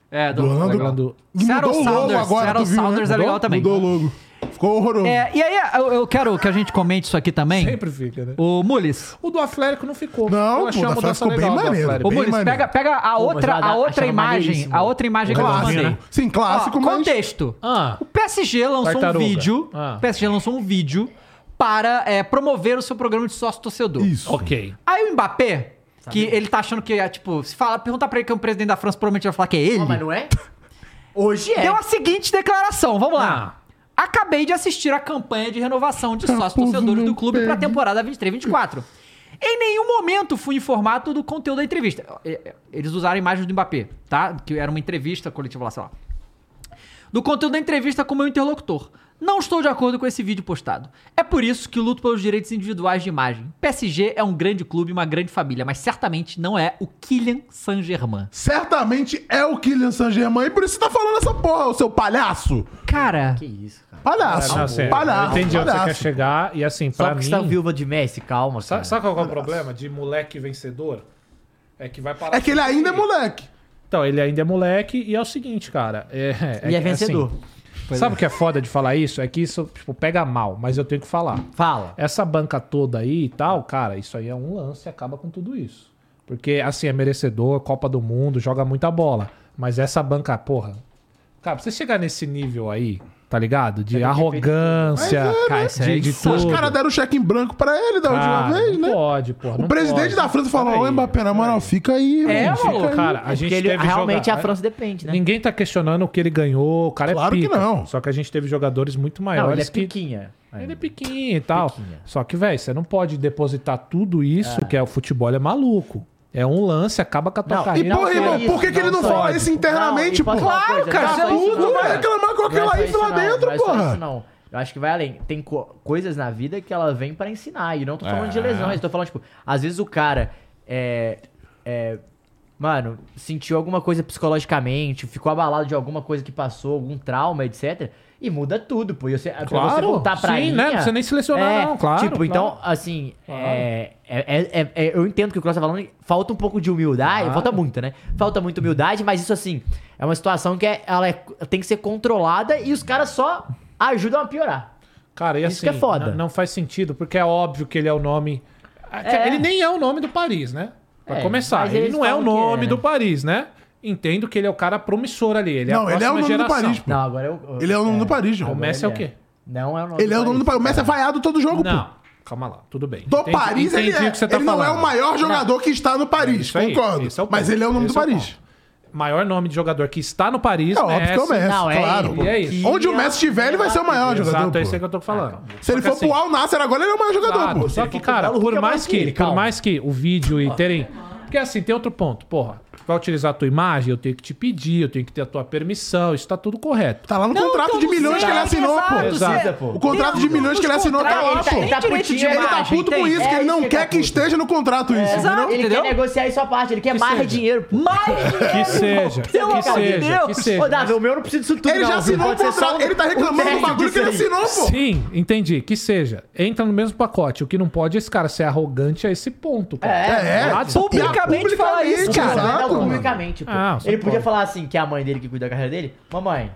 Speaker 1: É, do
Speaker 2: Orlando-
Speaker 1: legal.
Speaker 3: Orlando.
Speaker 2: E
Speaker 1: Seattle
Speaker 2: mudou o logo
Speaker 1: Sounders.
Speaker 2: agora,
Speaker 1: Seattle
Speaker 2: tu viu, né?
Speaker 1: Sounders é
Speaker 2: Mudou?
Speaker 1: legal também.
Speaker 2: Mudou o logo. Ficou horroroso.
Speaker 1: É, e aí, eu, eu quero que a gente comente isso aqui também.
Speaker 3: Sempre fica, né?
Speaker 1: O Mules.
Speaker 3: O do Atlético não ficou.
Speaker 2: Não,
Speaker 3: Eu achei
Speaker 2: pô,
Speaker 3: uma
Speaker 2: o do
Speaker 3: mudança
Speaker 2: Atlético ficou É bem
Speaker 3: legal do
Speaker 2: maneiro.
Speaker 3: Atlético.
Speaker 1: Ô, Mules,
Speaker 2: maneiro.
Speaker 1: pega, pega a
Speaker 4: Pô,
Speaker 1: outra,
Speaker 4: mas eu
Speaker 1: a outra
Speaker 4: achava
Speaker 1: imagem.
Speaker 4: maneiríssimo.
Speaker 1: A outra imagem que eu te mandei.
Speaker 2: Clássico. Sim, clássico,
Speaker 1: Ó,
Speaker 2: mas...
Speaker 1: Contexto.
Speaker 3: Ah.
Speaker 1: O PSG lançou
Speaker 3: Tartaruga.
Speaker 1: um vídeo.
Speaker 3: Ah.
Speaker 1: O PSG lançou um vídeo para é, promover o seu programa de sócio-torcedor.
Speaker 2: Isso.
Speaker 3: Ok. É,
Speaker 1: Aí o Mbappé, que ele tá achando que é, tipo, se falar, perguntar pra ele que é o presidente da França, provavelmente vai falar que é ele.
Speaker 4: Pô, mas não é? Hoje é.
Speaker 1: Deu a seguinte declaração, vamos lá. Acabei de assistir a campanha de renovação de sócios torcedores do clube para a temporada 23-24. Em nenhum momento fui informado do conteúdo da entrevista. É, Eles usaram imagens do Mbappé, tá? Que era uma entrevista coletiva lá, sei lá do conteúdo da entrevista com meu interlocutor. Não estou de acordo com esse vídeo postado. É por isso que luto pelos direitos individuais de imagem. PSG é um grande clube, uma grande família, mas certamente não é o Kylian Saint-Germain.
Speaker 2: Certamente é o Kylian Saint-Germain. E por isso você tá falando essa porra, ô seu palhaço.
Speaker 1: Cara,
Speaker 4: Que isso, cara.
Speaker 2: Palhaço.
Speaker 3: Não, sério,
Speaker 2: palhaço.
Speaker 3: eu tá é entendi onde você
Speaker 2: palhaço.
Speaker 3: quer chegar. E assim,
Speaker 4: Só
Speaker 3: pra
Speaker 4: porque
Speaker 3: mim...
Speaker 4: você tá viúva de Messi, calma,
Speaker 3: Sa-
Speaker 4: cara.
Speaker 3: Sabe qual que é o problema de moleque vencedor? É que vai parar...
Speaker 2: É que ele ainda é moleque.
Speaker 3: Então, ele ainda é moleque e é o seguinte, cara... É,
Speaker 4: E é
Speaker 3: que, assim,
Speaker 4: vencedor.
Speaker 3: sabe o que é foda de falar isso? É que isso, tipo, pega mal, mas eu tenho que falar.
Speaker 4: Fala.
Speaker 3: Essa banca toda aí e tal, cara, isso aí é um lance e acaba com tudo isso. Porque, assim, é merecedor, Copa do Mundo, joga muita bola. Mas essa banca, porra. Cara, pra você chegar nesse nível aí, tá ligado?
Speaker 4: É
Speaker 3: De arrogância,
Speaker 1: Cara, isso
Speaker 3: de,
Speaker 1: é
Speaker 3: de
Speaker 1: insano.
Speaker 3: tudo.
Speaker 2: Os né? caras deram o cheque em branco pra ele da
Speaker 3: Cara,
Speaker 2: última vez,
Speaker 3: não
Speaker 2: né?
Speaker 3: Pode, porra.
Speaker 2: O presidente da França falou, ô Mbappé, na moral, fica aí.
Speaker 1: É,
Speaker 2: mano, fica
Speaker 1: maluco,
Speaker 2: aí.
Speaker 3: Cara, a gente
Speaker 4: Porque ele,
Speaker 3: teve
Speaker 4: realmente
Speaker 3: joga-
Speaker 4: a França depende, né?
Speaker 3: Ninguém tá questionando o que ele ganhou, o cara
Speaker 2: Claro
Speaker 3: é
Speaker 2: que
Speaker 3: pica.
Speaker 2: não.
Speaker 3: Só que a gente teve jogadores muito maiores
Speaker 4: Não, ele é
Speaker 3: que
Speaker 4: piquinha.
Speaker 3: Ele é piquinho e tal.
Speaker 4: Piquinha.
Speaker 3: Só que, velho, você não pode depositar tudo isso, que é o futebol é maluco. É um lance, acaba com a tua
Speaker 4: Não,
Speaker 2: E
Speaker 3: carreira. é
Speaker 2: porra,
Speaker 4: Não,
Speaker 2: irmão,
Speaker 4: isso,
Speaker 2: por que, que ele não
Speaker 4: não
Speaker 2: fala
Speaker 3: pode.
Speaker 2: isso internamente,
Speaker 4: Não, e
Speaker 2: pô?
Speaker 4: posso falar uma
Speaker 2: Claro,
Speaker 4: coisa?
Speaker 2: cara,
Speaker 4: Não é só isso,
Speaker 2: Caruso
Speaker 4: não,
Speaker 2: vai
Speaker 4: cara.
Speaker 2: reclamar com aquilo
Speaker 4: Não é só
Speaker 2: aí
Speaker 4: isso,
Speaker 2: lá
Speaker 4: não,
Speaker 2: dentro,
Speaker 4: não é só isso,
Speaker 2: porra.
Speaker 4: não. Eu acho que vai além. Tem co- coisas na vida que ela vem pra ensinar. E não tô falando de lesões. Tô falando, tipo, às vezes o cara é. é, mano, sentiu alguma coisa psicologicamente, ficou abalado de alguma coisa que passou, algum trauma, etc. E muda tudo, pô. E você, pra
Speaker 3: Claro,
Speaker 4: você voltar pra
Speaker 3: sim,
Speaker 4: linha,
Speaker 3: né? Não precisa nem se lesionar, não, claro,
Speaker 4: Tipo,
Speaker 3: claro.
Speaker 4: então, assim, é, é- é- é- é- eu entendo que o Cross tá falando, falta um pouco de humildade, falta muito, né? Falta muita humildade, mas isso assim, é uma situação que é- ela é- tem que ser controlada e os caras só ajudam a piorar.
Speaker 3: Cara, e assim,
Speaker 4: Isso que é foda.
Speaker 3: n- não faz sentido, porque é óbvio que ele é o nome.
Speaker 4: É.
Speaker 3: Ele nem é o nome do Paris, né? Pra
Speaker 4: É,
Speaker 3: começar,
Speaker 4: mas
Speaker 3: ele
Speaker 4: eles
Speaker 3: não é o
Speaker 4: falam que
Speaker 3: nome
Speaker 4: é, né?
Speaker 3: do Paris, né? Entendo que ele é o cara promissor ali. Ele
Speaker 2: Não,
Speaker 3: é a
Speaker 2: ele é o
Speaker 3: próxima
Speaker 2: nome do
Speaker 3: geração.
Speaker 2: Paris, pô.
Speaker 4: Não, agora eu.
Speaker 2: Ele é o nome do Paris,
Speaker 3: O
Speaker 2: João.
Speaker 3: Messi é o quê?
Speaker 4: Não é o nome
Speaker 2: Ele é o nome do Paris. O Messi é vaiado todo jogo, pô.
Speaker 3: Não, calma lá, tudo bem.
Speaker 2: Do
Speaker 3: Entendi-
Speaker 2: Paris, ele,
Speaker 3: entendi
Speaker 2: é,
Speaker 3: o que você tá
Speaker 2: ele não é
Speaker 3: falando.
Speaker 2: o maior jogador que está no Paris,
Speaker 3: Isso aí,
Speaker 2: concordo.
Speaker 3: esse é o ponto,
Speaker 2: mas ele é o nome do
Speaker 3: esse é
Speaker 2: Paris.
Speaker 3: ponto. Maior nome de jogador que está no Paris,
Speaker 2: É óbvio que é o Messi,
Speaker 4: Não, é
Speaker 2: claro.
Speaker 3: ele, é isso.
Speaker 2: Onde o Messi estiver, ele vai ser o maior Ah, jogador,
Speaker 3: Exato, é isso aí
Speaker 2: pô.
Speaker 3: que eu tô falando.
Speaker 2: Se ele for pro Al Nasser agora, ele é o maior jogador,
Speaker 3: Exato,
Speaker 2: pô.
Speaker 3: Só
Speaker 4: ele
Speaker 3: que,
Speaker 4: for pro
Speaker 3: cara,
Speaker 4: Galo,
Speaker 2: é
Speaker 3: por
Speaker 4: fica
Speaker 3: mais
Speaker 4: mais
Speaker 3: que,
Speaker 4: aqui,
Speaker 3: por
Speaker 4: calma.
Speaker 3: mais que o vídeo e terem... Porque assim, tem outro ponto, porra. Vai utilizar a tua imagem, eu tenho que te pedir, eu tenho que ter a tua permissão, isso tá tudo correto.
Speaker 2: Tá lá no contrato de milhões que ele assinou, pô.
Speaker 3: Exato,
Speaker 1: Exato,
Speaker 3: pô.
Speaker 2: O contrato de milhões que ele assinou tá lá, pô.
Speaker 4: ele tá putinho,
Speaker 2: Ele tá
Speaker 4: imagem,
Speaker 2: puto com isso, que ele não quer que esteja no contrato isso,
Speaker 1: Exato.
Speaker 2: entendeu?
Speaker 4: Ele
Speaker 1: Entendeu?
Speaker 4: quer negociar aí sua parte, ele quer mais
Speaker 3: seja.
Speaker 4: dinheiro, pô.
Speaker 1: Mais dinheiro,
Speaker 3: Que
Speaker 1: irmão.
Speaker 3: seja,
Speaker 1: Pelo
Speaker 3: que
Speaker 1: amor de
Speaker 3: seja, que
Speaker 1: Deus.
Speaker 3: seja.
Speaker 4: Ô, Davi, o meu não precisa disso tudo,
Speaker 2: Ele
Speaker 4: não,
Speaker 2: já
Speaker 4: viu?
Speaker 2: assinou o
Speaker 4: Pode ser só
Speaker 2: contrato,
Speaker 4: um-
Speaker 2: ele tá
Speaker 4: um
Speaker 2: reclamando do
Speaker 4: décimo
Speaker 2: bagulho que ele
Speaker 4: disso aí.
Speaker 2: assinou, pô.
Speaker 3: Sim, entendi, que seja. Entra no mesmo pacote. O que não pode é esse cara ser arrogante a esse ponto, cara.
Speaker 2: É,
Speaker 3: Ah,
Speaker 1: Publicamente falar isso,
Speaker 2: publicamente,
Speaker 1: cara.
Speaker 4: Não,
Speaker 2: Exato, mano.
Speaker 4: é publicamente, pô.
Speaker 3: Ah, só
Speaker 4: ele podia
Speaker 3: pode.
Speaker 4: falar assim, que é a mãe dele que cuida da carreira dele. Mamãe,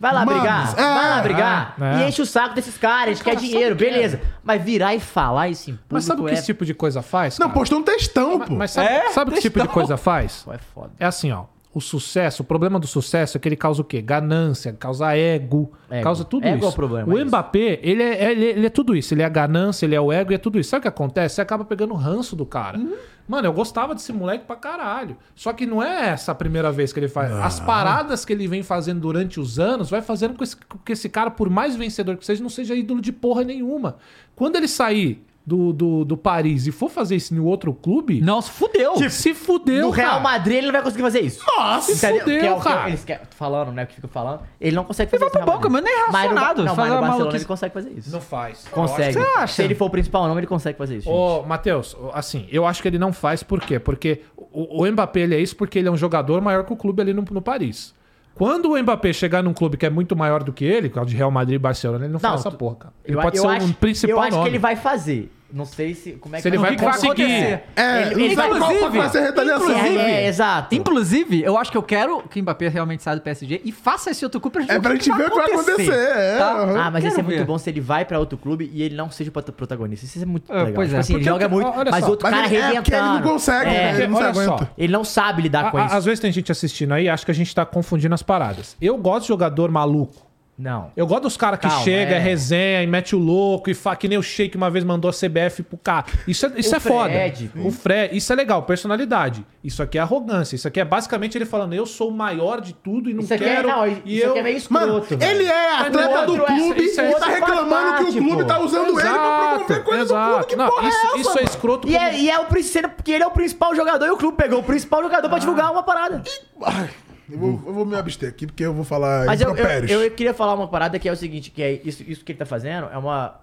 Speaker 4: vai lá
Speaker 2: Mano,
Speaker 4: brigar,
Speaker 2: é,
Speaker 4: vai lá brigar.
Speaker 3: é,
Speaker 4: e
Speaker 3: é.
Speaker 4: enche o saco desses caras, a gente quer dinheiro, beleza. Mas virar e falar isso em público
Speaker 3: Mas sabe o que
Speaker 4: é...
Speaker 3: esse tipo de coisa faz?
Speaker 2: Não,
Speaker 3: cara?
Speaker 2: postou um textão, pô.
Speaker 3: Mas sabe,
Speaker 1: É,
Speaker 3: sabe que tipo de
Speaker 1: questão.
Speaker 3: coisa faz?
Speaker 4: Pô, é foda.
Speaker 3: É assim, ó. O sucesso, o problema do sucesso é que ele causa o quê? Ganância, causa ego,
Speaker 4: Ego.
Speaker 3: causa tudo
Speaker 4: Ego é
Speaker 3: isso.
Speaker 4: o problema, é isso.
Speaker 3: Mbappé, ele
Speaker 4: Uhum.
Speaker 3: é, ele, ele é tudo isso. Ele é a ganância, ele é o ego e é tudo isso. Sabe o que acontece? Você acaba pegando o ranço do cara. Mano, eu gostava desse moleque pra caralho. Só que não é essa a primeira vez que ele faz. As paradas que ele vem fazendo durante os anos vai fazendo com esse- com que esse cara, por mais vencedor que seja, não seja ídolo de porra nenhuma. Quando ele sair do, do, do Paris e for fazer isso em outro clube,
Speaker 1: Não, se fudeu.
Speaker 3: se fudeu,
Speaker 4: No Real
Speaker 3: cara.
Speaker 4: Madrid ele não vai conseguir fazer isso. Nossa,
Speaker 3: Ah, fudeu, cara.
Speaker 4: Eles querem- falando, né? O que fica falando. Ele não consegue fazer
Speaker 1: vai
Speaker 4: isso. no
Speaker 1: pro
Speaker 4: Real
Speaker 1: banco,
Speaker 4: Madrid.
Speaker 3: é
Speaker 1: mas nem
Speaker 4: Mas no-
Speaker 1: racionado,
Speaker 4: Não, mas
Speaker 1: fazer
Speaker 4: no
Speaker 1: uma
Speaker 4: Barcelona
Speaker 1: maluquice.
Speaker 4: ele consegue fazer isso.
Speaker 3: Não faz.
Speaker 4: Consegue.
Speaker 1: Você acha?
Speaker 4: Se ele for o principal nome, ele consegue fazer isso. gente.
Speaker 3: Ô, Matheus, ô, assim, eu acho que ele não faz por quê? Porque o, o Mbappé ele é isso porque ele é um jogador maior que o clube ali no, no Paris. Quando o Mbappé chegar num clube que é muito maior do que ele, que é o de Real Madrid e Barcelona, ele não, faz essa
Speaker 4: tu-
Speaker 3: porra, cara. Ele
Speaker 4: eu-
Speaker 3: pode
Speaker 4: eu
Speaker 3: ser um
Speaker 4: acho-
Speaker 3: principal
Speaker 4: Eu acho
Speaker 3: nome.
Speaker 4: que ele vai fazer. Não sei se. Como é
Speaker 3: Se ele
Speaker 4: o
Speaker 3: vai
Speaker 4: que que
Speaker 3: conseguir.
Speaker 4: acontecer.
Speaker 2: É,
Speaker 4: Ele-
Speaker 2: não
Speaker 4: ele
Speaker 2: sabe
Speaker 4: vai-
Speaker 2: qual
Speaker 1: inclusive-
Speaker 2: vai ser a retaliação.
Speaker 4: É,
Speaker 1: inclusive-
Speaker 4: é, exato.
Speaker 1: Inclusive, eu acho que eu quero que o Mbappé realmente saia do PSG e faça esse outro clube pra gente
Speaker 2: É pra gente ver o que vai acontecer. É,
Speaker 1: Tá.
Speaker 2: aham.
Speaker 4: Ah, mas
Speaker 1: Quero
Speaker 4: ia ser muito
Speaker 1: ver.
Speaker 4: bom se ele vai pra outro clube e ele não seja o prota- protagonista. Isso é muito
Speaker 1: É,
Speaker 4: legal.
Speaker 1: pois é,
Speaker 4: Tipo assim, ele
Speaker 1: porque-
Speaker 4: joga muito,
Speaker 3: olha
Speaker 4: mas
Speaker 3: só.
Speaker 4: outro
Speaker 2: Mas
Speaker 4: cara
Speaker 2: ele- é porque ele não
Speaker 4: arrebentando.
Speaker 2: consegue, né? Ele não se
Speaker 3: olha só.
Speaker 2: aguenta.
Speaker 4: Ele não sabe lidar com
Speaker 3: A- a-
Speaker 4: isso.
Speaker 3: Às vezes tem gente assistindo aí, acha que a gente tá confundindo as paradas. Eu gosto de jogador maluco.
Speaker 4: Não.
Speaker 3: Eu gosto dos caras que
Speaker 4: Calma,
Speaker 3: chega,
Speaker 4: é.
Speaker 3: resenha e mete o louco e fa... que nem o Sheik uma vez mandou a CBF pro cara. Isso é, isso
Speaker 4: O
Speaker 3: é foda.
Speaker 4: Fred, pô.
Speaker 3: o Fred, isso é legal, personalidade. Isso aqui é arrogância. Isso aqui é basicamente ele falando, eu sou o maior de tudo e não
Speaker 4: Isso aqui,
Speaker 3: quero.
Speaker 4: é, não,
Speaker 3: e
Speaker 4: isso
Speaker 3: eu...
Speaker 4: aqui é meio escroto.
Speaker 2: Mano, ele
Speaker 4: velho.
Speaker 2: é
Speaker 3: Mas
Speaker 2: atleta
Speaker 3: outro
Speaker 2: do
Speaker 3: é-
Speaker 2: clube
Speaker 3: isso é-
Speaker 2: e tá
Speaker 3: isso
Speaker 2: reclamando
Speaker 4: faz
Speaker 2: que o clube
Speaker 4: parte,
Speaker 2: tá
Speaker 4: pô.
Speaker 2: usando ele pra promover coisa
Speaker 3: Exato,
Speaker 2: do clube.
Speaker 3: exato.
Speaker 2: Que
Speaker 3: Não,
Speaker 2: porra
Speaker 3: isso,
Speaker 2: é essa?
Speaker 3: isso é escroto
Speaker 4: E
Speaker 3: como-
Speaker 4: é, e é o principal, porque ele é o principal jogador e o clube pegou o principal jogador pra divulgar uma parada.
Speaker 2: Ai, eu, vou, eu vou me abster aqui porque eu vou falar
Speaker 4: Mas eu,
Speaker 2: impropérios.
Speaker 4: eu, eu queria falar uma parada que é o seguinte, que é isso, isso que ele tá fazendo é uma,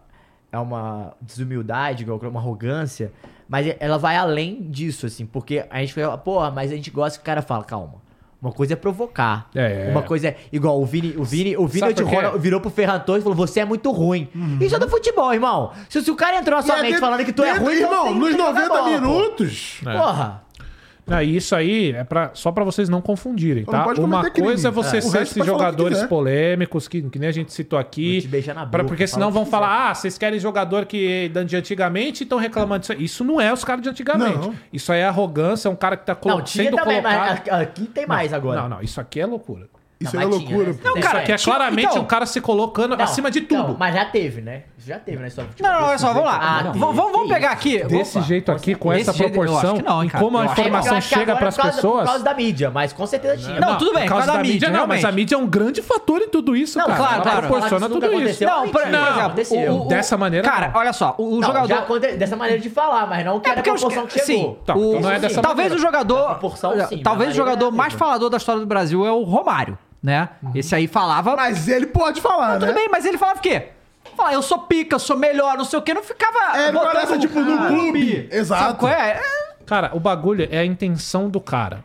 Speaker 4: é uma desumildade, igual uma arrogância, mas ela vai além disso, assim, porque a gente fala, porra, mas a gente gosta que o cara fala, calma. Uma coisa é provocar.
Speaker 3: É, é.
Speaker 4: Uma coisa é. Igual o Vini, o Vini, o Vini
Speaker 3: Sabe
Speaker 4: de
Speaker 3: por quê?
Speaker 4: Ronald virou pro Ferran Torres e falou: você é muito ruim. Isso é do futebol, irmão. Se, se o cara entrou na
Speaker 2: E
Speaker 4: sua
Speaker 2: é
Speaker 4: mente
Speaker 2: dentro-
Speaker 4: falando que tu é
Speaker 2: dentro-
Speaker 4: ruim,
Speaker 2: Irmão,
Speaker 4: então tem
Speaker 2: nos
Speaker 4: que jogar
Speaker 2: 90
Speaker 4: bola, pô.
Speaker 2: minutos.
Speaker 4: Porra.
Speaker 3: Não, e isso aí é pra, só pra vocês não confundirem,
Speaker 2: Não
Speaker 3: tá?
Speaker 2: pode
Speaker 3: Uma
Speaker 2: cometer crime.
Speaker 3: coisa é você
Speaker 2: É. O
Speaker 3: ser
Speaker 2: resto
Speaker 3: esses
Speaker 2: pode falar o que
Speaker 3: jogadores
Speaker 2: quiser.
Speaker 3: polêmicos, que, que nem a gente citou aqui.
Speaker 4: Vou te beijar na
Speaker 3: pra-
Speaker 4: boca,
Speaker 3: porque
Speaker 4: fala
Speaker 3: senão
Speaker 4: o que
Speaker 3: vão
Speaker 4: quiser.
Speaker 3: falar, ah, vocês querem jogador que dan- de antigamente e estão reclamando disso. aí." Isso não é os caras de antigamente.
Speaker 2: Não.
Speaker 3: Isso aí é arrogância, é um cara que tá colo
Speaker 4: Não, tinha
Speaker 3: sendo
Speaker 4: também,
Speaker 3: colocado...
Speaker 4: mas aqui tem mais agora.
Speaker 3: Não, não, isso aqui é loucura.
Speaker 2: Isso
Speaker 4: Não,
Speaker 2: é
Speaker 4: mas tinha,
Speaker 2: loucura.
Speaker 4: né?
Speaker 2: pô.
Speaker 4: Não,
Speaker 3: Isso
Speaker 1: Cara,
Speaker 3: aqui é
Speaker 1: tinha-
Speaker 3: claramente
Speaker 1: então-
Speaker 3: um cara se colocando
Speaker 4: Não,
Speaker 3: acima de tudo.
Speaker 4: não, mas já teve, né? Isso já teve, né? Só,
Speaker 1: Não, não, não, olha só, vamos lá.
Speaker 4: Ah,
Speaker 1: V-
Speaker 4: que-
Speaker 1: vamos vamos
Speaker 4: que
Speaker 1: pegar aqui.
Speaker 3: Desse
Speaker 1: Opa.
Speaker 3: jeito aqui, com
Speaker 1: Desse
Speaker 3: essa
Speaker 1: jeito, eu acho
Speaker 3: proporção,
Speaker 1: que não, hein,
Speaker 3: e
Speaker 1: cara.
Speaker 3: como
Speaker 1: Eu
Speaker 3: a
Speaker 1: acho que
Speaker 4: É,
Speaker 3: informação
Speaker 4: eu acho que
Speaker 3: chega
Speaker 4: agora
Speaker 3: pras
Speaker 4: é por causa- Por
Speaker 3: pessoas...
Speaker 4: causa da mídia, mas com certeza tinha.
Speaker 1: Não, tudo bem, por causa da mídia,
Speaker 3: Não, mas a
Speaker 1: realmente.
Speaker 3: mídia é um grande fator em tudo isso,
Speaker 4: Não,
Speaker 3: cara.
Speaker 1: claro,
Speaker 3: Ela
Speaker 1: claro.
Speaker 3: proporciona
Speaker 4: Falar que isso
Speaker 3: tudo
Speaker 4: nunca
Speaker 3: isso.
Speaker 4: aconteceu.
Speaker 1: Não, por, por
Speaker 4: Não,
Speaker 1: exemplo,
Speaker 4: aconteceu.
Speaker 3: Dessa maneira,
Speaker 1: Cara,
Speaker 3: não.
Speaker 1: olha só, o, o
Speaker 4: Não,
Speaker 1: jogador.
Speaker 4: já aconte- dessa maneira de falar, mas não que
Speaker 1: É
Speaker 4: era a
Speaker 1: porque os
Speaker 4: proporção que chegou.
Speaker 1: sim,
Speaker 3: Tá,
Speaker 1: o-
Speaker 3: então não é dessa
Speaker 1: talvez
Speaker 3: maneira.
Speaker 1: o jogador,
Speaker 4: Na proporção, sim,
Speaker 1: talvez
Speaker 4: na
Speaker 1: o jogador
Speaker 4: maneira
Speaker 1: mais
Speaker 4: é.
Speaker 1: falador da história do Brasil é o Romário, né? Esse aí falava,
Speaker 2: Mas ele pode falar,
Speaker 1: tudo
Speaker 2: né?
Speaker 1: bem, mas ele falava o quê? Falava, eu sou pica, sou melhor, não sei o quê, não ficava
Speaker 2: É, ele
Speaker 1: botando-
Speaker 4: um
Speaker 2: parece, tipo, no clube.
Speaker 1: Sabe
Speaker 2: Exato.
Speaker 1: qual é? É,
Speaker 3: Cara, o bagulho é a intenção do cara.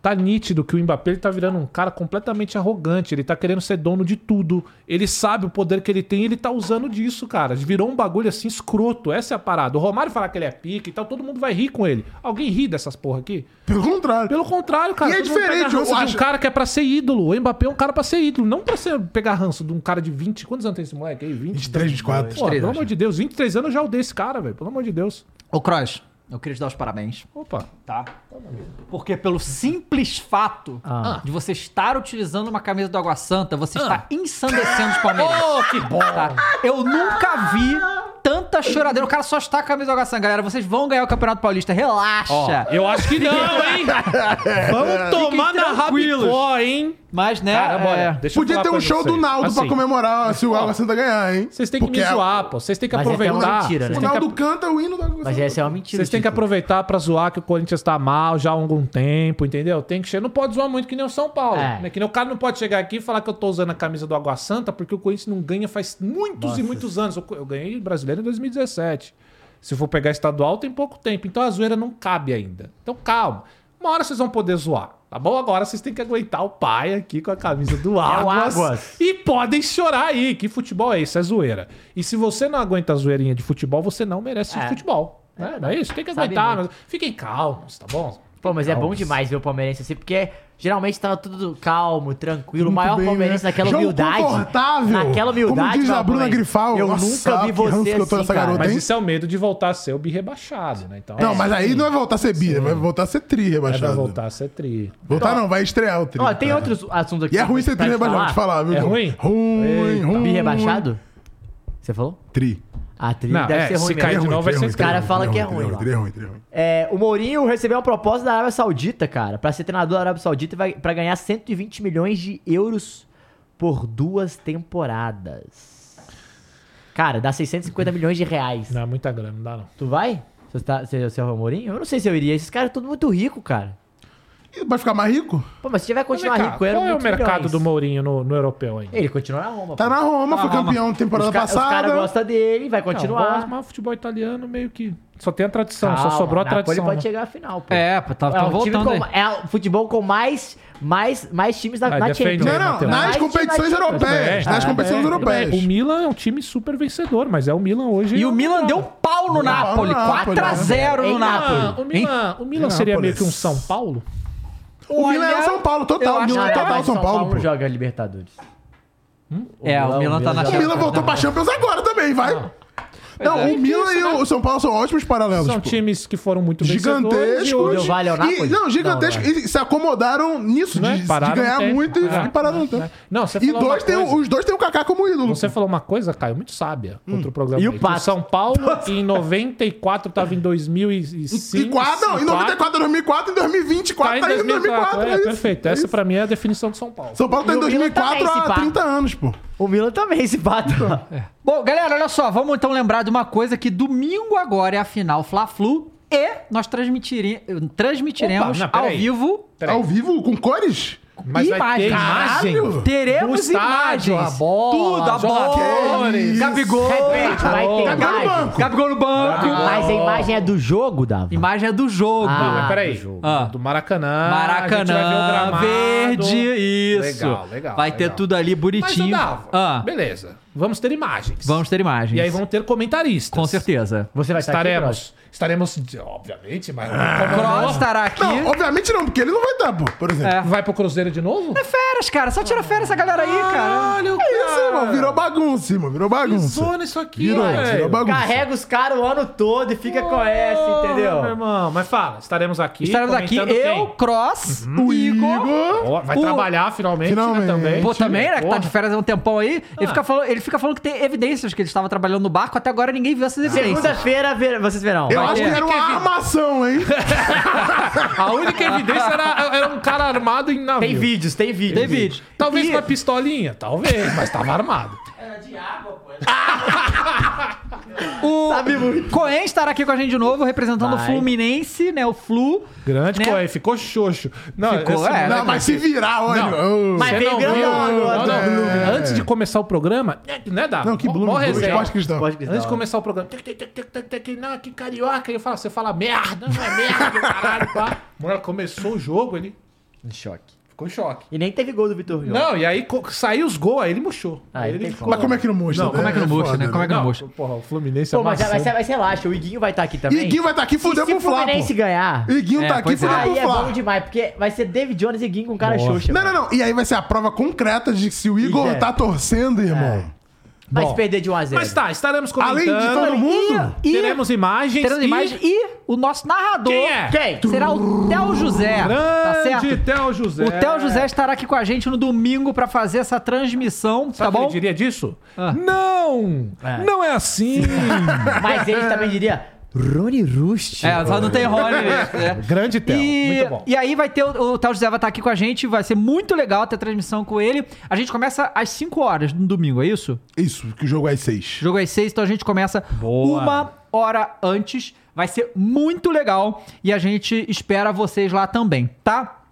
Speaker 3: Tá nítido que o Mbappé ele tá virando um cara completamente arrogante. Ele tá querendo ser dono de tudo. Ele sabe o poder que ele tem e ele tá usando disso, cara. Virou um bagulho assim escroto. Essa é a parada. O Romário falar que ele é pica e tal, todo mundo vai rir com ele. Alguém ri dessas porra aqui?
Speaker 2: Pelo contrário.
Speaker 3: Pelo contrário, cara.
Speaker 2: E é
Speaker 3: todo mundo pega
Speaker 2: diferente, eu
Speaker 3: ranço de
Speaker 2: acho-
Speaker 3: um cara que é pra ser ídolo. O Mbappé é um cara pra ser ídolo. Não pra ser, pegar ranço de um cara de 20. Quantos anos tem esse moleque aí? 20?
Speaker 2: 23, 24.
Speaker 3: Pô, pelo amor de Deus, 23 anos eu já odeio esse cara, velho. Pelo amor de Deus.
Speaker 1: Ô, Cross, eu queria te dar os parabéns,
Speaker 3: Opa.
Speaker 1: tá? Porque pelo simples fato
Speaker 4: Ah.
Speaker 1: de você estar utilizando uma camisa do Água Santa, você está ensandecendo os palmeirenses.
Speaker 3: Oh, que bom!
Speaker 1: Tá? Eu nunca vi tanta choradeira. O cara só está com a camisa do Água Santa, galera. Vocês vão ganhar o Campeonato Paulista, relaxa.
Speaker 3: Eu acho que não, hein? Vamos tomar na Rabicó, hein?
Speaker 1: Mas, né?
Speaker 3: Caramba,
Speaker 1: é-
Speaker 3: olha, deixa eu
Speaker 2: Podia
Speaker 3: falar
Speaker 2: ter um
Speaker 3: pra
Speaker 2: show
Speaker 3: vocês.
Speaker 2: do Naldo pra
Speaker 3: Assim,
Speaker 2: comemorar se o Água Santa ganhar, hein?
Speaker 3: Vocês têm que
Speaker 2: Porque é
Speaker 3: me
Speaker 2: a-
Speaker 3: zoar, pô. Vocês têm que
Speaker 4: Mas é até uma
Speaker 3: aproveitar.
Speaker 4: mentira,
Speaker 3: Vocês
Speaker 4: né?
Speaker 2: O
Speaker 3: têm que
Speaker 2: Naldo
Speaker 3: ap-
Speaker 2: canta o hino da Água
Speaker 4: Mas
Speaker 2: Santa.
Speaker 4: essa é uma mentira.
Speaker 3: Vocês têm que
Speaker 4: tipo.
Speaker 3: aproveitar pra zoar que o Corinthians tá mal já há algum tempo, entendeu? Tem que chegar. Não pode zoar muito que nem o São Paulo.
Speaker 4: É.
Speaker 3: né? Que nem o cara não pode chegar aqui e falar que eu tô usando a camisa do Água Santa porque o Corinthians não ganha faz muitos e muitos anos. Eu, eu ganhei brasileiro em 2017. Se for pegar estadual, tem pouco tempo. Então a zoeira não cabe ainda. Então calma. Uma hora vocês vão poder zoar, tá bom? Agora vocês têm que aguentar o pai aqui com a camisa do Águas.
Speaker 4: É Águas.
Speaker 3: E podem chorar aí. Que futebol é esse? É zoeira. E se você não aguenta a zoeirinha de futebol, você não merece
Speaker 4: É.
Speaker 3: futebol. É, não é isso? Tem que
Speaker 4: Sabe
Speaker 3: aguentar.
Speaker 4: muito.
Speaker 3: mas Fiquem calmos, tá bom?
Speaker 4: Pô, mas é
Speaker 3: Calma.
Speaker 4: bom demais ver o palmeirense assim, porque geralmente tava tudo calmo, tranquilo. O
Speaker 2: Muito
Speaker 4: maior
Speaker 2: bem,
Speaker 4: palmeirense
Speaker 2: né?
Speaker 4: naquela
Speaker 2: Jogo
Speaker 4: humildade.
Speaker 2: confortável.
Speaker 4: Naquela humildade.
Speaker 2: Como diz a
Speaker 4: fala,
Speaker 2: Bruna
Speaker 4: "Palmeirense,
Speaker 2: Grifal,
Speaker 4: Eu
Speaker 2: nossa,
Speaker 4: nunca vi
Speaker 2: que ranço que
Speaker 4: você
Speaker 2: eu tô
Speaker 4: assim,
Speaker 2: nessa
Speaker 4: cara.
Speaker 2: garota,
Speaker 3: Mas
Speaker 2: hein?
Speaker 3: isso é o medo de voltar a ser o bi rebaixado, né? Então,
Speaker 2: Não, mas aí não vai voltar a ser bi, né? vai voltar a ser tri
Speaker 3: é, vai
Speaker 2: rebaixado.
Speaker 3: voltar a ser tri.
Speaker 2: Voltar não, vai estrear o tri.
Speaker 4: Ó, tem
Speaker 2: cara.
Speaker 4: outros assuntos aqui.
Speaker 2: E é ruim
Speaker 4: pra-
Speaker 2: ser
Speaker 4: pra
Speaker 2: tri
Speaker 4: te
Speaker 2: rebaixado, vou te falar, viu?
Speaker 3: É
Speaker 4: tá.
Speaker 2: Dom?
Speaker 3: ruim?
Speaker 2: Ruim, ruim.
Speaker 4: Bi rebaixado? Você falou?
Speaker 2: Tri.
Speaker 4: A trilha
Speaker 3: Não,
Speaker 4: deve
Speaker 3: é,
Speaker 4: ser ruim
Speaker 3: se
Speaker 4: mesmo.
Speaker 3: cair de novo vai ser
Speaker 4: Os caras
Speaker 2: ruim,
Speaker 4: falam que é
Speaker 2: trilha
Speaker 4: ruim. lá.
Speaker 2: Trilha ruim, trilha ruim.
Speaker 4: É, o Mourinho recebeu uma proposta da Arábia Saudita, cara, pra ser treinador da Arábia Saudita e vai para ganhar 120 milhões de euros por duas temporadas. Cara, dá 650 milhões de reais.
Speaker 3: Não, é muita grana, não dá não.
Speaker 4: Tu vai? Você, tá, você, você é o Mourinho? Eu não sei se eu iria. Esses caras são tudo muito rico, cara.
Speaker 2: E Vai ficar mais rico?
Speaker 4: Pô, mas se tiver que continuar
Speaker 3: Vem cá,
Speaker 4: rico, era
Speaker 3: Qual é o mercado do
Speaker 4: Mourinho?
Speaker 3: Mourinho no, no europeu ainda?
Speaker 4: Ele continua na Roma.
Speaker 2: Tá
Speaker 4: pô.
Speaker 2: na Roma, foi campeão temporada
Speaker 4: os ca- Os
Speaker 2: passada.
Speaker 4: caras gostam dele, vai
Speaker 3: Não,
Speaker 4: continuar.
Speaker 3: gosto, mas o futebol italiano meio que... Só tem a tradição,
Speaker 4: Calma,
Speaker 3: só sobrou a
Speaker 4: Napoli
Speaker 3: tradição.
Speaker 4: pode
Speaker 3: né?
Speaker 4: chegar à final, pô.
Speaker 1: É, pô, tá,
Speaker 4: É
Speaker 1: tá
Speaker 4: o time
Speaker 1: voltando aí.
Speaker 4: com- é o futebol com mais, mais, mais times na,
Speaker 3: Ah,
Speaker 4: na
Speaker 3: defende,
Speaker 4: Champions.
Speaker 3: né,
Speaker 2: Não, não,
Speaker 3: Mateus?
Speaker 2: nas
Speaker 4: Mas
Speaker 2: competições
Speaker 4: tinha-
Speaker 2: europeias.
Speaker 3: Tudo bem.
Speaker 2: Nas
Speaker 3: Ah,
Speaker 2: competições
Speaker 3: é, tudo bem.
Speaker 2: europeias.
Speaker 3: O Milan é um time super vencedor, mas é o Milan hoje.
Speaker 1: E o Milan deu um pau no Napoli.
Speaker 2: no Napoli,
Speaker 1: 4x0
Speaker 4: né?
Speaker 1: no
Speaker 4: Em
Speaker 3: Ah,
Speaker 1: Napoli.
Speaker 3: o Milan, o Milan seria meio que um São Paulo?
Speaker 2: O Milan é
Speaker 1: Olha,
Speaker 2: o São Paulo,
Speaker 1: eu
Speaker 2: total. O
Speaker 1: acho
Speaker 2: Milan
Speaker 1: que
Speaker 2: é
Speaker 1: é,
Speaker 2: total São Paulo, pô.
Speaker 4: não joga Libertadores.
Speaker 1: É, o Milan tá na
Speaker 2: O Milan
Speaker 1: Champions.
Speaker 2: voltou pra Champions agora também, vai. Não, o Milan e o São Paulo são ótimos paralelos,
Speaker 3: São
Speaker 2: pô.
Speaker 3: times que foram muito vencedores. e
Speaker 2: Tipo, Gigantescos.
Speaker 3: hoje-
Speaker 4: Del Valle ao Napoli?
Speaker 2: E- Não, gigantescos.
Speaker 4: Não,
Speaker 2: e se acomodaram nisso,
Speaker 3: Né?
Speaker 2: de, de
Speaker 3: Pararam
Speaker 2: ganhar
Speaker 3: no tempo.
Speaker 2: muito e,
Speaker 3: É.
Speaker 2: e pararam no tempo.
Speaker 3: Não, você
Speaker 2: E
Speaker 3: falou
Speaker 2: dois
Speaker 3: uma
Speaker 2: tem, o- Hum.
Speaker 3: coisa.
Speaker 2: os dois têm o Kaká como ídolo.
Speaker 3: Você falou uma coisa, Caio, muito sábia contra o programa.
Speaker 4: E o
Speaker 3: aí, que
Speaker 4: Pato?
Speaker 3: São Paulo em 94 estava em 2005.
Speaker 2: e quatro, não, em 94, 2004, em 2024,
Speaker 3: Tá em 2004.
Speaker 2: é
Speaker 3: É,
Speaker 2: isso.
Speaker 3: perfeito. Essa pra mim é a definição de São Paulo.
Speaker 2: São Paulo tá
Speaker 4: E
Speaker 2: em
Speaker 4: o Milan
Speaker 2: 2004
Speaker 4: também, se
Speaker 2: há
Speaker 4: pá.
Speaker 2: 30 anos, pô.
Speaker 4: O Milan também se bate.
Speaker 1: Bom, galera, olha só, vamos então lembrar de uma coisa que domingo agora é a final Fla-Flu e nós transmitire- transmitiremos
Speaker 3: Opa, não, peraí.
Speaker 1: ao vivo
Speaker 3: Peraí.
Speaker 2: Ao vivo, com cores?
Speaker 3: Mas vai ter
Speaker 1: imagens.
Speaker 3: imagem.
Speaker 1: Teremos
Speaker 3: Do estádio,
Speaker 1: imagens.
Speaker 3: a bola,
Speaker 1: Tudo, a bola.
Speaker 2: jogadores.
Speaker 1: Isso. Gabigol.
Speaker 4: Repete, vai ter
Speaker 2: Tá no
Speaker 4: imagem.
Speaker 2: banco.
Speaker 1: Gabigol no banco.
Speaker 3: Ah.
Speaker 4: Mas a imagem é do jogo, Dava.
Speaker 1: Imagem é do jogo.
Speaker 3: Não, mas
Speaker 4: Ah,
Speaker 3: peraí.
Speaker 4: do jogo.
Speaker 1: Ah.
Speaker 3: Do Maracanã. a gente vai ver o
Speaker 1: Maracanã,
Speaker 3: gramado.
Speaker 1: verde, isso.
Speaker 3: Legal, legal,
Speaker 1: Vai ter
Speaker 3: legal.
Speaker 1: tudo ali
Speaker 3: Mas eu
Speaker 1: bonitinho.
Speaker 3: dava.
Speaker 1: Ah,
Speaker 3: Beleza. Vamos ter imagens.
Speaker 1: vamos ter imagens.
Speaker 3: E aí vão ter comentaristas.
Speaker 1: Com certeza.
Speaker 4: Você vai estar aqui,
Speaker 3: Estaremos. Estaremos, obviamente, mas.
Speaker 2: Ah.
Speaker 1: Cross estará aqui.
Speaker 2: Não, obviamente não, porque ele não vai estar, pô, por exemplo.
Speaker 1: É.
Speaker 3: Vai pro Cruzeiro de novo?
Speaker 1: Férias, cara. Só tira férias essa galera aí, cara.
Speaker 3: Caralho,
Speaker 2: É isso, irmão. Virou bagunça, irmão. Virou bagunça.
Speaker 3: Zona isso aqui,
Speaker 2: Virou,
Speaker 3: velho.
Speaker 2: virou
Speaker 4: brother.
Speaker 2: bagunça.
Speaker 4: né? Carrega os caras o ano todo e fica com essa,
Speaker 3: Porra, Meu
Speaker 4: entendeu?
Speaker 3: irmão, mas fala, estaremos aqui.
Speaker 1: Estaremos aqui
Speaker 3: comentando
Speaker 1: eu,
Speaker 3: quem? Uhum.
Speaker 1: Cross, o
Speaker 2: O
Speaker 1: Igor.
Speaker 2: Igor.
Speaker 3: Ó, vai
Speaker 1: o-
Speaker 3: trabalhar finalmente,
Speaker 2: Finalmente.
Speaker 3: Né, também.
Speaker 1: Pô, também, né? Que tá
Speaker 3: Porra.
Speaker 1: de férias há um tempão aí. Ele,
Speaker 3: Ah.
Speaker 1: fica falando, ele fica falando que tem evidências que ele estava trabalhando no barco. Até agora ninguém viu essas evidências.
Speaker 4: Segunda-feira, ver- vocês verão.
Speaker 2: Eu
Speaker 4: Vai
Speaker 2: acho
Speaker 4: ter.
Speaker 2: que era uma armação, hein?
Speaker 3: A única evidência era, era um cara armado em navio.
Speaker 4: Tem vídeos, tem vídeos.
Speaker 1: Tem vídeo.
Speaker 3: Talvez
Speaker 1: E-
Speaker 3: com uma pistolinha, talvez, mas tava armado.
Speaker 1: O Coen estará aqui com a gente de novo, representando
Speaker 4: Vai.
Speaker 1: o Fluminense, né? O Flu.
Speaker 3: Grande
Speaker 1: Né?
Speaker 3: coé, ficou xoxo. Não,
Speaker 1: Ficou, é,
Speaker 2: Não, mas se virar, olha. ô.
Speaker 4: Mas
Speaker 3: Você
Speaker 4: veio
Speaker 3: não viu?
Speaker 4: grandão agora.
Speaker 3: Não, não.
Speaker 2: É.
Speaker 3: Antes de começar o programa, né, Dado?
Speaker 2: Não, que Blue, Blue Esporte Cristão.
Speaker 4: Pode gritar.
Speaker 3: Antes de começar o programa, tic, tic, tic, tic, tic, tic, tic, não, que carioca. Aí eu falo, você fala merda, não é merda, caralho, pá. Mano, começou o jogo, ele
Speaker 4: Em choque.
Speaker 3: ficou em choque.
Speaker 4: E nem teve gol do Vitor Rio.
Speaker 3: Não, e aí co- saiu os gols, aí ele murchou.
Speaker 4: Ah,
Speaker 3: aí
Speaker 4: ele
Speaker 3: ele
Speaker 4: tem
Speaker 3: ficou.
Speaker 2: Mas como é que não mostra?
Speaker 3: Não, como
Speaker 1: Como é que não mostra,
Speaker 2: foda,
Speaker 1: né? Como é que não mostra?
Speaker 3: Não, porra, o Fluminense
Speaker 4: Pô, mas, já-
Speaker 3: amassou.
Speaker 4: mas, mas relaxa, o Iguinho vai estar aqui também.
Speaker 2: Iguinho vai estar aqui fudendo
Speaker 4: se
Speaker 2: pro
Speaker 4: o
Speaker 2: Flá,
Speaker 4: Fluminense
Speaker 2: pô.
Speaker 4: ganhar,
Speaker 2: Iguinho
Speaker 1: É,
Speaker 2: tá aqui
Speaker 1: pois é.
Speaker 2: fudendo
Speaker 4: aí
Speaker 2: pro
Speaker 4: é bom
Speaker 2: Flá.
Speaker 4: demais, porque vai ser David Jones e Iguinho com cara
Speaker 3: Boa.
Speaker 4: xoxa.
Speaker 2: Não,
Speaker 4: mano.
Speaker 2: não, não. E aí vai ser a prova concreta de se o Igor
Speaker 4: Iguinho.
Speaker 2: tá torcendo, irmão.
Speaker 4: Mas
Speaker 3: Bom.
Speaker 4: perder de 1 a 0
Speaker 3: Mas tá, estaremos comentando.
Speaker 2: Além de todo mundo,
Speaker 1: E-
Speaker 3: teremos imagens.
Speaker 1: Teremos
Speaker 3: e-
Speaker 1: imagens. E o nosso narrador
Speaker 3: Quem é?
Speaker 4: Quem?
Speaker 1: será o Theo José. tá
Speaker 3: Grande
Speaker 1: certo?
Speaker 3: Theo José.
Speaker 1: O Theo José estará aqui com a gente no domingo pra fazer essa transmissão,
Speaker 3: Sabe o
Speaker 1: tá
Speaker 3: que
Speaker 1: bom?
Speaker 3: ele diria disso? Não! Não é assim!
Speaker 4: Mas ele também diria. Rony Rust.
Speaker 1: É, só não tem Rony. né?
Speaker 3: Grande Theo,
Speaker 1: E,
Speaker 3: muito bom.
Speaker 1: e aí vai ter o, o Theo José vai estar aqui com a gente, vai ser muito legal ter a transmissão com ele. A gente começa às 5 horas no domingo, é isso?
Speaker 2: Isso, que o jogo é às seis.
Speaker 1: O jogo é às 6, então a gente começa
Speaker 3: Boa.
Speaker 1: uma hora antes. Vai ser muito legal e a gente espera vocês lá também, tá?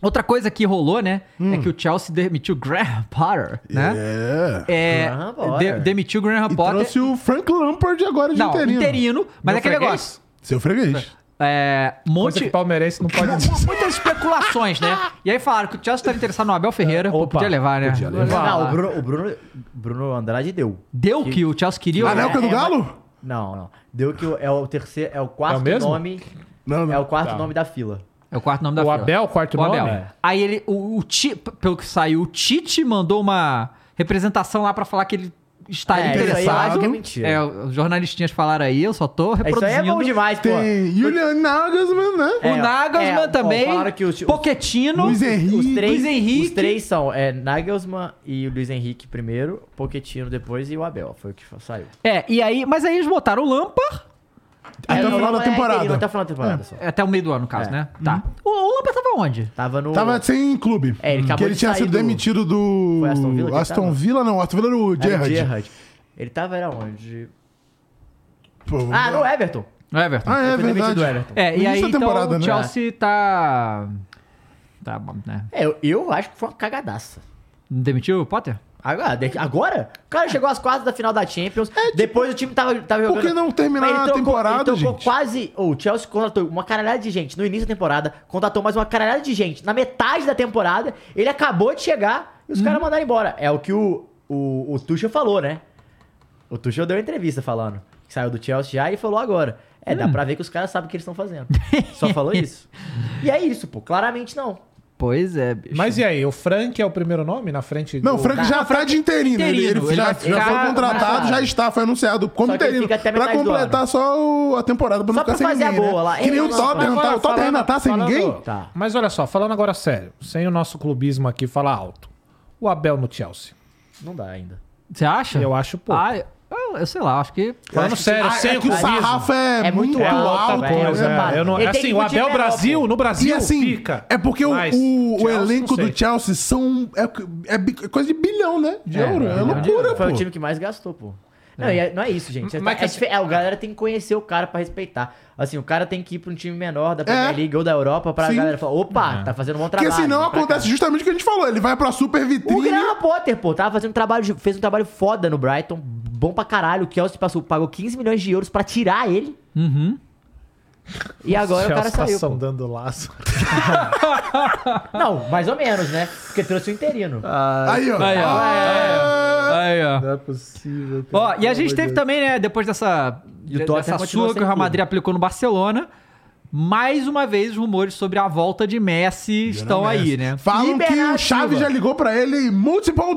Speaker 1: Outra coisa que rolou, né?
Speaker 3: Hum.
Speaker 1: É que o Chelsea demitiu o Graham Potter, né?
Speaker 2: É.
Speaker 1: É,
Speaker 4: Graham Potter.
Speaker 1: de, demitiu o Graham
Speaker 2: E
Speaker 1: Potter.
Speaker 2: trouxe o Frank Lampard agora de
Speaker 1: Não, interino,
Speaker 2: interino.
Speaker 1: mas
Speaker 3: Meu
Speaker 1: é aquele
Speaker 3: freguês?
Speaker 1: negócio.
Speaker 2: Seu freguês.
Speaker 1: É,
Speaker 3: Coisa
Speaker 1: monte,
Speaker 3: que palmeirense não pode dizer.
Speaker 1: muitas especulações, né? E aí falaram que o Chelsea estava interessado no Abel Ferreira. Pô,
Speaker 3: Opa,
Speaker 1: podia levar, né?
Speaker 3: podia levar.
Speaker 4: Não, o Bruno, o Bruno, Bruno Andrade deu.
Speaker 1: Deu que o Chelsea queria.
Speaker 2: Ah, não é o que
Speaker 1: né?
Speaker 2: do Galo?
Speaker 4: Não, não. Deu que é o terceiro, é o
Speaker 3: É
Speaker 4: quarto
Speaker 3: o mesmo?
Speaker 4: nome.
Speaker 2: Não, não.
Speaker 4: É o quarto
Speaker 3: Tá.
Speaker 4: nome da fila.
Speaker 1: É o quarto nome da
Speaker 3: O
Speaker 1: fila.
Speaker 3: Abel, quarto
Speaker 1: O Abel.
Speaker 3: nome? É.
Speaker 1: Aí ele, o, o Ti- pelo que saiu, o Tite mandou uma representação lá pra falar que ele estaria
Speaker 4: É, isso aí eu acho
Speaker 1: interessado.
Speaker 4: que é mentira.
Speaker 1: É, os jornalistinhas falaram aí, eu só tô
Speaker 4: Isso
Speaker 3: Tá
Speaker 1: reproduzindo.
Speaker 4: aí é bom demais, pô.
Speaker 2: Tem Julian Nagelsmann, né?
Speaker 1: O
Speaker 4: É, ó,
Speaker 1: Nagelsmann
Speaker 4: é, ó,
Speaker 1: também,
Speaker 4: falaram que os- os-
Speaker 1: Pochettino,
Speaker 2: Luiz Henrique.
Speaker 4: Os três,
Speaker 1: Luiz Henrique.
Speaker 4: os três são é, Nagelsmann e o Luiz Henrique primeiro, Pochettino depois e o Abel. Foi o que fa- saiu.
Speaker 1: É, e aí, mas aí eles botaram o Lampard
Speaker 2: Até
Speaker 4: É,
Speaker 2: o final
Speaker 4: não,
Speaker 2: da
Speaker 4: é,
Speaker 2: temporada. Ah.
Speaker 4: é, Até o final da temporada só.
Speaker 1: até o meio do ano, no caso,
Speaker 4: É.
Speaker 1: né? Tá. O, o Lampard tava onde?
Speaker 4: Tava no.
Speaker 2: Tava sem clube.
Speaker 4: É, ele acabou
Speaker 2: Porque ele
Speaker 4: de
Speaker 2: tinha
Speaker 4: sair
Speaker 2: sido
Speaker 4: do-
Speaker 2: demitido do.
Speaker 4: Foi Aston Villa que
Speaker 2: Aston
Speaker 4: tava?
Speaker 2: Villa, não. Aston Villa era o
Speaker 4: era o
Speaker 2: Gerrard.
Speaker 4: Gerrard. Ele tava era onde?
Speaker 2: Pô, vamos
Speaker 4: Ah,
Speaker 2: lá.
Speaker 4: no Everton.
Speaker 1: No Everton.
Speaker 2: Ah, é
Speaker 4: Ele foi demitido
Speaker 2: verdade.
Speaker 4: do Everton.
Speaker 1: É, e
Speaker 2: Início
Speaker 1: aí
Speaker 2: da
Speaker 1: então
Speaker 2: temporada,
Speaker 1: o
Speaker 2: né?
Speaker 1: Chelsea tá. Tá bom, né?
Speaker 4: É, eu, eu acho que foi uma cagadaça.
Speaker 1: Demitiu o Potter?
Speaker 4: Agora, de- agora? O cara chegou às quartas da final da Champions. depois o time tava, tava jogando.
Speaker 2: É, tipo, por que não terminar
Speaker 4: Mas ele
Speaker 2: a temporada,
Speaker 4: ele trocou
Speaker 2: gente?
Speaker 4: quase. Ou o Chelsea contratou uma caralhada de gente no início da temporada. Contratou mais uma caralhada de gente na metade da temporada. Ele acabou de chegar
Speaker 2: Uhum.
Speaker 4: e os caras mandaram embora. É o que o, o, o Tuchel falou, né? O Tuchel deu entrevista falando. que Saiu do Chelsea já e falou agora. É,
Speaker 2: Hum.
Speaker 4: dá pra ver que os caras sabem o que eles estão fazendo. Só falou isso. E é isso, pô. Claramente não.
Speaker 1: Pois é, bicho.
Speaker 3: Mas e aí, o Frank é o primeiro nome na frente
Speaker 2: Não, o
Speaker 3: do-
Speaker 2: Frank já tá de interino. Ele, ele
Speaker 1: interino, ele
Speaker 2: já,
Speaker 1: vai
Speaker 2: já
Speaker 1: ficar
Speaker 2: foi contratado,
Speaker 4: na-
Speaker 2: já está, foi anunciado como
Speaker 4: Só que ele
Speaker 2: interino.
Speaker 4: fica até
Speaker 2: Pra
Speaker 4: metade do
Speaker 2: completar só o- a temporada, pra não
Speaker 4: Só
Speaker 2: ficar
Speaker 4: pra
Speaker 2: sem
Speaker 4: fazer a
Speaker 2: ninguém. né?
Speaker 4: boa lá.
Speaker 2: Que nem
Speaker 4: Ei,
Speaker 2: o
Speaker 4: não,
Speaker 2: Tottenham,
Speaker 4: não,
Speaker 2: tá?
Speaker 3: Fala-
Speaker 2: o Tottenham
Speaker 3: falando-
Speaker 2: ainda tá sem
Speaker 3: falando-
Speaker 2: ninguém?
Speaker 4: Tá.
Speaker 3: Mas olha só, falando agora sério, sem o nosso clubismo aqui falar alto. O Abel no Chelsea.
Speaker 4: Não dá ainda.
Speaker 1: Você acha?
Speaker 3: Eu acho pouco.
Speaker 1: Ah, eu, eu sei lá, acho que.
Speaker 3: Falando sério,
Speaker 2: Ah,
Speaker 3: sem
Speaker 2: é que o sarrafo é,
Speaker 4: É muito
Speaker 2: muito
Speaker 4: é
Speaker 2: alto,
Speaker 4: alto, velho.
Speaker 2: né,
Speaker 3: coisa.
Speaker 2: mano?
Speaker 3: é, eu não,
Speaker 4: Ele tem que
Speaker 3: assim,
Speaker 4: ir
Speaker 3: o
Speaker 4: pro time
Speaker 3: Abel
Speaker 4: melhor,
Speaker 3: Brasil,
Speaker 4: pô.
Speaker 3: no Brasil,
Speaker 2: E assim,
Speaker 3: fica.
Speaker 2: é porque o,
Speaker 3: Mas
Speaker 2: o- o
Speaker 3: Chelsea,
Speaker 2: elenco
Speaker 3: não
Speaker 2: do
Speaker 3: sei.
Speaker 2: Chelsea são, é, é bi- é coisa de bilhão, né? De
Speaker 4: É,
Speaker 2: euro.
Speaker 4: não,
Speaker 2: É
Speaker 4: não,
Speaker 2: loucura,
Speaker 4: não. Foi o
Speaker 2: pô.
Speaker 4: time que mais gastou, pô. Não, e é- não é isso, gente. É,
Speaker 3: Mas que
Speaker 4: é
Speaker 3: assim-
Speaker 4: dife- é, o galera tem que conhecer o cara pra respeitar. Assim, o cara tem que ir pra um time menor da Premier
Speaker 2: É.
Speaker 4: League ou da Europa pra
Speaker 2: Sim. É.
Speaker 4: galera falar, opa, tá fazendo um bom trabalho.
Speaker 2: Porque senão
Speaker 4: vem pra
Speaker 2: acontece justamente o que a gente falou. Ele vai pra super
Speaker 4: cá. O
Speaker 2: vitrine.
Speaker 4: Graham Potter, pô, tava fazendo um trabalho, de- fez um trabalho foda no Brighton, bom pra caralho. O Chelsea passou, pagou 15 milhões de euros pra tirar ele.
Speaker 1: Uhum.
Speaker 4: E agora o cara
Speaker 3: Chelsea tá
Speaker 4: saiu. pô.
Speaker 3: sondando laço.
Speaker 4: Não, mais ou menos, né? Porque trouxe o interino.
Speaker 2: Aí, ó. Ah,
Speaker 1: Aí, ó. Aí, ó.
Speaker 6: Não é possível. cara.
Speaker 1: Ó, e a gente teve também, né, depois dessa,
Speaker 4: E o
Speaker 1: de-
Speaker 4: Tottenham
Speaker 1: dessa
Speaker 4: continua
Speaker 1: sua que
Speaker 4: sem
Speaker 1: o Real
Speaker 4: clube.
Speaker 1: Madrid aplicou no Barcelona, mais uma vez rumores sobre a volta de Messi estão aí, né?
Speaker 2: Falam que
Speaker 4: Liberar
Speaker 2: o Chaves
Speaker 4: Silva.
Speaker 2: já ligou pra ele multiple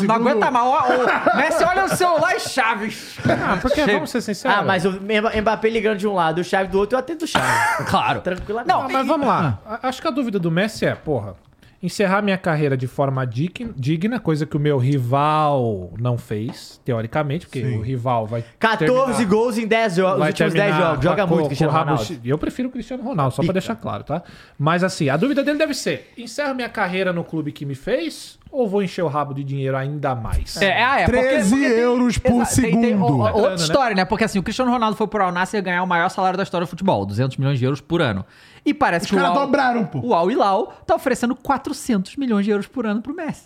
Speaker 1: Não
Speaker 2: segundo-
Speaker 1: aguenta mal. Ó, ó, Messi olha o celular e Chaves.
Speaker 3: Ah, porque
Speaker 1: Chega.
Speaker 3: vamos ser sinceros.
Speaker 2: é.
Speaker 4: Ah, mas o Mba- Mbappé ligando de um lado, o Chave do outro, eu atendo o Chave.
Speaker 1: Claro.
Speaker 4: Tranquilamente.
Speaker 3: Ah, mas vamos lá. A- Acho que a dúvida do Messi é, porra, encerrar minha carreira de forma dig- digna, coisa que o meu rival não fez, teoricamente, porque o rival vai.
Speaker 4: 14
Speaker 3: terminar-
Speaker 4: gols em 10 jogos, os
Speaker 3: vai
Speaker 4: últimos 10
Speaker 3: terminar
Speaker 4: jogos.
Speaker 3: com a
Speaker 4: Joga
Speaker 3: cor-
Speaker 4: muito,
Speaker 3: com
Speaker 4: Cristiano
Speaker 3: o rabo
Speaker 4: Ronaldo.
Speaker 3: che- Eu prefiro o Cristiano Ronaldo, só pra deixar claro, tá? Mas assim, a dúvida dele deve ser: encerro minha carreira no clube que me fez ou vou encher o rabo de dinheiro ainda mais?
Speaker 1: É, é, é, porque-
Speaker 2: 13
Speaker 1: porque tem-
Speaker 2: euros por
Speaker 1: Exa- tem- tem o- o-
Speaker 2: segundo.
Speaker 1: outra
Speaker 3: né?
Speaker 1: história, né? Porque assim, o Cristiano Ronaldo foi pro Al-Nassr e ganhar o maior salário da história do futebol, 200 milhões de euros por ano. E parece
Speaker 2: Os
Speaker 1: que o
Speaker 2: caras
Speaker 1: Al,
Speaker 2: dobraram, pô.
Speaker 1: o Al Hilal tá oferecendo 400 milhões de euros por ano pro Messi.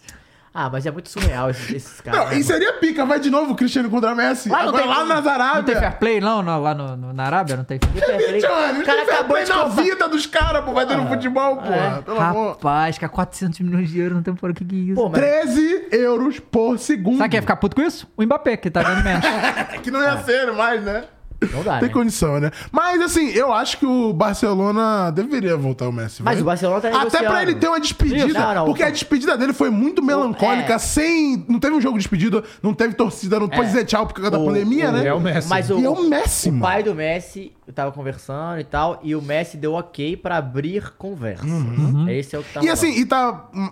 Speaker 4: Ah, mas é muito surreal esses, esses caras. né,
Speaker 2: Não, é e seria pica, vai de novo o Cristiano contra Messi.
Speaker 4: Lá não
Speaker 2: Agora
Speaker 4: tem-
Speaker 2: lá na
Speaker 1: Não tem
Speaker 2: Arábia.
Speaker 1: fair play não, não, lá no- no- na Arábia? Não tem
Speaker 4: Eu falei,
Speaker 2: Mano,
Speaker 4: o cara tá- acabou de
Speaker 2: na
Speaker 4: comprar.
Speaker 2: vida dos caras, pô. Vai
Speaker 1: É.
Speaker 2: ter no futebol, pô. Pelo amor.
Speaker 1: Rapaz, cara, 400 milhões de euros na temporada, o que que é isso?
Speaker 4: Pô, mas
Speaker 2: 13 euros por segundo.
Speaker 1: Sabe é quem ia ficar puto com isso? O Mbappé, que tá ganhando menos.
Speaker 2: É que não ia ser mais, né?
Speaker 4: não
Speaker 1: É.
Speaker 4: dá, né?
Speaker 2: Tem condição, né? Mas assim, eu acho que o Barcelona deveria voltar o Messi.
Speaker 4: Mas
Speaker 2: vai.
Speaker 4: o Barcelona tá
Speaker 2: Até
Speaker 4: negociando.
Speaker 2: pra ele ter uma despedida.
Speaker 4: Isso. Não, não,
Speaker 2: porque
Speaker 4: o-
Speaker 2: a despedida dele foi muito melancólica,
Speaker 4: é.
Speaker 2: sem. Não teve um jogo de despedida, não teve torcida, não pôde dizer tchau por causa da
Speaker 4: O-
Speaker 2: pandemia,
Speaker 4: o-
Speaker 2: né?
Speaker 3: É o Messi.
Speaker 4: Mas o,
Speaker 2: E é o Messi,
Speaker 4: o
Speaker 2: mano.
Speaker 4: pai do Messi, eu tava conversando e tal, e o Messi deu ok pra abrir conversa. Esse é o que tá
Speaker 2: E assim,
Speaker 4: rolando.
Speaker 2: e tá hum,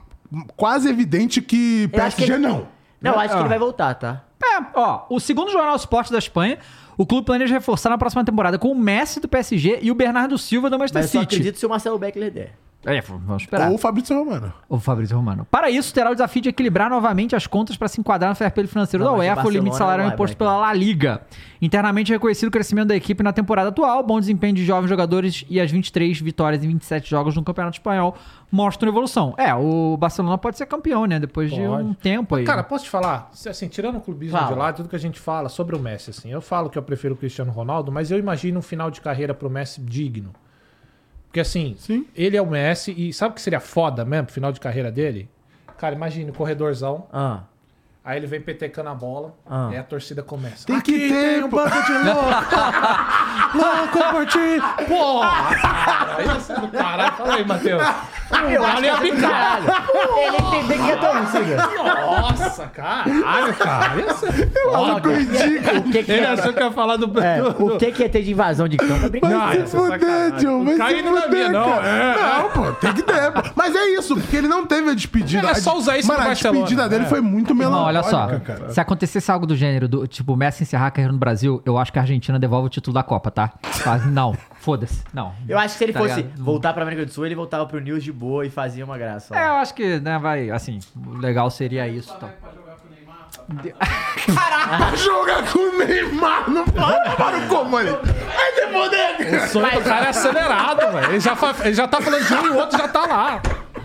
Speaker 2: quase evidente que
Speaker 4: Eu acho que
Speaker 2: PSG
Speaker 4: ele-
Speaker 2: não.
Speaker 4: Não, eu acho que
Speaker 1: Ah.
Speaker 4: ele vai voltar, tá?
Speaker 1: É, ó, o segundo jornal Esporte da Espanha, o clube planeja reforçar na próxima temporada com o Messi do PSG e o Bernardo Silva do Manchester
Speaker 4: Mas eu só
Speaker 1: City.
Speaker 4: acredito se o Marcelo Beckler der.
Speaker 1: É, f- vamos esperar.
Speaker 2: Ou o Fabrício Romano.
Speaker 1: O Fabrício Romano. Para isso, terá o desafio de equilibrar novamente as contas para se enquadrar no fair play financeiro
Speaker 4: Não,
Speaker 1: da
Speaker 4: mas o
Speaker 1: UEFA, o limite
Speaker 4: Barcelona
Speaker 1: salarial
Speaker 4: não é vai,
Speaker 1: imposto
Speaker 4: vai,
Speaker 1: pela La Liga. Internamente reconhecido o crescimento da equipe na temporada atual, bom desempenho de jovens jogadores e as 23 vitórias em 27 jogos no Campeonato Espanhol mostram evolução. É, o Barcelona pode ser campeão, né? Depois de
Speaker 3: Pode.
Speaker 1: um tempo aí.
Speaker 3: Cara, posso te falar? Se, Assim, tirando o clubismo
Speaker 4: Fala.
Speaker 3: de lá, tudo que a gente fala sobre o Messi, assim, eu falo que eu prefiro o Cristiano Ronaldo, mas eu imagino um final de carreira pro Messi digno. Porque assim,
Speaker 2: Sim.
Speaker 3: ele é o Messi e sabe o que seria foda mesmo, pro final de carreira dele? Cara, imagina o corredorzão,
Speaker 4: Ah.
Speaker 3: Aí ele vem petecando a bola,
Speaker 4: Ah.
Speaker 3: aí a torcida começa.
Speaker 2: Tem que ter um banco de louco. louco por ti.
Speaker 3: Porra! cara, Aí você não para. Fala aí, Matheus. Olha a picada.
Speaker 4: é Ele entendeu que é tão siga.
Speaker 3: Nossa, caralho, cara. Isso é-
Speaker 2: Maluco ridículo.
Speaker 4: O que que
Speaker 3: Ele
Speaker 4: é?
Speaker 3: achou que ia falar do...
Speaker 4: É,
Speaker 3: do-
Speaker 4: o que que é ter de invasão de campo? É brincadeira.
Speaker 3: Ah,
Speaker 2: Vai se
Speaker 3: essa é
Speaker 2: fuder,
Speaker 3: sacanagem.
Speaker 2: tio. Vai
Speaker 3: Caí
Speaker 2: se
Speaker 3: não na minha,
Speaker 2: fuder,
Speaker 3: não.
Speaker 2: cara.
Speaker 3: É,
Speaker 2: Não, pô, tem que ter. pô. Mas é isso, porque ele não teve a despedida.
Speaker 3: Era É, só usar isso
Speaker 2: Mano,
Speaker 3: pro
Speaker 2: a
Speaker 3: Barcelona,
Speaker 2: despedida dele
Speaker 3: é.
Speaker 2: foi muito
Speaker 1: Não, olha
Speaker 2: melancólica,
Speaker 1: só.
Speaker 2: cara.
Speaker 1: Se acontecesse algo do gênero, do tipo Messi encerrar a carreira no Brasil, eu acho que a Argentina devolve o título da Copa, tá? Fala, Não, foda-se. Não.
Speaker 4: Eu acho que se ele
Speaker 1: Tá
Speaker 4: fosse
Speaker 1: ligado?
Speaker 4: voltar pra América do Sul, ele voltava pro News de boa e fazia uma graça.
Speaker 1: É,
Speaker 4: lá.
Speaker 1: eu acho que, né, vai, assim, o legal seria isso. Tá.
Speaker 2: Pra jogar com o Neymar no para o comando. Vai se fuder.
Speaker 3: O sonho do cara é acelerado, velho. Ele, já fa- ele já tá falando de um e o outro já tá lá.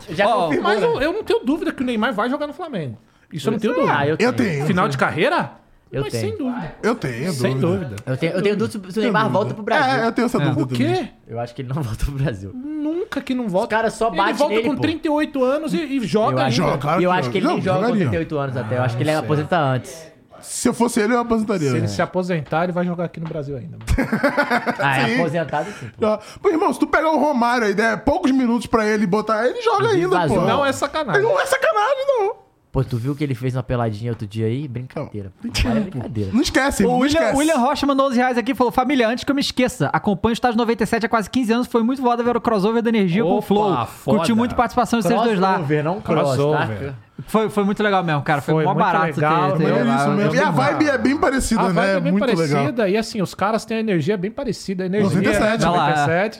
Speaker 4: Já
Speaker 1: Ó,
Speaker 4: confirmou,
Speaker 3: Mas
Speaker 4: né?
Speaker 3: eu, eu não tenho dúvida que o Neymar vai jogar no Flamengo. Isso né? eu não tenho
Speaker 4: Ah,
Speaker 3: dúvida.
Speaker 4: eu
Speaker 2: Eu
Speaker 4: tenho.
Speaker 2: tenho.
Speaker 3: Final de carreira?
Speaker 4: Eu
Speaker 3: Mas
Speaker 4: tenho.
Speaker 3: sem dúvida.
Speaker 2: Eu tenho,
Speaker 3: Sem dúvida.
Speaker 4: Eu tenho, eu tenho dúvida se o Neymar volta pro Brasil.
Speaker 2: É, eu tenho essa dúvida.
Speaker 3: Por quê?
Speaker 4: Eu acho que ele não volta pro Brasil.
Speaker 3: Nunca que não volta.
Speaker 4: Os caras só
Speaker 3: Ele
Speaker 4: batem
Speaker 3: volta
Speaker 4: nele,
Speaker 3: com
Speaker 4: pô.
Speaker 3: 38 anos e, e joga ainda.
Speaker 4: acho,
Speaker 2: Joga, claro
Speaker 4: e eu
Speaker 2: que
Speaker 4: acho que ele
Speaker 2: joga. Não,
Speaker 4: nem joga com
Speaker 2: jogaria. Ah, é.
Speaker 4: 38 anos até. Eu acho que ele é aposenta antes.
Speaker 2: Se eu fosse ele, eu aposentaria. né?
Speaker 3: Se ele se aposentar, ele vai jogar aqui no Brasil ainda. mano.
Speaker 4: Ah, é
Speaker 2: Sim.
Speaker 4: aposentado sim. pô.
Speaker 2: Ah, Pô, irmão, se tu pegar o Romário aí, der poucos minutos pra ele botar, ele joga
Speaker 4: Ele
Speaker 2: ainda, pô.
Speaker 4: vazou.
Speaker 3: Não é sacanagem.
Speaker 2: Não é sacanagem, não.
Speaker 4: Pô, tu viu o que ele fez na peladinha outro dia aí? Brincadeira. pô. Cara, é brincadeira.
Speaker 2: Não esquece,
Speaker 3: Tipo,
Speaker 1: O
Speaker 2: não
Speaker 1: William,
Speaker 2: esquece.
Speaker 1: o William Rocha mandou 11 reais aqui e falou: Família, antes que eu me esqueça, acompanho o estágio 97 há quase 15 anos. Foi muito foda ver o crossover da energia com o
Speaker 3: Opa,
Speaker 1: Flow.
Speaker 3: foda.
Speaker 1: Curti muito a participação de vocês dois lá.
Speaker 4: Crossover, não cross,
Speaker 3: Crossover.
Speaker 4: tá?
Speaker 1: Foi, foi muito legal mesmo, cara. Foi,
Speaker 3: Foi
Speaker 1: mó
Speaker 3: muito
Speaker 1: barato
Speaker 3: legal,
Speaker 1: ter. ter
Speaker 2: É
Speaker 3: mano,
Speaker 1: lá.
Speaker 2: isso mesmo. E a vibe é bem parecida,
Speaker 3: A
Speaker 2: né?
Speaker 3: vibe é bem
Speaker 2: muito
Speaker 3: parecida
Speaker 2: legal.
Speaker 3: e assim, os caras têm a energia bem parecida. A energia é
Speaker 2: 97.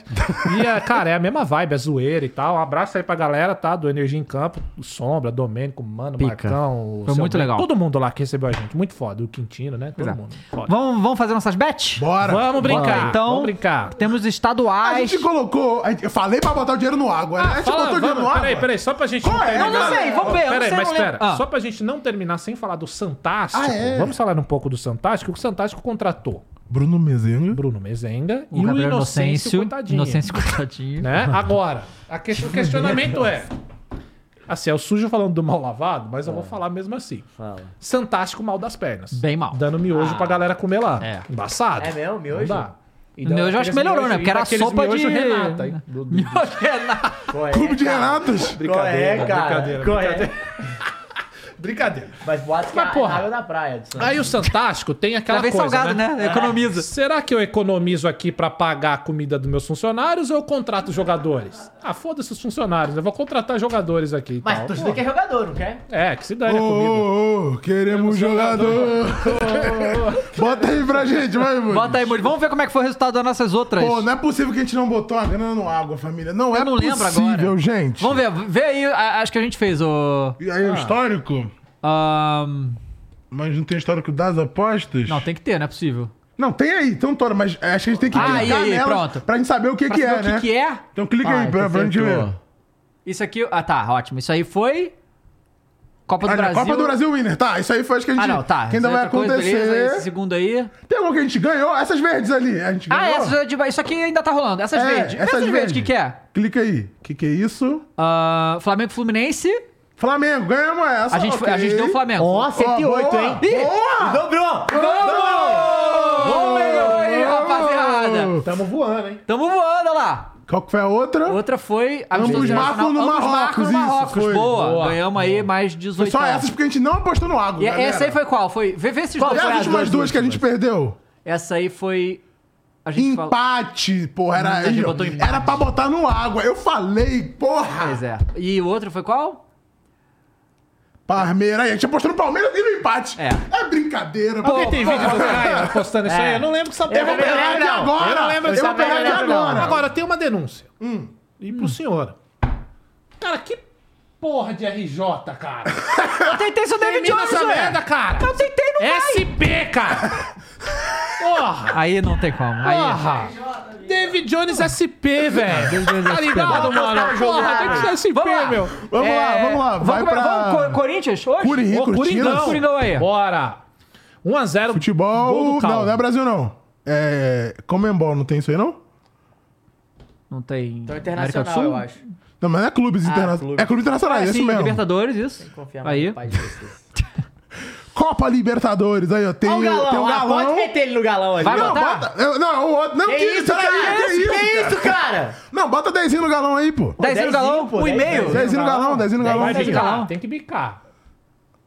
Speaker 3: 97. E, é, cara, é a mesma vibe, é zoeira e tal. Um abraço aí pra galera, tá? Do Energia em Campo, o Sombra, Domênico, Mano,
Speaker 4: Pica.
Speaker 3: Marcão. o
Speaker 1: Foi
Speaker 3: seu
Speaker 1: muito legal. é.
Speaker 3: Todo mundo lá que recebeu a gente. Muito foda. O Quintino, né? Todo
Speaker 1: Exato.
Speaker 3: mundo. Foda.
Speaker 1: Vamos, vamos fazer nossas bets?
Speaker 2: Bora.
Speaker 3: Vamos brincar.
Speaker 1: Bora, então.
Speaker 3: Vamos brincar.
Speaker 1: Temos
Speaker 2: A
Speaker 1: estaduais.
Speaker 2: gente colocou. a gente- Eu falei pra botar o dinheiro no água, né? A gente botou o dinheiro no água.
Speaker 3: Ah, peraí, peraí, só pra gente.
Speaker 2: Qual é?
Speaker 1: Eu não sei, vamos ver. eu não
Speaker 3: Peraí,
Speaker 1: sei,
Speaker 3: mas
Speaker 1: não lembro.
Speaker 3: pera,
Speaker 1: Ah.
Speaker 3: só pra gente não terminar sem falar do Santástico,
Speaker 2: Ah, é?
Speaker 3: vamos falar um pouco do Santástico. O Santástico contratou
Speaker 2: Bruno Mezenga.
Speaker 3: Bruno Mezenga
Speaker 1: O
Speaker 3: e o
Speaker 1: Gabriel
Speaker 3: Inocêncio,
Speaker 1: Inocêncio.
Speaker 3: coitadinho.
Speaker 1: Inocêncio, coitadinho.
Speaker 3: Né? Agora, a que- o questionamento é... Assim, é o sujo falando do mal lavado, mas eu vou falar mesmo assim.
Speaker 4: Fala.
Speaker 3: Santástico mal das pernas.
Speaker 1: É. Bem mal.
Speaker 3: Dando miojo pra galera comer lá.
Speaker 1: É.
Speaker 3: Embaçado.
Speaker 4: É mesmo? Miojo? Então,
Speaker 3: Não dá. E
Speaker 1: O meu eu acho que
Speaker 3: daqueles
Speaker 1: melhorou, né?
Speaker 3: miojo-
Speaker 1: Porque era
Speaker 3: e Então, daqueles
Speaker 1: sopa de.
Speaker 3: miojo Renata, hein? Do- do-
Speaker 1: Miojo Renata.
Speaker 4: Qual é,
Speaker 2: Clube de Renatas.
Speaker 4: Brincadeira, cara?
Speaker 3: brincadeira,
Speaker 4: Qual é?
Speaker 3: Brincadeira.
Speaker 4: Mas boato que
Speaker 3: Mas,
Speaker 4: é
Speaker 3: porra.
Speaker 4: a água da praia. do Santos.
Speaker 3: Aí o Santástico tem aquela
Speaker 1: Ela vem
Speaker 3: coisa,
Speaker 1: salgado,
Speaker 3: né?
Speaker 1: né? Economiza.
Speaker 3: Será que eu economizo aqui pra pagar a comida dos meus funcionários ou eu contrato jogadores? Ah, foda-se os funcionários, eu vou contratar jogadores aqui e
Speaker 4: Mas
Speaker 3: tal.
Speaker 4: torcida quer jogador, não quer?
Speaker 3: É, que se
Speaker 2: Ô,
Speaker 3: dane a comida.
Speaker 2: ô, ô, queremos
Speaker 1: um
Speaker 2: jogador. Bota aí pra gente, vai, mano.
Speaker 1: Bota aí, Muri. Vamos ver como é que foi o resultado das nossas outras.
Speaker 2: Pô, não é possível que a gente não botou a grana no água, família. Não é
Speaker 1: não lembro
Speaker 2: possível,
Speaker 1: agora.
Speaker 2: gente.
Speaker 1: Vamos Ah. ver. Vê aí, a- acho que a gente fez o.
Speaker 2: E aí, o histórico?
Speaker 1: Ahn,
Speaker 2: Mas não tem histórico das apostas?
Speaker 1: Não, tem que ter, não é possível.
Speaker 2: Não, tem aí, então, Toro, mas acho que a gente tem que
Speaker 1: Ah,
Speaker 2: clicar
Speaker 1: aí, aí,
Speaker 2: nelas
Speaker 1: pronto.
Speaker 2: pra gente saber o que,
Speaker 1: Pra
Speaker 2: que
Speaker 1: saber
Speaker 2: é,
Speaker 1: o que,
Speaker 2: né?
Speaker 1: que é?
Speaker 2: Então clica aí
Speaker 4: Ai,
Speaker 2: pra,
Speaker 4: tu
Speaker 2: pra gente ver.
Speaker 4: acertou.
Speaker 1: Isso aqui. Ah, tá, ótimo. Isso aí foi. Copa do
Speaker 2: Ah, na
Speaker 1: Brasil.
Speaker 2: Copa do Brasil Winner, tá? Isso aí foi acho que a gente.
Speaker 1: Ah, não, tá.
Speaker 2: Que ainda
Speaker 1: Isso é
Speaker 2: vai
Speaker 1: outra coisa, beleza, esse
Speaker 2: acontecer.
Speaker 1: segundo aí.
Speaker 2: Tem alguma que a gente ganhou? Essas verdes ali. A gente ganhou.
Speaker 1: Ah, essas é de... isso aqui ainda tá rolando. Essas
Speaker 2: É,
Speaker 1: verdes.
Speaker 2: essas
Speaker 1: Essas, verdes,
Speaker 2: verdes.
Speaker 1: o que, que é?
Speaker 2: Clica aí. O que, que é isso?
Speaker 1: Ah, Flamengo e Fluminense.
Speaker 2: Flamengo, ganhamos essa.
Speaker 1: A gente, foi- a gente deu o Flamengo.
Speaker 4: Ó, 108,
Speaker 2: boa.
Speaker 4: hein?
Speaker 2: Boa!
Speaker 4: Dobrou!
Speaker 1: Vamos, melhor aí, rapaziada.
Speaker 3: Tamo voando, hein?
Speaker 1: Tamo voando, olha lá.
Speaker 2: Qual que foi a outra?
Speaker 1: Outra foi... A
Speaker 2: Ambos
Speaker 1: Argentina
Speaker 2: marcam no
Speaker 1: final. Ambos
Speaker 2: Marrocos,
Speaker 1: marcam no
Speaker 2: isso,
Speaker 1: Marrocos.
Speaker 2: foi.
Speaker 1: Boa.
Speaker 3: Boa.
Speaker 1: Ganhamos aí mais
Speaker 2: Foi
Speaker 1: 18
Speaker 2: só
Speaker 1: anos.
Speaker 2: essas porque a gente não apostou no água.
Speaker 1: E é,
Speaker 2: galera.
Speaker 1: essa aí foi qual? Foi... Vê, vê esses
Speaker 4: Qual
Speaker 2: E
Speaker 1: dois.
Speaker 4: foi
Speaker 2: as
Speaker 4: a
Speaker 1: aí.
Speaker 2: últimas
Speaker 4: duas
Speaker 2: duas que a gente perdeu?
Speaker 1: Essa aí foi... A gente falou... Hum,
Speaker 2: Empate, porra. Era,
Speaker 1: A gente botou empate.
Speaker 2: era pra botar no água. Eu falei, porra.
Speaker 1: Pois é. E o outro foi qual?
Speaker 2: Palmeiras. aí, A gente apostou no Palmeiras e no empate.
Speaker 1: É.
Speaker 2: É brincadeira. Pô,
Speaker 3: Alguém tem vídeo do Caio postando isso aí?
Speaker 4: É.
Speaker 3: Eu não lembro que essa
Speaker 2: Eu vou
Speaker 4: Eu não
Speaker 2: pegar
Speaker 4: lembro,
Speaker 2: aqui
Speaker 4: não.
Speaker 2: agora.
Speaker 3: Eu não lembro
Speaker 2: Eu vou
Speaker 4: dessa
Speaker 2: pegar
Speaker 4: merda,
Speaker 2: aqui
Speaker 4: não.
Speaker 2: agora. Hum.
Speaker 3: Agora, tem uma denúncia. E pro senhor. Cara, que porra de RJ, cara?
Speaker 1: Eu tentei seu David
Speaker 3: Termina
Speaker 1: Jones,
Speaker 3: essa merda,
Speaker 1: velho.
Speaker 3: cara!
Speaker 2: Tá
Speaker 1: Eu tentei no...
Speaker 3: SP, cara! Porra!
Speaker 1: Aí não tem como. Aí... é.
Speaker 3: Porra! David Jones SP, velho. Tá ligado, mano? Porra, tem que ser SP, meu.
Speaker 2: Vamos lá, vamos lá. Vai
Speaker 1: é, vamos,
Speaker 2: pra...
Speaker 1: vamos, Co- Ah, Corinthians hoje?
Speaker 2: Corinthians,
Speaker 3: Ô, Coringão.
Speaker 2: Corinthians.
Speaker 1: Coringão aí.
Speaker 3: Bora. 1x0. Gol
Speaker 2: Futebol...
Speaker 3: do Calvo.
Speaker 2: Não, não é Brasil, não. É... Comembol, não tem isso aí, não?
Speaker 1: Não tem.
Speaker 4: Então
Speaker 1: América do
Speaker 4: internacional,
Speaker 1: Sul?
Speaker 4: eu acho. Tem
Speaker 2: Não, mas não é clubes internacionais.
Speaker 4: clube.
Speaker 2: É clubes
Speaker 1: Ah,
Speaker 2: internacionais,
Speaker 1: É,
Speaker 2: é isso
Speaker 1: sim,
Speaker 2: mesmo.
Speaker 1: Libertadores, isso.
Speaker 4: que confiar mais
Speaker 1: Aí.
Speaker 4: no pai de vocês.
Speaker 2: Copa Libertadores. Aí, ó, tem
Speaker 4: Olha o galão,
Speaker 2: tem o
Speaker 4: ah,
Speaker 2: galão.
Speaker 4: pode meter ele no galão ali.
Speaker 1: Vai
Speaker 2: não,
Speaker 1: botar?
Speaker 2: bota. eu- Não, o outro. Não,
Speaker 4: Que isso, cara?
Speaker 2: que isso,
Speaker 4: Que
Speaker 2: cara?
Speaker 4: isso, cara?
Speaker 2: Não, bota 10 no galão aí, pô.
Speaker 1: 10 no
Speaker 4: dezinho,
Speaker 1: galão,
Speaker 4: pô,
Speaker 1: 1,5.
Speaker 4: dez,
Speaker 2: 10 no galão, 10 no galão.
Speaker 3: Vai
Speaker 1: Dez no galão.
Speaker 3: bicar, tem que bicar.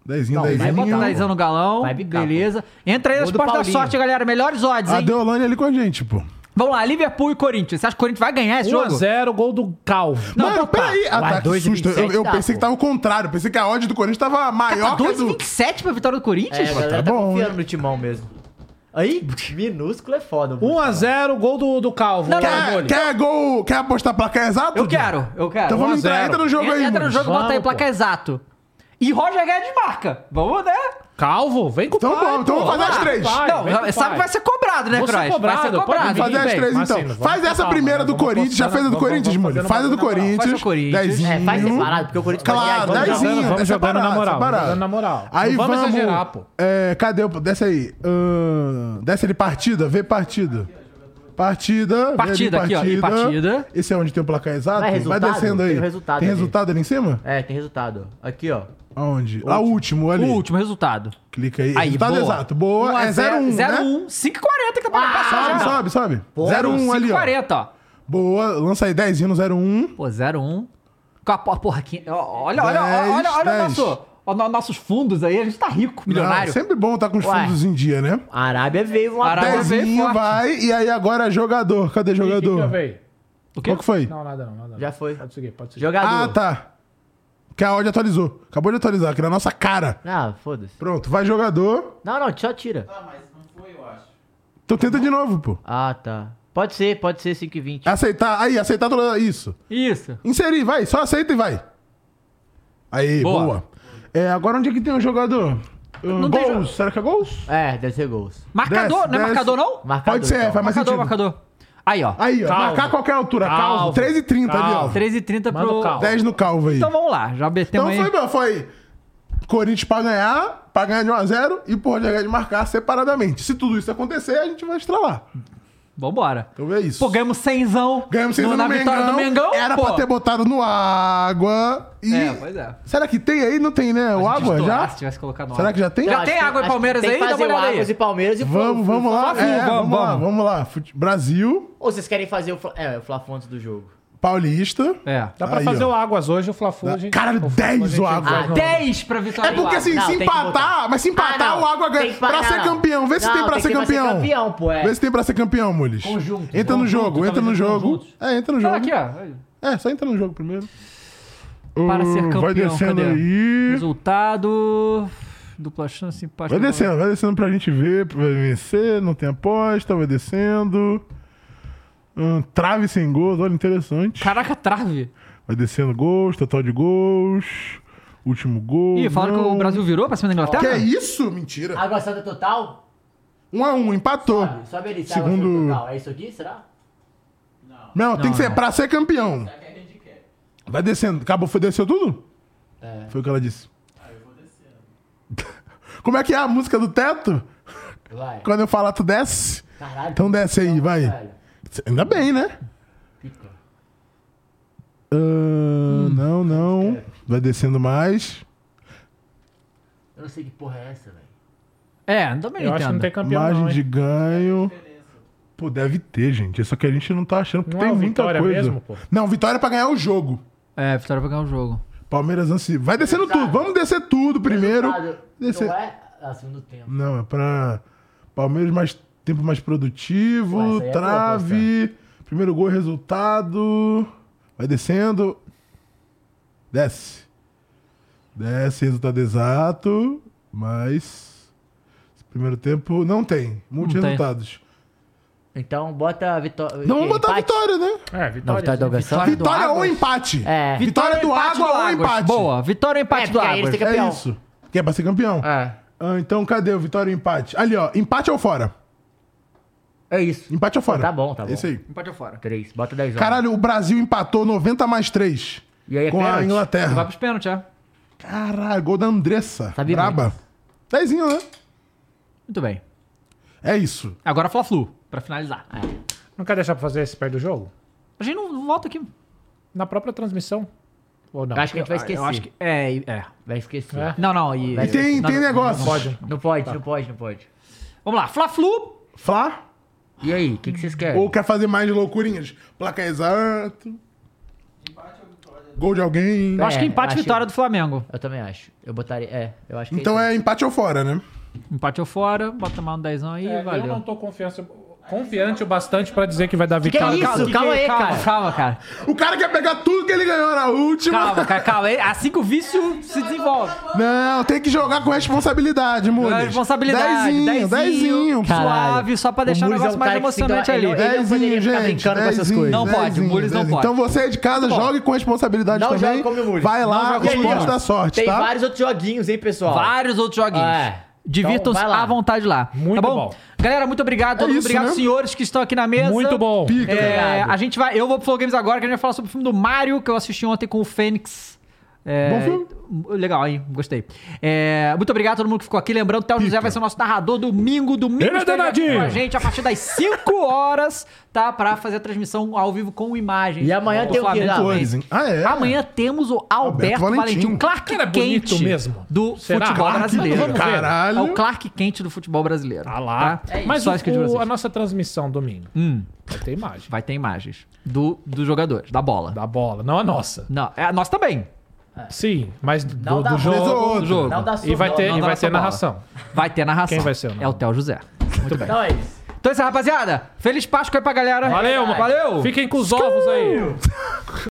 Speaker 2: 10
Speaker 4: Não, vai
Speaker 1: Vai botar 10 no galão.
Speaker 4: Vai bicar,
Speaker 1: beleza. Entra aí nas
Speaker 4: Gol do
Speaker 1: portas da
Speaker 4: Paulinho.
Speaker 1: sorte, galera. Melhores odds,
Speaker 2: A
Speaker 1: hein?
Speaker 2: Deolane ali com a gente, pô.
Speaker 1: Vamos lá, Liverpool e Corinthians. Você acha que o Corinthians vai ganhar esse jogo?
Speaker 3: 1x0, gol do Calvo.
Speaker 1: Não,
Speaker 2: Mano,
Speaker 1: tá, tá.
Speaker 2: peraí. Ah,
Speaker 4: Uai,
Speaker 2: tá, que
Speaker 4: dois e
Speaker 2: susto. Eu,
Speaker 4: 27
Speaker 2: eu
Speaker 4: dá,
Speaker 2: pensei
Speaker 4: pô.
Speaker 2: que tava o contrário. Pensei que a odd do Corinthians tava
Speaker 1: Tá
Speaker 2: maior que a do...
Speaker 1: 2,27 pra vitória do Corinthians?
Speaker 4: É, a galera tá
Speaker 2: bom,
Speaker 4: confiando no timão mesmo. Aí, minúsculo é foda. mano.
Speaker 3: 1x0, gol do, do Calvo.
Speaker 1: Não,
Speaker 2: Quer,
Speaker 3: Carbone.
Speaker 2: É, quer gol? Quer apostar placar exato?
Speaker 1: eu quero, eu quero.
Speaker 2: Então vamos
Speaker 3: a
Speaker 2: entrar.
Speaker 3: zero.
Speaker 2: Entra no jogo
Speaker 1: entra,
Speaker 2: aí,
Speaker 1: entra no
Speaker 2: Muniz.
Speaker 1: jogo, bota aí,
Speaker 3: Vamos,
Speaker 1: placa exato. E Roger Guedes marca. Vamos, né?
Speaker 3: Calvo, vem com o
Speaker 2: Então
Speaker 3: pai,
Speaker 2: vamos, então
Speaker 3: pô.
Speaker 2: vamos fazer as três.
Speaker 3: Vai,
Speaker 1: não,
Speaker 3: vem com o
Speaker 1: sabe
Speaker 3: pai.
Speaker 1: que vai ser cobrado, né,
Speaker 3: Vou ser
Speaker 1: Croix? Vai
Speaker 3: cobrado,
Speaker 1: ser
Speaker 3: pode
Speaker 1: cobrado.
Speaker 3: vir.
Speaker 2: Fazer as
Speaker 1: tudo bem.
Speaker 2: três,
Speaker 3: Mas,
Speaker 2: então.
Speaker 3: assim, vamos
Speaker 2: Faz
Speaker 3: com
Speaker 2: essa
Speaker 3: calma,
Speaker 2: primeira do
Speaker 3: vamos
Speaker 2: Corinthians. Já
Speaker 3: apostando,
Speaker 2: fez a do
Speaker 3: vamos-
Speaker 2: Corinthians,
Speaker 3: vamos
Speaker 2: mano.
Speaker 3: fazendo
Speaker 2: Faz a do
Speaker 3: uma-
Speaker 1: Faz
Speaker 2: Corinthians.
Speaker 1: o Corinthians.
Speaker 2: Dezinho.
Speaker 4: É, faz separado, porque o Corinthians
Speaker 2: Claro,
Speaker 4: vai ganhar igual
Speaker 2: dezinho.
Speaker 4: o
Speaker 3: jogando, vamos
Speaker 2: essa
Speaker 3: jogando
Speaker 2: parada,
Speaker 3: na moral,
Speaker 2: essa parada.
Speaker 3: vamos jogando na moral.
Speaker 2: Aí
Speaker 3: Não vamos
Speaker 2: vamos...
Speaker 3: exagerar, pô.
Speaker 2: É, cadê? o- Desce aí. Ahn, desce ali, partida. Vê partida. Partida. vê ali
Speaker 1: Partida, aqui, ó, e partida.
Speaker 2: Esse é onde tem o placar exato?
Speaker 4: Vai
Speaker 2: Vai,
Speaker 4: resultado?
Speaker 2: descendo aí.
Speaker 4: Tem o resultado
Speaker 2: Tem
Speaker 4: ali.
Speaker 2: resultado ali em cima?
Speaker 4: É, tem resultado. Aqui, ó.
Speaker 2: Aonde? Lá, o último ali.
Speaker 1: O último resultado.
Speaker 2: Clica aí.
Speaker 1: Aí,
Speaker 2: resultado
Speaker 1: boa.
Speaker 2: exato. Boa. é 0-1, né?
Speaker 1: 0-1, 5,40 que tá pagando pra sorte.
Speaker 2: Sobe,
Speaker 1: não.
Speaker 2: sobe, sobe. 0-1 ali, ó.
Speaker 1: 5,40, ó.
Speaker 2: Boa. Lança aí 10 no 0-1.
Speaker 1: Pô, 0-1. Com a po- Porra, aqui. ó, Olha, olha,
Speaker 2: Dez,
Speaker 1: olha, olha o
Speaker 2: dez.
Speaker 1: nosso, ó, no- nossos fundos aí. A gente tá rico,
Speaker 2: Não,
Speaker 1: milionário.
Speaker 2: Ah, Sempre bom estar com os
Speaker 4: Ué.
Speaker 2: fundos em dia, né?
Speaker 4: A Arábia veio um uma
Speaker 1: Arábia-
Speaker 4: Arábia...
Speaker 1: Agora veio
Speaker 2: Dezinho
Speaker 1: forte.
Speaker 2: vai, e aí agora é jogador. Cadê
Speaker 3: Quem que
Speaker 2: jogador?
Speaker 3: eu veio?
Speaker 1: O quê?
Speaker 2: Qual que foi?
Speaker 3: Não, nada não, nada não.
Speaker 4: Já foi.
Speaker 3: Pode seguir, pode seguir.
Speaker 4: Jogador.
Speaker 2: Ah, tá. Que a odd atualizou. Acabou de atualizar aqui na nossa cara.
Speaker 4: Ah, foda-se.
Speaker 2: Pronto, vai jogador.
Speaker 4: Não, não, só tira.
Speaker 5: Ah, mas não foi, eu acho.
Speaker 2: Então tenta de novo, pô. É
Speaker 4: Ah, tá. Pode ser, pode ser 5 e 20.
Speaker 2: Aceitar. Aí, aceitar toda isso.
Speaker 1: Isso.
Speaker 2: Inserir, vai. Só aceita e vai. Aí,
Speaker 1: Boa.
Speaker 2: boa. É, agora onde é que tem o jogador? Hum,
Speaker 1: tem
Speaker 2: gols. Será que é gols?
Speaker 4: É, deve ser gols.
Speaker 1: Marcador,
Speaker 2: Desce,
Speaker 1: não é
Speaker 2: desce.
Speaker 1: marcador, não?
Speaker 4: Marcador,
Speaker 2: Pode ser,
Speaker 4: então.
Speaker 2: faz mais
Speaker 1: Marcador,
Speaker 2: sentido.
Speaker 1: marcador. Aí, ó.
Speaker 2: Aí, ó.
Speaker 3: Calvo.
Speaker 2: Marcar qualquer altura. Calvo.
Speaker 3: Calvo.
Speaker 2: 3 e 30 ali, ó.
Speaker 3: Calvo.
Speaker 1: 3,30
Speaker 3: Manda o
Speaker 1: pro.
Speaker 3: carro.
Speaker 2: 10 no calvo aí.
Speaker 1: Então vamos lá, já
Speaker 2: Então
Speaker 1: metemos
Speaker 2: foi,
Speaker 1: aí.
Speaker 2: mano, foi Corinthians pra ganhar, pra ganhar de 1x0 e por de marcar separadamente. Se tudo isso acontecer, a gente vai estralar.
Speaker 1: Vambora.
Speaker 2: Então é isso.
Speaker 1: Pô, ganhamos 100zão.
Speaker 2: Ganhamos vocês
Speaker 1: no-
Speaker 2: no,
Speaker 1: na vitória do Mengão.
Speaker 2: Era
Speaker 1: pô.
Speaker 2: pra ter botado no água e...
Speaker 1: É, pois é.
Speaker 2: Será que tem aí? Não tem, né? O
Speaker 1: A gente
Speaker 2: água
Speaker 1: estourar
Speaker 2: já?
Speaker 1: Se tivesse colocado no
Speaker 2: Será que já tem?
Speaker 1: Já
Speaker 4: Acho
Speaker 1: tem
Speaker 4: que-
Speaker 1: água e
Speaker 4: acho que
Speaker 1: Palmeiras
Speaker 4: tem
Speaker 1: aí?
Speaker 4: que
Speaker 1: Dá uma
Speaker 4: fazer o
Speaker 1: olhada aí.
Speaker 4: Águas e Palmeiras e
Speaker 2: Vamos, vamos lá.
Speaker 1: Fla-Flu,
Speaker 2: É,
Speaker 1: vamos,
Speaker 2: vamos, lá,
Speaker 1: vamos.
Speaker 2: vamos lá. Fute- Brasil,
Speaker 4: Ou vocês querem fazer o Fla... É, o Fla-Flu antes do jogo.
Speaker 2: Paulista.
Speaker 1: É.
Speaker 3: Dá pra
Speaker 2: Aí,
Speaker 3: fazer
Speaker 2: ó.
Speaker 3: o Águas hoje, o Fla-Flu a gente...
Speaker 2: Caralho,
Speaker 3: o Fla-Flu a
Speaker 2: 10
Speaker 3: gente
Speaker 2: o Águas.
Speaker 3: vai
Speaker 1: Ah,
Speaker 3: jogar.
Speaker 1: 10 pra vitória
Speaker 2: É
Speaker 1: do
Speaker 2: porque
Speaker 1: Água.
Speaker 2: assim,
Speaker 4: Não,
Speaker 2: se
Speaker 4: tem que botar.
Speaker 2: empatar, mas se empatar
Speaker 4: Ah, não.
Speaker 2: o água
Speaker 4: Tem
Speaker 2: ganha.
Speaker 4: que
Speaker 2: Pra
Speaker 4: parar,
Speaker 2: ser
Speaker 4: não.
Speaker 2: campeão, vê se
Speaker 4: Não,
Speaker 2: tem pra
Speaker 4: tem
Speaker 2: ser
Speaker 4: que pra ser
Speaker 2: campeão.
Speaker 4: campeão, pô, é.
Speaker 2: Vê se tem pra ser campeão, Mules.
Speaker 1: Conjunto,
Speaker 2: Entra no
Speaker 1: conjunto,
Speaker 2: jogo, entra no
Speaker 1: talvez
Speaker 2: jogo.
Speaker 1: conjuntos.
Speaker 2: É, entra no
Speaker 1: Tá
Speaker 2: jogo.
Speaker 1: aqui, ó.
Speaker 2: É, só entra no jogo primeiro.
Speaker 1: Para ser
Speaker 2: Uh,
Speaker 1: campeão,
Speaker 2: Vai descendo
Speaker 1: cadê?
Speaker 2: aí.
Speaker 1: Resultado. Dupla chance, empate.
Speaker 2: Vai descendo, vai descendo pra gente ver. Vai vencer, não tem aposta, vai descendo. Hum, trave sem gols, olha, interessante.
Speaker 1: Caraca, trave.
Speaker 2: Vai descendo gols, total de gols. Último gol.
Speaker 1: Ih, falaram que
Speaker 2: não.
Speaker 1: o Brasil tá. virou pra cima da
Speaker 2: Que é
Speaker 1: Inglaterra?
Speaker 2: isso? Mentira.
Speaker 4: Água Santa total?
Speaker 2: 1 um a 1 um, empatou.
Speaker 4: Sobe ali, se
Speaker 2: Segundo-
Speaker 4: Água Santa total. É isso aqui, será?
Speaker 2: Não, tem
Speaker 1: Não,
Speaker 2: que ser
Speaker 3: é.
Speaker 1: não.
Speaker 2: pra ser campeão. Vai descendo. Acabou, foi desceu tudo?
Speaker 4: É.
Speaker 2: Foi o que ela disse. Como é que é a música do teto?
Speaker 4: Vai.
Speaker 2: Quando eu falar, tu desce?
Speaker 4: Caralho.
Speaker 2: Então desce aí, vai.
Speaker 4: Velho.
Speaker 2: Ainda bem, né?
Speaker 4: Pica.
Speaker 2: Ah,
Speaker 3: Hum.
Speaker 2: Não, não. Vai descendo mais.
Speaker 4: Eu não sei que porra é essa, velho.
Speaker 1: É, também
Speaker 3: Eu acho que não
Speaker 1: entendo.
Speaker 3: tem campeão
Speaker 2: Margem
Speaker 3: não, hein?
Speaker 2: de ganho. Pô, deve ter, gente. É só que a gente não tá achando porque
Speaker 3: Não
Speaker 2: tem
Speaker 3: é o
Speaker 2: muita
Speaker 3: Vitória
Speaker 2: coisa.
Speaker 3: mesmo, pô?
Speaker 2: Não, vitória é pra ganhar o jogo.
Speaker 1: É, vitória pra ganhar o jogo.
Speaker 2: Palmeiras não se. Vai descendo tudo. Vamos descer tudo primeiro.
Speaker 4: Resultado,
Speaker 2: Descer.
Speaker 4: Não é ah, segundo tempo.
Speaker 2: Não, é pra Palmeiras mais tempo mais
Speaker 4: Ué,
Speaker 2: produtivo,
Speaker 4: essa aí é
Speaker 2: trave, primeiro gol, resultado. Vai descendo. Desce. Desce, resultado exato, mas primeiro tempo não tem, multi-resultados.
Speaker 4: Então bota a vitória.
Speaker 2: Não vamos botar vitória, né?
Speaker 3: É,
Speaker 4: Não, tá-
Speaker 3: Vitória.
Speaker 4: vitória do Água Santa.
Speaker 2: Vitória
Speaker 1: Águas.
Speaker 2: ou empate.
Speaker 4: É.
Speaker 2: Vitória, do
Speaker 1: empate
Speaker 2: Água
Speaker 1: do
Speaker 2: ou
Speaker 1: Águas.
Speaker 2: empate.
Speaker 1: Boa, vitória ou empate
Speaker 4: É,
Speaker 1: do
Speaker 4: porque aí eles
Speaker 1: Águas.
Speaker 4: têm que- Campeão.
Speaker 2: É isso. Que é pra ser campeão.
Speaker 4: É.
Speaker 2: Ah, então cadê o Vitória e o empate? Ali, ó, empate ou fora?
Speaker 4: É isso.
Speaker 2: Empate ou fora?
Speaker 4: Tá bom, tá bom.
Speaker 2: Esse aí.
Speaker 1: Empate ou fora.
Speaker 4: 3, bota 10 horas.
Speaker 2: Caralho, o Brasil empatou 90 mais 3
Speaker 4: E aí é
Speaker 2: com a
Speaker 4: pênalti?
Speaker 1: Vai
Speaker 2: Inglaterra.
Speaker 1: pros pênaltis, é.
Speaker 2: Caralho, gol da Andressa.
Speaker 4: Sabia
Speaker 2: Braba. Dezinho, né?
Speaker 1: Muito bem.
Speaker 2: É isso.
Speaker 1: Agora Fla-Flu, pra finalizar.
Speaker 3: Não quer deixar pra fazer esse pé do jogo?
Speaker 1: A gente não não volta aqui.
Speaker 3: Na própria transmissão. Ou não?
Speaker 4: Eu acho que a gente vai esquecer.
Speaker 1: Ah, Eu acho que. É, é.
Speaker 4: Vai esquecer.
Speaker 3: É?
Speaker 1: Não, não. E,
Speaker 2: E tem,
Speaker 1: não,
Speaker 2: tem
Speaker 1: não,
Speaker 2: negócio.
Speaker 1: não pode.
Speaker 4: Não pode,
Speaker 1: Tá.
Speaker 4: não pode, não pode.
Speaker 1: Vamos lá. Fla-Flu.
Speaker 2: Flá?
Speaker 4: E aí, o que, que vocês
Speaker 1: É.
Speaker 4: querem?
Speaker 2: Ou quer fazer mais loucurinhas? Placa exato. Gol de alguém.
Speaker 1: Eu acho que
Speaker 4: É,
Speaker 1: empate
Speaker 4: acho-
Speaker 1: vitória do Flamengo.
Speaker 4: Eu também acho. Eu botaria. É, eu acho que.
Speaker 2: Então
Speaker 4: isso.
Speaker 2: é empate ou fora, né?
Speaker 1: Empate ou fora, bota mais um dezão aí,
Speaker 3: É, eu
Speaker 1: valeu.
Speaker 3: não tô confiança- confiante o bastante pra dizer que vai dar vitória.
Speaker 4: isso?
Speaker 1: que-
Speaker 4: Calma aí,
Speaker 1: calma,
Speaker 4: cara.
Speaker 1: Calma, cara.
Speaker 2: O cara quer pegar tudo que ele ganhou na última.
Speaker 1: Calma, cara, calma. É Assim que o vício se desenvolve.
Speaker 2: Não, tem que jogar com responsabilidade, Mules.
Speaker 1: A responsabilidade.
Speaker 2: Dezinho, dezinho.
Speaker 1: Caralho. Suave, só pra deixar o,
Speaker 4: Mules é
Speaker 1: negócio
Speaker 4: um
Speaker 1: mais
Speaker 4: cara que tem que
Speaker 1: emocionante
Speaker 4: dar-
Speaker 1: ali.
Speaker 4: ele-
Speaker 2: é
Speaker 4: ele- não
Speaker 2: Dezinho,
Speaker 4: poderia
Speaker 2: gente.
Speaker 4: ficar brincando com essas
Speaker 2: dezinho,
Speaker 4: coisas.
Speaker 1: Não pode,
Speaker 2: dezinho,
Speaker 1: o Mules não
Speaker 2: dezinho.
Speaker 1: pode. Tá
Speaker 2: Então você de casa, jogue com responsabilidade
Speaker 4: Não
Speaker 2: também.
Speaker 4: jogue como o Mules.
Speaker 2: Vai lá,
Speaker 4: E aí,
Speaker 2: esporte
Speaker 4: ó,
Speaker 2: da sorte,
Speaker 4: Tem
Speaker 2: tá?
Speaker 4: vários outros joguinhos, hein, pessoal?
Speaker 1: Vários outros joguinhos.
Speaker 4: É.
Speaker 1: Divirtam-se
Speaker 4: Então, vai lá.
Speaker 1: à vontade lá.
Speaker 3: Muito
Speaker 1: tá bom?
Speaker 3: bom.
Speaker 1: Galera, muito obrigado. Todo
Speaker 2: É
Speaker 1: mundo
Speaker 2: isso,
Speaker 1: obrigado,
Speaker 2: né?
Speaker 1: senhores que estão aqui na mesa.
Speaker 3: Muito bom.
Speaker 2: Pica.
Speaker 1: É,
Speaker 4: Obrigado.
Speaker 1: a gente vai, eu vou pro Flow Games agora, que a gente vai falar sobre o filme do Mario, que eu assisti ontem com o Fênix. É,
Speaker 2: Bom filme.
Speaker 1: Legal, hein? Gostei. É, muito obrigado a todo mundo que ficou aqui. Lembrando, o Théo José vai ser o nosso narrador domingo, domingo.
Speaker 3: Ele é
Speaker 1: esteja aqui
Speaker 3: danadinho.
Speaker 1: com a gente a partir das 5 horas, tá? Pra fazer a transmissão ao vivo com imagens.
Speaker 4: E amanhã
Speaker 1: do
Speaker 4: tem o quê,
Speaker 1: Flamengo
Speaker 4: Dado?
Speaker 1: também.
Speaker 2: Coisa, hein? Ah, é?
Speaker 1: Amanhã temos o Alberto,
Speaker 2: Alberto
Speaker 1: Valentim,
Speaker 2: Valentim.
Speaker 1: o Clark
Speaker 3: Cara, é bonito
Speaker 1: Kent
Speaker 3: mesmo.
Speaker 1: do
Speaker 3: Será?
Speaker 1: futebol
Speaker 3: Clark
Speaker 1: brasileiro.
Speaker 3: Kent.
Speaker 1: É
Speaker 2: Caralho.
Speaker 1: o Clark Kent do futebol brasileiro.
Speaker 3: Ah lá.
Speaker 1: tá?
Speaker 3: Mas
Speaker 1: Só
Speaker 3: o-
Speaker 1: isso que eu digo pra
Speaker 3: o- a
Speaker 1: vocês.
Speaker 3: nossa transmissão domingo
Speaker 1: Hum,
Speaker 3: vai ter imagem.
Speaker 1: vai ter imagens do, dos jogadores, da bola.
Speaker 3: Da bola, não a nossa.
Speaker 1: Não, é a nossa também.
Speaker 3: Sim, mas do,
Speaker 4: Não
Speaker 3: do
Speaker 4: da
Speaker 3: jogo.
Speaker 2: Mas o outro.
Speaker 1: Do jogo.
Speaker 4: Não dá
Speaker 3: E vai
Speaker 4: surra,
Speaker 3: ter,
Speaker 1: Não da
Speaker 3: e vai
Speaker 1: nossa
Speaker 3: ter
Speaker 1: bola.
Speaker 3: narração.
Speaker 1: Vai ter narração.
Speaker 3: Quem vai ser o nome?
Speaker 1: É o Theo José. Então Muito bem.
Speaker 4: Não é isso.
Speaker 1: Então é isso, rapaziada. Feliz Páscoa aí pra galera.
Speaker 3: Valeu, mano.
Speaker 1: valeu.
Speaker 3: Fiquem com os ovos aí.